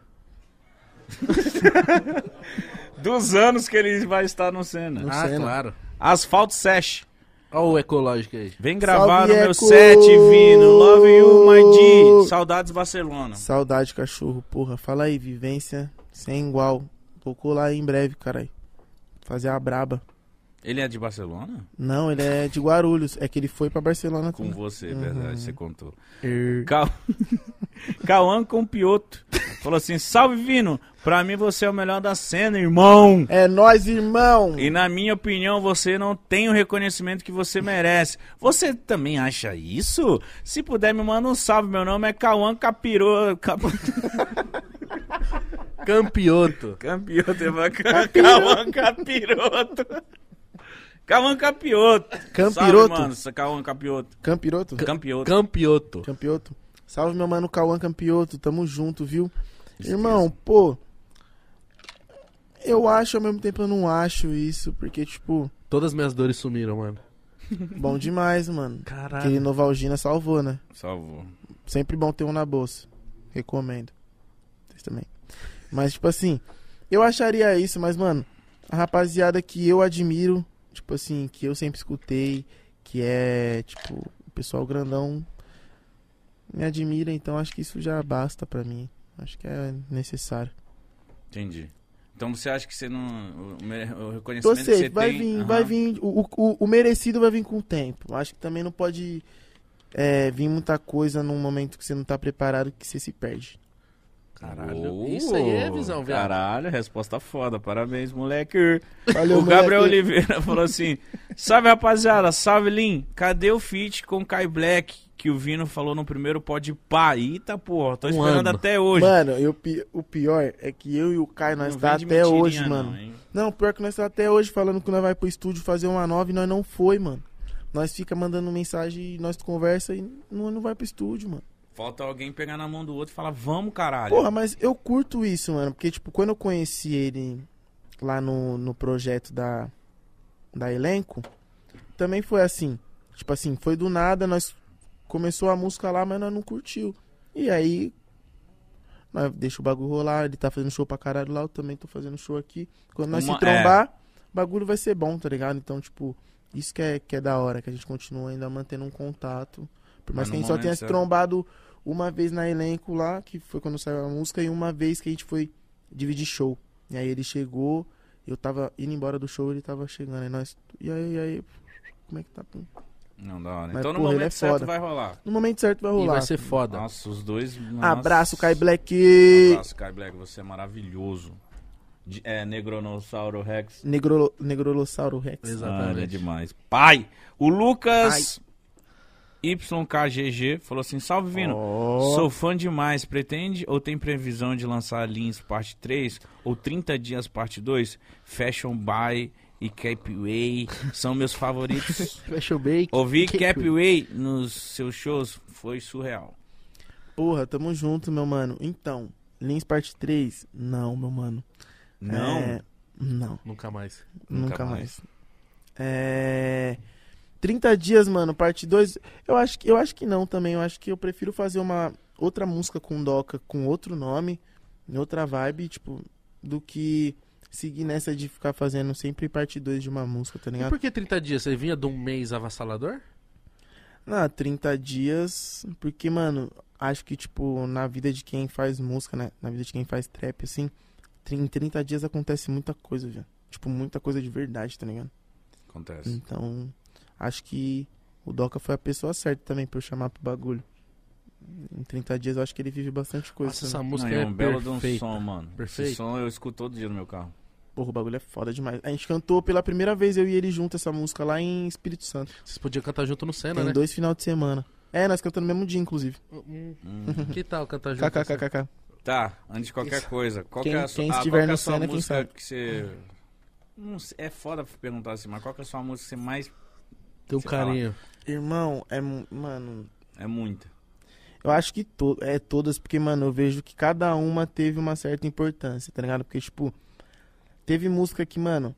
Speaker 1: Dos anos que ele vai estar no Senna.
Speaker 3: Não
Speaker 2: ah,
Speaker 3: sei, não.
Speaker 2: claro.
Speaker 1: Asfalto Sesh.
Speaker 2: Olha o ecológico aí.
Speaker 1: Vem gravar
Speaker 3: Salve,
Speaker 1: no meu
Speaker 3: Eco!
Speaker 1: set, Vino. Love you, my G. Saudades, Barcelona.
Speaker 3: Saudade, cachorro, porra. Fala aí, vivência sem igual. Tocou lá em breve, caralho. Fazer a braba.
Speaker 1: Ele é de Barcelona?
Speaker 3: Não, ele é de Guarulhos. É que ele foi pra Barcelona
Speaker 1: Com você, é
Speaker 2: Uhum.
Speaker 1: verdade, você contou.
Speaker 3: Er.
Speaker 1: Ca... Cauã com Pioto. Falou assim, salve, Vino. Pra mim você é o melhor da cena, irmão.
Speaker 3: É nós, irmão!
Speaker 1: E na minha opinião, você não tem o reconhecimento que você merece. Você também acha isso? Se puder, me manda um salve. Meu nome é Cauã Capiro... Cap...
Speaker 2: Campioto.
Speaker 1: Campioto é bacana. Cauã Capiroto. Cauã Capioto. Salve,
Speaker 3: Campiroto.
Speaker 1: mano. Cauã Capioto.
Speaker 3: Campiroto?
Speaker 1: Campioto.
Speaker 2: Campioto.
Speaker 3: Campioto. Salve, meu mano Cauã Campioto. Tamo junto, viu? Irmão, pô. Eu acho, ao mesmo tempo eu não acho isso, porque, tipo.
Speaker 2: Todas as minhas dores sumiram, mano.
Speaker 3: Bom demais, mano. Aquele
Speaker 2: Caralho.
Speaker 3: Novalgina salvou, né?
Speaker 1: Salvou.
Speaker 3: Sempre bom ter um na bolsa. Recomendo. Vocês também. Mas, tipo assim, eu acharia isso, mas, mano, a rapaziada que eu admiro, tipo assim, que eu sempre escutei, que é, tipo, o pessoal grandão me admira, então acho que isso já basta pra mim. Acho que é necessário.
Speaker 1: Entendi. Então você acha que você não. O, mere- o
Speaker 3: Tô
Speaker 1: reconhecimento que
Speaker 3: safe,
Speaker 1: você
Speaker 3: vai
Speaker 1: tem.
Speaker 3: vir,
Speaker 1: Aham.
Speaker 3: vai vir. O, o, o merecido vai vir com o tempo. Acho que também não pode é, vir muita coisa num momento que você não tá preparado que você se perde.
Speaker 2: Caralho.
Speaker 1: Uou,
Speaker 2: Isso aí é visão, viado.
Speaker 1: Caralho, resposta foda. Parabéns, moleque.
Speaker 3: Valeu,
Speaker 1: o Gabriel
Speaker 3: moleque.
Speaker 1: Oliveira falou assim: Salve rapaziada, salve Lin, cadê o feat com Kai Black que o Vino falou no primeiro pode pá? Eita porra, tô
Speaker 2: Um
Speaker 1: esperando
Speaker 2: ano.
Speaker 1: até hoje.
Speaker 3: Mano, eu pi- o pior é que eu e o Caio, nós
Speaker 1: Não
Speaker 3: tá
Speaker 1: vem de
Speaker 3: até
Speaker 1: mentirinha,
Speaker 3: hoje,
Speaker 1: não,
Speaker 3: mano.
Speaker 1: hein?
Speaker 3: Não, pior que nós tá até hoje falando que nós vai pro estúdio fazer uma nova e nós não foi, mano. Nós fica mandando mensagem e nós conversa e não, não vai pro estúdio, mano.
Speaker 1: Falta alguém pegar na mão do outro e falar: Vamos, caralho.
Speaker 3: Porra, mas eu curto isso, mano. Porque, tipo, quando eu conheci ele lá no, no projeto da, da Elenco, também foi assim. Tipo assim, foi do nada, nós começou a música lá, mas nós não curtiu. E aí, nós deixa o bagulho rolar, ele tá fazendo show pra caralho lá, eu também tô fazendo show aqui. Quando nós
Speaker 1: Uma- é.
Speaker 3: se trombar, o bagulho vai ser bom, tá ligado? Então, tipo, isso que é, que é da hora, que a gente continua ainda mantendo um contato. Por
Speaker 1: Mas
Speaker 3: mais
Speaker 1: no
Speaker 3: que a gente só tenha
Speaker 1: momento
Speaker 3: se
Speaker 1: é-
Speaker 3: trombado uma vez na elenco lá, que foi quando saiu a música, e uma vez que a gente foi dividir show. E aí ele chegou, eu tava indo embora do show, ele tava chegando. E nós. E aí, e aí, como é que tá? pum?
Speaker 1: Não, da hora.
Speaker 3: Mas,
Speaker 1: então no
Speaker 3: porra, ele
Speaker 1: momento
Speaker 3: é
Speaker 1: certo
Speaker 3: foda.
Speaker 1: vai rolar.
Speaker 3: No momento certo vai
Speaker 2: E
Speaker 3: rolar.
Speaker 2: vai ser foda.
Speaker 1: Nossa, os dois.
Speaker 3: Abraço,
Speaker 1: Kai
Speaker 3: Kai Black.
Speaker 1: Abraço, Kai Black, você é maravilhoso. De- é, Negronossauro Rex.
Speaker 3: Negro... Negrolossauro Rex.
Speaker 2: Exato.
Speaker 1: Ah,
Speaker 2: Exatamente.
Speaker 1: ele é demais. Pai! O Lucas YKGG falou assim: Salve Vino!
Speaker 3: Ó.
Speaker 1: Sou fã demais. Pretende ou tem previsão de lançar Lins parte 3 ou 30 dias parte 2? Fashion By e Capway são meus favoritos.
Speaker 2: Fechou bem.
Speaker 1: Ouvir Capway nos seus shows foi surreal.
Speaker 3: Porra, tamo junto, meu mano. Então, Lins Parte 3? Não, meu mano.
Speaker 1: Não.
Speaker 3: É, Não,
Speaker 2: Nunca mais.
Speaker 1: Nunca
Speaker 3: nunca,
Speaker 1: mais.
Speaker 3: mais. É... 30 dias, mano, parte 2. Eu acho, que- eu acho que não também. Eu acho que eu prefiro fazer uma outra música com Doca, com outro nome, em outra vibe, tipo, do que seguir nessa de ficar fazendo sempre parte 2 de uma música, tá
Speaker 2: E
Speaker 3: ligado?
Speaker 2: por que 30 dias? Você vinha de um mês avassalador?
Speaker 3: Ah, 30 dias, porque, mano, acho que, tipo, na vida de quem faz música, né? Na vida de quem faz trap, assim, tri- em 30 dias acontece muita coisa, velho. Tipo, muita coisa de verdade, tá ligado?
Speaker 1: Acontece.
Speaker 3: Então, acho que o Doca foi a pessoa certa também pra eu chamar pro bagulho. Em 30 dias eu acho que ele vive bastante coisa. né?
Speaker 2: Nossa,
Speaker 3: também.
Speaker 2: essa música
Speaker 1: Não,
Speaker 2: é,
Speaker 1: é um belo de um
Speaker 2: perfeita.
Speaker 1: som, mano. Esse
Speaker 2: Perfeito.
Speaker 1: som eu escuto todo dia no meu carro.
Speaker 3: Porra, o bagulho é foda demais. A gente cantou pela primeira vez, eu e ele junto, essa música lá em Espírito Santo.
Speaker 2: Vocês podiam cantar junto no Senna,
Speaker 3: Tem
Speaker 2: né?
Speaker 3: dois final de semana. É, nós cantamos no mesmo dia, inclusive.
Speaker 2: Hum,
Speaker 1: Hum.
Speaker 2: Que tal cantar junto? assim. no Senna?
Speaker 3: KKKKK.
Speaker 1: Tá, antes de qualquer coisa, qual
Speaker 3: quem-
Speaker 1: que é a sua,
Speaker 3: quem
Speaker 1: ah,
Speaker 3: estiver
Speaker 1: qual que é a
Speaker 3: no
Speaker 1: sua
Speaker 3: Senna, quem
Speaker 1: música
Speaker 3: sabe?
Speaker 1: que você. Não sei, é foda perguntar assim, mas qual que é a sua música que você mais.
Speaker 2: Tem um
Speaker 1: Você fala.
Speaker 2: carinho.
Speaker 3: Irmão, é. mu- Mano,
Speaker 1: É muita.
Speaker 3: Eu acho que to é todas, porque, mano, eu vejo que cada uma teve uma certa importância, tá ligado? Porque, tipo, teve música que, mano,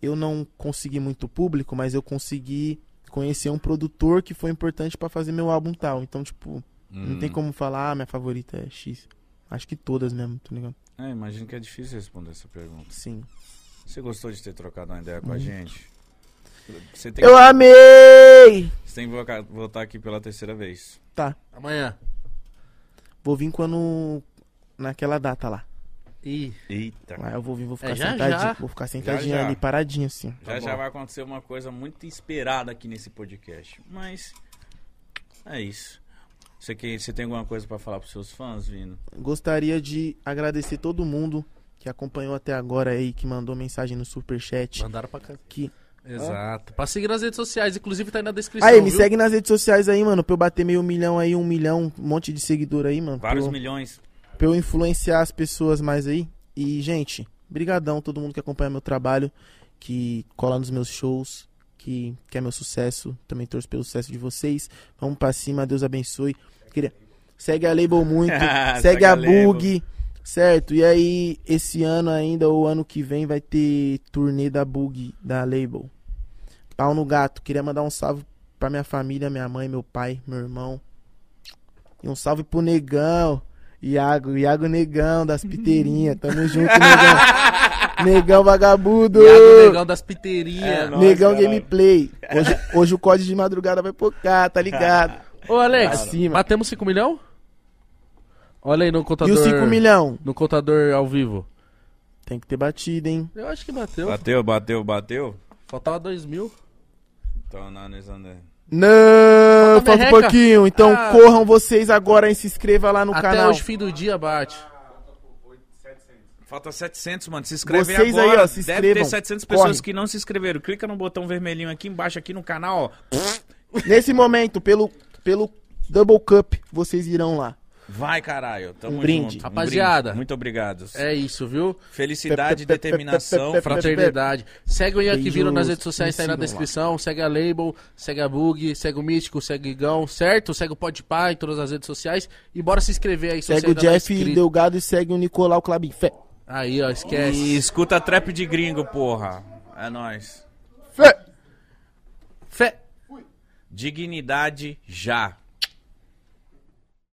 Speaker 3: eu não consegui muito público, mas eu consegui conhecer um produtor que foi importante pra fazer meu álbum tal. Então, tipo, não tem
Speaker 1: Hum.
Speaker 3: como falar, ah, minha favorita é X. Acho que todas mesmo, tá ligado?
Speaker 1: É, imagino que é difícil responder essa pergunta.
Speaker 3: Sim.
Speaker 1: Você gostou de ter trocado uma ideia com a
Speaker 3: Muito.
Speaker 1: gente? Você tem,
Speaker 3: Eu amei!
Speaker 1: você tem que voca- voltar aqui pela terceira vez.
Speaker 3: Tá,
Speaker 2: Amanhã.
Speaker 3: vou vir quando. Naquela data lá.
Speaker 2: Ih,
Speaker 1: Eita.
Speaker 3: Lá eu vou vir, vou ficar
Speaker 2: É, já,
Speaker 3: sentadinho.
Speaker 2: já.
Speaker 3: Vou ficar sentadinho
Speaker 1: já.
Speaker 3: ali, paradinho assim.
Speaker 1: Já
Speaker 2: Tá
Speaker 1: já
Speaker 2: bom.
Speaker 1: vai acontecer uma coisa muito esperada aqui nesse podcast. Mas. É isso. Você, que, você tem alguma coisa pra falar pros seus fãs, Vino?
Speaker 3: Gostaria de agradecer todo mundo que acompanhou até agora aí, que mandou mensagem no superchat.
Speaker 2: mandaram pra cá.
Speaker 3: Que...
Speaker 2: Exato. Pra seguir nas redes sociais, inclusive tá aí na descrição.
Speaker 3: Aí, me
Speaker 2: viu?
Speaker 3: segue nas redes sociais aí, mano, pra eu bater meio milhão aí, um milhão, um monte de seguidor aí, mano. Pra
Speaker 1: Vários
Speaker 3: eu,
Speaker 1: milhões.
Speaker 3: pra eu influenciar as pessoas mais aí. E, gente, brigadão todo mundo que acompanha meu trabalho, que cola nos meus shows, que quer meu sucesso. Também torço pelo sucesso de vocês. Vamos pra cima, Deus abençoe. Queria... Segue a Label muito,
Speaker 1: Segue
Speaker 3: segue, a,
Speaker 1: a Label.
Speaker 3: Bug, certo? E aí, esse ano ainda, ou ano que vem, vai ter turnê da Bug, da Label. Pau no gato. Queria mandar um salve pra minha família, minha mãe, meu pai, meu irmão. E um salve pro Negão. Iago, Iago Negão das
Speaker 2: Uhum.
Speaker 3: Piteirinhas. Tamo junto, Negão. Negão vagabundo.
Speaker 2: Iago Negão é das piteirinhas.
Speaker 1: É, não.
Speaker 3: Negão
Speaker 1: Nossa, caralho.
Speaker 3: Gameplay. Hoje, hoje o código de madrugada vai pocar, tá ligado?
Speaker 2: Ô, Alex,
Speaker 3: Pra cima.
Speaker 2: batemos 5 milhão? Olha aí no
Speaker 3: E
Speaker 2: contador.
Speaker 3: os 5 milhão?
Speaker 2: No contador ao vivo.
Speaker 3: Tem que ter batido, hein?
Speaker 2: Eu acho que bateu.
Speaker 1: Bateu, bateu, bateu.
Speaker 2: Faltava 2 mil.
Speaker 1: Tô analisando aí.
Speaker 3: Não,
Speaker 2: Falta
Speaker 3: falta um
Speaker 2: merreca.
Speaker 3: pouquinho. Então
Speaker 2: Ah.
Speaker 3: corram vocês agora e se inscreva lá no
Speaker 2: Até
Speaker 3: canal.
Speaker 2: hoje, fim do dia, bate.
Speaker 1: Falta 700, mano. Se inscreve
Speaker 3: Vocês aí,
Speaker 1: agora.
Speaker 3: ó, se
Speaker 1: Deve ter
Speaker 3: inscrevam.
Speaker 1: 700
Speaker 3: Corre.
Speaker 1: pessoas que não se inscreveram. Clica no botão vermelhinho aqui embaixo, aqui no canal, ó.
Speaker 3: Nesse momento, pelo, pelo Double Cup, vocês irão lá.
Speaker 1: Vai, caralho. Tamo
Speaker 3: Um brinde.
Speaker 1: junto.
Speaker 2: Rapaziada.
Speaker 1: brinde. Muito obrigado.
Speaker 2: É isso, viu?
Speaker 1: Felicidade,
Speaker 3: Pe- pe- pe- pe-
Speaker 1: determinação.
Speaker 3: pe- pe-
Speaker 2: Fraternidade. Segue o Ian que viram nas
Speaker 3: Beijos.
Speaker 2: redes sociais, tá aí na
Speaker 3: Me sigam
Speaker 2: descrição. Segue a Label, segue a Bug, segue o Mítico, segue o Igão, certo? Segue o Podpah em todas as redes sociais. E bora se inscrever aí, se você
Speaker 3: Segue o
Speaker 2: ainda não é
Speaker 3: Jeff
Speaker 2: inscrito.
Speaker 3: Delgado e segue o Nicolau Clabin. Fé.
Speaker 2: Aí, ó, esquece.
Speaker 1: E escuta trap de gringo, porra. É nóis.
Speaker 3: Fé.
Speaker 2: Fé.
Speaker 1: Dignidade já.